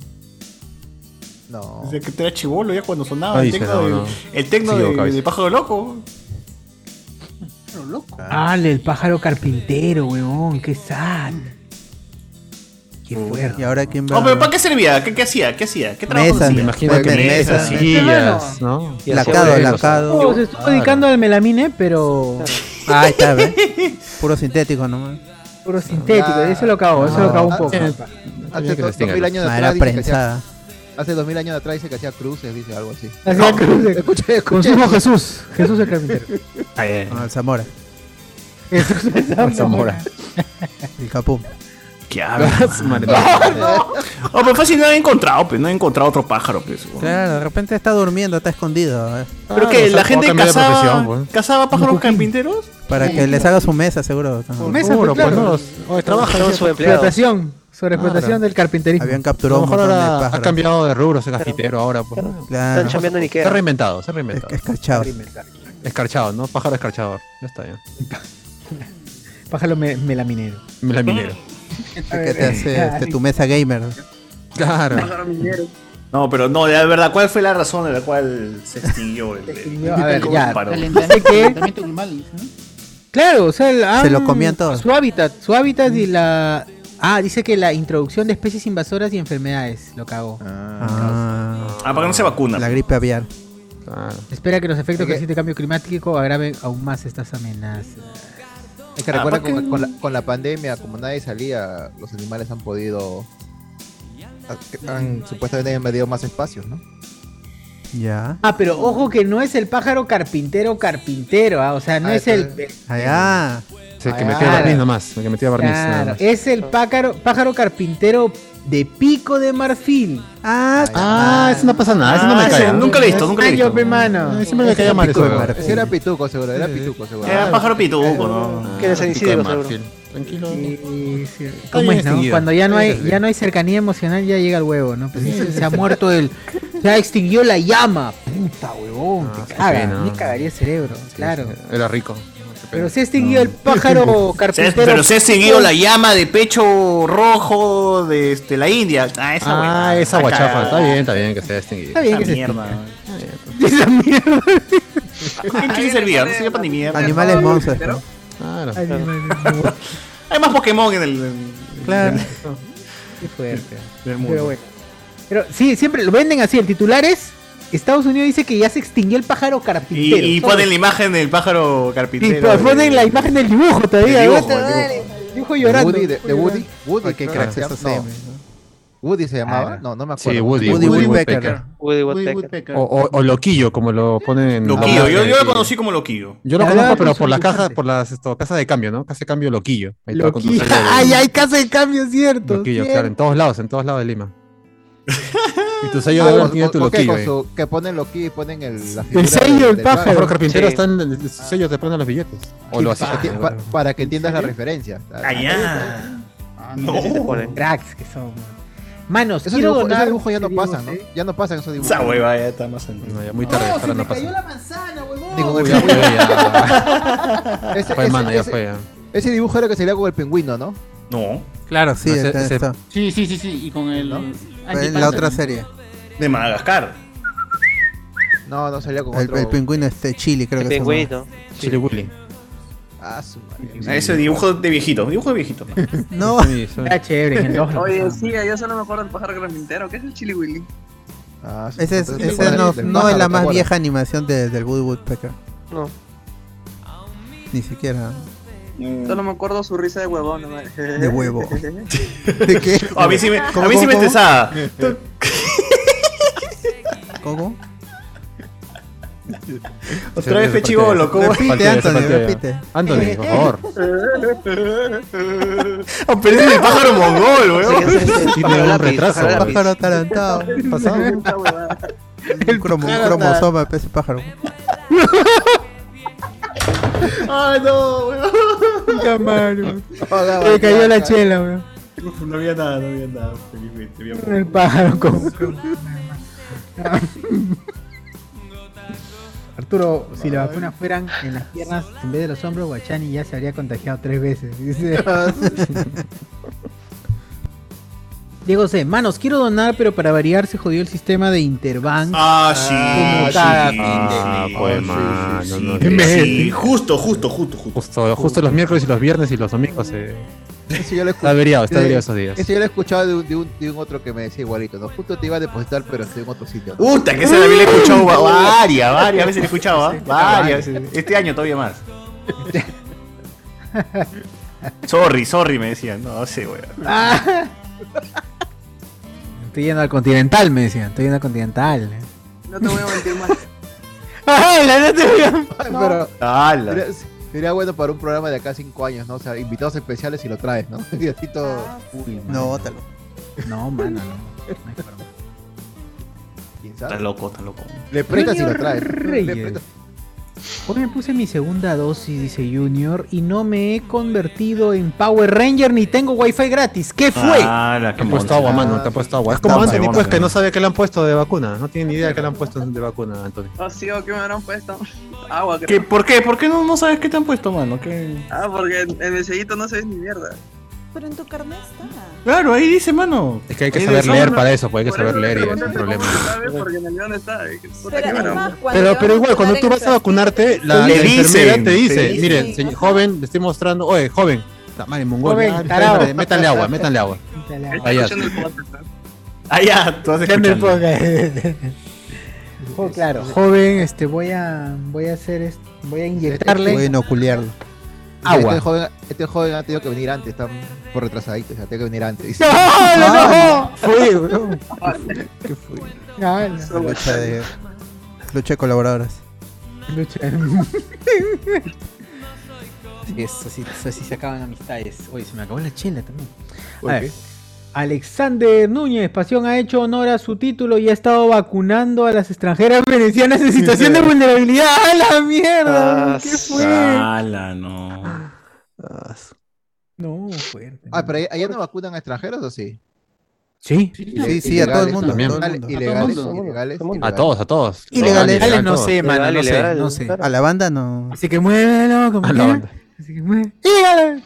[SPEAKER 8] No.
[SPEAKER 4] Desde que te era chivolo ya cuando sonaba
[SPEAKER 2] Ahí
[SPEAKER 4] el
[SPEAKER 2] se
[SPEAKER 4] tecno,
[SPEAKER 2] no,
[SPEAKER 4] de,
[SPEAKER 2] no.
[SPEAKER 4] El tecno
[SPEAKER 2] Sí,
[SPEAKER 4] de,
[SPEAKER 2] cabeza.
[SPEAKER 4] de pájaro loco.
[SPEAKER 10] loco.
[SPEAKER 1] Ah, el pájaro carpintero, huevón, qué sad. Qué fuerte.
[SPEAKER 3] Y ahora quién va.
[SPEAKER 4] No, pero ¿para qué servía? ¿Qué, qué hacía? ¿Qué hacía? ¿Qué trabajo
[SPEAKER 3] Mesas,
[SPEAKER 4] hacía?
[SPEAKER 3] me imagino que mesas,
[SPEAKER 2] sillas, ¿no?
[SPEAKER 4] Y hacía
[SPEAKER 3] Lacado,
[SPEAKER 4] modelos.
[SPEAKER 3] lacado.
[SPEAKER 1] Oh, se estuvo dedicando al melamine, pero
[SPEAKER 3] Ah, está, ¿ves? Ah, Puro sintético nomás.
[SPEAKER 1] puro sintético.
[SPEAKER 8] Ya.
[SPEAKER 1] Eso lo acabó, eso lo acabó un
[SPEAKER 8] Ah,
[SPEAKER 1] poco.
[SPEAKER 8] sí. Hace dos,
[SPEAKER 3] que investigar.
[SPEAKER 8] 2000 años
[SPEAKER 3] Ah,
[SPEAKER 8] atrás.
[SPEAKER 3] era
[SPEAKER 8] dice que
[SPEAKER 3] prensada.
[SPEAKER 8] hacía- Hace 2000 años atrás dice que hacía cruces, dice algo así.
[SPEAKER 1] Hacía cruces.
[SPEAKER 8] Escuché,
[SPEAKER 1] Con
[SPEAKER 8] escuché.
[SPEAKER 1] su hijo Jesús, Jesús el carpintero.
[SPEAKER 4] Ah,
[SPEAKER 3] Con el Zamora.
[SPEAKER 1] Jesús el Zamora.
[SPEAKER 3] El capú.
[SPEAKER 4] ¿Qué hablas, madre? Oh, pero fácil no he encontrado, pues no he encontrado otro pájaro, pues. weón.
[SPEAKER 3] Claro, de repente está durmiendo, está escondido. ¿eh?
[SPEAKER 4] Pero que la gente
[SPEAKER 3] pues.
[SPEAKER 4] cazaba, cazaba pájaros carpinteros.
[SPEAKER 3] Para que les haga su mesa, seguro.
[SPEAKER 1] Mesa, pues, claro.
[SPEAKER 2] trabaja,
[SPEAKER 1] Sobre
[SPEAKER 2] decía, pues.
[SPEAKER 1] explotación,
[SPEAKER 3] Ah,
[SPEAKER 1] sobre explotación del carpinterismo.
[SPEAKER 3] Habían
[SPEAKER 2] A
[SPEAKER 3] capturado
[SPEAKER 2] lo
[SPEAKER 3] un
[SPEAKER 2] mejor
[SPEAKER 3] montón de
[SPEAKER 2] ahora ha
[SPEAKER 3] pájaros.
[SPEAKER 2] cambiado de rubro, es cafetero ahora. Pues.
[SPEAKER 3] Claro. Están
[SPEAKER 5] chambeando en Ikea.
[SPEAKER 2] Se ha reinventado, se ha reinventado.
[SPEAKER 3] Escarchado.
[SPEAKER 2] Escarchado, ¿no? Pájaro escarchador. Ya está bien.
[SPEAKER 1] Pájaro me- melaminero.
[SPEAKER 2] Melaminero.
[SPEAKER 3] Que te hace este, tu mesa gamer.
[SPEAKER 1] Ah,
[SPEAKER 2] Claro.
[SPEAKER 4] No, pero no, de verdad, ¿cuál fue la razón de la cual se extinguió el,
[SPEAKER 1] extinguió, a ver, ya.
[SPEAKER 4] pájaro?
[SPEAKER 1] Sé que-
[SPEAKER 10] Calentamiento animal. ¿no?
[SPEAKER 1] Claro, o sea, el-
[SPEAKER 3] Se lo
[SPEAKER 1] han-
[SPEAKER 3] comían Mm. todos.
[SPEAKER 1] Su hábitat, su hábitat y la. Ah, dice que la introducción de especies invasoras y enfermedades lo cagó.
[SPEAKER 3] Ah,
[SPEAKER 4] Ah, para que no se vacuna.
[SPEAKER 3] la gripe aviar.
[SPEAKER 2] Claro.
[SPEAKER 1] Espera que los efectos
[SPEAKER 8] Ok.
[SPEAKER 1] que existe el cambio climático agraven aún más estas amenazas.
[SPEAKER 8] Es que
[SPEAKER 4] Ah,
[SPEAKER 8] recuerda
[SPEAKER 4] ¿para
[SPEAKER 8] con,
[SPEAKER 4] qué?
[SPEAKER 8] con la, con la pandemia, como nadie salía, los animales han podido. han- han- supuestamente han medido más espacios, ¿no?
[SPEAKER 3] Ya.
[SPEAKER 1] Ah, pero ojo que no es el pájaro carpintero carpintero, ah, o sea, no
[SPEAKER 8] Ah,
[SPEAKER 1] es el. el-
[SPEAKER 3] Allá.
[SPEAKER 2] Sí, que
[SPEAKER 1] Ah,
[SPEAKER 2] metía
[SPEAKER 1] claro.
[SPEAKER 2] barniz nomás. Que metía barniz. nada
[SPEAKER 1] Claro,
[SPEAKER 2] más.
[SPEAKER 1] es el pájaro, pájaro carpintero de pico de marfil.
[SPEAKER 3] Ah,
[SPEAKER 2] Ah, eso no pasa nada. Eso no me
[SPEAKER 4] Ah,
[SPEAKER 2] cae.
[SPEAKER 4] eso
[SPEAKER 2] ¿no?
[SPEAKER 4] nunca lo he visto, nunca lo he
[SPEAKER 1] Ay, yo,
[SPEAKER 4] visto.
[SPEAKER 1] pe, mano.
[SPEAKER 2] Eh, Siempre me caía mal eso.
[SPEAKER 3] Pico de
[SPEAKER 2] weón.
[SPEAKER 3] marfil.
[SPEAKER 8] Sí, era pituco, seguro, era pituco, seguro.
[SPEAKER 4] Era pájaro pituco, ¿no?
[SPEAKER 5] Que se
[SPEAKER 2] Pico de
[SPEAKER 5] incidió, seguro.
[SPEAKER 2] marfil. Tranquilo.
[SPEAKER 1] Y- sí, ¿Cómo
[SPEAKER 2] bien
[SPEAKER 1] es, no?
[SPEAKER 2] extinguido.
[SPEAKER 1] Cuando ya no hay
[SPEAKER 2] Sí, sí.
[SPEAKER 1] ya no hay cercanía emocional ya llega el huevo, ¿no? Pues se, se ha muerto el se ha extinguió la llama. Puta huevón,
[SPEAKER 2] Ah,
[SPEAKER 1] te
[SPEAKER 2] qué
[SPEAKER 1] caga,
[SPEAKER 2] pena.
[SPEAKER 1] me cagaría el cerebro, claro.
[SPEAKER 2] Era rico.
[SPEAKER 1] Pero se extinguió el pájaro
[SPEAKER 4] Se-
[SPEAKER 1] carpintero.
[SPEAKER 4] pero se ha seguido la llama de pecho rojo de este, la India. Ah, esa huevada.
[SPEAKER 2] Ah, esa
[SPEAKER 4] Ah,
[SPEAKER 2] guachafa.
[SPEAKER 4] cagada.
[SPEAKER 2] Está bien, está bien que sea extinguido.
[SPEAKER 1] Está bien que
[SPEAKER 4] Esa
[SPEAKER 1] se
[SPEAKER 4] mierda.
[SPEAKER 1] Esa mierda.
[SPEAKER 4] ¿En qué servía? No servía para ni mierda.
[SPEAKER 3] Animales monstruos.
[SPEAKER 2] Claro.
[SPEAKER 4] Hay más Pokémon en el. en-
[SPEAKER 3] Claro.
[SPEAKER 1] Qué fuerte.
[SPEAKER 4] en el
[SPEAKER 1] Pero
[SPEAKER 4] mundo.
[SPEAKER 1] bueno. Pero sí, siempre lo venden así, el titular es Estados Unidos dice que ya se extinguió el pájaro
[SPEAKER 4] Y,
[SPEAKER 1] carpintero.
[SPEAKER 4] y
[SPEAKER 1] Todo.
[SPEAKER 4] ponen la imagen del pájaro carpintero.
[SPEAKER 1] Y pues
[SPEAKER 4] de-
[SPEAKER 1] ponen la imagen del dibujo todavía.
[SPEAKER 4] del dibujo,
[SPEAKER 1] puta
[SPEAKER 4] del
[SPEAKER 1] madre.
[SPEAKER 4] dibujo.
[SPEAKER 1] Dibujo
[SPEAKER 8] De
[SPEAKER 1] llorando.
[SPEAKER 8] Woody, de, de Woody, Woody,
[SPEAKER 3] Ay,
[SPEAKER 8] que
[SPEAKER 3] claro.
[SPEAKER 8] crack,
[SPEAKER 3] Esos
[SPEAKER 8] no.
[SPEAKER 3] memes, ¿no?
[SPEAKER 8] Woody se llamaba,
[SPEAKER 1] Claro.
[SPEAKER 8] no, no me acuerdo.
[SPEAKER 2] Sí, Woody.
[SPEAKER 3] Woody
[SPEAKER 2] Woody
[SPEAKER 3] Woodpecker.
[SPEAKER 2] Woodpecker.
[SPEAKER 5] Woody
[SPEAKER 10] Woody
[SPEAKER 5] Woodpecker.
[SPEAKER 10] Woodpecker.
[SPEAKER 2] O, o- o loquillo, como lo ponen.
[SPEAKER 4] Loquillo, yo, yo
[SPEAKER 2] Sí.
[SPEAKER 4] lo conocí como Loquillo.
[SPEAKER 2] Yo lo
[SPEAKER 1] Ah,
[SPEAKER 2] conozco,
[SPEAKER 1] pues,
[SPEAKER 2] pero
[SPEAKER 1] un
[SPEAKER 2] por las
[SPEAKER 1] dibujante.
[SPEAKER 2] cajas, por las esto, casas de cambio, ¿no? Casa de cambio Loquillo. Ahí estaba con tu
[SPEAKER 1] Loquillo.
[SPEAKER 2] sello de-
[SPEAKER 1] Ay, hay casa de cambio, cierto.
[SPEAKER 2] Loquillo,
[SPEAKER 1] cierto.
[SPEAKER 2] claro, en todos lados, en todos lados de Lima. y tu sello
[SPEAKER 8] Ah,
[SPEAKER 2] de
[SPEAKER 8] con-
[SPEAKER 2] oro tiene tu
[SPEAKER 8] con- ¿qué?
[SPEAKER 2] loquillo.
[SPEAKER 8] Con
[SPEAKER 2] ahí.
[SPEAKER 8] su- que ponen loquillo y ponen el, la
[SPEAKER 1] El
[SPEAKER 8] figura
[SPEAKER 1] sello,
[SPEAKER 8] del-
[SPEAKER 1] el
[SPEAKER 8] del
[SPEAKER 1] pájaro.
[SPEAKER 2] Los carpinteros
[SPEAKER 5] Sí.
[SPEAKER 2] están en sus sellos, te ponen los billetes. O lo hacían.
[SPEAKER 8] Pa-
[SPEAKER 2] Ah,
[SPEAKER 8] Ah,
[SPEAKER 4] Ah,
[SPEAKER 8] pa- para que entiendas la referencia.
[SPEAKER 4] Allá.
[SPEAKER 1] No. Cracks que son. Manos,
[SPEAKER 8] Esos
[SPEAKER 1] quiero
[SPEAKER 8] dibujos-
[SPEAKER 1] donar.
[SPEAKER 8] esos dibujos ya no
[SPEAKER 1] dibujos,
[SPEAKER 8] pasan, ¿no?
[SPEAKER 1] ¿eh?
[SPEAKER 8] Ya no pasan esos dibujos.
[SPEAKER 4] Esa hueva Ah, eh. ya está más
[SPEAKER 2] No, ya muy tarde,
[SPEAKER 8] No,
[SPEAKER 2] ahora
[SPEAKER 8] se
[SPEAKER 2] no
[SPEAKER 8] me
[SPEAKER 2] pasa.
[SPEAKER 8] cayó
[SPEAKER 1] la manzana, huevón!
[SPEAKER 8] Digo,
[SPEAKER 2] Uy,
[SPEAKER 8] el
[SPEAKER 2] ya fue,
[SPEAKER 8] pingüino.
[SPEAKER 2] ya.
[SPEAKER 8] Ese-
[SPEAKER 2] Fue,
[SPEAKER 8] ese-
[SPEAKER 2] mano, ya
[SPEAKER 8] ese-
[SPEAKER 2] fue, ya.
[SPEAKER 8] Ese dibujo era que salía con el pingüino, ¿no?
[SPEAKER 4] No.
[SPEAKER 2] Claro,
[SPEAKER 8] Sí,
[SPEAKER 2] no, ese-
[SPEAKER 8] está-
[SPEAKER 2] ese-
[SPEAKER 8] está.
[SPEAKER 10] Sí, sí, sí, sí. Y con el.
[SPEAKER 3] Fue en la otra serie.
[SPEAKER 4] De Madagascar.
[SPEAKER 8] No, no salía con
[SPEAKER 3] El,
[SPEAKER 8] otro.
[SPEAKER 3] el pingüino este Chile, creo
[SPEAKER 8] El
[SPEAKER 3] que se llama.
[SPEAKER 8] pingüino.
[SPEAKER 2] Chile Willy.
[SPEAKER 8] Ah, su madre.
[SPEAKER 4] Ese dibujo de viejito, dibujo de viejito.
[SPEAKER 3] No.
[SPEAKER 1] Era chévere, en el dos lo
[SPEAKER 24] Oye,
[SPEAKER 4] pues,
[SPEAKER 1] pasaban.
[SPEAKER 24] sí, yo solo me acuerdo del pájaro carpintero. ¿Qué es el chili willy?
[SPEAKER 8] Ah, su-
[SPEAKER 3] Ese es,
[SPEAKER 8] otro-
[SPEAKER 3] ese
[SPEAKER 8] del-
[SPEAKER 3] no,
[SPEAKER 8] del
[SPEAKER 3] no es
[SPEAKER 8] pájaro,
[SPEAKER 3] la
[SPEAKER 8] ¿te
[SPEAKER 3] más
[SPEAKER 8] acuerdas?
[SPEAKER 3] vieja animación de- del Woody Woodpecker.
[SPEAKER 24] No.
[SPEAKER 3] Ni siquiera.
[SPEAKER 24] Solo me acuerdo su risa de huevón. ¿no?
[SPEAKER 3] De huevo.
[SPEAKER 24] ¿De
[SPEAKER 3] qué?
[SPEAKER 4] A mí sí me,
[SPEAKER 3] ¿Cómo,
[SPEAKER 4] a mí sí me
[SPEAKER 3] cómo, cómo?
[SPEAKER 4] estresaba.
[SPEAKER 3] ¿Cómo?
[SPEAKER 4] Otra vez fechibolo, ¿cómo?
[SPEAKER 3] Repite, Anthony, repite.
[SPEAKER 2] Anthony, por favor.
[SPEAKER 4] Aparece el pájaro mongol, weón.
[SPEAKER 3] Tiene un retraso. Pájaro atarantado. Un, cromo- un cromosoma, pez pájaro.
[SPEAKER 4] Ay, no, weón.
[SPEAKER 3] Se cayó la chela, weón.
[SPEAKER 4] No había nada, no había nada, felizmente. había poco.
[SPEAKER 1] El pájaro con- Arturo, si las vacunas fueran en las piernas en vez de los hombros, Guachani ya se habría contagiado tres veces. dice. Diego C, manos, quiero donar, pero para variar se jodió el sistema de Interbank.
[SPEAKER 4] Ah, sí.
[SPEAKER 1] Como
[SPEAKER 4] sí,
[SPEAKER 1] cada
[SPEAKER 4] sí,
[SPEAKER 2] Ah,
[SPEAKER 4] sí,
[SPEAKER 2] pues,
[SPEAKER 4] sí,
[SPEAKER 2] mano,
[SPEAKER 4] sí,
[SPEAKER 2] no
[SPEAKER 4] sí,
[SPEAKER 2] digas.
[SPEAKER 4] sí, Justo, justo, justo, justo.
[SPEAKER 2] Justo, justo los miércoles y los viernes y los domingos. eh.
[SPEAKER 8] Eso yo lo he
[SPEAKER 2] Está averiado, está
[SPEAKER 8] yo-
[SPEAKER 2] averiado esos días.
[SPEAKER 8] Eso yo lo he escuchado de un, de, un, de un otro que me decía igualito. No, justo te iba a depositar, pero estoy en otro sitio. ¿no?
[SPEAKER 4] Puta, que esa también la he escuchado va- varias, varias veces la he escuchado, ¿ah? varias veces. Este año todavía más. Sorry, sorry, me decían. No, sí, weón.
[SPEAKER 3] Ah.
[SPEAKER 1] Estoy yendo al Continental, me decían. Estoy yendo al Continental.
[SPEAKER 24] No te voy a mentir más.
[SPEAKER 16] Ah,
[SPEAKER 8] Pero
[SPEAKER 4] ¡Hala!
[SPEAKER 8] sería, sería bueno para un programa de acá cinco años, ¿no? O sea, invitados especiales y lo traes, ¿no? Y así todo.
[SPEAKER 3] No, bótalo.
[SPEAKER 1] No, mano, no.
[SPEAKER 8] ¿Quién
[SPEAKER 4] Está
[SPEAKER 8] sabe?
[SPEAKER 4] loco, está loco.
[SPEAKER 8] Le prestas y lo
[SPEAKER 1] Junior
[SPEAKER 8] traes. Le
[SPEAKER 1] Reyes.
[SPEAKER 8] prestas-
[SPEAKER 1] Hoy me puse mi segunda dosis, dice Junior, y no me he convertido en Power Ranger ni tengo wifi gratis. ¿Qué fue?
[SPEAKER 4] ¡Hala!
[SPEAKER 2] Te han puesto agua, mano, te han puesto agua. Es como
[SPEAKER 4] Estamos
[SPEAKER 2] Anthony,
[SPEAKER 4] ahí,
[SPEAKER 2] pues,
[SPEAKER 4] vamos,
[SPEAKER 2] que no
[SPEAKER 4] ahí.
[SPEAKER 2] sabe que le han puesto de vacuna. No tiene ni idea que le han puesto de vacuna, Anthony.
[SPEAKER 24] Oh, sí, oh, ¿qué me habrán puesto? Agua, creo.
[SPEAKER 4] ¿Qué, ¿Por qué? ¿Por qué no, no sabes qué te han puesto, mano? ¿Qué?
[SPEAKER 24] Ah, porque en en el sellito no se ve ni mierda.
[SPEAKER 14] Pero en tu carnet está.
[SPEAKER 4] Claro, ahí dice, mano.
[SPEAKER 2] Es que hay que
[SPEAKER 4] Ahí
[SPEAKER 2] saber
[SPEAKER 4] dice,
[SPEAKER 2] leer
[SPEAKER 4] mano.
[SPEAKER 2] para eso, pues hay que
[SPEAKER 4] Por
[SPEAKER 2] saber
[SPEAKER 4] eso
[SPEAKER 2] leer y
[SPEAKER 4] te
[SPEAKER 2] es un problema.
[SPEAKER 24] ¿Sabes? Ah, Porque en el guión está. eh, que puta
[SPEAKER 14] Pero
[SPEAKER 24] que me
[SPEAKER 14] es
[SPEAKER 24] habrán
[SPEAKER 14] más,
[SPEAKER 24] puesto.
[SPEAKER 14] cuando
[SPEAKER 2] Pero,
[SPEAKER 14] te
[SPEAKER 2] pero
[SPEAKER 14] vas a
[SPEAKER 2] igual, cuando
[SPEAKER 14] vacunar
[SPEAKER 2] tú
[SPEAKER 14] en
[SPEAKER 2] vas a vacunarte, la,
[SPEAKER 4] Le
[SPEAKER 2] la
[SPEAKER 4] dicen,
[SPEAKER 2] enfermera te
[SPEAKER 4] te
[SPEAKER 2] dice,
[SPEAKER 4] dicen.
[SPEAKER 2] miren,
[SPEAKER 14] Sí,
[SPEAKER 2] señor-
[SPEAKER 14] ajá.
[SPEAKER 2] joven, le estoy mostrando, oye, joven, la madre mongol,
[SPEAKER 1] Joven,
[SPEAKER 2] ah,
[SPEAKER 1] tarao.
[SPEAKER 2] madre, métale agua, métale agua.
[SPEAKER 1] Métale agua.
[SPEAKER 2] Ahí ya.
[SPEAKER 24] Escuchando el podcast, ¿ah?
[SPEAKER 4] Ah, ya, tú vas
[SPEAKER 1] Ya me
[SPEAKER 4] escuchando.
[SPEAKER 1] ponga. Jo- claro, joven, este, voy a, voy a hacer, est- voy a inyectarle.
[SPEAKER 3] Voy a inocularlo.
[SPEAKER 8] Este joven, este joven ha tenido que venir antes, están por retrasaditos, o sea, tiene que venir antes.
[SPEAKER 1] ¡No, no, no!
[SPEAKER 3] Fue, weón.
[SPEAKER 8] ¿Qué fue?
[SPEAKER 1] Ah,
[SPEAKER 3] Lucha de, lucha de colaboradoras.
[SPEAKER 1] la lucha. Sí, eso sí, eso sí se acaban amistades. Oye, se me acabó la chela también.
[SPEAKER 8] ¿Por
[SPEAKER 1] A
[SPEAKER 8] qué?
[SPEAKER 1] ver, Alexander Núñez, Pasión ha hecho honor a su título y ha estado vacunando a las extranjeras venecianas en situación de vulnerabilidad. ¡A la
[SPEAKER 8] Ah,
[SPEAKER 1] mierda! ¿Qué fue?
[SPEAKER 4] ¡Hala, Ah, no!
[SPEAKER 1] No, fuerte.
[SPEAKER 8] Ah, pero ahí- allá no vacunan a extranjeros o sí?
[SPEAKER 1] Sí.
[SPEAKER 3] Sí, sí, a todo el mundo.
[SPEAKER 2] también.
[SPEAKER 3] a todo el mundo.
[SPEAKER 8] Ilegales,
[SPEAKER 1] mundo.
[SPEAKER 8] ilegales.
[SPEAKER 2] A todos, a todos.
[SPEAKER 3] Ilegales.
[SPEAKER 2] Ilegales,
[SPEAKER 1] no sé,
[SPEAKER 2] todos.
[SPEAKER 1] mano, no
[SPEAKER 5] Ilegal,
[SPEAKER 1] sé,
[SPEAKER 5] ilegal,
[SPEAKER 1] no sé.
[SPEAKER 3] A la banda no.
[SPEAKER 1] Así que muévelo como
[SPEAKER 2] A la
[SPEAKER 1] quieras.
[SPEAKER 2] banda.
[SPEAKER 1] Así que mueve. ¡Hígalo!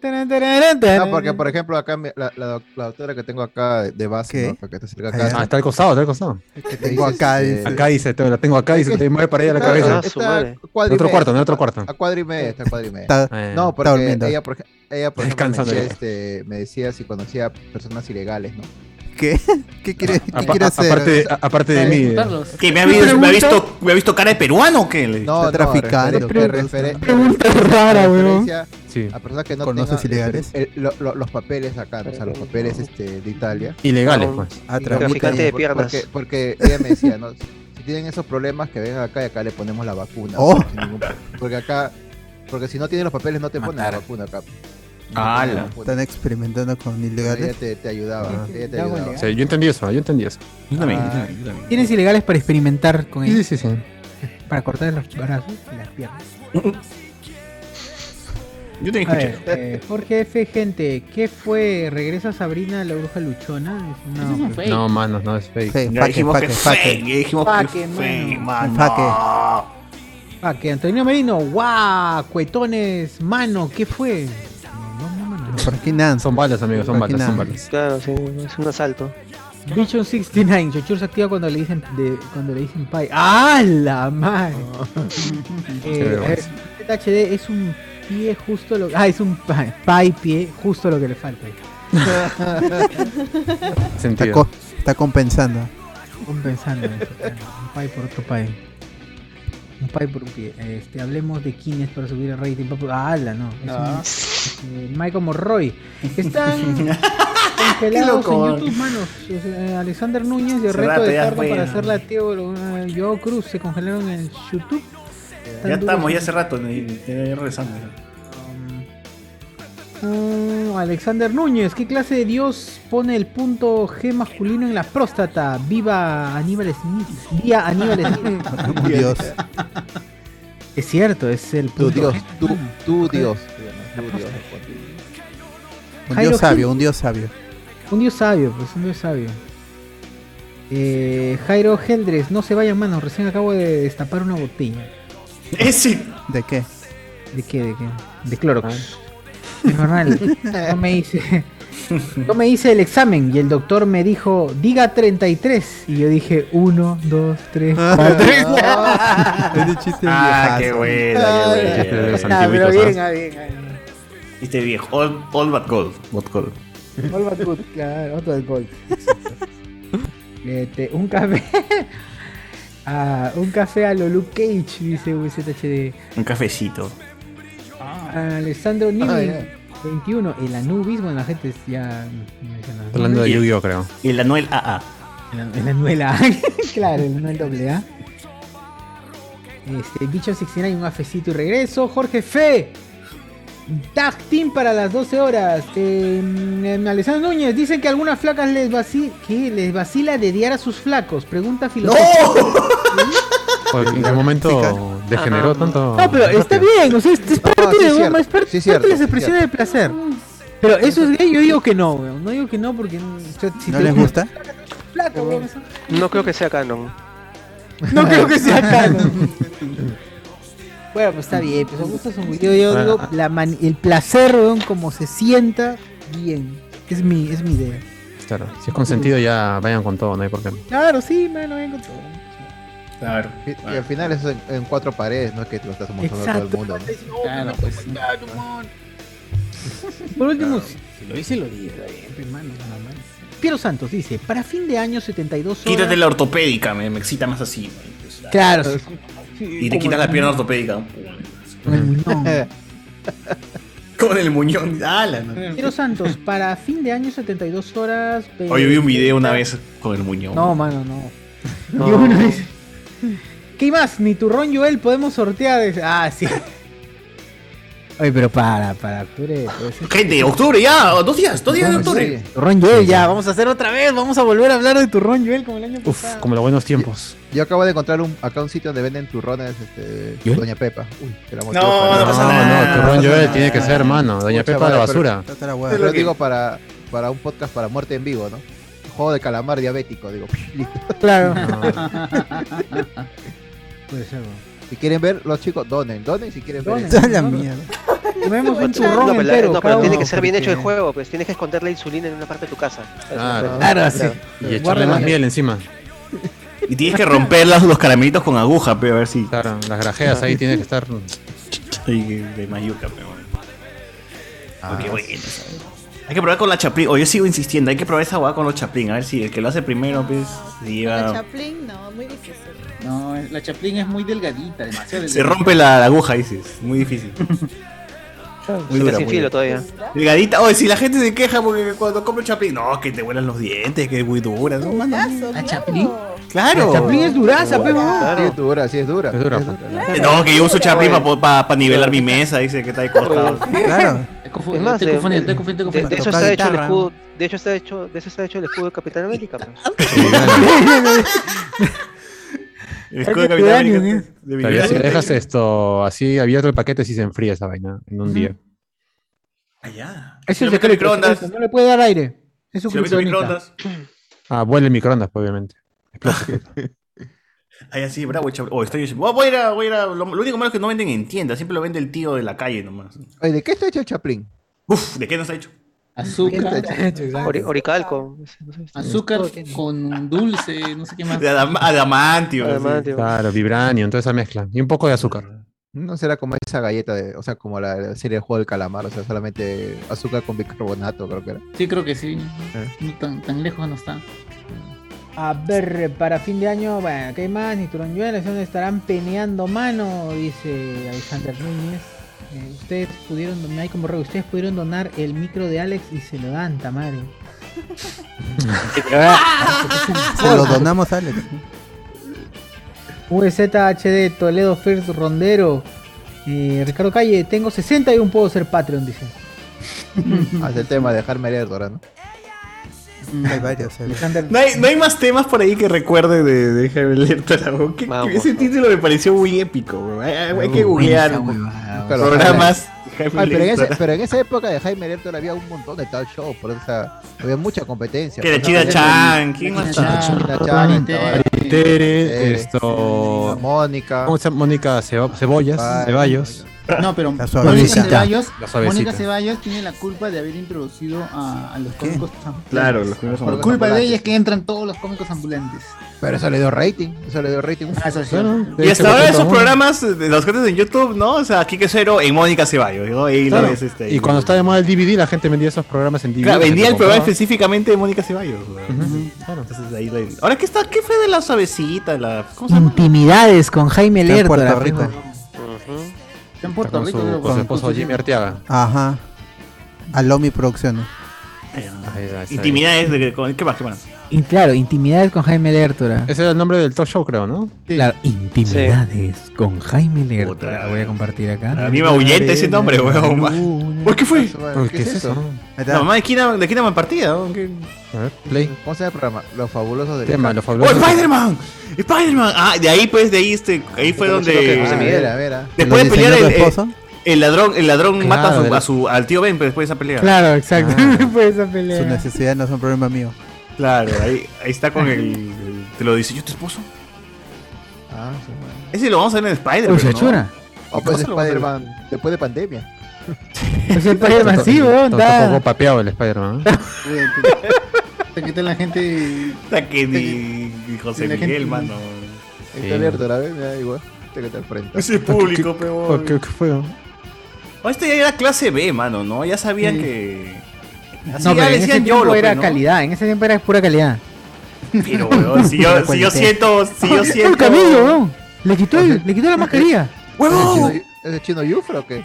[SPEAKER 1] Tarán, tarán, tarán.
[SPEAKER 8] No, porque por ejemplo acá me- la, la, doc- la doctora que tengo acá de- de base,
[SPEAKER 3] ¿Qué?
[SPEAKER 8] ¿no? Acá que está cerca
[SPEAKER 3] Ah,
[SPEAKER 8] acá,
[SPEAKER 2] Ah, está al costado, está al costado.
[SPEAKER 8] que eh,
[SPEAKER 3] tengo acá, dice.
[SPEAKER 2] Acá dice, te- la tengo acá, dice, te mueve para allá la
[SPEAKER 8] Ah, Está-
[SPEAKER 2] cabeza.
[SPEAKER 8] está
[SPEAKER 5] madre.
[SPEAKER 8] a cuadra y
[SPEAKER 2] En otro
[SPEAKER 8] media,
[SPEAKER 2] cuarto, en
[SPEAKER 8] está-
[SPEAKER 2] otro cuarto.
[SPEAKER 8] A cuadra y media, está a cuadra y media.
[SPEAKER 3] Está-
[SPEAKER 2] Eh,
[SPEAKER 8] No,
[SPEAKER 3] Está
[SPEAKER 8] porque
[SPEAKER 3] durmiendo.
[SPEAKER 8] ella, por, ej- ella, por ejemplo, me
[SPEAKER 2] Descansando
[SPEAKER 8] decía,
[SPEAKER 2] ya.
[SPEAKER 8] este, me decía si conocía personas ilegales, ¿no?
[SPEAKER 3] ¿Qué? ¿Qué quiere, qué
[SPEAKER 2] apa-
[SPEAKER 3] quiere
[SPEAKER 2] a-
[SPEAKER 3] hacer?
[SPEAKER 2] aparte, a- aparte de mí. eh,
[SPEAKER 4] ¿Que me ha, visto, me, ha visto, ¿Me ha visto cara de peruano o qué? Le dije.
[SPEAKER 8] No,
[SPEAKER 3] Está traficando.
[SPEAKER 8] No, refer- de referen-
[SPEAKER 1] Pregunta
[SPEAKER 8] de
[SPEAKER 1] rara, weón.
[SPEAKER 8] referencia
[SPEAKER 2] Sí.
[SPEAKER 8] A personas que no
[SPEAKER 3] ¿Conoces
[SPEAKER 8] tengan,
[SPEAKER 3] ilegales?
[SPEAKER 8] el- lo- lo- los papeles acá, ¿no? o sea, los papeles este, de Italia.
[SPEAKER 2] Ilegales, pues.
[SPEAKER 3] Ah,
[SPEAKER 8] Sí,
[SPEAKER 3] traficante
[SPEAKER 8] porque-
[SPEAKER 5] de
[SPEAKER 8] por-
[SPEAKER 5] piernas.
[SPEAKER 8] Porque, porque ella me decía, ¿no? Si tienen esos problemas, que vengan acá y acá le ponemos la vacuna.
[SPEAKER 3] Oh.
[SPEAKER 8] sin ningún pro- Porque acá, porque si no tienen los papeles, no te ponen la vacuna acá.
[SPEAKER 4] ¡Hala!
[SPEAKER 8] No te ponen Ah, la
[SPEAKER 3] Están
[SPEAKER 8] vacuna.
[SPEAKER 3] experimentando con
[SPEAKER 8] Ella
[SPEAKER 3] ilegales.
[SPEAKER 8] te, te ayudaba. Ella te
[SPEAKER 1] Ya,
[SPEAKER 8] ayudaba. Ah.
[SPEAKER 1] bueno,
[SPEAKER 2] Sí, yo entendí eso, yo entendí eso.
[SPEAKER 4] Yo también, yo también, yo también.
[SPEAKER 1] Tienes ilegales para experimentar con
[SPEAKER 2] Sí,
[SPEAKER 1] él.
[SPEAKER 2] sí, sí.
[SPEAKER 1] Para cortar los brazos y las piernas.
[SPEAKER 4] Yo te
[SPEAKER 1] A ver, eh, Jorge F, gente, ¿qué fue? ¿Regresa Sabrina la bruja luchona? Es una-
[SPEAKER 2] No, manos, no es fake.
[SPEAKER 1] Sí,
[SPEAKER 2] Ya
[SPEAKER 1] fake,
[SPEAKER 2] dijimos que
[SPEAKER 1] fake,
[SPEAKER 2] es
[SPEAKER 1] fake.
[SPEAKER 2] fake, ya dijimos que es
[SPEAKER 1] Fake,
[SPEAKER 2] fake,
[SPEAKER 1] mano.
[SPEAKER 2] mano.
[SPEAKER 1] Fake. Fake, Ah, Antonio Merino, guau, cuetones, mano, ¿qué fue?
[SPEAKER 2] Son balas, amigos, son balas, son balas.
[SPEAKER 5] Claro, sí, es un asalto.
[SPEAKER 1] Vision 69, Chochur se activa cuando le dicen de, cuando le dicen pie. ¡Ah, la madre! eh, a ver, ZHD es un pie justo lo Ah, es un pie, pie, pie, justo lo que le falta.
[SPEAKER 3] Está, co- está compensando.
[SPEAKER 1] Compensando eso, claro. Un pie por otro pie. Un pie por un pie. Este, hablemos de Kines para subir el rating. papu. Ah, ala, no. Es
[SPEAKER 25] Ah.
[SPEAKER 1] un, eh, Mike Morroy. Están congelados en
[SPEAKER 25] loco.
[SPEAKER 1] YouTube, manos. Eh, Alexander Núñez y
[SPEAKER 25] Se
[SPEAKER 1] el reto
[SPEAKER 25] rato
[SPEAKER 1] de
[SPEAKER 25] ya
[SPEAKER 1] Carlos
[SPEAKER 4] fue,
[SPEAKER 1] para
[SPEAKER 4] ¿no?
[SPEAKER 1] hacer la teólogo. Yo Cruz se congelaron en YouTube. Están
[SPEAKER 4] Ya
[SPEAKER 1] duros
[SPEAKER 4] estamos, ya
[SPEAKER 1] en-
[SPEAKER 4] hace rato, eh, eh, regresamos.
[SPEAKER 1] Mm, Alexander Núñez, ¿qué clase de dios pone el punto G masculino en la próstata? Viva Aníbal Smith. Vía Aníbal Smith.
[SPEAKER 3] Un dios.
[SPEAKER 1] Es cierto, es el
[SPEAKER 3] Tu
[SPEAKER 1] punto
[SPEAKER 3] dios,
[SPEAKER 1] G.
[SPEAKER 3] tu, tu dios.
[SPEAKER 1] La próstata.
[SPEAKER 3] Un
[SPEAKER 1] Jairo
[SPEAKER 3] dios sabio,
[SPEAKER 1] Gil.
[SPEAKER 3] un dios sabio.
[SPEAKER 1] Un dios sabio, pues un dios sabio. Eh, Jairo Heldres, no se vayan manos, recién acabo de destapar una botella.
[SPEAKER 4] ¿Ese?
[SPEAKER 1] ¿De qué? ¿De qué? ¿De qué? De Clorox. Es normal. No me hice. Yo me hice el examen y el doctor me dijo, diga 33. Y yo dije, 1, 2, 3, 4.
[SPEAKER 4] Ah, qué bueno, qué bueno.
[SPEAKER 1] Ah, pero bien, ah, bien, ah, bien.
[SPEAKER 4] Este viejo, all, all but gold, but gold.
[SPEAKER 1] All but good, claro, all but gold. Este, un café. Ah, un café a lo Luke Cage, dice VZHD.
[SPEAKER 4] Un cafecito.
[SPEAKER 1] Alessandro Nimi,
[SPEAKER 4] Ah, ya.
[SPEAKER 1] 21. El Anubis, bueno, la gente es ya. no dice nada.
[SPEAKER 2] Hablando de Yu-Gi-Oh, creo.
[SPEAKER 4] Y el Anuel AA.
[SPEAKER 1] El Anuel AA. claro, el Anuel doble A. Este, Bicho 69, un afecito y regreso. Jorge Fe. Tag Team para las 12 horas. Eh, em, Alessandro Núñez, dicen que algunas flacas les vacila, ¿qué? les vacila dediar a sus flacos. Pregunta filosófica.
[SPEAKER 2] Porque en qué momento degeneró tanto.
[SPEAKER 1] No, pero eh, está bien, o sea, es, es parte
[SPEAKER 2] sí
[SPEAKER 1] de
[SPEAKER 2] es cierto,
[SPEAKER 1] es parte-
[SPEAKER 2] sí es
[SPEAKER 1] parte
[SPEAKER 2] cierto,
[SPEAKER 1] de
[SPEAKER 2] sí
[SPEAKER 1] las
[SPEAKER 2] es
[SPEAKER 1] expresiones de
[SPEAKER 2] cierto.
[SPEAKER 1] placer. Pero eso es gay, yo digo que no, weón. No digo que no porque. o sea, si
[SPEAKER 5] ¿No
[SPEAKER 1] te-
[SPEAKER 5] les gusta?
[SPEAKER 1] Flaco, weón, eso-
[SPEAKER 5] No creo que sea canon.
[SPEAKER 1] No creo que sea canon. Bueno, pues está bien, pues son gustos son gustos. Yo,
[SPEAKER 4] Ah,
[SPEAKER 1] yo digo, la mani- el placer, weón, como se sienta, bien. Es mi, es mi idea.
[SPEAKER 2] Claro, si es consentido ya vayan con todo, no hay problema.
[SPEAKER 1] Claro, sí, mano, vengo todo.
[SPEAKER 4] Claro.
[SPEAKER 8] Y, y al final es en, en cuatro paredes, no es que te lo estás mostrando a todo el
[SPEAKER 1] Exacto.
[SPEAKER 8] mundo. ¿no?
[SPEAKER 1] Claro, pues, sí. Por último, si- si lo dice, lo dice. Está bien, pues, mano, nada más. Piero Santos dice, para fin de año 72 horas...
[SPEAKER 4] Quítate la ortopédica, me, me excita más así.
[SPEAKER 1] Claro, sí.
[SPEAKER 4] Y te quitan la pierna ortopédica. Con el muñón. ala, no.
[SPEAKER 1] Piero Santos, para fin de año 72 horas... pe-
[SPEAKER 4] Hoy vi un video una vez con el muñón.
[SPEAKER 1] No, mano, no. Y uno dice, ¿Qué más? Ni turrón Joel podemos sortear. Dice, Ah, sí. Oye, pero para, para octubre.
[SPEAKER 4] Gente, octubre ya, dos días, dos días de octubre.
[SPEAKER 1] Turrón Joel, ya, vamos a hacer otra vez. Vamos a volver a hablar de turrón Joel como el año pasado.
[SPEAKER 2] Como los buenos tiempos.
[SPEAKER 8] Yo acabo de encontrar un, acá un sitio donde venden turrones, este, Doña Pepa. Uy, te la mostré,
[SPEAKER 2] No,
[SPEAKER 8] ojalá.
[SPEAKER 2] no pasa No, nada. no, turrón Joel tiene que ser, hermano. Doña Pepa
[SPEAKER 8] vale,
[SPEAKER 2] la
[SPEAKER 8] pero-
[SPEAKER 2] basura.
[SPEAKER 8] Pero, lo digo para, para un podcast para muerte en vivo, ¿no? Juego de calamar diabético, digo. listo.
[SPEAKER 1] Claro.
[SPEAKER 8] Si quieren ver, los chicos donen, donen si quieren
[SPEAKER 1] Donen,
[SPEAKER 8] ver.
[SPEAKER 1] La donen. mierda. Comemos un turrón
[SPEAKER 5] no, pero, la-
[SPEAKER 1] entero.
[SPEAKER 5] no, pero
[SPEAKER 1] cada
[SPEAKER 5] tiene
[SPEAKER 1] uno.
[SPEAKER 5] que ser bien hecho el
[SPEAKER 1] Porque-
[SPEAKER 5] juego, pues tienes que esconder la insulina en una parte de tu casa.
[SPEAKER 2] Claro, Y echarle más miel encima.
[SPEAKER 4] Y tienes que romper los, los caramelitos con aguja, pero a ver si.
[SPEAKER 2] Claro, las grajeas ahí tienen que estar.
[SPEAKER 4] de mayuca, pero. Ah, qué bueno. Hay que probar con la chaplin. O yo sigo insistiendo, hay que probar esa hueá con los chaplin. A ver si el que lo hace primero, pues. se
[SPEAKER 14] La
[SPEAKER 4] lleva-
[SPEAKER 14] Chaplin, no, muy difícil.
[SPEAKER 10] No, la Chaplin es muy delgadita, demasiado
[SPEAKER 4] Se
[SPEAKER 10] delgadita.
[SPEAKER 4] rompe la, la aguja, dices. Muy difícil. Muy dura,
[SPEAKER 5] sin
[SPEAKER 4] muy
[SPEAKER 5] filo
[SPEAKER 4] dura.
[SPEAKER 5] todavía.
[SPEAKER 4] Delgadita. Oye, si la gente se queja porque cuando compro chaplin, no, que te vuelan los dientes, que es muy dura. No, mano.
[SPEAKER 14] ¿La Chaplin?
[SPEAKER 4] Claro.
[SPEAKER 1] La chaplín es duraza, pe, huevón.
[SPEAKER 8] Sí, es dura, sí es dura. Es dura.
[SPEAKER 4] No, que yo uso chaplin para nivelar mi mesa, dice que está ahí cortado.
[SPEAKER 8] Claro.
[SPEAKER 5] Es más,
[SPEAKER 10] estoy
[SPEAKER 5] eh,
[SPEAKER 10] confundido, estoy
[SPEAKER 5] de-
[SPEAKER 10] confundido,
[SPEAKER 5] de-
[SPEAKER 10] confundido.
[SPEAKER 5] de eso
[SPEAKER 10] Tocar
[SPEAKER 5] está hecho el
[SPEAKER 10] guitarra.
[SPEAKER 5] escudo. De hecho está hecho, de eso está hecho el escudo de Capitán América. pues.
[SPEAKER 4] El escudo de Capitán
[SPEAKER 1] ¿eh?
[SPEAKER 4] América. de
[SPEAKER 2] Todavía si
[SPEAKER 4] Miguel.
[SPEAKER 2] dejas esto así abierto el paquete, si se enfría esa vaina en un día.
[SPEAKER 1] Allá.
[SPEAKER 2] Es
[SPEAKER 1] Es
[SPEAKER 2] el Si
[SPEAKER 1] el
[SPEAKER 2] lo meto en secreto, microondas.
[SPEAKER 1] secreto. No le puede dar aire. Es un
[SPEAKER 2] Si lo meto en
[SPEAKER 1] criptonita.
[SPEAKER 2] Ah, vuela el microondas, obviamente.
[SPEAKER 4] Allá sí, bravo, chaval. Oh, estoy... oh, voy a ir a- voy a ir a- Lo, lo único malo es que no venden en tienda, siempre lo vende el tío de la calle nomás.
[SPEAKER 8] Oye, ¿de qué está hecho el Chaplin?
[SPEAKER 4] Uf, ¿de qué no está hecho?
[SPEAKER 6] Azúcar.
[SPEAKER 5] Ori- oricalco. no sé, este-
[SPEAKER 6] Azúcar con dulce, no sé qué más.
[SPEAKER 4] De adama- adamantio.
[SPEAKER 5] Adamantio.
[SPEAKER 2] Claro, vibranio, entonces esa mezcla. Y un poco de azúcar.
[SPEAKER 8] No será como esa galleta de, o sea, como la, la serie del juego del calamar, o sea, solamente azúcar con bicarbonato, creo que era.
[SPEAKER 6] Sí, creo que sí. No tan, tan lejos no está.
[SPEAKER 1] A ver, para fin de año, bueno, ¿qué hay más? Ni Turonyuelas, ¿dónde estarán peleando mano? Dice Alexander Núñez. Eh, ustedes pudieron donar, hay como re, ustedes pudieron donar el micro de Alex y se lo dan, Tamari.
[SPEAKER 3] Se lo donamos a Alex.
[SPEAKER 1] E VZHD, Toledo First Rondero. Eh, Ricardo Calle, tengo 60 y aún puedo ser Patreon, dice.
[SPEAKER 8] Hace el tema de dejarme leer, Dora, ¿no?
[SPEAKER 3] Mm. Hay varios. hay varios.
[SPEAKER 4] No hay, no hay más temas por ahí que recuerde de, de Javier Lerta, la voz. Que- que
[SPEAKER 3] Vamos,
[SPEAKER 4] Ese título me pareció muy épico, weón. Hay, hay- hay que
[SPEAKER 8] Uh,
[SPEAKER 4] googlear
[SPEAKER 8] esa Claro,
[SPEAKER 4] programas de
[SPEAKER 8] Ay,
[SPEAKER 4] Jaime
[SPEAKER 8] pero, en
[SPEAKER 4] Lertora.
[SPEAKER 8] ese- pero en esa época de Jaime Lertor había un montón de tal show, por eso o sea, había mucha competencia.
[SPEAKER 4] Que la
[SPEAKER 8] Por
[SPEAKER 4] Chida
[SPEAKER 8] ejemplo,
[SPEAKER 4] Chan,
[SPEAKER 8] la
[SPEAKER 4] ¿quién
[SPEAKER 8] Chida
[SPEAKER 4] más
[SPEAKER 8] Chan,
[SPEAKER 4] estaba?
[SPEAKER 8] la Chan, estaba-
[SPEAKER 2] Tere,
[SPEAKER 8] Tere,
[SPEAKER 2] esto.
[SPEAKER 8] Mónica.
[SPEAKER 2] ¿Cómo se llama? Mónica Ceba- Cebollas, Ceballos.
[SPEAKER 6] No, pero
[SPEAKER 2] La
[SPEAKER 6] Mónica Ceballos,
[SPEAKER 2] La
[SPEAKER 6] Mónica
[SPEAKER 2] suavecita.
[SPEAKER 6] Ceballos tiene la culpa de haber introducido a, a los cómicos ambulantes.
[SPEAKER 4] Claro, los primeros
[SPEAKER 6] Por
[SPEAKER 4] ambulantes.
[SPEAKER 6] culpa de ella es que entran todos los cómicos ambulantes.
[SPEAKER 8] Pero eso le dio rating, eso le dio rating.
[SPEAKER 2] Ah,
[SPEAKER 6] Claro.
[SPEAKER 4] Y hasta ahora esos programas de los que hacen en YouTube, ¿no? O sea, Kike Cero en Mónica Ceballos, ¿no? Y,
[SPEAKER 2] Claro.
[SPEAKER 4] lo ves, este,
[SPEAKER 2] Y cuando estaba de moda el DVD, la gente vendía esos programas en DVD.
[SPEAKER 4] Claro, vendía
[SPEAKER 2] la
[SPEAKER 4] el
[SPEAKER 2] gente
[SPEAKER 4] programa
[SPEAKER 2] compraba.
[SPEAKER 4] específicamente de Mónica Ceballos, weón. Entonces, ahí la- Ahora, ¿qué, está, ¿qué fue de la suavecita? La... ¿Cómo se llama?
[SPEAKER 1] Intimidades con Jaime
[SPEAKER 4] Está en
[SPEAKER 1] Lerdo.
[SPEAKER 4] Puerto
[SPEAKER 1] la
[SPEAKER 4] Rico.
[SPEAKER 1] prima.
[SPEAKER 6] Está en
[SPEAKER 2] Con su, con su esposo Jimmy Arteaga.
[SPEAKER 3] Ajá. Alomi Producciones.
[SPEAKER 4] Intimidades de... con- ¿Qué más? ¿Qué más?
[SPEAKER 1] Y claro, intimidades con Jaime Lertora.
[SPEAKER 2] Ese era el nombre del talk show, creo, ¿no?
[SPEAKER 9] Claro, intimidades con Jaime Lertora. La voy a compartir acá.
[SPEAKER 4] A mí me ahuyenta ese nombre, weón. ¿Por qué fue?
[SPEAKER 8] ¿Por qué es eso?
[SPEAKER 4] La mamá de esquina, de esquina mal partida. weón, ¿qué?
[SPEAKER 2] A ver, play.
[SPEAKER 8] ¿Cómo se llama el programa? Los fabulosos del
[SPEAKER 2] Tema,
[SPEAKER 8] Campo.
[SPEAKER 2] los
[SPEAKER 4] ¡Oh,
[SPEAKER 8] pues,
[SPEAKER 2] fabulosos.
[SPEAKER 4] Spider-Man! ¡Spider-man! Ah, de ahí pues, de ahí este, ahí fue
[SPEAKER 8] Lo
[SPEAKER 4] donde.
[SPEAKER 8] que José Miguel, a ver, ah. a-
[SPEAKER 4] Después de
[SPEAKER 8] ¿Lo
[SPEAKER 4] pelear el,
[SPEAKER 8] diseñó tu
[SPEAKER 4] el-
[SPEAKER 8] esposo?
[SPEAKER 4] el ladrón, el ladrón
[SPEAKER 3] Claro,
[SPEAKER 4] mata a
[SPEAKER 3] del-
[SPEAKER 4] su, a su- al tío Ben, pero después de esa pelea. Ah.
[SPEAKER 1] Claro, exacto.
[SPEAKER 5] Pues
[SPEAKER 1] Fue esa
[SPEAKER 3] Su
[SPEAKER 1] pelea.
[SPEAKER 3] necesidad Ah, no es un problema mío.
[SPEAKER 4] Claro, ahí, ahí está con el, el- ¿Te lo diseñó tu esposo?
[SPEAKER 8] Ah, sí, bueno.
[SPEAKER 4] Ese lo vamos a ver en Spider-Man.
[SPEAKER 8] Uy, se
[SPEAKER 4] ¿no?
[SPEAKER 8] chura. O pues
[SPEAKER 4] ¿Cómo se lo vamos a ver?
[SPEAKER 8] Spider-Man, después de pandemia.
[SPEAKER 1] Ese Spider-Man, sí, weón.
[SPEAKER 2] Está
[SPEAKER 1] da.
[SPEAKER 2] un poco papeado el Spider-Man. ¿eh?
[SPEAKER 6] Te quitan la gente.
[SPEAKER 4] Está que ni ni José
[SPEAKER 6] la gente-
[SPEAKER 4] Miguel, mano.
[SPEAKER 8] Está abierto, la vez, me da igual. Te que te enfrentas.
[SPEAKER 4] Ese público, peor.
[SPEAKER 2] ¿Qué, qué fue?
[SPEAKER 4] Oh, este ya era clase B, mano, ¿no? Ya sabían que. Así ya
[SPEAKER 1] No, pero en ese
[SPEAKER 4] decían
[SPEAKER 1] tiempo
[SPEAKER 4] YOLO,
[SPEAKER 1] era
[SPEAKER 4] pues, ¿no?
[SPEAKER 1] calidad, en ese tiempo era pura calidad.
[SPEAKER 4] Pero, weón, si
[SPEAKER 1] La
[SPEAKER 4] yo, si yo
[SPEAKER 1] cuarentena.
[SPEAKER 4] siento. Si yo
[SPEAKER 1] Le quitó el
[SPEAKER 4] siento.
[SPEAKER 1] cabello, weón. Le quitó, el- le quitó la mascarilla.
[SPEAKER 8] ¡Huevo! ¿Es el chino Yufra o qué?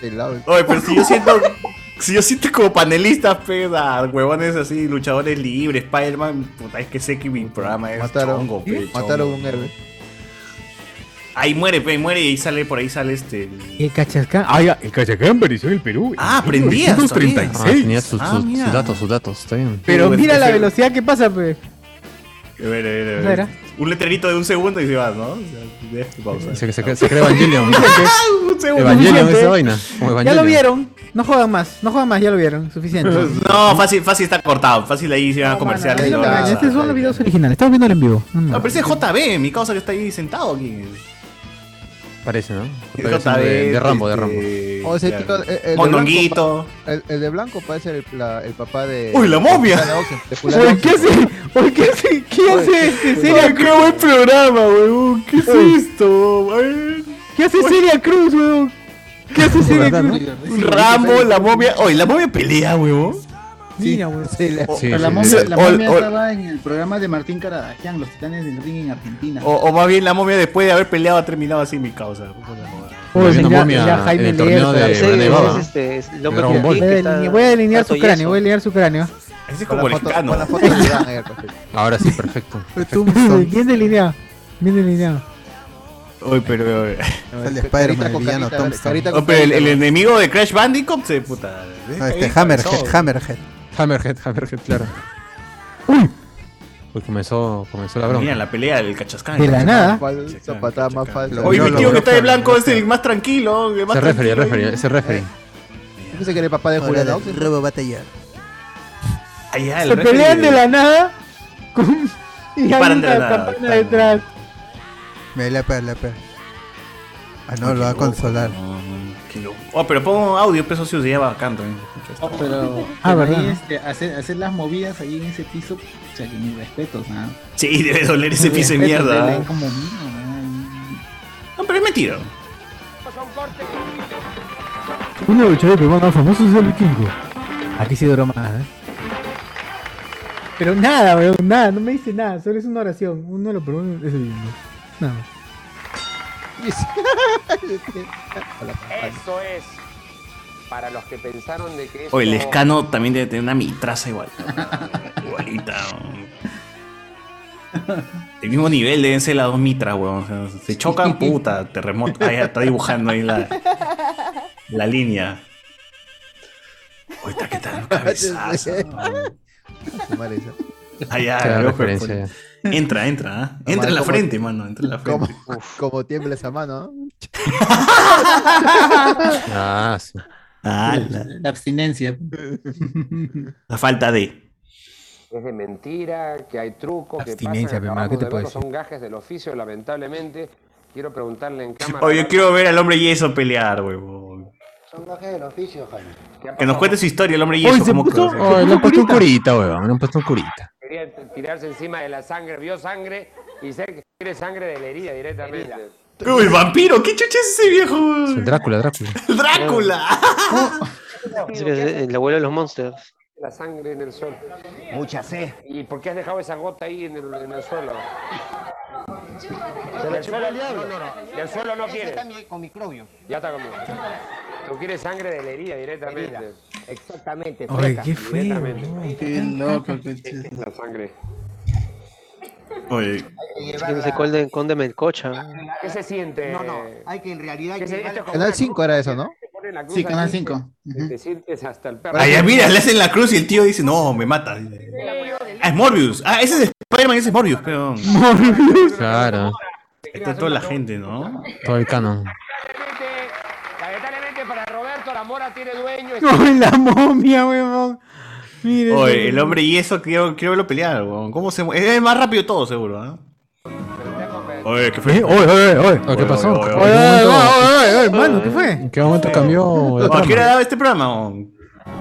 [SPEAKER 8] El lado.
[SPEAKER 4] Oye, pero si yo siento. Si yo siento como panelista, peda, huevones así, luchadores libres, Spider-Man, puta, es que sé que mi programa es
[SPEAKER 8] Mataron,
[SPEAKER 4] chongo, pe, chongo.
[SPEAKER 8] mataron un héroe.
[SPEAKER 4] Ahí muere, pe, ahí muere y ahí sale, por ahí sale este... el-
[SPEAKER 1] El cachascán.
[SPEAKER 25] Ah, ya, el Cachacán apareció en el Perú.
[SPEAKER 4] Ah, aprendías,
[SPEAKER 2] Ah,
[SPEAKER 25] 1936.
[SPEAKER 2] tenía sus
[SPEAKER 4] Ah,
[SPEAKER 2] sus-
[SPEAKER 4] mira.
[SPEAKER 2] sus datos, sus datos. Está bien.
[SPEAKER 1] Pero
[SPEAKER 4] Sí,
[SPEAKER 1] mira
[SPEAKER 4] ese-
[SPEAKER 1] la velocidad que pasa, pues.
[SPEAKER 4] A ver, a ver, a ver.
[SPEAKER 1] ¿No era?
[SPEAKER 4] Un letrerito de un segundo y se va, ¿no? O sea, deja que pausa.
[SPEAKER 2] Se, se, cre- se cree Evangelion.
[SPEAKER 4] Ah, Un segundo.
[SPEAKER 2] Evangelion
[SPEAKER 1] suficiente.
[SPEAKER 2] esa vaina. Como
[SPEAKER 1] Ya
[SPEAKER 2] Evangelion.
[SPEAKER 1] lo vieron. No juegan más, no juegan más, ya lo vieron. Suficiente.
[SPEAKER 4] No, fácil, fácil está cortado. Fácil ahí se van a comerciales. y
[SPEAKER 1] Ahí lo
[SPEAKER 4] todo.
[SPEAKER 1] ven, Estos son los videos originales. Estamos viendo en vivo. Mm.
[SPEAKER 4] No, Ah, pero ese es JB, mi causa que está ahí sentado aquí.
[SPEAKER 2] Parece, ¿no?
[SPEAKER 4] Yo
[SPEAKER 2] Parece de,
[SPEAKER 4] también,
[SPEAKER 2] de Rambo, de Rambo.
[SPEAKER 4] este,
[SPEAKER 8] O Oh, ese
[SPEAKER 4] claro.
[SPEAKER 8] tío. el- el de
[SPEAKER 4] Mondonguito.
[SPEAKER 8] blanco pa- El, el de blanco puede ser el, la- el papá de.
[SPEAKER 4] ¡Uy, la momia!
[SPEAKER 1] Oye, ¿qué hace? Oye, ¿qué hace? ¿Qué hace este
[SPEAKER 16] Ah,
[SPEAKER 1] Celia
[SPEAKER 4] ¡Qué
[SPEAKER 1] Cruz?
[SPEAKER 4] buen programa, weón! ¿Qué es esto? Ay,
[SPEAKER 1] ¿Qué hace Celia Cruz, weón? ¿Qué hace Celia
[SPEAKER 6] ¿no?
[SPEAKER 1] Cruz?
[SPEAKER 4] un Rambo, la momia. Oye, la momia pelea, weón.
[SPEAKER 1] Mira, weón.
[SPEAKER 4] O-
[SPEAKER 6] Pero la momia, la momia estaba en el programa de Martín Caradagian, Los Titanes del Ring en Argentina.
[SPEAKER 4] O, o más bien la momia después de haber peleado ha terminado así mi causa.
[SPEAKER 1] Oye,
[SPEAKER 2] Viendo
[SPEAKER 1] Oh, ya-
[SPEAKER 2] momia
[SPEAKER 1] ya Jaime
[SPEAKER 2] en el torneo
[SPEAKER 1] Lerdo.
[SPEAKER 2] de
[SPEAKER 1] Sí,
[SPEAKER 2] René
[SPEAKER 1] es
[SPEAKER 2] Baba.
[SPEAKER 5] este, es el
[SPEAKER 2] De
[SPEAKER 5] hombre
[SPEAKER 2] Dragon
[SPEAKER 5] que-
[SPEAKER 1] Voy a
[SPEAKER 2] Ball.
[SPEAKER 1] delinear, voy a delinear su
[SPEAKER 5] Alto yeso.
[SPEAKER 1] cráneo, voy a delinear su cráneo.
[SPEAKER 4] Ese es
[SPEAKER 8] Con
[SPEAKER 4] como
[SPEAKER 8] la
[SPEAKER 4] el
[SPEAKER 8] foto,
[SPEAKER 4] cano.
[SPEAKER 8] con la foto de Zidane ahí al perfil.
[SPEAKER 2] Ahora sí, perfecto.
[SPEAKER 1] Bien delineado, bien delineado.
[SPEAKER 4] Oye, pero. oye.
[SPEAKER 3] El Spider-Man, el
[SPEAKER 8] con
[SPEAKER 3] villano
[SPEAKER 8] carita,
[SPEAKER 3] Thompson.
[SPEAKER 8] carita
[SPEAKER 4] Oh, pero el, el enemigo de Crash Bandicoot se puta. ¿eh?
[SPEAKER 3] No, este Hammerhead, Hammerhead.
[SPEAKER 2] Hammerhead, Hammerhead, claro. Uy, comenzó, comenzó la bronca.
[SPEAKER 4] Mira la pelea del cachascán.
[SPEAKER 1] De la nada.
[SPEAKER 8] Fal- Zapatada más falsa.
[SPEAKER 4] Oye,
[SPEAKER 2] No,
[SPEAKER 4] mi
[SPEAKER 2] lo
[SPEAKER 4] tío que está de
[SPEAKER 2] bloquearon,
[SPEAKER 4] blanco es el más tranquilo. el más
[SPEAKER 2] Se referee, el
[SPEAKER 4] tranquilo.
[SPEAKER 2] referee, ese referee.
[SPEAKER 8] Dice que era el papá de
[SPEAKER 3] Ahora
[SPEAKER 8] Julián
[SPEAKER 3] de
[SPEAKER 8] Austin.
[SPEAKER 3] nuevo batallar.
[SPEAKER 4] Allá,
[SPEAKER 8] el
[SPEAKER 25] Se
[SPEAKER 8] resto
[SPEAKER 25] pelean
[SPEAKER 8] de-
[SPEAKER 25] de la nada con- y hay
[SPEAKER 3] Paran de la
[SPEAKER 25] una
[SPEAKER 3] nada,
[SPEAKER 25] campana detrás.
[SPEAKER 3] Me la per, la per. Ah, no, lo va a consolar.
[SPEAKER 4] Oh, pero pongo audio, peso si se lleva bacán también.
[SPEAKER 6] Oh, pero
[SPEAKER 4] Ah,
[SPEAKER 6] pero
[SPEAKER 4] ¿verdad?
[SPEAKER 6] ahí, este, hacer, hacer las movidas ahí en ese piso, o sea, que mis respetos, nada.
[SPEAKER 4] Sí, debe doler ese
[SPEAKER 6] Mis
[SPEAKER 4] piso de
[SPEAKER 6] respetos,
[SPEAKER 4] mierda,
[SPEAKER 6] debe
[SPEAKER 4] ¿eh?
[SPEAKER 6] ser como mío,
[SPEAKER 4] No, pero es mentira.
[SPEAKER 26] Una lucha de peruanos famosos del vikingo. Aquí sí duró más, ¿eh?
[SPEAKER 25] Pero nada, weón, nada, no me dice nada, solo es una oración. Uno lo pregunta, es el mismo. Nada más.
[SPEAKER 27] Eso es. Para los que pensaron de que.
[SPEAKER 4] O el
[SPEAKER 27] esto-
[SPEAKER 4] escano también debe tener una mitraza igual. Igualita. weón. El mismo nivel deben ser las dos mitras, weón. O sea, se chocan, puta, terremoto. Ahí está dibujando ahí la, la línea. Ahorita que tal, cabezazo. Ah, ya,
[SPEAKER 2] Claro,
[SPEAKER 4] creo que-
[SPEAKER 2] referencia,
[SPEAKER 4] Entra, entra, ¿ah?
[SPEAKER 8] Mamá,
[SPEAKER 4] entra en la
[SPEAKER 8] ¿cómo-
[SPEAKER 4] frente, mano, entra en la
[SPEAKER 8] ¿Cómo,
[SPEAKER 4] frente.
[SPEAKER 8] como tiembla esa mano? ¿no?
[SPEAKER 4] Ah, sí. la,
[SPEAKER 6] La abstinencia.
[SPEAKER 4] la falta de.
[SPEAKER 27] Es de mentira, que hay trucos, que pasan
[SPEAKER 4] Abstinencia,
[SPEAKER 27] el
[SPEAKER 4] pe,
[SPEAKER 27] trabajo
[SPEAKER 4] mano, ¿qué te
[SPEAKER 27] del
[SPEAKER 4] puedo
[SPEAKER 27] otro, son gajes del oficio, lamentablemente. Quiero preguntarle en cámara.
[SPEAKER 4] Oh, yo quiero ver al hombre yeso pelear, weón.
[SPEAKER 27] Son gajes del oficio, Jaime.
[SPEAKER 4] Que nos cuente su historia, el hombre
[SPEAKER 2] Oye,
[SPEAKER 4] yeso.
[SPEAKER 2] se
[SPEAKER 4] cómo
[SPEAKER 2] puso-
[SPEAKER 4] crece.
[SPEAKER 2] Oye, le han puesto un curita, weón. Le han puesto un curita.
[SPEAKER 27] Quería tirarse encima de la sangre, vio sangre y sé que quiere sangre de la herida directamente.
[SPEAKER 4] Uy, vampiro, ¿qué chucha es ese viejo?
[SPEAKER 2] El Drácula, Drácula.
[SPEAKER 5] Ah.
[SPEAKER 4] ¡Drácula!
[SPEAKER 5] El abuelo de los monsters.
[SPEAKER 27] La sangre en el sol. Mucha sed. ¿Y por qué has dejado esa gota ahí en el, en el suelo? En el suelo, no, no, no. Del suelo no quiere.
[SPEAKER 5] con microbio.
[SPEAKER 27] Ya está conmigo. Tú quieres sangre de la herida directamente. Exactamente.
[SPEAKER 5] Oye,
[SPEAKER 27] fresca,
[SPEAKER 5] qué feo,
[SPEAKER 27] directamente.
[SPEAKER 5] Qué loco,
[SPEAKER 27] La sangre.
[SPEAKER 4] Oye.
[SPEAKER 5] Ese conde, conde Melcocha.
[SPEAKER 27] ¿Qué se siente? No, no.
[SPEAKER 5] Hay que en realidad.
[SPEAKER 8] Canal 5 era eso, ¿no?
[SPEAKER 5] Sí, Canal
[SPEAKER 27] 5. Te sientes hasta el perro.
[SPEAKER 4] Allá, mira, le hacen la cruz y el tío dice, no, me mata. Ah, es Morbius. Ah, ese es Spider-Man, ese es Morbius, pero...
[SPEAKER 2] Morbius. Claro.
[SPEAKER 4] Está toda la gente, ¿no?
[SPEAKER 2] Todo el canon.
[SPEAKER 27] Lamentablemente para Roberto, la mora tiene dueño.
[SPEAKER 25] ¡Ay, la momia, weón! Mire.
[SPEAKER 4] Oye, el hombre yeso, quiero, quiero verlo pelear, weón. ¿Cómo se mueve? Es el más rápido todo, seguro, ¿ah? Oye, ¿qué fue?
[SPEAKER 25] ¿Eh? Oye, oye, oye.
[SPEAKER 2] Ah, ¿Qué pasó?
[SPEAKER 4] oye,
[SPEAKER 2] ¿En qué momento-
[SPEAKER 25] mano, ¿qué fue?
[SPEAKER 2] ¿En qué momento cambió la
[SPEAKER 4] Oh, ¿A qué hora
[SPEAKER 2] trama?
[SPEAKER 4] daba este programa? weón?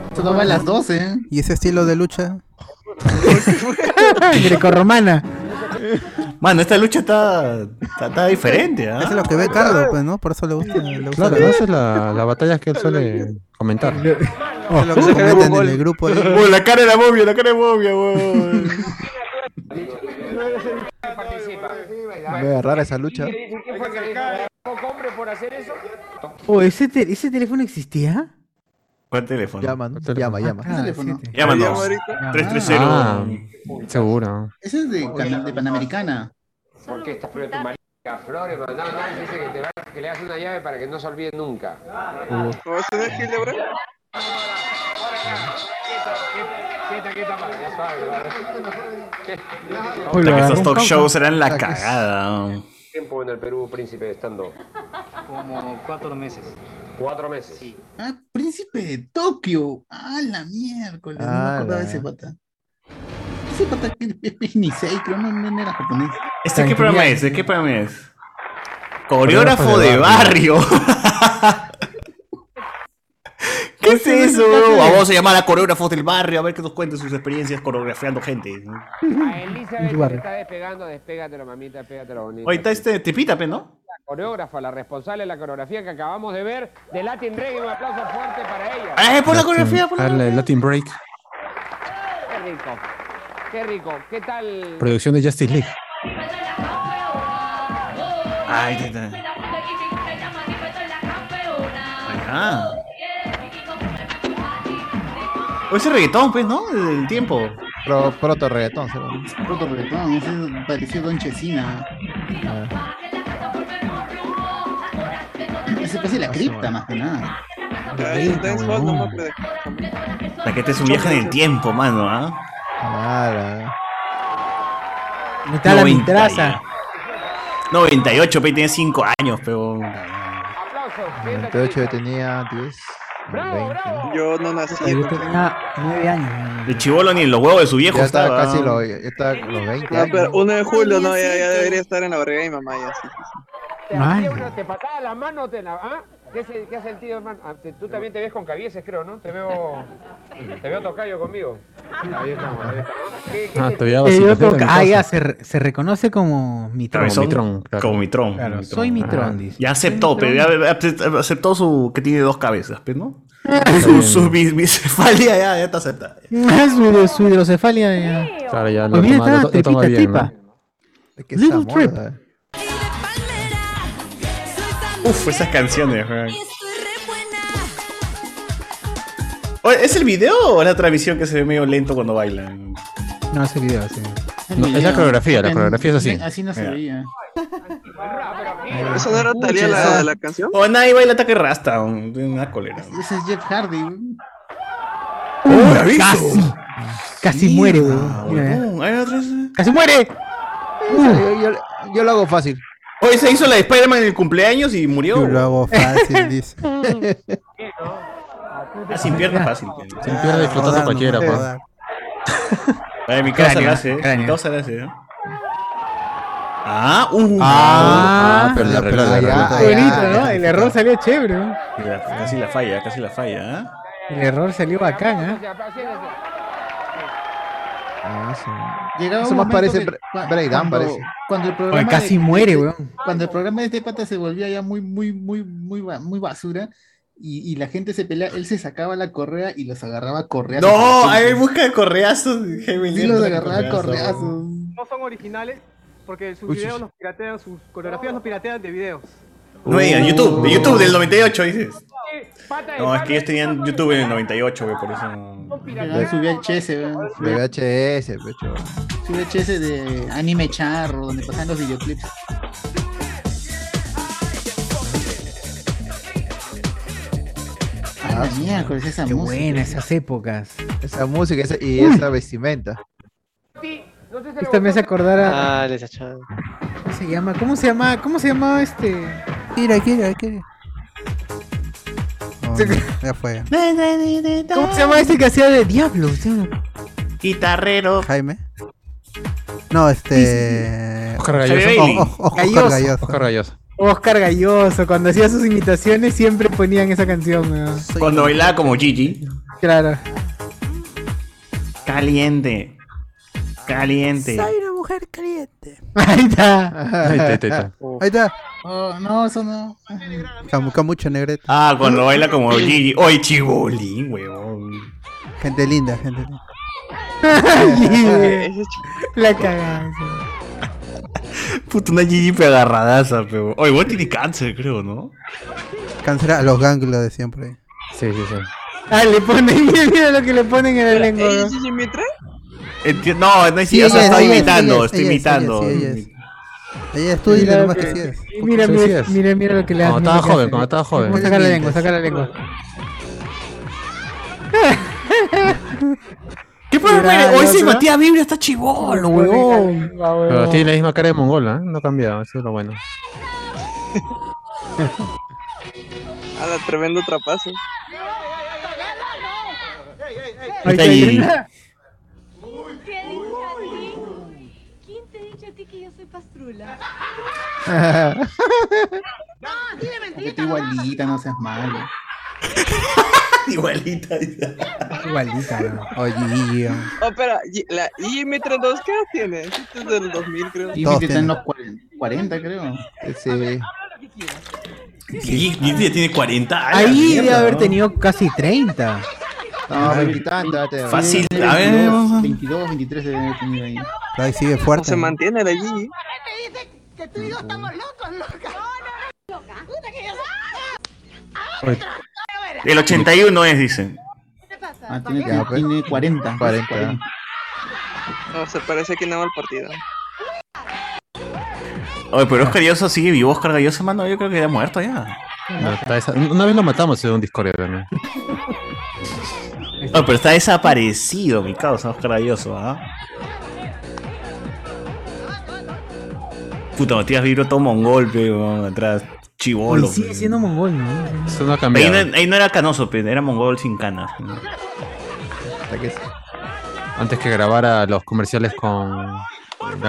[SPEAKER 6] Esto no va a las 12, ¿eh?
[SPEAKER 3] ¿Y ese estilo de lucha?
[SPEAKER 25] Grecorromana.
[SPEAKER 4] Mano, esta lucha está, está, está diferente, ¿ah?
[SPEAKER 3] Eso es lo que ve Carlos, pues, ¿no? Por eso le gusta. Le gusta
[SPEAKER 2] Claro,
[SPEAKER 3] la-
[SPEAKER 2] ¿no? esa es la, la batalla que él suele comentar.
[SPEAKER 3] Oh, lo que se comenta en el grupo ahí.
[SPEAKER 4] Oh, la cara de la momia, la cara de momia, weón.
[SPEAKER 8] Me ve rara esa lucha.
[SPEAKER 27] ¿Quién fue que le dijo a poco hombre por hacer eso?
[SPEAKER 25] Oh, ¿ese, te- ¿ese teléfono existía?
[SPEAKER 4] ¿Cuál teléfono?
[SPEAKER 8] Llama, ¿no? llama, llama.
[SPEAKER 25] Ah, teléfono.
[SPEAKER 4] Llámanos.
[SPEAKER 6] Ah.
[SPEAKER 4] 330.
[SPEAKER 2] Ah, seguro.
[SPEAKER 6] Ese es de, Cana- de Panamericana.
[SPEAKER 27] ¿Por qué estás poniendo tu marica? Flores, mandame nada, dice que, te va, que le das una llave para que no se olvide nunca.
[SPEAKER 8] Uh.
[SPEAKER 24] ¿Cómo se ve, Gilebra?
[SPEAKER 27] Quieta, quieta, para, ya suave, ¿verdad? ¿Qué?
[SPEAKER 4] Puta, que estos talk shows eran la cagada. weón.
[SPEAKER 27] tiempo en el Perú, príncipe, estando? Como cuatro meses. ¿Cuatro meses? Sí.
[SPEAKER 6] Ah, Príncipe de Tokio. Ah, la miércoles. no me
[SPEAKER 27] Ah,
[SPEAKER 6] acordaba de
[SPEAKER 27] la-
[SPEAKER 6] ese pata. Ese pata que es Nisei, creo, no, no era japonés.
[SPEAKER 4] ¿Este qué programa es? ¿De qué programa es? Coreógrafo de barrio. ¿Qué es eso? Vamos a llamar a coreógrafos del barrio a ver que nos cuenten sus experiencias coreografiando gente.
[SPEAKER 27] A Elizabeth
[SPEAKER 4] Tu
[SPEAKER 27] que te
[SPEAKER 4] barrio.
[SPEAKER 27] está despegando, despégatelo, mamita, pégatelo bonito.
[SPEAKER 4] Hoy está este Tepita, pe, ¿no?
[SPEAKER 27] La coreógrafa, la responsable de la coreografía que acabamos de ver de Latin Reggae. Un aplauso fuerte para ella.
[SPEAKER 4] ¡Eh, por la
[SPEAKER 2] Latin-
[SPEAKER 4] coreografía, por la
[SPEAKER 2] ah,
[SPEAKER 4] coreografía!
[SPEAKER 2] Latin Break,
[SPEAKER 27] Qué rico. Qué rico. ¿Qué tal?
[SPEAKER 2] producción de Justice League.
[SPEAKER 4] Ahí está, ahí está. Ahí está. O ese reggaetón, pues, ¿no? Del tiempo.
[SPEAKER 8] proto reggaetón,
[SPEAKER 6] Roto reggaetón, ese es- pareció Don Chesina. Ese parece la cripta, más que nada.
[SPEAKER 4] La que te es un viaje en el tiempo, mano, ¿ah?
[SPEAKER 25] Está la
[SPEAKER 4] 90
[SPEAKER 25] mitraza.
[SPEAKER 4] 98, pe, tenía 5 años, pero.
[SPEAKER 27] Aplauso.
[SPEAKER 8] 98 yo tenía 10.
[SPEAKER 16] Yo no nací.
[SPEAKER 1] Yo tenía nueve años.
[SPEAKER 4] El chivolo ni en los huevos de su viejo
[SPEAKER 8] Ya estaba
[SPEAKER 4] estaba.
[SPEAKER 8] casi lo-
[SPEAKER 4] ya estaba los 20
[SPEAKER 16] No, pero 1 de julio, no, ya, ya debería estar en la barriga de mi mamá. Ya, sí,
[SPEAKER 28] Mano.
[SPEAKER 27] uno te pataba la mano, te la. ¿Ah? ¿Qué, hace- qué hace el tío, hermano? Ah, te- tú también te ves con cabieces, creo, ¿no? Te veo. Te veo tocayo conmigo. Ahí estamos, ahí estamos. ¿Qué- qué-
[SPEAKER 2] Ah,
[SPEAKER 27] qué-
[SPEAKER 2] todavía
[SPEAKER 1] El
[SPEAKER 2] sin
[SPEAKER 1] otro
[SPEAKER 2] tarjeta,
[SPEAKER 1] ah,
[SPEAKER 2] mi
[SPEAKER 1] ya
[SPEAKER 2] causa.
[SPEAKER 1] se, re- se reconoce como Mitron.
[SPEAKER 4] Cabezón. Como Mitrón.
[SPEAKER 1] Claro,
[SPEAKER 4] Mitrón.
[SPEAKER 1] soy Mitrón,
[SPEAKER 4] Ajá.
[SPEAKER 1] dice.
[SPEAKER 4] Ya aceptó,
[SPEAKER 1] Soy
[SPEAKER 4] pe, ya
[SPEAKER 1] Mitrón.
[SPEAKER 4] ace- aceptó su que tiene dos cabezas, pe, ¿no? su, su bi- bicefalia ya, ya está aceptada.
[SPEAKER 1] Ah, su, hidro- su hidrocefalia. Ya.
[SPEAKER 2] Claro, ya
[SPEAKER 1] Pues mira,
[SPEAKER 2] toma-
[SPEAKER 1] está
[SPEAKER 2] to- lo toma
[SPEAKER 1] tripita,
[SPEAKER 2] bien, ¿no?
[SPEAKER 1] tripa. Little Trip.
[SPEAKER 4] Uf, esas canciones, weón. Oye, ¿Es el video o la transmisión que se ve medio lento cuando bailan?
[SPEAKER 1] No, ese video, sí.
[SPEAKER 4] No, es la coreografía, la coreografía es así.
[SPEAKER 6] Así no se
[SPEAKER 4] Mira.
[SPEAKER 6] veía.
[SPEAKER 16] ¿Eso no era Talía
[SPEAKER 6] Pucha,
[SPEAKER 16] la,
[SPEAKER 6] esa-
[SPEAKER 16] la canción?
[SPEAKER 4] O nadie baila ataque rasta, un- tiene una cólera.
[SPEAKER 6] Ese es Jeff Hardy. weón.
[SPEAKER 4] ¡Oh,
[SPEAKER 1] Casi. Casi
[SPEAKER 29] ah,
[SPEAKER 1] muere, weón. Mira, ¡Casi muere! Uh.
[SPEAKER 8] Yo, yo- yo lo hago fácil.
[SPEAKER 4] Hoy se hizo la de Spider-Man en el cumpleaños y murió.
[SPEAKER 3] Yo lo hago fácil, dice.
[SPEAKER 4] Ah, sin pierna fácil.
[SPEAKER 2] Sin pierna y flotando
[SPEAKER 4] Rodar,
[SPEAKER 2] cualquiera,
[SPEAKER 4] no,
[SPEAKER 2] pues.
[SPEAKER 4] rodar. Ay, mi causa
[SPEAKER 2] Cráneo,
[SPEAKER 4] la hace, eh. Mi
[SPEAKER 2] cráneo.
[SPEAKER 4] causa la hace, ¿no? Ah, uh.
[SPEAKER 2] Ah, pero la arregló, la arregló.
[SPEAKER 1] Bonito, ¿no? El error salió chévere. ¿no?
[SPEAKER 4] Mira, Casi la falla, casi la falla, ¿ah?
[SPEAKER 1] El error salió bacán, ¿eh?
[SPEAKER 6] Llegaba
[SPEAKER 8] Eso
[SPEAKER 6] un
[SPEAKER 8] más
[SPEAKER 6] momento
[SPEAKER 8] parece
[SPEAKER 6] que
[SPEAKER 8] bre-
[SPEAKER 6] cua-
[SPEAKER 8] breakdown,
[SPEAKER 6] cuando-
[SPEAKER 8] parece.
[SPEAKER 6] Cuando el programa este
[SPEAKER 1] Oye, casi muere, weón.
[SPEAKER 6] Cuando el programa de este pata se volvía ya muy, muy, muy, muy, ba- muy basura y, y la gente se pelea, él se sacaba la correa y los agarraba a correazos.
[SPEAKER 4] No,
[SPEAKER 6] a
[SPEAKER 4] a ver, busca de correazos.
[SPEAKER 6] Sí, los agarraba a correazos.
[SPEAKER 29] No son originales porque sus
[SPEAKER 4] Uy,
[SPEAKER 29] videos
[SPEAKER 4] sí.
[SPEAKER 29] los piratean, sus coreografías los piratean de videos.
[SPEAKER 4] No digas, YouTube, de YouTube del 98, dices.
[SPEAKER 29] Pata
[SPEAKER 4] No, es que ellos tenían YouTube en el 98, güey, por eso no.
[SPEAKER 6] Su VHS, weón.
[SPEAKER 8] De VHS, pecho.
[SPEAKER 6] Su VHS de anime charro, donde pasan los videoclips. Ah, la miércoles, esa
[SPEAKER 1] Qué
[SPEAKER 6] música.
[SPEAKER 1] buena esas épocas.
[SPEAKER 8] Esa música esa- y
[SPEAKER 1] Uy.
[SPEAKER 8] esa vestimenta.
[SPEAKER 1] Esta Este me hace acordar a.
[SPEAKER 30] Ah, les achaba.
[SPEAKER 1] ¿Cómo se llama? ¿Cómo se llama? ¿Cómo se llama este?
[SPEAKER 3] Kira, Kira, Kira. Oh, no, ya fue.
[SPEAKER 1] ¿Cómo se llama este que hacía de Diablo?
[SPEAKER 4] Guitarrero.
[SPEAKER 3] Jaime. No, este.
[SPEAKER 2] Oscar Galloso.
[SPEAKER 3] O- o- o- Oscar Galloso.
[SPEAKER 2] Oscar Galloso.
[SPEAKER 1] Oscar Galloso, cuando hacía sus imitaciones siempre ponían esa canción, weón.
[SPEAKER 4] Cuando bailaba como Gigi.
[SPEAKER 1] Claro.
[SPEAKER 4] Caliente. Caliente.
[SPEAKER 1] una mujer caliente. Ahí está.
[SPEAKER 4] Ahí está, ahí está, ahí está.
[SPEAKER 3] Ahí está.
[SPEAKER 6] Oh, no, eso no.
[SPEAKER 3] Camuca mucho negreta.
[SPEAKER 4] Ah, cuando baila como Gigi. ¡Oye, chibolín, weón!
[SPEAKER 3] Gente linda, gente linda.
[SPEAKER 1] Ay, La cagada.
[SPEAKER 4] Puta, una Gigi pe agarradaza, pero. Oye, vos tiene cáncer, creo, ¿no?
[SPEAKER 3] Cáncer a los ganglios de siempre.
[SPEAKER 2] Sí, sí, sí.
[SPEAKER 1] Ah, le ponen, mira lo que le ponen en el lengua. weón.
[SPEAKER 4] Enti- no, no es
[SPEAKER 3] Sí,
[SPEAKER 4] o sea,
[SPEAKER 3] ella es,
[SPEAKER 4] estoy
[SPEAKER 3] ella es,
[SPEAKER 4] imitando,
[SPEAKER 3] ella es,
[SPEAKER 4] estoy
[SPEAKER 3] ella es,
[SPEAKER 4] imitando.
[SPEAKER 3] ella es, ella es. Ella es tú y
[SPEAKER 1] Mira,
[SPEAKER 3] lo más que sí es.
[SPEAKER 1] Y Mira,
[SPEAKER 2] Sí, sí
[SPEAKER 1] mira,
[SPEAKER 2] es.
[SPEAKER 1] mira, mira lo que le
[SPEAKER 2] Cuando
[SPEAKER 1] hacen,
[SPEAKER 2] estaba
[SPEAKER 1] lo que
[SPEAKER 2] joven,
[SPEAKER 1] hacen.
[SPEAKER 2] cuando estaba joven.
[SPEAKER 1] Vamos a sacar la lengua, sacar la lengua.
[SPEAKER 4] ¿Qué
[SPEAKER 1] Mira,
[SPEAKER 4] Hoy sí,
[SPEAKER 1] mira.
[SPEAKER 4] Matías Biblia está chivolo,
[SPEAKER 1] weón.
[SPEAKER 2] Pero tiene la misma cara de mongola, ¿eh? No ha cambiado, eso es lo bueno.
[SPEAKER 16] A la tremendo trapazo.
[SPEAKER 1] Ahí está,
[SPEAKER 4] Ahí.
[SPEAKER 1] ahí está.
[SPEAKER 14] ¿Quién te ha dicho a ti que yo soy pastrula?
[SPEAKER 6] Que tú igualita, no seas malo.
[SPEAKER 4] Igualita.
[SPEAKER 1] Igualita, weón.
[SPEAKER 3] Oye,
[SPEAKER 16] Oh, espera, y- la Mitre 2, ¿qué edad tiene? Este es del 2000, creo.
[SPEAKER 6] Y Todos está en los 40, creo.
[SPEAKER 8] Sí.
[SPEAKER 4] Gigi, Gigi ya tiene 40 años.
[SPEAKER 1] Ahí debe
[SPEAKER 4] mierda,
[SPEAKER 1] haber
[SPEAKER 4] ¿no?
[SPEAKER 1] tenido casi 30.
[SPEAKER 6] No,
[SPEAKER 1] Ay.
[SPEAKER 6] veintitanta, te-
[SPEAKER 4] Fácil,
[SPEAKER 6] veinte,
[SPEAKER 4] a ver,
[SPEAKER 6] 22,
[SPEAKER 4] vamos a-
[SPEAKER 6] 22, 23 debe haber tenido ahí.
[SPEAKER 3] Ahí sigue fuerte.
[SPEAKER 16] Se mantiene la Gigi.
[SPEAKER 4] Oye, Pues, El 81 es, dicen.
[SPEAKER 6] Ah, tiene,
[SPEAKER 4] Ya, pues.
[SPEAKER 6] tiene 40.
[SPEAKER 4] 40.
[SPEAKER 16] No, se parece que no va al partido.
[SPEAKER 4] Oye, pero Oscar Galloso sigue vivo. Oscar Galloso, mano, yo creo que ya ha muerto ya.
[SPEAKER 2] No, está esa- Una vez lo matamos en un Discord, ¿no?
[SPEAKER 4] Oye, pero está desaparecido, mi causa, Oscar Galloso, ¿ah? Puta, Matías Vibro toma un golpe, weón, atrás. chivolo.
[SPEAKER 1] Oye, sigue siendo mongol, ¿no?
[SPEAKER 2] Eso no ha
[SPEAKER 4] Ahí
[SPEAKER 2] cambiado.
[SPEAKER 4] no, ahí no era canoso, pe, era mongol sin canas. ¿no?
[SPEAKER 2] Antes que grabara los comerciales con la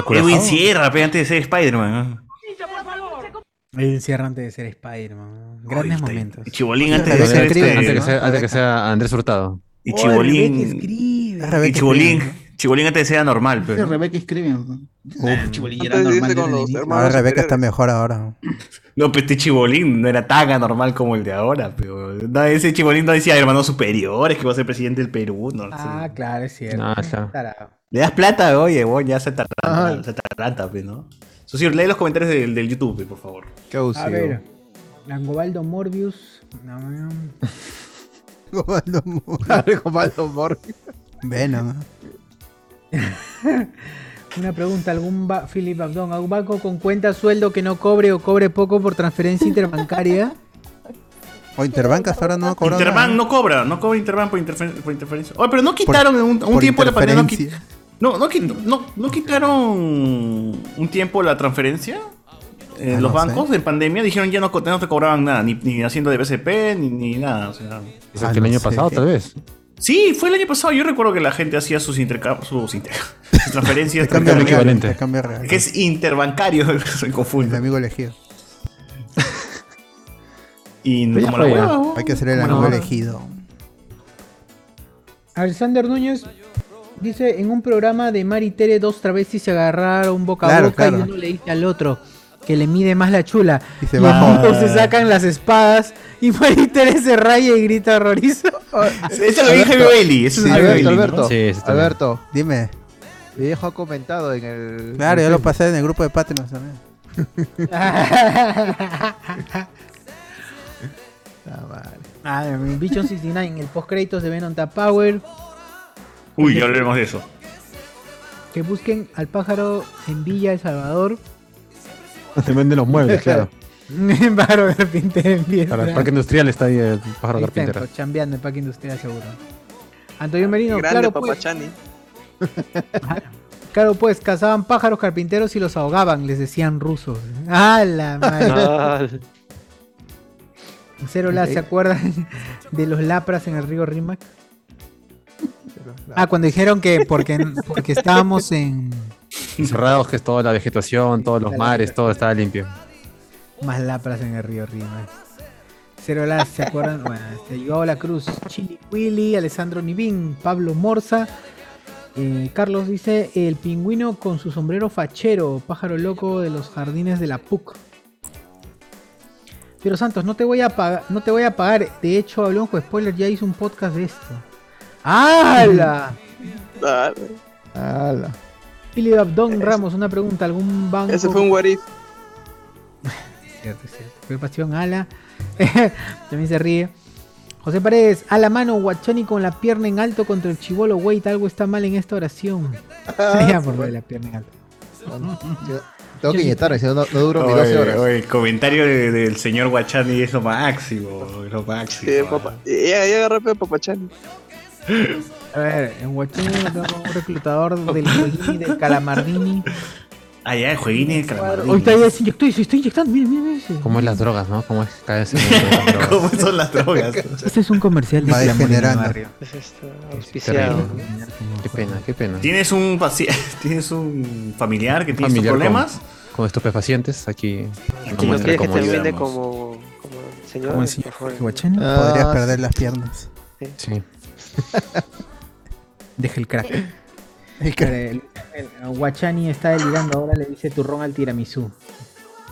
[SPEAKER 4] Edwin Sierra, pe, antes de ser Spider-Man. ¿no?
[SPEAKER 1] El cierre antes de ser Spider-Man. Grandes momentos.
[SPEAKER 4] Chibolín antes de ser este,
[SPEAKER 2] antes, que
[SPEAKER 4] ¿no?
[SPEAKER 2] sea, antes que sea Andrés Hurtado.
[SPEAKER 4] Y Chibolín. y
[SPEAKER 2] Rebeca
[SPEAKER 4] Chibolín.
[SPEAKER 2] escribe,
[SPEAKER 4] Chibolín antes de ser anormal,
[SPEAKER 6] Dice
[SPEAKER 4] pero.
[SPEAKER 6] Rebeca escribe. ¿no?
[SPEAKER 4] pues, Uf.
[SPEAKER 6] Chibolín
[SPEAKER 4] Antes de irse
[SPEAKER 6] normal
[SPEAKER 4] con
[SPEAKER 6] desde el
[SPEAKER 4] los
[SPEAKER 6] inicio.
[SPEAKER 4] hermanos Ahora Rebeca
[SPEAKER 3] Está mejor ahora.
[SPEAKER 4] No, pero este Chibolín no era tan anormal como el de ahora, pero. no, ese Chibolín no decía hermanos superiores que iba a ser presidente del Perú. No,
[SPEAKER 1] Ah, claro, es cierto.
[SPEAKER 4] No, claro.
[SPEAKER 1] Tarado.
[SPEAKER 4] Le das plata, oye, vos ya se ataranta, se ataranta, pe, ¿no? Socio, lee los comentarios del, del YouTube, pe, por favor.
[SPEAKER 8] Qué
[SPEAKER 1] A ver. Langobaldo Morbius. No, no.
[SPEAKER 3] Gobaldo Mor-
[SPEAKER 8] Gobaldo Morbi.
[SPEAKER 3] Venom.
[SPEAKER 1] Una pregunta, ¿algún ba Philip Abdón, ¿algún banco con cuenta sueldo que no cobre o cobre poco por transferencia interbancaria?
[SPEAKER 3] O Interbank hasta ahora no ha cobrado.
[SPEAKER 4] Interbank no cobra, no cobra Interbank por, interfer- por interferencia. Oye, pero no quitaron en un, un tiempo la pandemia. No, qui- no, no, qui- no- no quitaron un tiempo la transferencia. Eh,
[SPEAKER 3] Ah,
[SPEAKER 4] los
[SPEAKER 3] no
[SPEAKER 4] bancos en pandemia dijeron ya no, co- no te cobraban nada, ni, ni haciendo de BCP, ni, ni nada. O sea.
[SPEAKER 2] Es
[SPEAKER 3] Ah,
[SPEAKER 2] el que el
[SPEAKER 4] Ah,
[SPEAKER 2] año pasado, tal vez.
[SPEAKER 4] Sí, fue el año pasado. Yo recuerdo que la gente hacía sus intercambios, sus, inter- sus transferencias.
[SPEAKER 3] Cambio
[SPEAKER 4] equivalente.
[SPEAKER 3] equivalente. Cambio real.
[SPEAKER 4] Que es interbancario, se confunde.
[SPEAKER 3] amigo elegido.
[SPEAKER 4] Y
[SPEAKER 3] Pero ya
[SPEAKER 4] como la
[SPEAKER 3] fue,
[SPEAKER 4] hueva,
[SPEAKER 3] ya.
[SPEAKER 4] ¿no?
[SPEAKER 3] Hay que hacer el
[SPEAKER 4] Como la
[SPEAKER 3] amigo
[SPEAKER 4] hueva.
[SPEAKER 3] elegido.
[SPEAKER 1] Alexander Núñez dice, en un programa de Mari Tere dos travestis se agarraron boca
[SPEAKER 3] Claro,
[SPEAKER 1] a boca
[SPEAKER 3] claro.
[SPEAKER 1] y uno le dice al otro que le mide más la chula. Y
[SPEAKER 3] se
[SPEAKER 4] baja.
[SPEAKER 1] ambos se sacan las espadas y Mari Tere se raya y grita horrorizado.
[SPEAKER 4] Eso lo dije
[SPEAKER 8] Alberto.
[SPEAKER 4] Beli, eso
[SPEAKER 8] Sí,
[SPEAKER 4] es
[SPEAKER 8] Alberto, Alberto.
[SPEAKER 2] Sí, eso también.
[SPEAKER 8] Alberto.
[SPEAKER 3] Dime.
[SPEAKER 8] Mi viejo ha comentado en el.
[SPEAKER 3] Claro, yo lo
[SPEAKER 8] en
[SPEAKER 3] pasé en el grupo de Patreon también.
[SPEAKER 1] Ah, mi Bichon 69, el postcréditos de Venom Tap Power.
[SPEAKER 4] Uy, ya hablaremos de eso.
[SPEAKER 1] Que busquen al pájaro en Villa El Salvador.
[SPEAKER 2] Te venden los muebles, claro.
[SPEAKER 1] Pájaro carpintero en Villa.
[SPEAKER 2] Para el parque industrial está ahí el pájaro carpintero.
[SPEAKER 1] Chambeando en Parque Industrial seguro. Antonio Merino,
[SPEAKER 16] Grande
[SPEAKER 1] claro pues,
[SPEAKER 16] papachani.
[SPEAKER 1] claro pues, cazaban pájaros carpinteros y los ahogaban, les decían rusos. ¡Ah, la
[SPEAKER 4] Ah,
[SPEAKER 1] madre! Cero la, ¿se acuerdan de los lapras en el río Rímac? Ah, cuando dijeron que porque, porque estábamos en
[SPEAKER 2] Encerrados que es toda la vegetación, todos los mares, todo estaba limpio.
[SPEAKER 1] más lapras en el río Rímac. Cero la, ¿se acuerdan? Bueno, este, Joao La Cruz, Chili Willy, Alessandro Nivín, Pablo Morza. Eh, Carlos dice, el pingüino con su sombrero fachero, pájaro loco de los jardines de la PUC. Pero Santos, no te voy a pagar, no te voy a pagar. De hecho, Hablonjo Spoiler ya hizo un podcast de esto. ¡Hala!
[SPEAKER 16] Dale.
[SPEAKER 8] Ala.
[SPEAKER 1] Philip Abdón Ramos, una pregunta, ¿algún banco?
[SPEAKER 16] Ese fue un what if.
[SPEAKER 1] Cierto, cierto. Fue pasión ala. También se ríe. José Paredes, a la mano, Guachani con la pierna en alto contra el chivolo, wait, algo está mal en esta oración. Ya, por lo de la pierna en alto.
[SPEAKER 8] Tengo que inyectarme, si no, no no duro ni 12
[SPEAKER 4] Oye,
[SPEAKER 8] horas.
[SPEAKER 4] oye, el comentario de- del señor Guachani es lo máximo, es lo máximo.
[SPEAKER 16] Sí, papá. Ya, ya agarré pe papachani.
[SPEAKER 1] A ver, en Guachani tengo un reclutador del Jueguini, del Calamardini.
[SPEAKER 4] Ah, ya, el jueguín y el
[SPEAKER 1] Hoy
[SPEAKER 4] calamardín.
[SPEAKER 1] está ya se inyectó y se está inyectando, miren, miren, miren.
[SPEAKER 2] ¿Cómo es las drogas, no? ¿Cómo es cada vez las drogas?
[SPEAKER 4] ¿Cómo son las drogas?
[SPEAKER 1] Este es un comercial de
[SPEAKER 2] Va degenerando.
[SPEAKER 31] Auspiciado.
[SPEAKER 2] Qué pena, qué pena.
[SPEAKER 4] ¿Tienes un, paci- ¿Tienes un familiar que tiene sus
[SPEAKER 2] Familiar con-
[SPEAKER 4] problemas?
[SPEAKER 2] Con, estupefacientes, aquí.
[SPEAKER 31] Si no quieres que
[SPEAKER 2] como
[SPEAKER 31] termine
[SPEAKER 2] ayudamos.
[SPEAKER 31] como, como el señor.
[SPEAKER 2] Como el señor
[SPEAKER 31] por favor.
[SPEAKER 1] Guachani.
[SPEAKER 3] Podrías
[SPEAKER 2] Ah,
[SPEAKER 3] perder las piernas.
[SPEAKER 2] Sí.
[SPEAKER 1] Deja el crack.
[SPEAKER 3] El crack.
[SPEAKER 1] El- el- Guachani está delirando, ahora le dice turrón al tiramisú.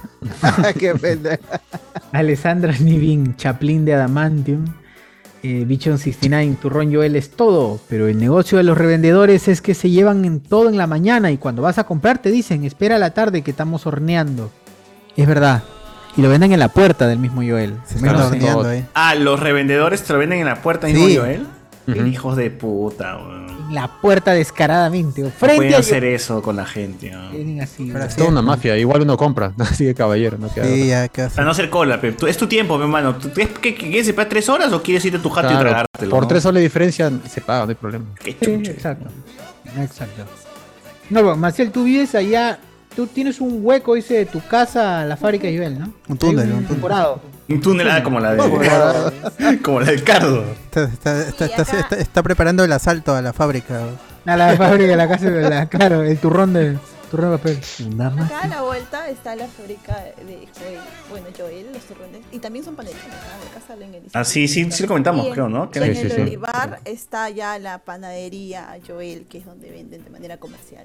[SPEAKER 8] Qué pena.
[SPEAKER 1] Alessandra Nivin, Chaplin de Adamantium. Eh, Bichon 69, Turrón Joel es todo, pero el negocio de los revendedores es que se llevan en todo en la mañana y cuando vas a comprar te dicen, espera a la tarde que estamos horneando. Es verdad. Y lo venden en la puerta del mismo Joel.
[SPEAKER 4] Claro,
[SPEAKER 1] Menos en-
[SPEAKER 4] todo.
[SPEAKER 2] eh.
[SPEAKER 4] Ah, los revendedores te lo venden en la puerta de
[SPEAKER 1] Sí.
[SPEAKER 4] mismo Joel. Hijos de puta, weón.
[SPEAKER 1] en la puerta descaradamente. o
[SPEAKER 4] No
[SPEAKER 1] Frente
[SPEAKER 4] pueden
[SPEAKER 1] a
[SPEAKER 4] hacer eso con la gente, ¿no?
[SPEAKER 1] Tienen así,
[SPEAKER 2] Es toda una mafia, igual uno compra, así de caballero, no queda otra.
[SPEAKER 4] Para Ah, no hacer cola, pero es tu tiempo, mi hermano. ¿Tú- ¿Qué, qué, qué- quieres esperar tres horas o quieres irte a tu jato y
[SPEAKER 2] Claro,
[SPEAKER 4] tragártelo?
[SPEAKER 2] por
[SPEAKER 4] no?
[SPEAKER 2] tres soles de diferencia se paga, no hay problema.
[SPEAKER 4] Qué
[SPEAKER 1] Sí, exacto. Exacto. No, bueno, Marcial, tú vives allá tú tienes un hueco, dice, de tu casa a la fábrica de Joel, ¿no?
[SPEAKER 3] Un túnel, un túnel.
[SPEAKER 1] Temporado.
[SPEAKER 4] Un túnel ah, como la de. como la del Cardo.
[SPEAKER 3] Está, está- está- está- está- está preparando el asalto a la fábrica.
[SPEAKER 1] A la fábrica de la casa, de la- claro, el turrón de, turrón de papel.
[SPEAKER 14] Acá a la vuelta está la fábrica de Joel, bueno, Joel, los turrones, y también son panaderos, ¿no? acá salen en el...
[SPEAKER 4] Ah, sí, sí, sí lo comentamos,
[SPEAKER 14] Y en-
[SPEAKER 4] creo, ¿no?
[SPEAKER 14] y en
[SPEAKER 4] Sí,
[SPEAKER 14] el
[SPEAKER 4] sí, sí.
[SPEAKER 14] olivar está ya la panadería Joel, que es donde venden de manera comercial.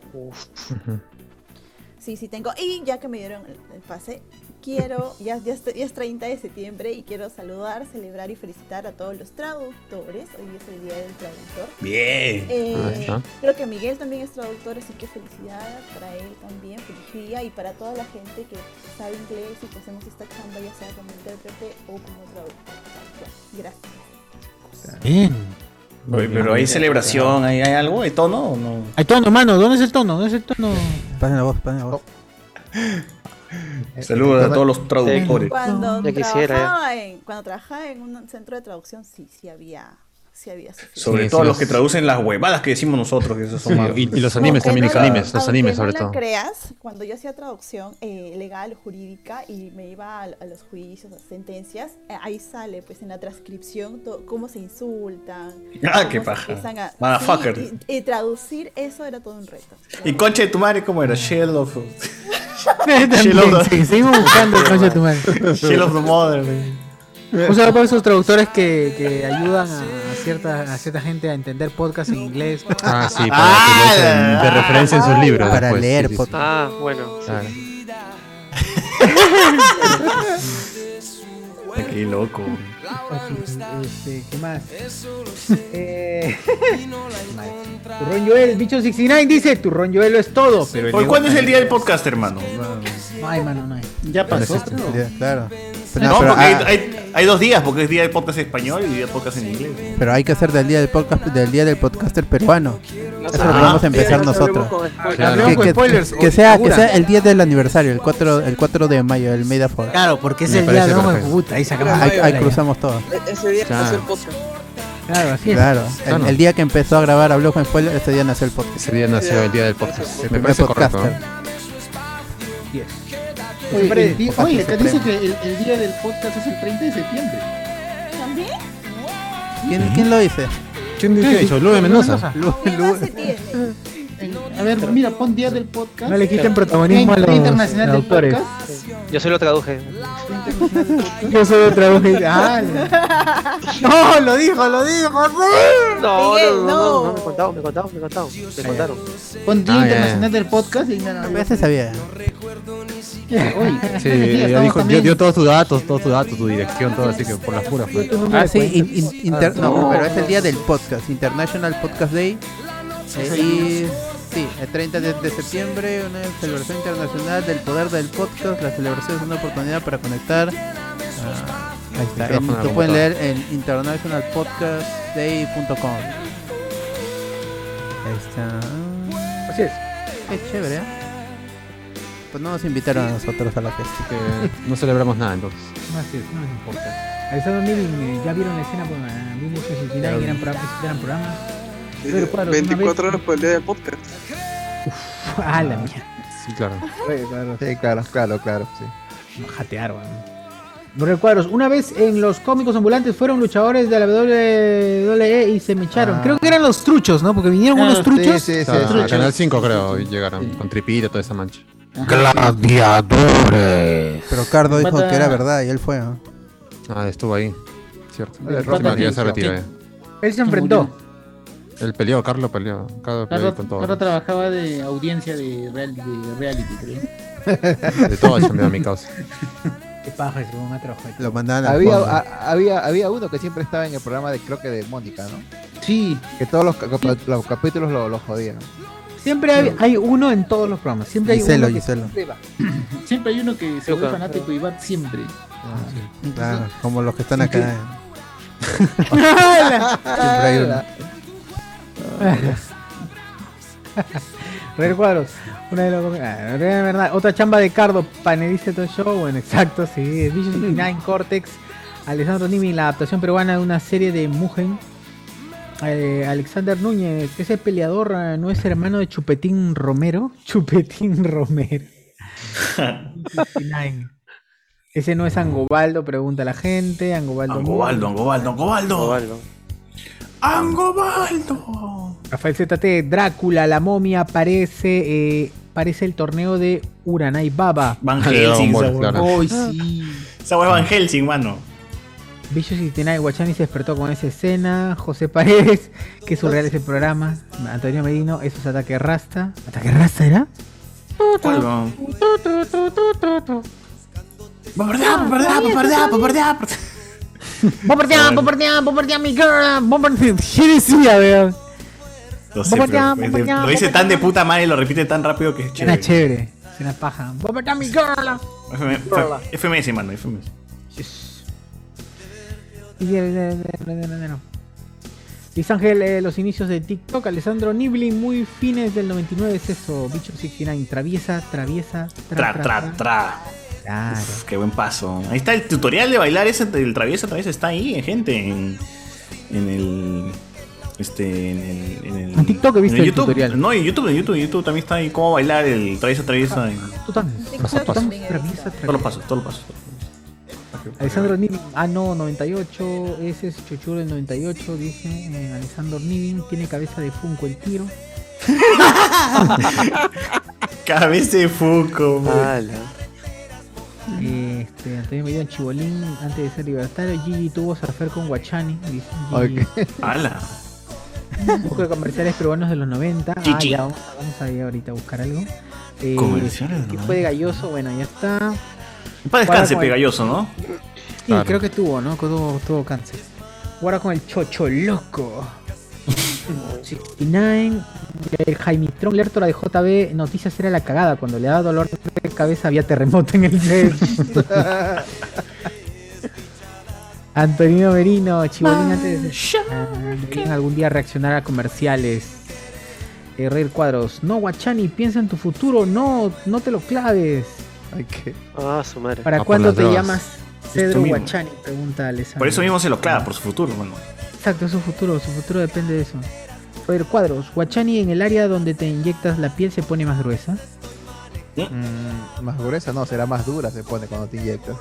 [SPEAKER 14] Sí, sí tengo. Y ya que me dieron el- el pase, quiero, ya, ya, es, ya es 30 de septiembre y quiero saludar, celebrar y felicitar a todos los traductores. Hoy es el Día del Traductor.
[SPEAKER 4] Bien.
[SPEAKER 14] Eh,
[SPEAKER 4] Ah, Ahí está.
[SPEAKER 14] creo que Miguel también es traductor, así que felicidades para él también, feliz día y para toda la gente que sabe inglés y que hacemos esta chamba, ya sea como intérprete o como traductor. Bueno, Gracias.
[SPEAKER 1] Bien.
[SPEAKER 4] Oye, pero hay celebración, hay, hay algo de tono o no?
[SPEAKER 1] Hay tono, mano, ¿dónde es el tono? ¿Dónde es el tono?
[SPEAKER 3] Pasen la voz, pasen la voz.
[SPEAKER 4] Saludos a todos los traductores.
[SPEAKER 14] Cuando
[SPEAKER 4] Ya quisiera,
[SPEAKER 14] trabajaba en, cuando trabajaba en un centro de traducción, sí, sí había, sí había sufrido.
[SPEAKER 4] Sobre
[SPEAKER 2] Sí,
[SPEAKER 4] todo los
[SPEAKER 2] sí, los-
[SPEAKER 4] que traducen las huevadas que decimos nosotros. Que esos son
[SPEAKER 2] Sí,
[SPEAKER 4] más-
[SPEAKER 2] y- y los animes también, los
[SPEAKER 4] complicadas.
[SPEAKER 2] animes, los
[SPEAKER 14] Aunque
[SPEAKER 2] animes
[SPEAKER 14] no
[SPEAKER 2] sobre
[SPEAKER 14] la
[SPEAKER 2] todo.
[SPEAKER 14] creas, cuando yo hacía traducción eh, legal, jurídica, y me iba a, a los juicios, a las sentencias, eh, ahí sale, pues, en la transcripción, to- cómo se insultan.
[SPEAKER 4] Ah,
[SPEAKER 14] cómo
[SPEAKER 4] qué
[SPEAKER 14] se
[SPEAKER 4] paja.
[SPEAKER 14] empiezan a-
[SPEAKER 4] Motherfucker.
[SPEAKER 14] Sí, y, y traducir eso era todo un reto.
[SPEAKER 4] Y concha de tu madre, ¿cómo era? Shell of.
[SPEAKER 1] También, sí, seguimos buscando el concha de tu madre.
[SPEAKER 4] Shell of the mother.
[SPEAKER 1] Un saludo para esos traductores que, que ayudan a cierta, a cierta gente a entender podcast en inglés.
[SPEAKER 2] Ah, sí, para que lo usen de referencia en sus libros.
[SPEAKER 1] Para leer
[SPEAKER 2] podcast.
[SPEAKER 1] Ah,
[SPEAKER 5] bueno.
[SPEAKER 4] Ah, Qué loco.
[SPEAKER 1] Este, ¿Qué más? Eh, Turrón Joel, bicho 69 dice, Turrón Joel lo es todo. Pero
[SPEAKER 4] Oye, ¿Cuándo es el día del podcast, hermano?
[SPEAKER 1] No hay, mano, no hay.
[SPEAKER 4] Ya
[SPEAKER 1] pasó,
[SPEAKER 3] Claro. Pero,
[SPEAKER 4] No,
[SPEAKER 3] pero-
[SPEAKER 4] porque
[SPEAKER 3] ah,
[SPEAKER 4] hay, hay- hay dos días, porque es día del podcast en español y día del podcast en inglés.
[SPEAKER 3] pero hay que hacer del día del podcast, del día del podcaster peruano. Eso lo
[SPEAKER 4] Ah.
[SPEAKER 3] vamos a empezar
[SPEAKER 4] Hablemos
[SPEAKER 3] nosotros.
[SPEAKER 4] con spoilers.
[SPEAKER 3] Que-
[SPEAKER 4] Hablemos con
[SPEAKER 3] que-
[SPEAKER 4] spoilers,
[SPEAKER 3] que, sea, que
[SPEAKER 4] segura.
[SPEAKER 3] sea el día del aniversario, el 4, el 4 de mayo, el Made for.
[SPEAKER 1] Claro, porque es el día de Ojo de puta, ahí sacamos
[SPEAKER 3] Ahí,
[SPEAKER 1] la
[SPEAKER 3] ahí
[SPEAKER 1] idea.
[SPEAKER 3] cruzamos todo.
[SPEAKER 1] E- ese día
[SPEAKER 3] Claro.
[SPEAKER 1] nació el podcast. Claro, así es.
[SPEAKER 3] Claro,
[SPEAKER 1] Ah,
[SPEAKER 3] el,
[SPEAKER 1] no.
[SPEAKER 3] el día que empezó a grabar a Blog en Spoiler, ese día nació el podcast. Ese
[SPEAKER 2] día nació el día del podcast. Me parece correcto,
[SPEAKER 6] Oye,
[SPEAKER 1] Siempre-
[SPEAKER 6] el día-
[SPEAKER 1] Ojo,
[SPEAKER 6] oye, acá
[SPEAKER 1] supremo.
[SPEAKER 6] dice que el, el día del podcast es el 30 de septiembre.
[SPEAKER 14] ¿También?
[SPEAKER 3] ¿Quién, quién lo dice?
[SPEAKER 2] ¿Quién dice eso? Lube Mendoza.
[SPEAKER 6] A ver, mira, pon día del podcast.
[SPEAKER 1] No le quiten protagonismo a
[SPEAKER 6] Día
[SPEAKER 1] los
[SPEAKER 6] internacional del
[SPEAKER 1] autores.
[SPEAKER 6] podcast.
[SPEAKER 5] Yo se lo traduje.
[SPEAKER 1] Yo soy otra voz. Ah, no, lo dijo, lo dijo.
[SPEAKER 5] No,
[SPEAKER 6] Miguel,
[SPEAKER 5] no, no,
[SPEAKER 6] no.
[SPEAKER 5] no, no, me contaron, me contaron, me contaron, me contaron.
[SPEAKER 6] Pon
[SPEAKER 1] Ah,
[SPEAKER 6] día internacional del podcast y nada.
[SPEAKER 1] Pues
[SPEAKER 3] Ya se sabía.
[SPEAKER 2] Sí, ya dijo- dio, dio todos tus datos, todos tus datos, tu dirección, todo, así que por las puras. pues.
[SPEAKER 3] Ah, sí, in- in- inter- Ah, no, pero es el día del podcast, International Podcast Day. Eh, y sí, el 30 de, de septiembre, una celebración internacional del poder del podcast. La celebración es una oportunidad para conectar. Ah, ahí está, en-
[SPEAKER 2] Micrófono,
[SPEAKER 3] lo pueden
[SPEAKER 2] computador.
[SPEAKER 3] leer en internationalpodcastday.com. Ahí está.
[SPEAKER 1] Así es.
[SPEAKER 3] Qué chévere, ¿eh? Pues no nos invitaron a nosotros a la fiesta.
[SPEAKER 2] No celebramos nada entonces.
[SPEAKER 1] Así es, no nos importa. Ahí está Mirin, eh, ya vieron la escena con ah, 1969 y eran programas. Eran programas. Pero, claro, una vez-
[SPEAKER 7] 24 horas por el día del podcast.
[SPEAKER 1] Ah, la mía.
[SPEAKER 2] Sí, claro.
[SPEAKER 8] Sí, claro, claro, claro, sí.
[SPEAKER 1] Jatear, weón. Los cuadros. Una vez en los cómicos ambulantes fueron luchadores de la WWE y se me echaron. Creo que eran los truchos, ¿no? Porque vinieron
[SPEAKER 8] Ah,
[SPEAKER 1] unos
[SPEAKER 8] sí,
[SPEAKER 1] truchos.
[SPEAKER 8] sí, sí,
[SPEAKER 2] O sea, a
[SPEAKER 8] truchos.
[SPEAKER 2] Canal 5 creo y llegaron con tripita toda esa mancha.
[SPEAKER 3] Gladiadores. Pero Cardo dijo
[SPEAKER 2] Pata-
[SPEAKER 3] que era verdad y él fue. ¿no?
[SPEAKER 2] Ah, estuvo ahí. Cierto.
[SPEAKER 3] Oye,
[SPEAKER 2] Sí, no, ya se
[SPEAKER 3] Rocky.
[SPEAKER 2] retiró. ya.
[SPEAKER 1] Él se enfrentó.
[SPEAKER 2] Él peleó, Carlos peleó. Carlos peleó
[SPEAKER 10] Carlos,
[SPEAKER 2] con
[SPEAKER 10] Carlos
[SPEAKER 2] todo.
[SPEAKER 10] trabajaba de audiencia de, real- de reality, creo.
[SPEAKER 2] De todo chambeó mi causa.
[SPEAKER 1] Qué paja ese weón, ha trabajado.
[SPEAKER 3] Lo mandaban a
[SPEAKER 8] Había,
[SPEAKER 3] Juan,
[SPEAKER 8] a- había, había uno que siempre estaba en el programa de, creo que de Mónica, ¿no?
[SPEAKER 1] Sí.
[SPEAKER 8] Que todos los, cap- los capítulos lo, lo jodían.
[SPEAKER 1] Siempre hay, hay uno en todos los programas. Siempre hay
[SPEAKER 8] Giselo,
[SPEAKER 1] uno. que
[SPEAKER 8] Giselo.
[SPEAKER 1] siempre va.
[SPEAKER 10] Siempre hay uno que se
[SPEAKER 1] Creo
[SPEAKER 10] vuelve
[SPEAKER 1] que-
[SPEAKER 10] fanático y va siempre.
[SPEAKER 3] Ah, ¿no? Claro, como los que están acá. ¿eh?
[SPEAKER 1] Siempre
[SPEAKER 3] hay uno.
[SPEAKER 1] Real Cuadros, una de las ah, de verdad, otra chamba de Cardo, panelista de todo el show, bueno, exacto, sí, Vision 69, Cortex, Alessandro Nimi, la adaptación peruana de una serie de Mugen, eh, Alexander Núñez, ese peleador eh, no es hermano de Chupetín Romero, Chupetín Romero, 69. Ese no es Angobaldo, pregunta la gente. Angobaldo.
[SPEAKER 4] Angobaldo, Angobaldo, Angobaldo. ¡Angobaldo!
[SPEAKER 1] Rafael ZT, Drácula, la momia, parece, eh, parece el torneo de Uranai Baba.
[SPEAKER 4] Van Helsing, esa hueá.
[SPEAKER 1] Hoy sí.
[SPEAKER 4] Esa hueá es Van Helsing, mano.
[SPEAKER 1] Bicho Sistena y Guachani se despertó con esa escena. José Paredes, que surreal es el programa. Antonio Medino, esos ataques rasta. ¿Ataque rasta era?
[SPEAKER 4] ¿Cuál, va?
[SPEAKER 1] Bombardea, bombardea, bombardea, bombardea. Bombardea, bombardea, bombardea, mi girl. Bombardea. Jericía, weón.
[SPEAKER 4] No sé, pero, es de- lo dice tan de puta madre y lo repite tan rápido que es
[SPEAKER 1] Suena
[SPEAKER 4] chévere.
[SPEAKER 1] chévere. Suena paja. Bombardea, mi girl.
[SPEAKER 4] FM- F- FMS, mano, FMS.
[SPEAKER 1] Y de- de- de- de- de- de- no. Luis Ángel, eh, los inicios de TikTok, Alessandro Nibli, muy fines del 99 es eso, bicho 69, traviesa, traviesa,
[SPEAKER 4] Tra, tra, tra.
[SPEAKER 1] Claro.
[SPEAKER 4] Uf, qué buen paso. Ahí está el tutorial de bailar ese del traviesa traviesa está ahí, eh, gente, en, en el este en el en el
[SPEAKER 1] En TikTok he visto
[SPEAKER 4] en
[SPEAKER 1] el
[SPEAKER 4] YouTube.
[SPEAKER 1] tutorial.
[SPEAKER 4] No, en YouTube, en YouTube, en YouTube también está ahí cómo bailar el traviesa traviesa. en-
[SPEAKER 1] Tú también.
[SPEAKER 4] paso, paso.
[SPEAKER 1] Tan traviesa,
[SPEAKER 4] Todos los pasos, todos los pasos.
[SPEAKER 1] Alessandro Nibin, ah no, 98, ese es Chuchuro del 98, dice eh, Alessandro Nibin, tiene cabeza de Funko el tiro.
[SPEAKER 4] Cabeza de Fuco. güey.
[SPEAKER 1] Este, Antonio Medina Chibolín, antes de ser libertario, Gigi tuvo surfer con Guachani, dice Gigi.
[SPEAKER 4] Ok. Ala.
[SPEAKER 1] Un poco de comerciales peruanos de los 90. Ah,
[SPEAKER 4] Chichi.
[SPEAKER 1] ya, vamos, vamos a ir ahorita a buscar algo. Eh,
[SPEAKER 4] Comerciales de
[SPEAKER 1] ¿Qué
[SPEAKER 4] los
[SPEAKER 1] fue de Galloso? Bueno, ya está.
[SPEAKER 4] Para descanse,
[SPEAKER 1] Guarda con el-
[SPEAKER 4] pegalloso, ¿no?
[SPEAKER 1] Sí,
[SPEAKER 4] Claro.
[SPEAKER 1] creo que tuvo, ¿no? Tuvo, tuvo cáncer. Guarda con el chocho loco. 69. El Jaimitron Lertora de JB Noticias era la cagada. Cuando le daba dolor de cabeza había terremoto en el cerebro. Antonino Merino, Chibolín antes de- Ah, deberían algún día reaccionar a comerciales. Eh, Reír cuadros. No, Guachani, piensa en tu futuro. No, no te lo claves.
[SPEAKER 5] Ah, su madre.
[SPEAKER 1] ¿Para
[SPEAKER 4] Ah, por
[SPEAKER 1] cuándo
[SPEAKER 4] las
[SPEAKER 1] te
[SPEAKER 4] drogas.
[SPEAKER 1] llamas
[SPEAKER 4] Esto
[SPEAKER 1] Pedro
[SPEAKER 4] mismo.
[SPEAKER 1] Guachani? Pregunta Alessandro.
[SPEAKER 4] Por eso mismo se lo clava por su futuro, mano.
[SPEAKER 1] Exacto, su futuro, su futuro depende de eso. Roger Cuadros, Guachani en el área donde te inyectas la piel se pone más gruesa.
[SPEAKER 8] Mm, más gruesa, no, será más dura se pone cuando te inyectas.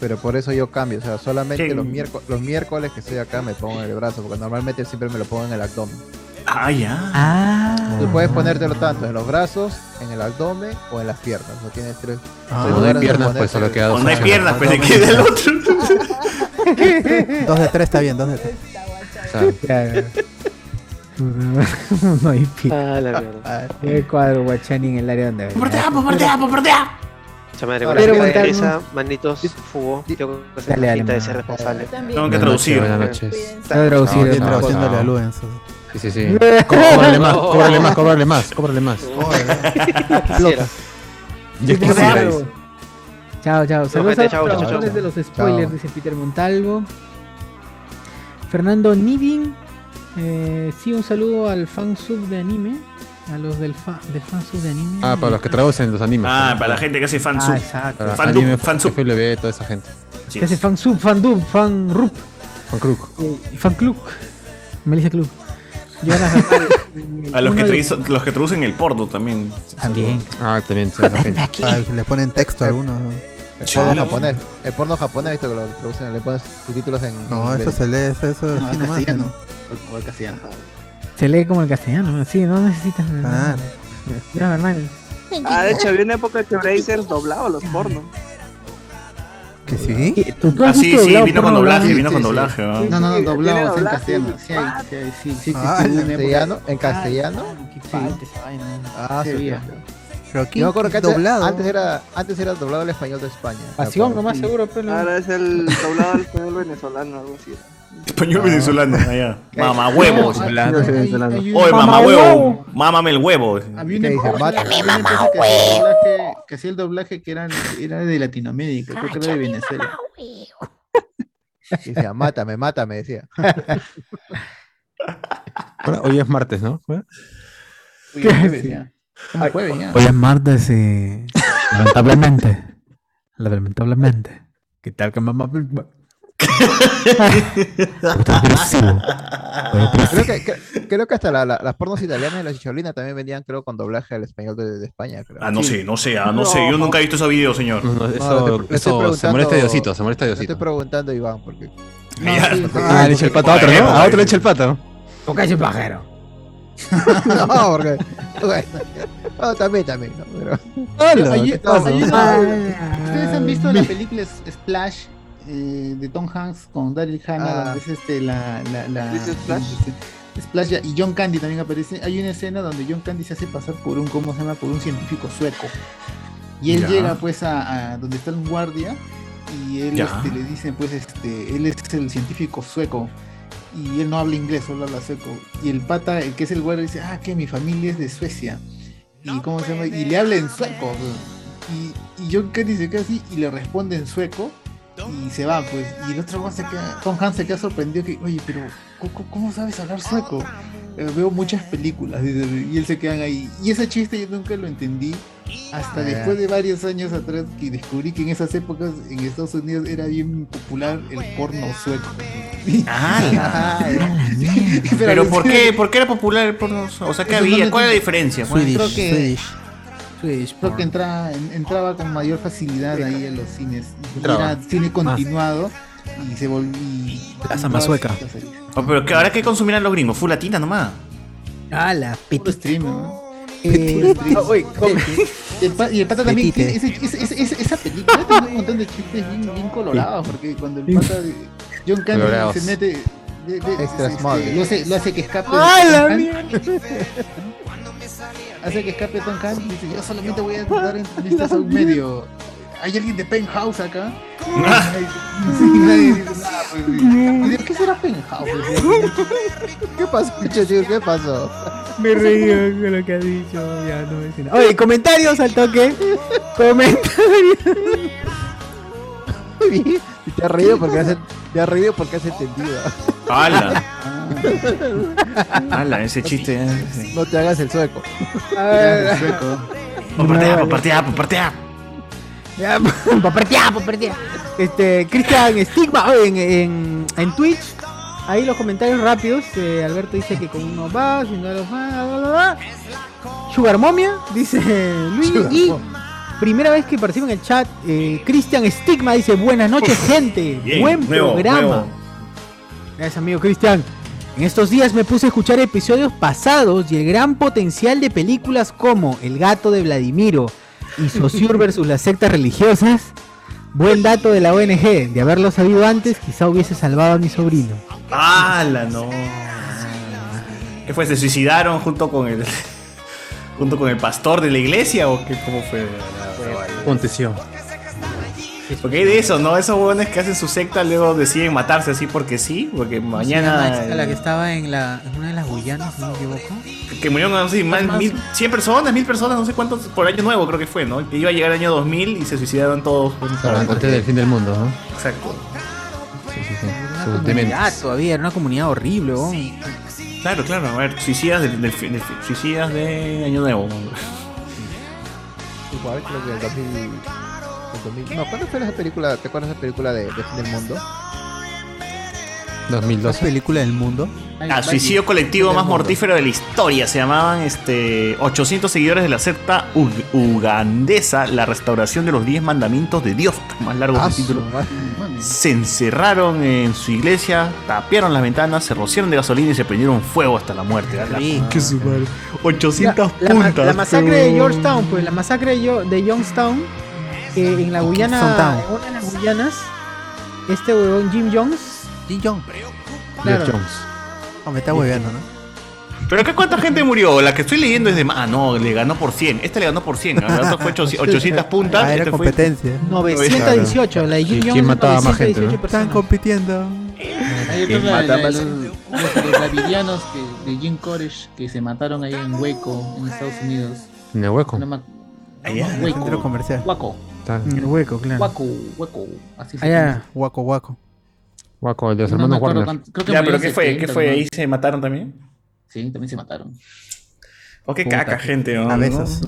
[SPEAKER 8] Pero por eso yo cambio, o sea, solamente
[SPEAKER 4] ¿Qué?
[SPEAKER 8] los, miércoles, los miércoles que estoy acá me pongo en el brazo, porque normalmente siempre me lo pongo en el abdomen.
[SPEAKER 4] Ah, ya.
[SPEAKER 8] Tú puedes ponértelo tanto en los brazos, en el abdomen o en las piernas. No tienes tres.
[SPEAKER 2] Ah,
[SPEAKER 8] tres
[SPEAKER 2] no hay
[SPEAKER 8] lugares de
[SPEAKER 2] piernas,
[SPEAKER 8] ponerte
[SPEAKER 2] pues, solo
[SPEAKER 8] el-
[SPEAKER 2] queda dos Cuando hay opciones. piernas, pues, se
[SPEAKER 8] Abdomen.
[SPEAKER 2] queda el
[SPEAKER 3] Dos de tres está bien, dos de tres.
[SPEAKER 1] Claro. no hay piel.
[SPEAKER 5] Ah, la verdad.
[SPEAKER 1] Roger Cuadros, Guachani en el área donde.
[SPEAKER 3] Ah,
[SPEAKER 5] Bombardea,
[SPEAKER 3] pues
[SPEAKER 1] bombardea,
[SPEAKER 5] bombardea. Chamadre,
[SPEAKER 1] Ahora,
[SPEAKER 5] madre,
[SPEAKER 1] pero
[SPEAKER 5] con
[SPEAKER 1] montar
[SPEAKER 5] esa manitos fugó. Tengo que hacer la
[SPEAKER 1] Dale, dale,
[SPEAKER 5] cita de
[SPEAKER 1] mano.
[SPEAKER 5] ser responsable.
[SPEAKER 4] Tengo que traducir.
[SPEAKER 2] Buenas noches.
[SPEAKER 3] Está traducido, está traduciéndole a
[SPEAKER 2] Luen.
[SPEAKER 3] Luenzo.
[SPEAKER 2] Sí, sí, sí. Cóbrale más, cóbrale más, cóbrale más, cóbrale más.
[SPEAKER 1] Quisiera.
[SPEAKER 2] Ya
[SPEAKER 1] Sí, claro.
[SPEAKER 2] quisierais.
[SPEAKER 1] Chao, chao. Saludos
[SPEAKER 2] gente,
[SPEAKER 1] a
[SPEAKER 2] chao,
[SPEAKER 1] los
[SPEAKER 2] chao,
[SPEAKER 1] trabajadores
[SPEAKER 2] chao.
[SPEAKER 1] de los spoilers,
[SPEAKER 2] Chao.
[SPEAKER 1] dice Peter Montalvo. Fernando Nibin. eh, sí, un saludo al fan sub de anime. A los del, fa- del fan sub de anime.
[SPEAKER 2] Ah, para los que traducen los animes.
[SPEAKER 4] Ah, para la gente que hace fansub.
[SPEAKER 1] Ah, exacto.
[SPEAKER 2] Para
[SPEAKER 4] Fandub,
[SPEAKER 2] anime,
[SPEAKER 4] fansub.
[SPEAKER 2] FLB, toda esa gente.
[SPEAKER 1] Que hace fan sub, fan dub, fan rup.
[SPEAKER 2] Fan Crook.
[SPEAKER 1] Eh, fan club. Melissa Club. Joana Zapal,
[SPEAKER 4] A los que,
[SPEAKER 1] uno de-
[SPEAKER 4] tradu- los que traducen el porno también.
[SPEAKER 1] También.
[SPEAKER 2] Ah, también.
[SPEAKER 3] Ah, le ponen texto a algunos. ¿no?
[SPEAKER 8] El
[SPEAKER 4] Sí.
[SPEAKER 8] porno japonés. El porno japonés, esto que lo traducen, le pones subtítulos en.
[SPEAKER 3] No, eso se lee, eso, eso
[SPEAKER 8] No,
[SPEAKER 3] así nomás,
[SPEAKER 8] castellano.
[SPEAKER 3] ¿no?
[SPEAKER 6] O el castellano.
[SPEAKER 1] Se lee como el castellano, así, no necesitas.
[SPEAKER 3] Claro.
[SPEAKER 1] Mira, Bernal.
[SPEAKER 24] Ah, de hecho, había una época que Brazers doblaba los pornos.
[SPEAKER 3] ¿Que sí?
[SPEAKER 1] ¿Tú,
[SPEAKER 4] Ah, sí, sí, vino con doblaje, vino con doblaje. ¿no?
[SPEAKER 6] No, no, no, doblados en
[SPEAKER 24] doblaje,
[SPEAKER 6] castellano. Sí, hay, sí, hay, sí, sí, sí,
[SPEAKER 8] Ah,
[SPEAKER 6] sí,
[SPEAKER 8] ¿en
[SPEAKER 6] hubo una época-
[SPEAKER 8] castellano? ¿En castellano?
[SPEAKER 1] Qué
[SPEAKER 8] falta
[SPEAKER 1] esa vaina.
[SPEAKER 8] Ah,
[SPEAKER 6] Sí,
[SPEAKER 8] sí,
[SPEAKER 6] había.
[SPEAKER 8] claro.
[SPEAKER 3] Pero aquí
[SPEAKER 8] Yo me acuerdo que antes,
[SPEAKER 3] doblado.
[SPEAKER 8] antes era antes era doblado al español de España. me
[SPEAKER 1] Pasión,
[SPEAKER 8] acuerdo.
[SPEAKER 1] nomás seguro, pero.
[SPEAKER 24] Ahora es el doblado al español venezolano, algo así.
[SPEAKER 4] Español
[SPEAKER 2] Ah.
[SPEAKER 4] venezolano, allá. Mamá
[SPEAKER 24] huevos.
[SPEAKER 4] Oye, mamá huevo, mámame el huevo.
[SPEAKER 6] Había una empresa, había una empresa que, hacía el doblaje, que hacía el doblaje que eran, era de Latinoamérica, creo que era de Venezuela.
[SPEAKER 8] Y decía, mátame, mátame, decía.
[SPEAKER 2] Ahora, Hoy es martes, ¿no?
[SPEAKER 6] Uy, el jueves ya. El jueves ya.
[SPEAKER 26] Hoy es martes y. Lamentablemente. Lamentablemente. ¿Qué tal que mamá?
[SPEAKER 4] pues
[SPEAKER 8] creo, que, cre- creo que hasta la- la- las pornos italianas y la chicholina también vendían, creo, con doblaje al español de, de España. creo.
[SPEAKER 4] Ah, no sé, no sé, ah, no, sé. Yo nunca he visto ese video, señor.
[SPEAKER 8] No, te- te estoy
[SPEAKER 2] eso se molesta
[SPEAKER 8] preguntando-
[SPEAKER 2] Diosito, se molesta
[SPEAKER 8] te
[SPEAKER 2] Diosito.
[SPEAKER 8] estoy preguntando, Iván, porque.
[SPEAKER 2] Ah, le echa el pato a otro, ¿no?
[SPEAKER 4] eh.
[SPEAKER 2] A otro le echa el pato.
[SPEAKER 8] Porque es un pájaro. no, porque. Bueno, no, también, también. No, pero...
[SPEAKER 6] Hola, Ay, ¿qué tal? ay, ay,
[SPEAKER 8] ¿Ustedes
[SPEAKER 6] ¿Ustedes han visto la película S- Splash eh, de Tom Hanks con Daryl Hannah?
[SPEAKER 8] Ah.
[SPEAKER 6] donde es este, la, la, la-
[SPEAKER 8] ¿Dice Splash?
[SPEAKER 6] este, Splash ya, y John Candy también aparece. Hay una escena donde John Candy se hace pasar por un, ¿cómo se llama? Por un científico sueco. Y él
[SPEAKER 4] Ya.
[SPEAKER 6] llega pues a, a donde está el guardia y él
[SPEAKER 4] Ya.
[SPEAKER 6] este, le dice pues este, él es el científico sueco y él no habla inglés, solo habla sueco. Y el pata, el que es el guardia, dice, ah, que mi familia es de Suecia. Y, ¿cómo se llama? y le habla en sueco. pues. Y, y John Candy se queda así y le responde en sueco y se va, pues. Y el otro weón se queda, Tom Hanks se queda sorprendido que, oye, pero ¿cómo- ¿cómo, cómo sabes hablar sueco? "Eh, veo muchas películas dice, y él se quedan ahí. Y ese chiste yo nunca lo entendí. Hasta
[SPEAKER 8] Ah, ya.
[SPEAKER 6] después de varios años atrás que descubrí que en esas épocas en Estados Unidos era bien popular el porno sueco.
[SPEAKER 2] Ah,
[SPEAKER 4] Ah, Pero ¿por
[SPEAKER 6] alucina
[SPEAKER 4] qué,
[SPEAKER 6] que-
[SPEAKER 4] ¿por qué era popular el porno? O sea, ¿qué
[SPEAKER 6] Eso no
[SPEAKER 4] había?
[SPEAKER 6] lo
[SPEAKER 4] ¿Cuál era la diferencia?
[SPEAKER 6] entiendo.
[SPEAKER 4] ¿Cuál-
[SPEAKER 6] Creo que, creo que entra- en- entraba con mayor facilidad ahí a los cines.
[SPEAKER 4] Entraba.
[SPEAKER 6] Era cine continuado y se volvió.
[SPEAKER 4] La samba sueca. Oh, pero que ahora que consumirán los gringos, full latina nomás.
[SPEAKER 6] Ah, la stream. Ah, Y el, pa- y el pata también
[SPEAKER 4] Petite.
[SPEAKER 6] tiene ese- ese- ese- ese- esa película tiene un montón de chistes bien, bien colorados, porque cuando el pata de John Candy
[SPEAKER 8] Colorados.
[SPEAKER 6] se mete, de- de-
[SPEAKER 8] Extra
[SPEAKER 6] este,
[SPEAKER 8] small.
[SPEAKER 6] lo, hace, lo hace que escape.
[SPEAKER 11] ¡Ah,
[SPEAKER 6] Tom
[SPEAKER 11] la
[SPEAKER 6] Hanks.
[SPEAKER 11] mierda!
[SPEAKER 6] Hace que escape Tom Hanks y dice, yo solamente voy a dar entrevistas a un medio. ¿Hay alguien de Penthouse acá? Y nadie- sí, nadie dice pues, nada, pues, y- y dice, ¿Qué será Penthouse?
[SPEAKER 8] ¿Qué pasó, Chuchu? ¿Qué pasó?
[SPEAKER 1] Me reí con lo que ha dicho, ya no me dice nada. Oye, comentarios al toque. Comentarios.
[SPEAKER 8] Y te has reído porque has, te has reído porque has entendido.
[SPEAKER 4] ¡Hala! ¡Hala! Ese chiste. eh.
[SPEAKER 8] No te hagas el sueco.
[SPEAKER 4] ver. Oh, partea, po, partea, po, partea.
[SPEAKER 1] Ya, pa' partear, pa' partear. Este, Cristian Stigma, oye, en, en, en Twitch, ahí los comentarios rápidos. eh, Alberto dice que con uno va, si no los va, bla, bla, bla. Sugar Momia, dice Luis.
[SPEAKER 8] Sugar
[SPEAKER 1] y primera vez que participo en el chat, eh, Cristian Stigma dice: Buenas noches, gente.
[SPEAKER 8] bien,
[SPEAKER 1] Buen
[SPEAKER 8] nuevo,
[SPEAKER 1] programa.
[SPEAKER 8] nuevo.
[SPEAKER 1] Gracias, amigo Cristian. En estos días me puse a escuchar episodios pasados y el gran potencial de películas como El gato de Vladimiro y Saussure versus las sectas religiosas. Buen dato de la ONG, de haberlo sabido antes, quizá hubiese salvado a mi sobrino.
[SPEAKER 4] ¡Hala! No. ¿Qué fue? ¿Se suicidaron junto con el. junto con el pastor de la iglesia o qué? ¿Cómo fue?
[SPEAKER 2] Aconteció.
[SPEAKER 4] Porque hay de eso, ¿no? Esos hueones que hacen su secta luego deciden matarse así porque sí, porque mañana.
[SPEAKER 32] La que estaba en, la, en una de las Guyanas, si no me equivoco.
[SPEAKER 4] Que murieron, no sé, más,
[SPEAKER 32] Más.
[SPEAKER 4] mil, 100 personas, mil personas, no sé cuántos, por año nuevo creo que fue, ¿no? Que iba a llegar el año 2000 y se suicidaron todos.
[SPEAKER 2] Antes del fin del mundo, ¿no?
[SPEAKER 4] Exacto.
[SPEAKER 2] Sus dementes.
[SPEAKER 32] Ah, todavía, era una comunidad horrible, weón.
[SPEAKER 4] Claro, claro, a ver, suicidas del, del- del- suicidas de año nuevo.
[SPEAKER 8] Igual creo que el 2000, el 2000 No, ¿cuándo fue esa película? ¿Te acuerdas de esa película de, de Fin del Mundo?
[SPEAKER 2] 2012.
[SPEAKER 3] película del mundo?
[SPEAKER 4] Ah, suicidio colectivo más mortífero de la historia. Se llamaban este 800 seguidores de la secta u- ugandesa, la restauración de los 10 mandamientos de Dios, más largo
[SPEAKER 1] Ah,
[SPEAKER 4] es el título. Se encerraron en su iglesia, tapiaron las ventanas, se rociaron de gasolina y se prendieron fuego hasta la muerte. Ah, La- este, que su madre. 800
[SPEAKER 1] La, ma-
[SPEAKER 4] puntas.
[SPEAKER 1] la masacre de
[SPEAKER 4] pero-
[SPEAKER 1] Georgetown, pues la masacre de, Yo- de Youngstown, que en la Guyana,
[SPEAKER 4] Youngstown.
[SPEAKER 1] en una de las Guyanas, este huevón Jim Jones. Jim Jones. Claro.
[SPEAKER 3] No, me está hueveando, ¿no?
[SPEAKER 4] Pero acá cuánta gente murió. La que estoy leyendo es de. Ah, no, le ganó por 100. Este le ganó por 100. El otro fue 800, 800 puntas.
[SPEAKER 3] Ah, era
[SPEAKER 4] este fue-
[SPEAKER 3] competencia.
[SPEAKER 1] 918, la de Jim Jones. 918
[SPEAKER 3] Están
[SPEAKER 1] personas.
[SPEAKER 3] compitiendo.
[SPEAKER 6] Hay otros la- la- los, los- los davidianos que- de Jim Koresh que se mataron ahí en Hueco, en Estados Unidos.
[SPEAKER 2] En el hueco.
[SPEAKER 6] No me-
[SPEAKER 2] Allá,
[SPEAKER 6] no,
[SPEAKER 2] en el
[SPEAKER 6] Hueco.
[SPEAKER 2] centro comercial.
[SPEAKER 6] Huaco.
[SPEAKER 2] Está-
[SPEAKER 1] En el hueco, claro.
[SPEAKER 6] Huaco, Huaco. Así
[SPEAKER 3] Ah,
[SPEAKER 6] se
[SPEAKER 1] Allá.
[SPEAKER 3] Guaco, guaco.
[SPEAKER 2] Guaco, el de los
[SPEAKER 6] No me
[SPEAKER 2] hermanos
[SPEAKER 6] acuerdo
[SPEAKER 2] Warner.
[SPEAKER 6] cuánto- Ah, creo que
[SPEAKER 4] Ya,
[SPEAKER 6] murieron
[SPEAKER 4] pero ¿qué fue?
[SPEAKER 6] 70,
[SPEAKER 4] ¿Qué fue?
[SPEAKER 6] ¿no?
[SPEAKER 4] ¿Ahí se mataron también?
[SPEAKER 6] Sí, también se mataron.
[SPEAKER 4] O qué
[SPEAKER 6] Puta,
[SPEAKER 4] caca,
[SPEAKER 6] qué-
[SPEAKER 4] gente. ¿no?
[SPEAKER 6] a veces.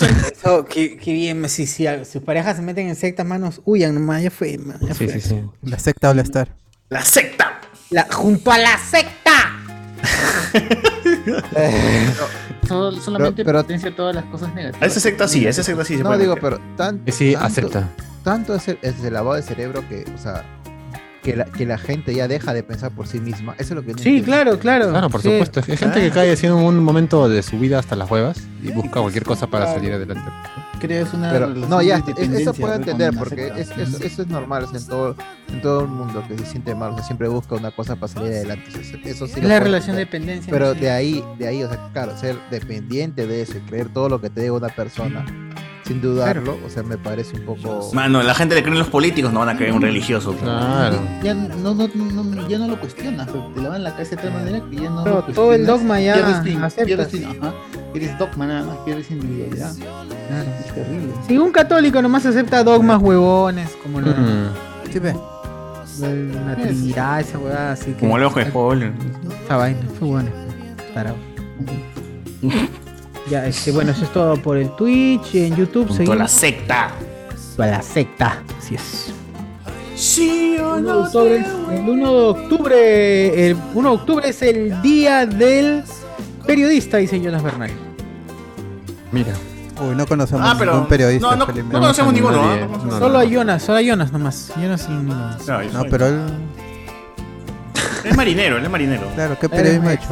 [SPEAKER 1] Eso, Oh, qué, qué bien, si, si a- sus parejas se meten en sectas, manos, huyan nomás, ya fue, man, ya fue.
[SPEAKER 3] La secta All Star.
[SPEAKER 1] La secta. junto a la secta.
[SPEAKER 33] Solo- solamente
[SPEAKER 8] pero-
[SPEAKER 33] potencia todas las cosas negativas.
[SPEAKER 4] A esa secta sí, a esa secta sí se
[SPEAKER 8] No,
[SPEAKER 4] puede
[SPEAKER 8] digo,
[SPEAKER 4] meter.
[SPEAKER 8] pero tan,
[SPEAKER 2] Eh, Sí,
[SPEAKER 8] tanto-
[SPEAKER 2] acepta.
[SPEAKER 8] Tanto es el, es el lavado de cerebro que, o sea, que la, que la gente ya deja de pensar por sí misma. Eso es lo que no entiendo.
[SPEAKER 1] claro, claro.
[SPEAKER 2] Claro, por
[SPEAKER 8] Sí.
[SPEAKER 2] supuesto. Hay gente que
[SPEAKER 8] Ah.
[SPEAKER 2] cae haciendo un momento de su vida hasta las huevas y busca cualquier cosa para salir adelante.
[SPEAKER 6] Creas una
[SPEAKER 8] Pero,
[SPEAKER 6] relación
[SPEAKER 8] no, ya,
[SPEAKER 6] de
[SPEAKER 8] es- eso
[SPEAKER 6] dependencia,
[SPEAKER 8] puedo
[SPEAKER 6] pues, con
[SPEAKER 8] entender,
[SPEAKER 6] la
[SPEAKER 8] porque
[SPEAKER 6] secta.
[SPEAKER 8] es- es- eso es normal o sea, en, todo, en todo el mundo que se siente mal, o sea, siempre busca una cosa para salir adelante. o sea, Eso, eso sí
[SPEAKER 33] Es la
[SPEAKER 8] lo puedo
[SPEAKER 33] relación de
[SPEAKER 8] entender.
[SPEAKER 33] dependencia,
[SPEAKER 8] Pero
[SPEAKER 33] sí.
[SPEAKER 8] de ahí, de ahí, o sea, claro, ser dependiente de eso y creer todo lo que te diga una persona sin dudarlo, o sea, me parece un poco.
[SPEAKER 4] Mano, la gente le cree en los políticos, no van a creer en un religioso.
[SPEAKER 2] Claro.
[SPEAKER 6] Ya no, no, no, ya no lo cuestionas, te lavan la cabeza de tal manera que ya no
[SPEAKER 1] Pero
[SPEAKER 6] lo
[SPEAKER 1] todo
[SPEAKER 6] cuestionas.
[SPEAKER 1] el dogma ya
[SPEAKER 6] Pierdes, tu-
[SPEAKER 1] aceptas.
[SPEAKER 6] pierdes tu- ajá, pierdes dogma nada más, pierdes individualidad. Es terrible.
[SPEAKER 1] Si un católico nomás acepta dogmas huevones, como la,
[SPEAKER 3] Sí, ve.
[SPEAKER 1] la Trinidad, esa huevada, así que.
[SPEAKER 4] Como el ojo de Paul.
[SPEAKER 1] Esa vaina, fue buena. Tarao. Ya, este, bueno, eso es todo por el Twitch y en YouTube.
[SPEAKER 4] Junto a la secta.
[SPEAKER 1] Junto a la secta, así es.
[SPEAKER 4] Sí o
[SPEAKER 1] no. Sobre el, el 1 de octubre. El 1 de octubre es el día del periodista, dice Jonas Bernal.
[SPEAKER 2] Mira.
[SPEAKER 3] Uy, no conocemos
[SPEAKER 1] Ah, pero
[SPEAKER 3] ningún periodista.
[SPEAKER 1] no, no-
[SPEAKER 3] felizmente.
[SPEAKER 1] no conocemos ninguno,
[SPEAKER 3] nadie.
[SPEAKER 1] ¿ah? No conocemos Solo a ninguno. Jonas, solo a Jonas nomás. Jonas es el único.
[SPEAKER 4] No, yo
[SPEAKER 3] No,
[SPEAKER 4] soy-
[SPEAKER 3] pero él.
[SPEAKER 4] Es marinero, él es marinero.
[SPEAKER 3] Claro, ¿qué periodismo ha hecho?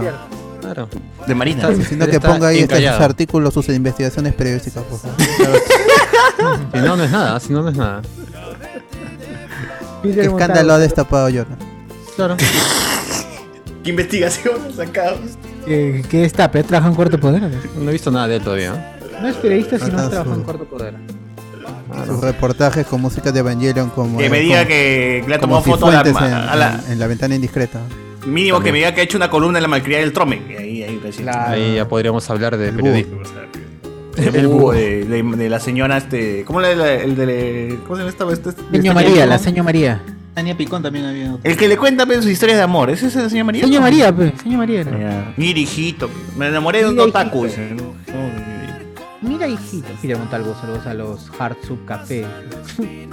[SPEAKER 2] Claro.
[SPEAKER 4] De marina.
[SPEAKER 3] Sino que ponga ahí este, sus
[SPEAKER 2] encallado.
[SPEAKER 3] artículos, sus investigaciones periodísticas, por favor.
[SPEAKER 2] Si no, no es nada. Si no, no es nada.
[SPEAKER 3] ¿Qué escándalo ha destapado Jonas?
[SPEAKER 2] Claro.
[SPEAKER 4] ¿Qué investigación han sacado?
[SPEAKER 1] ¿Qué, qué está? ¿Pe- ¿Trabaja en cuarto poder?
[SPEAKER 2] No he visto nada de él todavía. ¿eh?
[SPEAKER 1] No es periodista,
[SPEAKER 3] sino
[SPEAKER 1] sino
[SPEAKER 3] Ajá,
[SPEAKER 1] trabaja
[SPEAKER 3] trabaja
[SPEAKER 1] en
[SPEAKER 3] en
[SPEAKER 1] corto poder.
[SPEAKER 3] Sus reportajes con música de Evangelion como.
[SPEAKER 4] Que me
[SPEAKER 3] eh,
[SPEAKER 4] diga
[SPEAKER 3] como-
[SPEAKER 4] que- que le ha
[SPEAKER 3] como
[SPEAKER 4] tomado foto a la-
[SPEAKER 3] Cifuentes en,
[SPEAKER 4] a la-
[SPEAKER 3] en- en la ventana indiscreta.
[SPEAKER 4] Mínimo que me diga que ha hecho una columna en la malcriada del Trome. Y Ahí, ahí recién.
[SPEAKER 2] Ahí
[SPEAKER 3] Ah.
[SPEAKER 2] ya podríamos hablar de periodismo.
[SPEAKER 4] El, búho de, de- de la señora, este. ¿Cómo le la- el de. ¿Cómo
[SPEAKER 6] Pues
[SPEAKER 4] se llama esta? Este, este-
[SPEAKER 1] Señor María, la señor María.
[SPEAKER 6] Tania Picón también había otro.
[SPEAKER 4] El que le cuenta pues, sus historias de amor. ¿Ese es el señor María?
[SPEAKER 1] Señor María, pe, señor María. era.
[SPEAKER 4] Ya. Mira, hijito. Me enamoré de un otaku. dice.
[SPEAKER 1] Mira, hijito. Pide Montalvo, saludos a los Hartsub Café.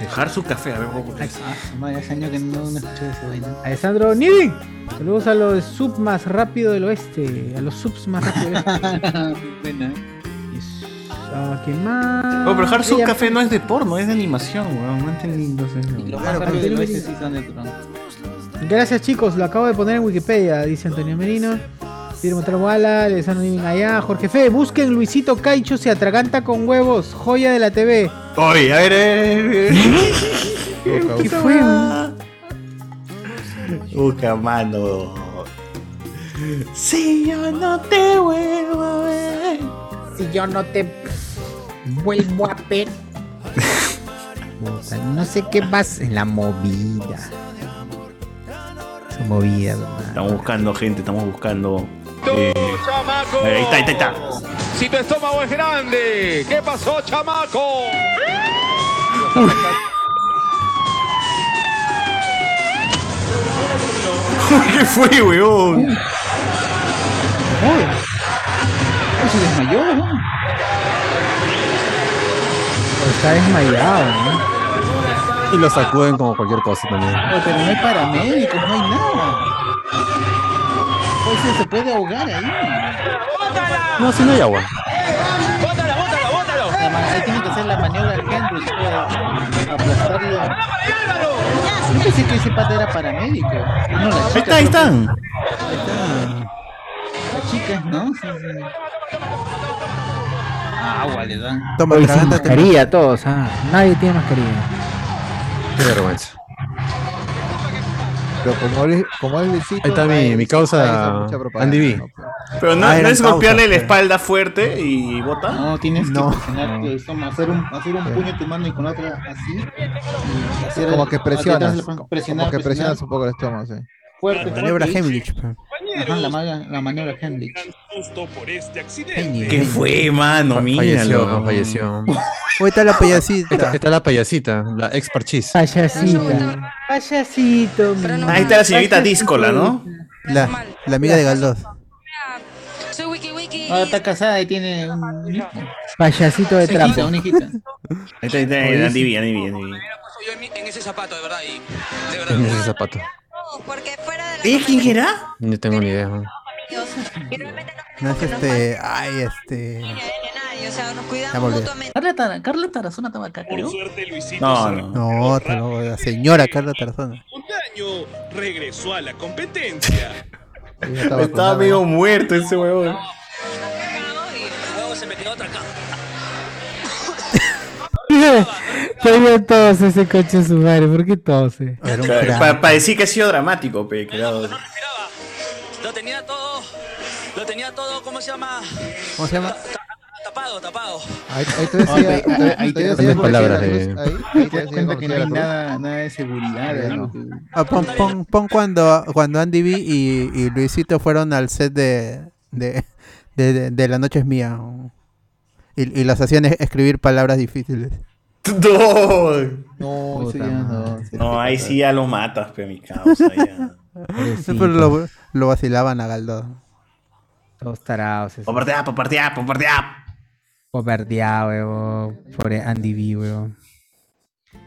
[SPEAKER 4] Dejar su café, a ver, ¿cómo es?
[SPEAKER 6] Madre, hace años Ah, que no, no escucho de ese vaina.
[SPEAKER 1] Alessandro Nidin. Saludos a los sub más rápido del oeste. A los subs más rápido del oeste.
[SPEAKER 6] Buena.
[SPEAKER 1] Ah, ¿Quién más?
[SPEAKER 4] Oh, pero Dejar su
[SPEAKER 1] Ella-
[SPEAKER 4] café no es de porno, es de animación, weón. No entendí. No sé,
[SPEAKER 6] Y lo
[SPEAKER 4] weón.
[SPEAKER 6] más rápido
[SPEAKER 1] pero-
[SPEAKER 6] lo hice sí son de Tron.
[SPEAKER 1] Gracias chicos, lo acabo de poner en Wikipedia, dice Antonio Merino. Firmo Trabala, les han unido allá. Jorge Fe, busquen Luisito Caicho se atraganta con huevos, joya de la TV.
[SPEAKER 4] Oye, a ver, a ver, a ver.
[SPEAKER 1] eh, ¿Qué fue?
[SPEAKER 4] Uca, mano.
[SPEAKER 1] Si yo no te vuelvo a ver. Si yo no te
[SPEAKER 6] ¿eh?
[SPEAKER 1] vuelvo a ver. No sé qué más en la movida. Su movida, nomás.
[SPEAKER 4] Estamos buscando gente, estamos buscando. eh, ahí está, ahí está, ahí está.
[SPEAKER 27] Si tu estómago es grande, ¿qué pasó, chamaco?
[SPEAKER 4] ¿Qué fue, weón?
[SPEAKER 6] Se desmayó, ¿no?
[SPEAKER 1] Está desmayado, ¿no?
[SPEAKER 2] Y lo sacuden como cualquier cosa también.
[SPEAKER 6] No, Pero no hay paramédicos, no hay nada. Pues se- se puede ahogar ahí.
[SPEAKER 2] No, si no hay agua.
[SPEAKER 6] La ma- Ahí tiene que hacer la maniobra del Henry, para aplastarlo. Yo pensé que ese pata era paramédico. No, la
[SPEAKER 4] Ahí
[SPEAKER 6] chica.
[SPEAKER 4] está, ahí están.
[SPEAKER 6] La chica, ¿no? Sí, sí. Ah, Agua le dan.
[SPEAKER 1] Toma, Hoy sin mascarilla todos, ah. Nadie tiene mascarilla.
[SPEAKER 2] Qué vergüenza.
[SPEAKER 8] Pero como él, como él visita,
[SPEAKER 2] Ahí está mi, mi causa Andy B.
[SPEAKER 4] Pero no,
[SPEAKER 2] Ah,
[SPEAKER 4] no
[SPEAKER 2] eran
[SPEAKER 4] es golpearle
[SPEAKER 2] causas,
[SPEAKER 4] la
[SPEAKER 2] pero-
[SPEAKER 4] espalda fuerte y bota.
[SPEAKER 6] No, tienes
[SPEAKER 4] No.
[SPEAKER 6] que presionarte, eso, hacer un, hacer un puño en tu mano y con la otra así. y hacer
[SPEAKER 8] Como
[SPEAKER 6] el-
[SPEAKER 8] que
[SPEAKER 6] atrás
[SPEAKER 8] presionas.
[SPEAKER 6] del-
[SPEAKER 8] Como
[SPEAKER 6] presionar,
[SPEAKER 8] que presionas
[SPEAKER 6] presionar.
[SPEAKER 8] un poco el estómago, sí.
[SPEAKER 6] Fuerte,
[SPEAKER 8] Maniobra
[SPEAKER 6] fuerte.
[SPEAKER 8] Heimlich,
[SPEAKER 6] Ajá, la, maga- la maniobra Heimlich.
[SPEAKER 4] ¿Qué fue, mano?
[SPEAKER 2] Falleció,
[SPEAKER 4] Míralo.
[SPEAKER 2] falleció.
[SPEAKER 3] Hoy está la payasita.
[SPEAKER 2] Está, está la payasita, la ex parchis.
[SPEAKER 1] Payasita. Payasito. mira.
[SPEAKER 4] Ahí está la señorita Díscola, ¿no?
[SPEAKER 3] La, la amiga de Galdós.
[SPEAKER 34] Soy Wiki Wiki.
[SPEAKER 6] Ahora está casada y tiene un hijo.
[SPEAKER 1] Payasito de
[SPEAKER 6] Una hijita,
[SPEAKER 1] trapo.
[SPEAKER 6] Una hijita.
[SPEAKER 4] Ahí está, ahí está,
[SPEAKER 6] Oye,
[SPEAKER 4] Andy
[SPEAKER 6] sí.
[SPEAKER 4] B, Andy B, Andy B.
[SPEAKER 2] En ese zapato.
[SPEAKER 35] ¿Eh? ¿Quién era?
[SPEAKER 2] No tengo ni idea. man.
[SPEAKER 3] No es este. Ay, este. Ya volví.
[SPEAKER 6] Carla, Tara- Carla Tarazona estaba acá, creo.
[SPEAKER 3] No, no. No, te lo- la señora Carla Tarazona.
[SPEAKER 36] Regresó a la competencia.
[SPEAKER 4] Estaba, medio muerto ese huevón.
[SPEAKER 1] Soy yo todos ese coche su madre, ¿por qué tose?
[SPEAKER 4] Para decir que ha sido dramático, pe, claro.
[SPEAKER 3] ¿Cómo se llama?
[SPEAKER 8] Ahí, ahí te decía,
[SPEAKER 6] Ah, Ahí- ahí- ahí te decía
[SPEAKER 8] por qué la
[SPEAKER 6] palabras
[SPEAKER 8] cruz,
[SPEAKER 6] de-
[SPEAKER 8] ahí- ahí te
[SPEAKER 6] Te das Pues, cuenta que no hay
[SPEAKER 8] decía
[SPEAKER 6] nada, nada de seguridad, ¿verdad?
[SPEAKER 3] Ah, pon, pon- pon cuando, cuando Andy B y, y Luisito fueron al set de, de, de- de- de La Noche es Mía. Y, y las hacían es- escribir palabras difíciles.
[SPEAKER 4] No,
[SPEAKER 6] no,
[SPEAKER 3] Puta
[SPEAKER 6] no.
[SPEAKER 4] No, ahí sí ya lo matas, pe, mi causa. Ya.
[SPEAKER 3] Pero lo, lo vacilaban a Galdo.
[SPEAKER 1] Todos
[SPEAKER 2] Ah,
[SPEAKER 1] tarados.
[SPEAKER 4] Popartea, popartea, popartea.
[SPEAKER 1] Poperdeado, huevón. Pobre Andy B, huevón.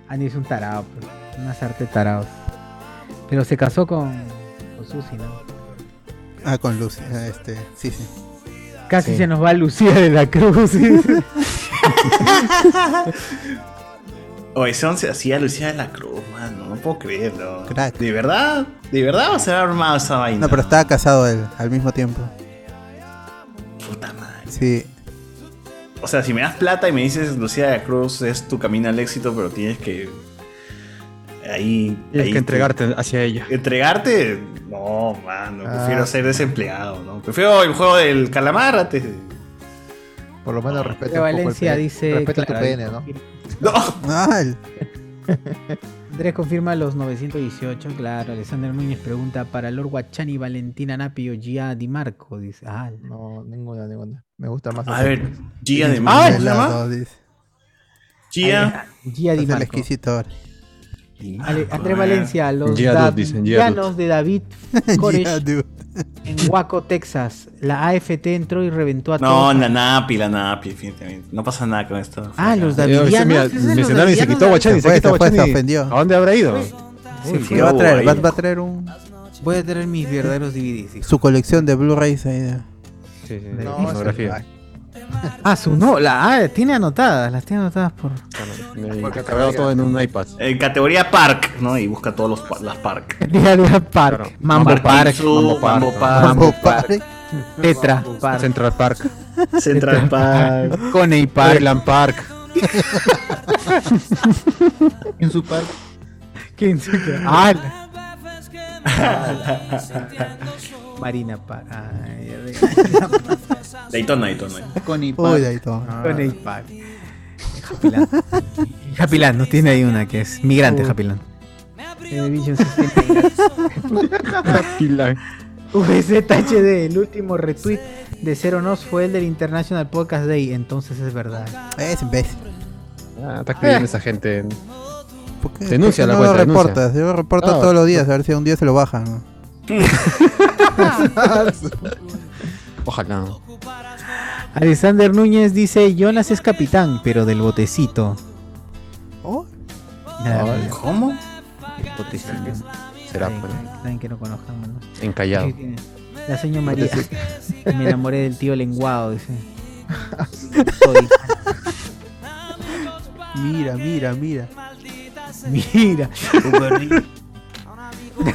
[SPEAKER 1] Andy es un tarado, pues. Una sarta de tarados. Pero se casó con, con Susi, ¿no?
[SPEAKER 3] Ah, con Lucy. ah, Este, sí, sí.
[SPEAKER 1] Casi
[SPEAKER 3] Sí.
[SPEAKER 1] se nos va Lucía de la Cruz.
[SPEAKER 4] O ese once hacía Lucía de la Cruz, mano. No puedo creerlo. ¿De verdad? ¿De verdad va a ser armado esa vaina?
[SPEAKER 3] No, pero estaba casado él al mismo tiempo. Sí.
[SPEAKER 4] O sea, si me das plata y me dices Lucía de la Cruz es tu camino al éxito, pero tienes que. Ahí.
[SPEAKER 2] Tienes
[SPEAKER 4] ahí
[SPEAKER 2] que entregarte hacia ella.
[SPEAKER 4] ¿Entregarte? No, mano.
[SPEAKER 2] Ah.
[SPEAKER 4] Prefiero ser desempleado, ¿no? Prefiero el juego del calamar antes de-
[SPEAKER 8] Por lo menos respeta
[SPEAKER 1] Ah, De
[SPEAKER 8] un poco el
[SPEAKER 1] Valencia
[SPEAKER 8] pene.
[SPEAKER 1] dice.
[SPEAKER 8] Respeta tu
[SPEAKER 1] claro,
[SPEAKER 8] pene, ¿no?
[SPEAKER 3] Mal.
[SPEAKER 1] Andrés confirma los 918, claro. Alexander Muñoz pregunta para Lord Guachani, Valentina Napio, Gia Di Marco. Dice, ah,
[SPEAKER 8] no, ninguna, ninguna. Me gusta más.
[SPEAKER 4] A
[SPEAKER 8] así.
[SPEAKER 4] ver, Gia de
[SPEAKER 8] Ah,
[SPEAKER 4] Marco.
[SPEAKER 8] ¿cómo se llama?
[SPEAKER 4] Gia.
[SPEAKER 1] Gia Di
[SPEAKER 3] Es el
[SPEAKER 1] Marco.
[SPEAKER 3] exquisito ahora.
[SPEAKER 1] Ale-
[SPEAKER 4] Ah, eh.
[SPEAKER 1] Andrés Valencia, los
[SPEAKER 3] Gia Dud,
[SPEAKER 1] da-
[SPEAKER 3] dicen, Gia
[SPEAKER 1] llanos de David
[SPEAKER 3] Gia
[SPEAKER 1] Koresh
[SPEAKER 3] Dud.
[SPEAKER 1] en Waco, Texas. La AFT entró y reventó a
[SPEAKER 4] No,
[SPEAKER 1] todos.
[SPEAKER 4] la Napi, la Napi, definitivamente. No pasa nada con esto.
[SPEAKER 1] Ah, los
[SPEAKER 2] Yo,
[SPEAKER 1] davidianos.
[SPEAKER 2] ese, mira,
[SPEAKER 1] esos son los
[SPEAKER 2] mencionaron y se
[SPEAKER 1] davidianos,
[SPEAKER 2] quitó
[SPEAKER 1] ¿no?
[SPEAKER 2] Guachani, se
[SPEAKER 3] fue,
[SPEAKER 2] quitó
[SPEAKER 3] se fue, se
[SPEAKER 2] Guachani.
[SPEAKER 3] ofendió.
[SPEAKER 2] ¿A dónde habrá ido?
[SPEAKER 3] Se
[SPEAKER 2] Uy,
[SPEAKER 3] fue.
[SPEAKER 2] qué
[SPEAKER 3] va a traer?
[SPEAKER 2] guay.
[SPEAKER 3] Va, va a traer un,
[SPEAKER 1] Voy a traer mis verdaderos DVDs. hijo.
[SPEAKER 3] su colección de Blu-rays eh, ahí. de-
[SPEAKER 2] Sí, sí,
[SPEAKER 3] de-
[SPEAKER 2] no, pornografía.
[SPEAKER 1] Ah, su no, la ah, tiene anotadas, las tiene anotadas por.
[SPEAKER 2] Me cargado todo en un iPad.
[SPEAKER 4] En categoría Park, ¿no? Y busca todos los pa- las Park.
[SPEAKER 1] Día de Park, Mambo
[SPEAKER 4] Park
[SPEAKER 1] Park,
[SPEAKER 4] Zoo, Mambo Park,
[SPEAKER 1] Mambo
[SPEAKER 4] Mambo
[SPEAKER 1] Park, Tetra
[SPEAKER 4] Mambo
[SPEAKER 1] Park,
[SPEAKER 2] Central Park,
[SPEAKER 4] Central Park.
[SPEAKER 1] Coney Park,
[SPEAKER 2] Highland Park.
[SPEAKER 6] En su par.
[SPEAKER 1] Kensuke. Ah, Marina Park. Ah, ya veo.
[SPEAKER 4] Daytona, Daytona.
[SPEAKER 6] Coney
[SPEAKER 1] Park.
[SPEAKER 6] Uy, Daytona.
[SPEAKER 1] Ah. Coney Park. Happy Land. Happy Land, nos tiene ahí una que es migrante
[SPEAKER 6] Uh.
[SPEAKER 1] Happy Land. VZHD, el último retweet de Zero Nos fue el del International Podcast Day, entonces es verdad.
[SPEAKER 3] Es imbécil.
[SPEAKER 2] Ah, está creyendo esa gente. Denuncia
[SPEAKER 3] Denuncia
[SPEAKER 2] la
[SPEAKER 3] no
[SPEAKER 2] cuenta,
[SPEAKER 3] lo
[SPEAKER 2] denuncia.
[SPEAKER 3] reportas, yo lo reporto
[SPEAKER 2] Ah,
[SPEAKER 3] todos los días, a ver si un día se lo bajan.
[SPEAKER 2] Ojalá.
[SPEAKER 1] Alexander Núñez dice, Jonas es capitán, pero del botecito.
[SPEAKER 3] Oh.
[SPEAKER 1] Nada,
[SPEAKER 2] Ah,
[SPEAKER 1] pues.
[SPEAKER 4] ¿Cómo?
[SPEAKER 1] Botecito.
[SPEAKER 2] Será,
[SPEAKER 1] Alguien-
[SPEAKER 2] pues.
[SPEAKER 1] alguien que no conozcan, mano.
[SPEAKER 2] Encallado.
[SPEAKER 1] La señora María.
[SPEAKER 2] Botecito.
[SPEAKER 1] Me enamoré del tío lenguado, dice. Soy-
[SPEAKER 3] Mira, mira, mira.
[SPEAKER 1] Mira.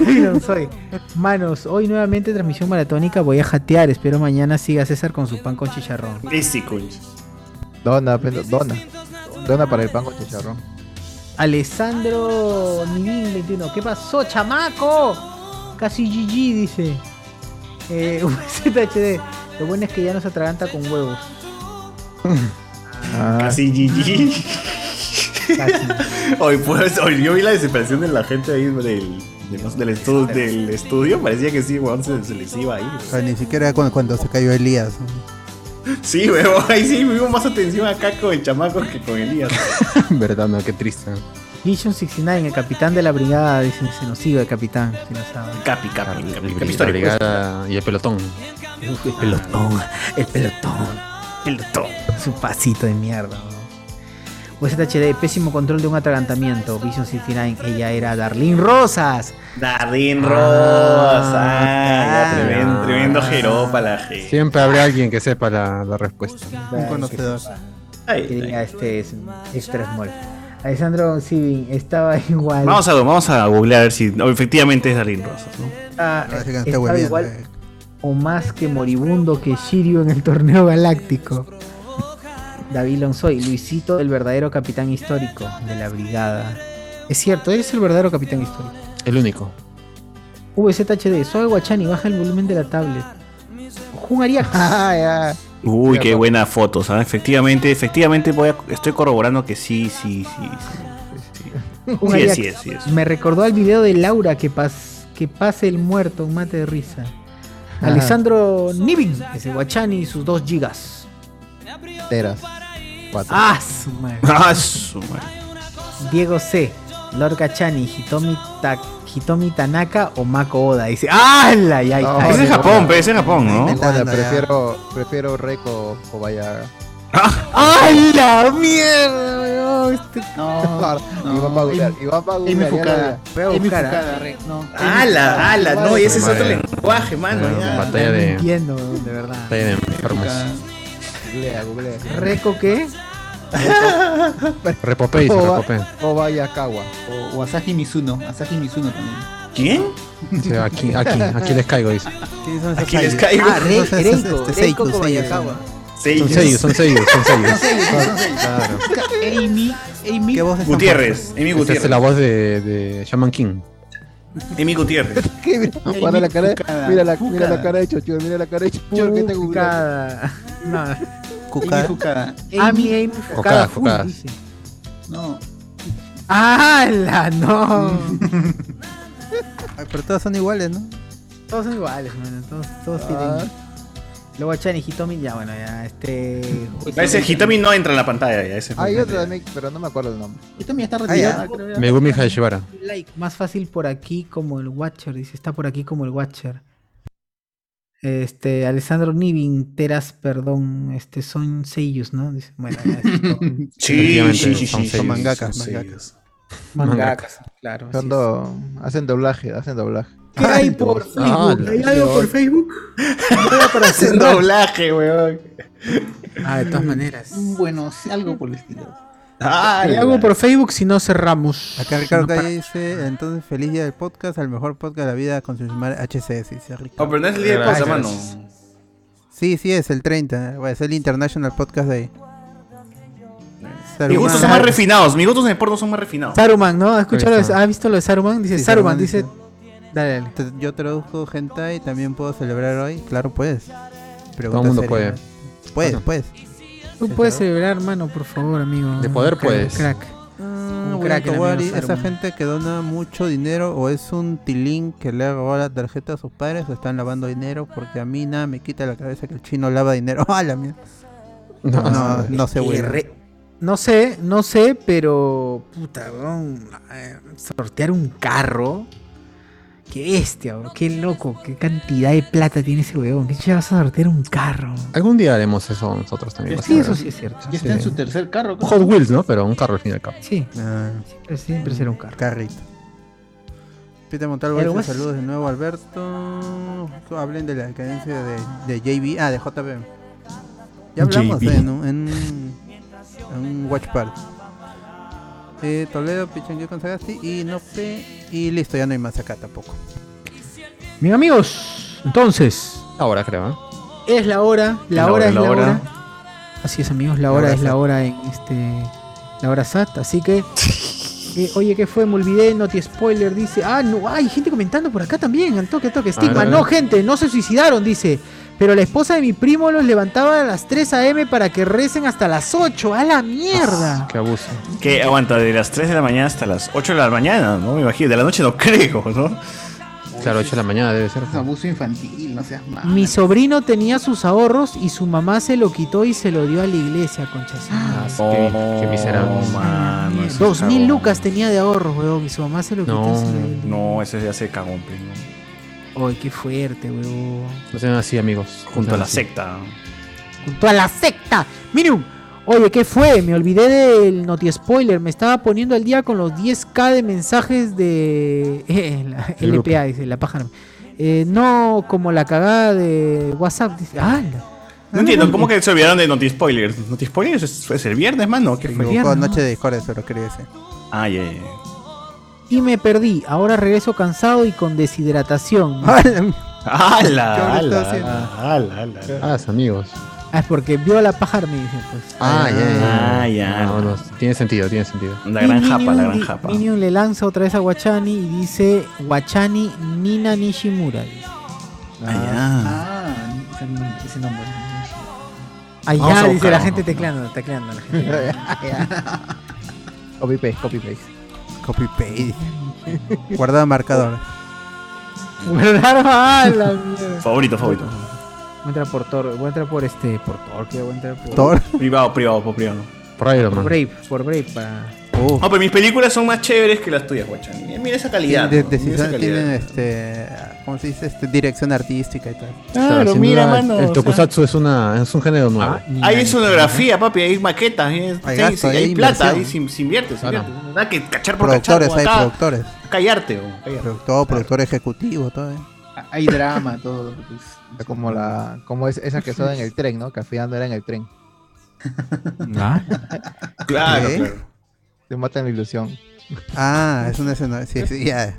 [SPEAKER 1] Mira, soy. Manos, hoy nuevamente transmisión maratónica. Voy a jatear. Espero mañana siga César con su pan con chicharrón.
[SPEAKER 4] Easy, coño.
[SPEAKER 8] Dona, prendo- dona. Dona para el pan con chicharrón.
[SPEAKER 1] Alessandro Nivin 21. ¿Qué pasó, chamaco? Casi GG, dice. Eh, VZHD. Lo bueno es que ya nos atraganta con huevos.
[SPEAKER 8] Ah.
[SPEAKER 4] Casi GG. Hoy, pues, hoy yo vi la desesperación de la gente ahí del, de los- del, estu- del estudio. Parecía que sí, weón, se, se les iba ahí.
[SPEAKER 3] O sea, ni siquiera cuando, cuando se cayó Elías.
[SPEAKER 4] Sí, weón, ahí sí vimos más atención acá con el chamaco que con Elías.
[SPEAKER 2] Verdad, no, qué triste.
[SPEAKER 1] Vision 69, el capitán de la brigada, dice. Se nos sigue el capitán. Se nos sabe.
[SPEAKER 4] Capi, capi, capi, capi,
[SPEAKER 2] La
[SPEAKER 4] histórico.
[SPEAKER 2] brigada y el pelotón.
[SPEAKER 1] Uf, el pelotón, el pelotón, el pelotón. Su pasito de mierda. HD, pésimo control de un atragantamiento. Vision 69, ella era Darlene Rosas. Ah,
[SPEAKER 4] Darlene Rosas. Ah, ya, tremendo, tremendo jeropa la gente.
[SPEAKER 2] Siempre habrá alguien que sepa la, la respuesta.
[SPEAKER 1] Un conocedor. Quería este es un extra small. Alessandro Sibin estaba igual.
[SPEAKER 4] Vamos a, vamos a googlear a ver si no, efectivamente es Darlene Rosas. ¿no?
[SPEAKER 1] Ah,
[SPEAKER 4] No, ese que no está
[SPEAKER 1] estaba
[SPEAKER 4] hueviando,
[SPEAKER 1] igual o más que moribundo que Shiryu en el torneo galáctico. David Lonsoy, Luisito, el verdadero capitán histórico de la brigada. Es cierto, él es el verdadero capitán histórico.
[SPEAKER 2] El único.
[SPEAKER 1] VZHD, soy Guachani, baja el volumen de la tablet. Jugaría.
[SPEAKER 4] Uy, qué buenas fotos. ¿ah? Efectivamente, efectivamente voy a- estoy corroborando que sí, sí, sí. sí, sí. Sí, es, sí, es, sí es.
[SPEAKER 1] Me recordó al video de Laura que, pas- que pase el muerto, un mate de risa.
[SPEAKER 4] Ajá.
[SPEAKER 1] Alessandro Nibin, ese Guachani y sus 2 gigas.
[SPEAKER 8] Teras. Cuatro.
[SPEAKER 1] Ah, su madre.
[SPEAKER 4] Ah, su madre.
[SPEAKER 1] Diego C. Lord Kachani, Hitomi, Ta- Hitomi Tanaka o Mako Oda. Dice, ¡Hala! Ya,
[SPEAKER 8] No,
[SPEAKER 1] está.
[SPEAKER 8] ese es Japón, pe, ese es
[SPEAKER 4] Japón,
[SPEAKER 8] No,
[SPEAKER 1] Inventando, ya.
[SPEAKER 8] prefiero, prefiero Reco o Vaya.
[SPEAKER 1] ¡Ay, la mierda! weón! Este-
[SPEAKER 8] No, Iván va a googlear, Iván va a googlear, ya la-
[SPEAKER 1] Voy a
[SPEAKER 8] Amy
[SPEAKER 1] buscar,
[SPEAKER 8] Fucada,
[SPEAKER 1] ah.
[SPEAKER 8] re-
[SPEAKER 1] No.
[SPEAKER 4] ¡Hala, hala! No, y ese es otro
[SPEAKER 2] Madre.
[SPEAKER 4] lenguaje, mano.
[SPEAKER 2] Bueno,
[SPEAKER 4] ya.
[SPEAKER 2] batalla de-
[SPEAKER 1] entiendo, weón, de verdad.
[SPEAKER 2] Está bien enfermos.
[SPEAKER 8] Googlea, googlea.
[SPEAKER 1] ¿Reco qué?
[SPEAKER 2] Repopé, dice
[SPEAKER 6] O va-
[SPEAKER 2] Repopé.
[SPEAKER 8] O Vayakawa.
[SPEAKER 6] O, o Asahi Mizuno. Asahi Mizuno también.
[SPEAKER 4] ¿Quién?
[SPEAKER 2] Sí, aquí, aquí, aquí les caigo, dice.
[SPEAKER 6] Aquí les caigo.
[SPEAKER 1] Ah, Re-
[SPEAKER 6] Entonces,
[SPEAKER 1] Reiko,
[SPEAKER 6] este,
[SPEAKER 1] Reiko
[SPEAKER 6] Seiko,
[SPEAKER 1] Kobayakawa.
[SPEAKER 2] Son sellos, son sellos, son sellos. Claro.
[SPEAKER 6] Amy, Amy.
[SPEAKER 4] Gutiérrez, Amy
[SPEAKER 2] Esa
[SPEAKER 4] Gutiérrez.
[SPEAKER 2] es la voz de, de Shaman King.
[SPEAKER 4] Emi Gutiérrez.
[SPEAKER 8] Guarda la cara,
[SPEAKER 1] Fucada,
[SPEAKER 8] mira, la,
[SPEAKER 1] Fucada.
[SPEAKER 8] mira la cara de Chochur, mira la cara de Chochur que te googleando.
[SPEAKER 1] Fucada. No.
[SPEAKER 8] Cucada.
[SPEAKER 1] Ami, Amy,
[SPEAKER 2] Cocadas,
[SPEAKER 1] Fucada. full,
[SPEAKER 2] cocadas.
[SPEAKER 1] dice.
[SPEAKER 6] No.
[SPEAKER 1] ¡Hala! No.
[SPEAKER 3] Ay, pero todas son iguales, ¿no? Ah.
[SPEAKER 1] Todos son iguales, mano. Todos, todos tienen. Luego a Chan y Hitomi, ya bueno, ya este.
[SPEAKER 6] Pues
[SPEAKER 4] Ese Hitomi no entra en la pantalla. Ya, ese
[SPEAKER 8] Hay otro también, pero no me acuerdo el nombre.
[SPEAKER 6] Hitomi
[SPEAKER 3] Ah,
[SPEAKER 6] está
[SPEAKER 1] retirada,
[SPEAKER 8] creo
[SPEAKER 2] Megumi Hayashibara.
[SPEAKER 1] Like, más fácil por aquí como el Watcher, dice, está por aquí como el Watcher. Este, Alessandro Nibin, Teras, perdón, este, son sellos, ¿no? Dice, bueno, ya es todo.
[SPEAKER 4] Sí,
[SPEAKER 8] Efectivamente,
[SPEAKER 4] sí, sí, sí,
[SPEAKER 8] son
[SPEAKER 4] sí,
[SPEAKER 8] mangakas,
[SPEAKER 4] sí, sí.
[SPEAKER 8] mangakas.
[SPEAKER 1] Mangakas, claro.
[SPEAKER 8] Son do- hacen doblaje, hacen doblaje.
[SPEAKER 1] ¿Qué hay por
[SPEAKER 8] Ah,
[SPEAKER 1] Facebook?
[SPEAKER 8] la
[SPEAKER 1] ¿Hay algo por
[SPEAKER 8] peor.
[SPEAKER 1] Facebook? Nada para
[SPEAKER 4] Hacen
[SPEAKER 1] cerrar.
[SPEAKER 4] doblaje, weón.
[SPEAKER 1] Ah, de todas maneras.
[SPEAKER 6] Bueno, sí, algo por el estilo.
[SPEAKER 4] Ah,
[SPEAKER 1] Hay Ah, algo por Facebook si no cerramos.
[SPEAKER 3] Acá Ricardo
[SPEAKER 1] Si no
[SPEAKER 3] Calle dice, entonces feliz día del podcast, al mejor podcast de la vida con su mal HCS, dice Ricardo.
[SPEAKER 4] No, Oh, pero no es el día del
[SPEAKER 3] Gracias.
[SPEAKER 4] podcast, mano.
[SPEAKER 3] Sí, sí es, el 30, bueno, es el International Podcast Day.
[SPEAKER 4] Mis gustos son más refinados. Mis gustos en el porno son más refinados.
[SPEAKER 1] Saruman, ¿no? ¿Has escuchado?
[SPEAKER 3] Ahí
[SPEAKER 1] lo
[SPEAKER 3] está.
[SPEAKER 1] de- ¿Has visto lo de Saruman? Dice
[SPEAKER 3] Sí,
[SPEAKER 1] Saruman,
[SPEAKER 3] Saruman
[SPEAKER 1] dice. Dale,
[SPEAKER 3] Te- Yo traduzco hentai, también puedo celebrar hoy. Claro, puedes.
[SPEAKER 2] Todo el mundo puede.
[SPEAKER 3] Puedes,
[SPEAKER 2] Ajá.
[SPEAKER 3] puedes.
[SPEAKER 1] Tú puedes celebrar, mano, por favor, amigo.
[SPEAKER 2] De poder
[SPEAKER 1] Un crack,
[SPEAKER 2] puedes.
[SPEAKER 1] un Crack.
[SPEAKER 3] Ah,
[SPEAKER 1] Un
[SPEAKER 3] bueno,
[SPEAKER 1] crack, el amigo
[SPEAKER 3] Tawari, esa
[SPEAKER 1] Saruman.
[SPEAKER 3] gente que dona mucho dinero o es un tilín que le robó la tarjeta a sus padres o están lavando dinero porque a mí nada me quita la cabeza que el chino lava dinero. ¡Ah, la mierda! No, no, no se
[SPEAKER 1] Eh,
[SPEAKER 3] güey.
[SPEAKER 1] re- No sé, no sé, pero. Puta, weón, eh, Sortear un carro. Qué bestia, weón, qué loco, qué cantidad de plata tiene ese weón. ¿Qué chucha vas a sortear un carro?
[SPEAKER 2] Algún día haremos eso nosotros también.
[SPEAKER 1] Sí,
[SPEAKER 2] vas a
[SPEAKER 1] eso
[SPEAKER 2] ver.
[SPEAKER 1] sí es cierto.
[SPEAKER 6] Ya está en su tercer carro.
[SPEAKER 2] Un Hot Wheels, ¿no? Pero un carro al fin y al cabo.
[SPEAKER 1] Sí.
[SPEAKER 3] Ah.
[SPEAKER 1] Siempre, siempre será un carro.
[SPEAKER 3] Carrito. Peter Montalvo
[SPEAKER 1] Pero
[SPEAKER 3] dice,
[SPEAKER 1] vos-
[SPEAKER 3] saludos de nuevo Alberto. Hablen de la decadencia de, de JB, ah, de JB. Ya hablamos
[SPEAKER 37] JB.
[SPEAKER 3] eh, en, un- en un- en un Watch Party. Eh, Toledo, Pichangue con Sagasti y Nope. Y listo, ya no hay más acá tampoco.
[SPEAKER 1] Mis amigos, entonces.
[SPEAKER 2] Ahora creo, ¿eh?
[SPEAKER 1] Es la hora, la,
[SPEAKER 2] La
[SPEAKER 1] hora,
[SPEAKER 2] hora,
[SPEAKER 1] es
[SPEAKER 2] la
[SPEAKER 1] la hora.
[SPEAKER 2] hora.
[SPEAKER 1] Así es, amigos, la
[SPEAKER 2] La
[SPEAKER 1] hora
[SPEAKER 2] hora
[SPEAKER 1] es la
[SPEAKER 2] SAT.
[SPEAKER 1] hora en este. La hora SAT. Así que. eh, oye, ¿qué fue? Me olvidé, Noti Spoiler dice. Ah, no, hay gente comentando por acá también. Al toque, al toque. Stigma.
[SPEAKER 2] ver, a
[SPEAKER 1] No,
[SPEAKER 2] ver.
[SPEAKER 1] gente, no se suicidaron, dice. Pero la esposa de mi primo los levantaba a las 3 a.m. para que recen hasta las 8. ¡A la mierda!
[SPEAKER 2] Qué abuso.
[SPEAKER 4] Que aguanta de las 3 de la mañana hasta las 8 de la mañana, ¿no? Me imagino. De la noche no creo, ¿no?
[SPEAKER 2] Claro, 8 de la mañana debe ser.
[SPEAKER 6] Abuso infantil, no seas
[SPEAKER 2] Ah,
[SPEAKER 6] malo.
[SPEAKER 1] Mi sobrino tenía sus ahorros y su mamá se lo quitó y se lo dio a la iglesia, concha. su madre.
[SPEAKER 2] Ah, qué, qué miserable.
[SPEAKER 4] mano, eso
[SPEAKER 1] Dos
[SPEAKER 4] es
[SPEAKER 1] mil
[SPEAKER 4] cagón.
[SPEAKER 1] lucas tenía de ahorros, weón, y su mamá se lo quitó. y se lo dio.
[SPEAKER 4] No, ese ya se cagó, pe, ¿no?
[SPEAKER 1] Ay, qué fuerte, weón.
[SPEAKER 2] No sean así, amigos.
[SPEAKER 4] Junto a la
[SPEAKER 2] Sí.
[SPEAKER 4] secta.
[SPEAKER 1] Junto a la secta. Miriam, oye, ¿qué fue? Me olvidé del noti spoiler. Me estaba poniendo al día con los 10k de mensajes de eh, la-
[SPEAKER 2] El
[SPEAKER 1] LPA, dice la pájara. Eh, no como la cagada de WhatsApp. Dice, ah, la-
[SPEAKER 4] No entiendo, ¿cómo que se olvidaron de Noti Spoilers? Noti Spoilers es, es el viernes, mano. ¿Qué fue?
[SPEAKER 3] equivocó, Noche de Discordia, se lo quería decir.
[SPEAKER 4] Ah, ya, ya, ya.
[SPEAKER 1] y me perdí. Ahora regreso cansado y con deshidratación.
[SPEAKER 2] ¡Hala!
[SPEAKER 1] Yo lo
[SPEAKER 2] ¡Hala!
[SPEAKER 1] estaba haciendo.
[SPEAKER 2] ¡Hala! ¡Hala! ¡Hala! amigos.
[SPEAKER 1] Ah, es porque vio a la pájara, me dice. Pues.
[SPEAKER 2] Ah, ya.
[SPEAKER 4] Ah, ya.
[SPEAKER 2] No, no, tiene sentido, tiene sentido.
[SPEAKER 4] La
[SPEAKER 1] Y Minion- Minion le lanza otra vez a Guachani y dice Guachani Nina Nishimura. dice.
[SPEAKER 6] Ah, ese nombre. ese nombre.
[SPEAKER 1] Allá
[SPEAKER 6] Vamos a
[SPEAKER 1] dice
[SPEAKER 6] buscar,
[SPEAKER 1] la
[SPEAKER 6] vamos a
[SPEAKER 1] gente
[SPEAKER 6] buscar.
[SPEAKER 1] tecleando, tecleando la gente.
[SPEAKER 8] Copy paste, copy paste.
[SPEAKER 3] Copy paste. Guardado marcador.
[SPEAKER 1] Guardaron
[SPEAKER 8] ah,
[SPEAKER 1] a la
[SPEAKER 3] Ah.
[SPEAKER 1] mierda.
[SPEAKER 4] Favorito, favorito.
[SPEAKER 1] Voy a entrar por Thor, voy a entrar por este, por Thor, que voy a entrar por
[SPEAKER 4] Privado, privado, por privado.
[SPEAKER 2] Por Iron
[SPEAKER 1] Por
[SPEAKER 2] Man.
[SPEAKER 1] Brave, por Brave para.
[SPEAKER 4] No, pero mis películas son más chéveres que las tuyas, guachán. Mira, mira esa calidad.
[SPEAKER 3] Tienen,
[SPEAKER 4] ¿no?
[SPEAKER 3] de-
[SPEAKER 4] Mira esa
[SPEAKER 3] decisión-
[SPEAKER 4] calidad.
[SPEAKER 3] tienen, este, ¿cómo se dice? Este, dirección artística y tal.
[SPEAKER 8] Ah,
[SPEAKER 2] O sea, sin duda, El tokusatsu es, una, es un género nuevo.
[SPEAKER 4] Hay escenografía, papi, hay maquetas, hay, hay-
[SPEAKER 2] gasto,
[SPEAKER 4] hay
[SPEAKER 2] hay
[SPEAKER 4] plata,
[SPEAKER 2] inversión.
[SPEAKER 4] ahí se, se invierte, se
[SPEAKER 2] Claro.
[SPEAKER 4] invierte. Nada que cachar por
[SPEAKER 3] Productores,
[SPEAKER 4] cachar.
[SPEAKER 3] hay
[SPEAKER 4] o acá
[SPEAKER 3] productores.
[SPEAKER 4] Callarte, o callarte.
[SPEAKER 3] Productor, productor ejecutivo, todo. ¿eh?
[SPEAKER 6] Hay drama, todo.
[SPEAKER 8] Es Ah, como la como es, esa que estaba en el tren, ¿no? Que al final no era en el tren.
[SPEAKER 4] Claro,
[SPEAKER 3] ¿Qué?
[SPEAKER 4] claro.
[SPEAKER 8] Te matan la ilusión.
[SPEAKER 3] ¿Eh? Ah, es una escena. Sí, sí, ya.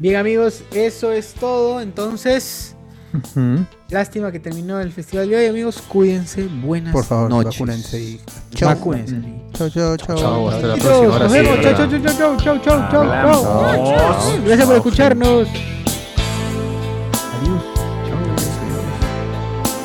[SPEAKER 1] Bien amigos, eso es todo. Entonces, lástima que terminó el festival de hoy, amigos. Cuídense, buenas
[SPEAKER 3] Por favor,
[SPEAKER 1] noches.
[SPEAKER 3] vacúnense y.
[SPEAKER 1] Chau. Vacúnense.
[SPEAKER 3] Chau, chau, chau.
[SPEAKER 2] Chau, hasta la
[SPEAKER 1] Amigos,
[SPEAKER 2] próxima. Ahora
[SPEAKER 1] Nos
[SPEAKER 2] sí,
[SPEAKER 1] vemos,
[SPEAKER 2] de
[SPEAKER 1] chau,
[SPEAKER 2] verdad.
[SPEAKER 1] chau, chau, chau, chau, chau, chau,
[SPEAKER 2] Hablamos.
[SPEAKER 1] chau. Gracias por escucharnos.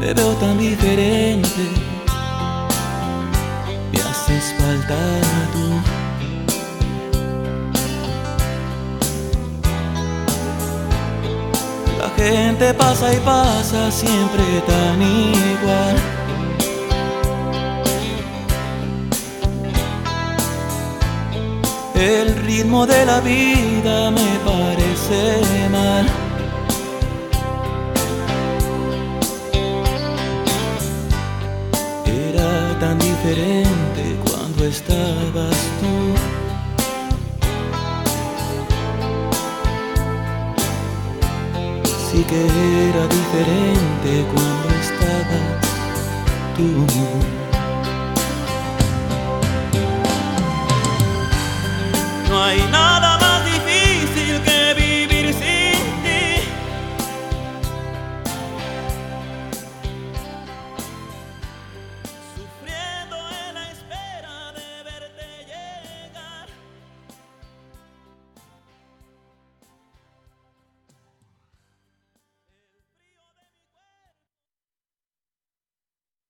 [SPEAKER 16] te veo tan diferente. Me haces falta tú. La gente pasa y pasa siempre tan igual. El ritmo de la vida me parece mal. Era tan diferente cuando estabas tú. Sí que era diferente cuando estabas tú. No hay nada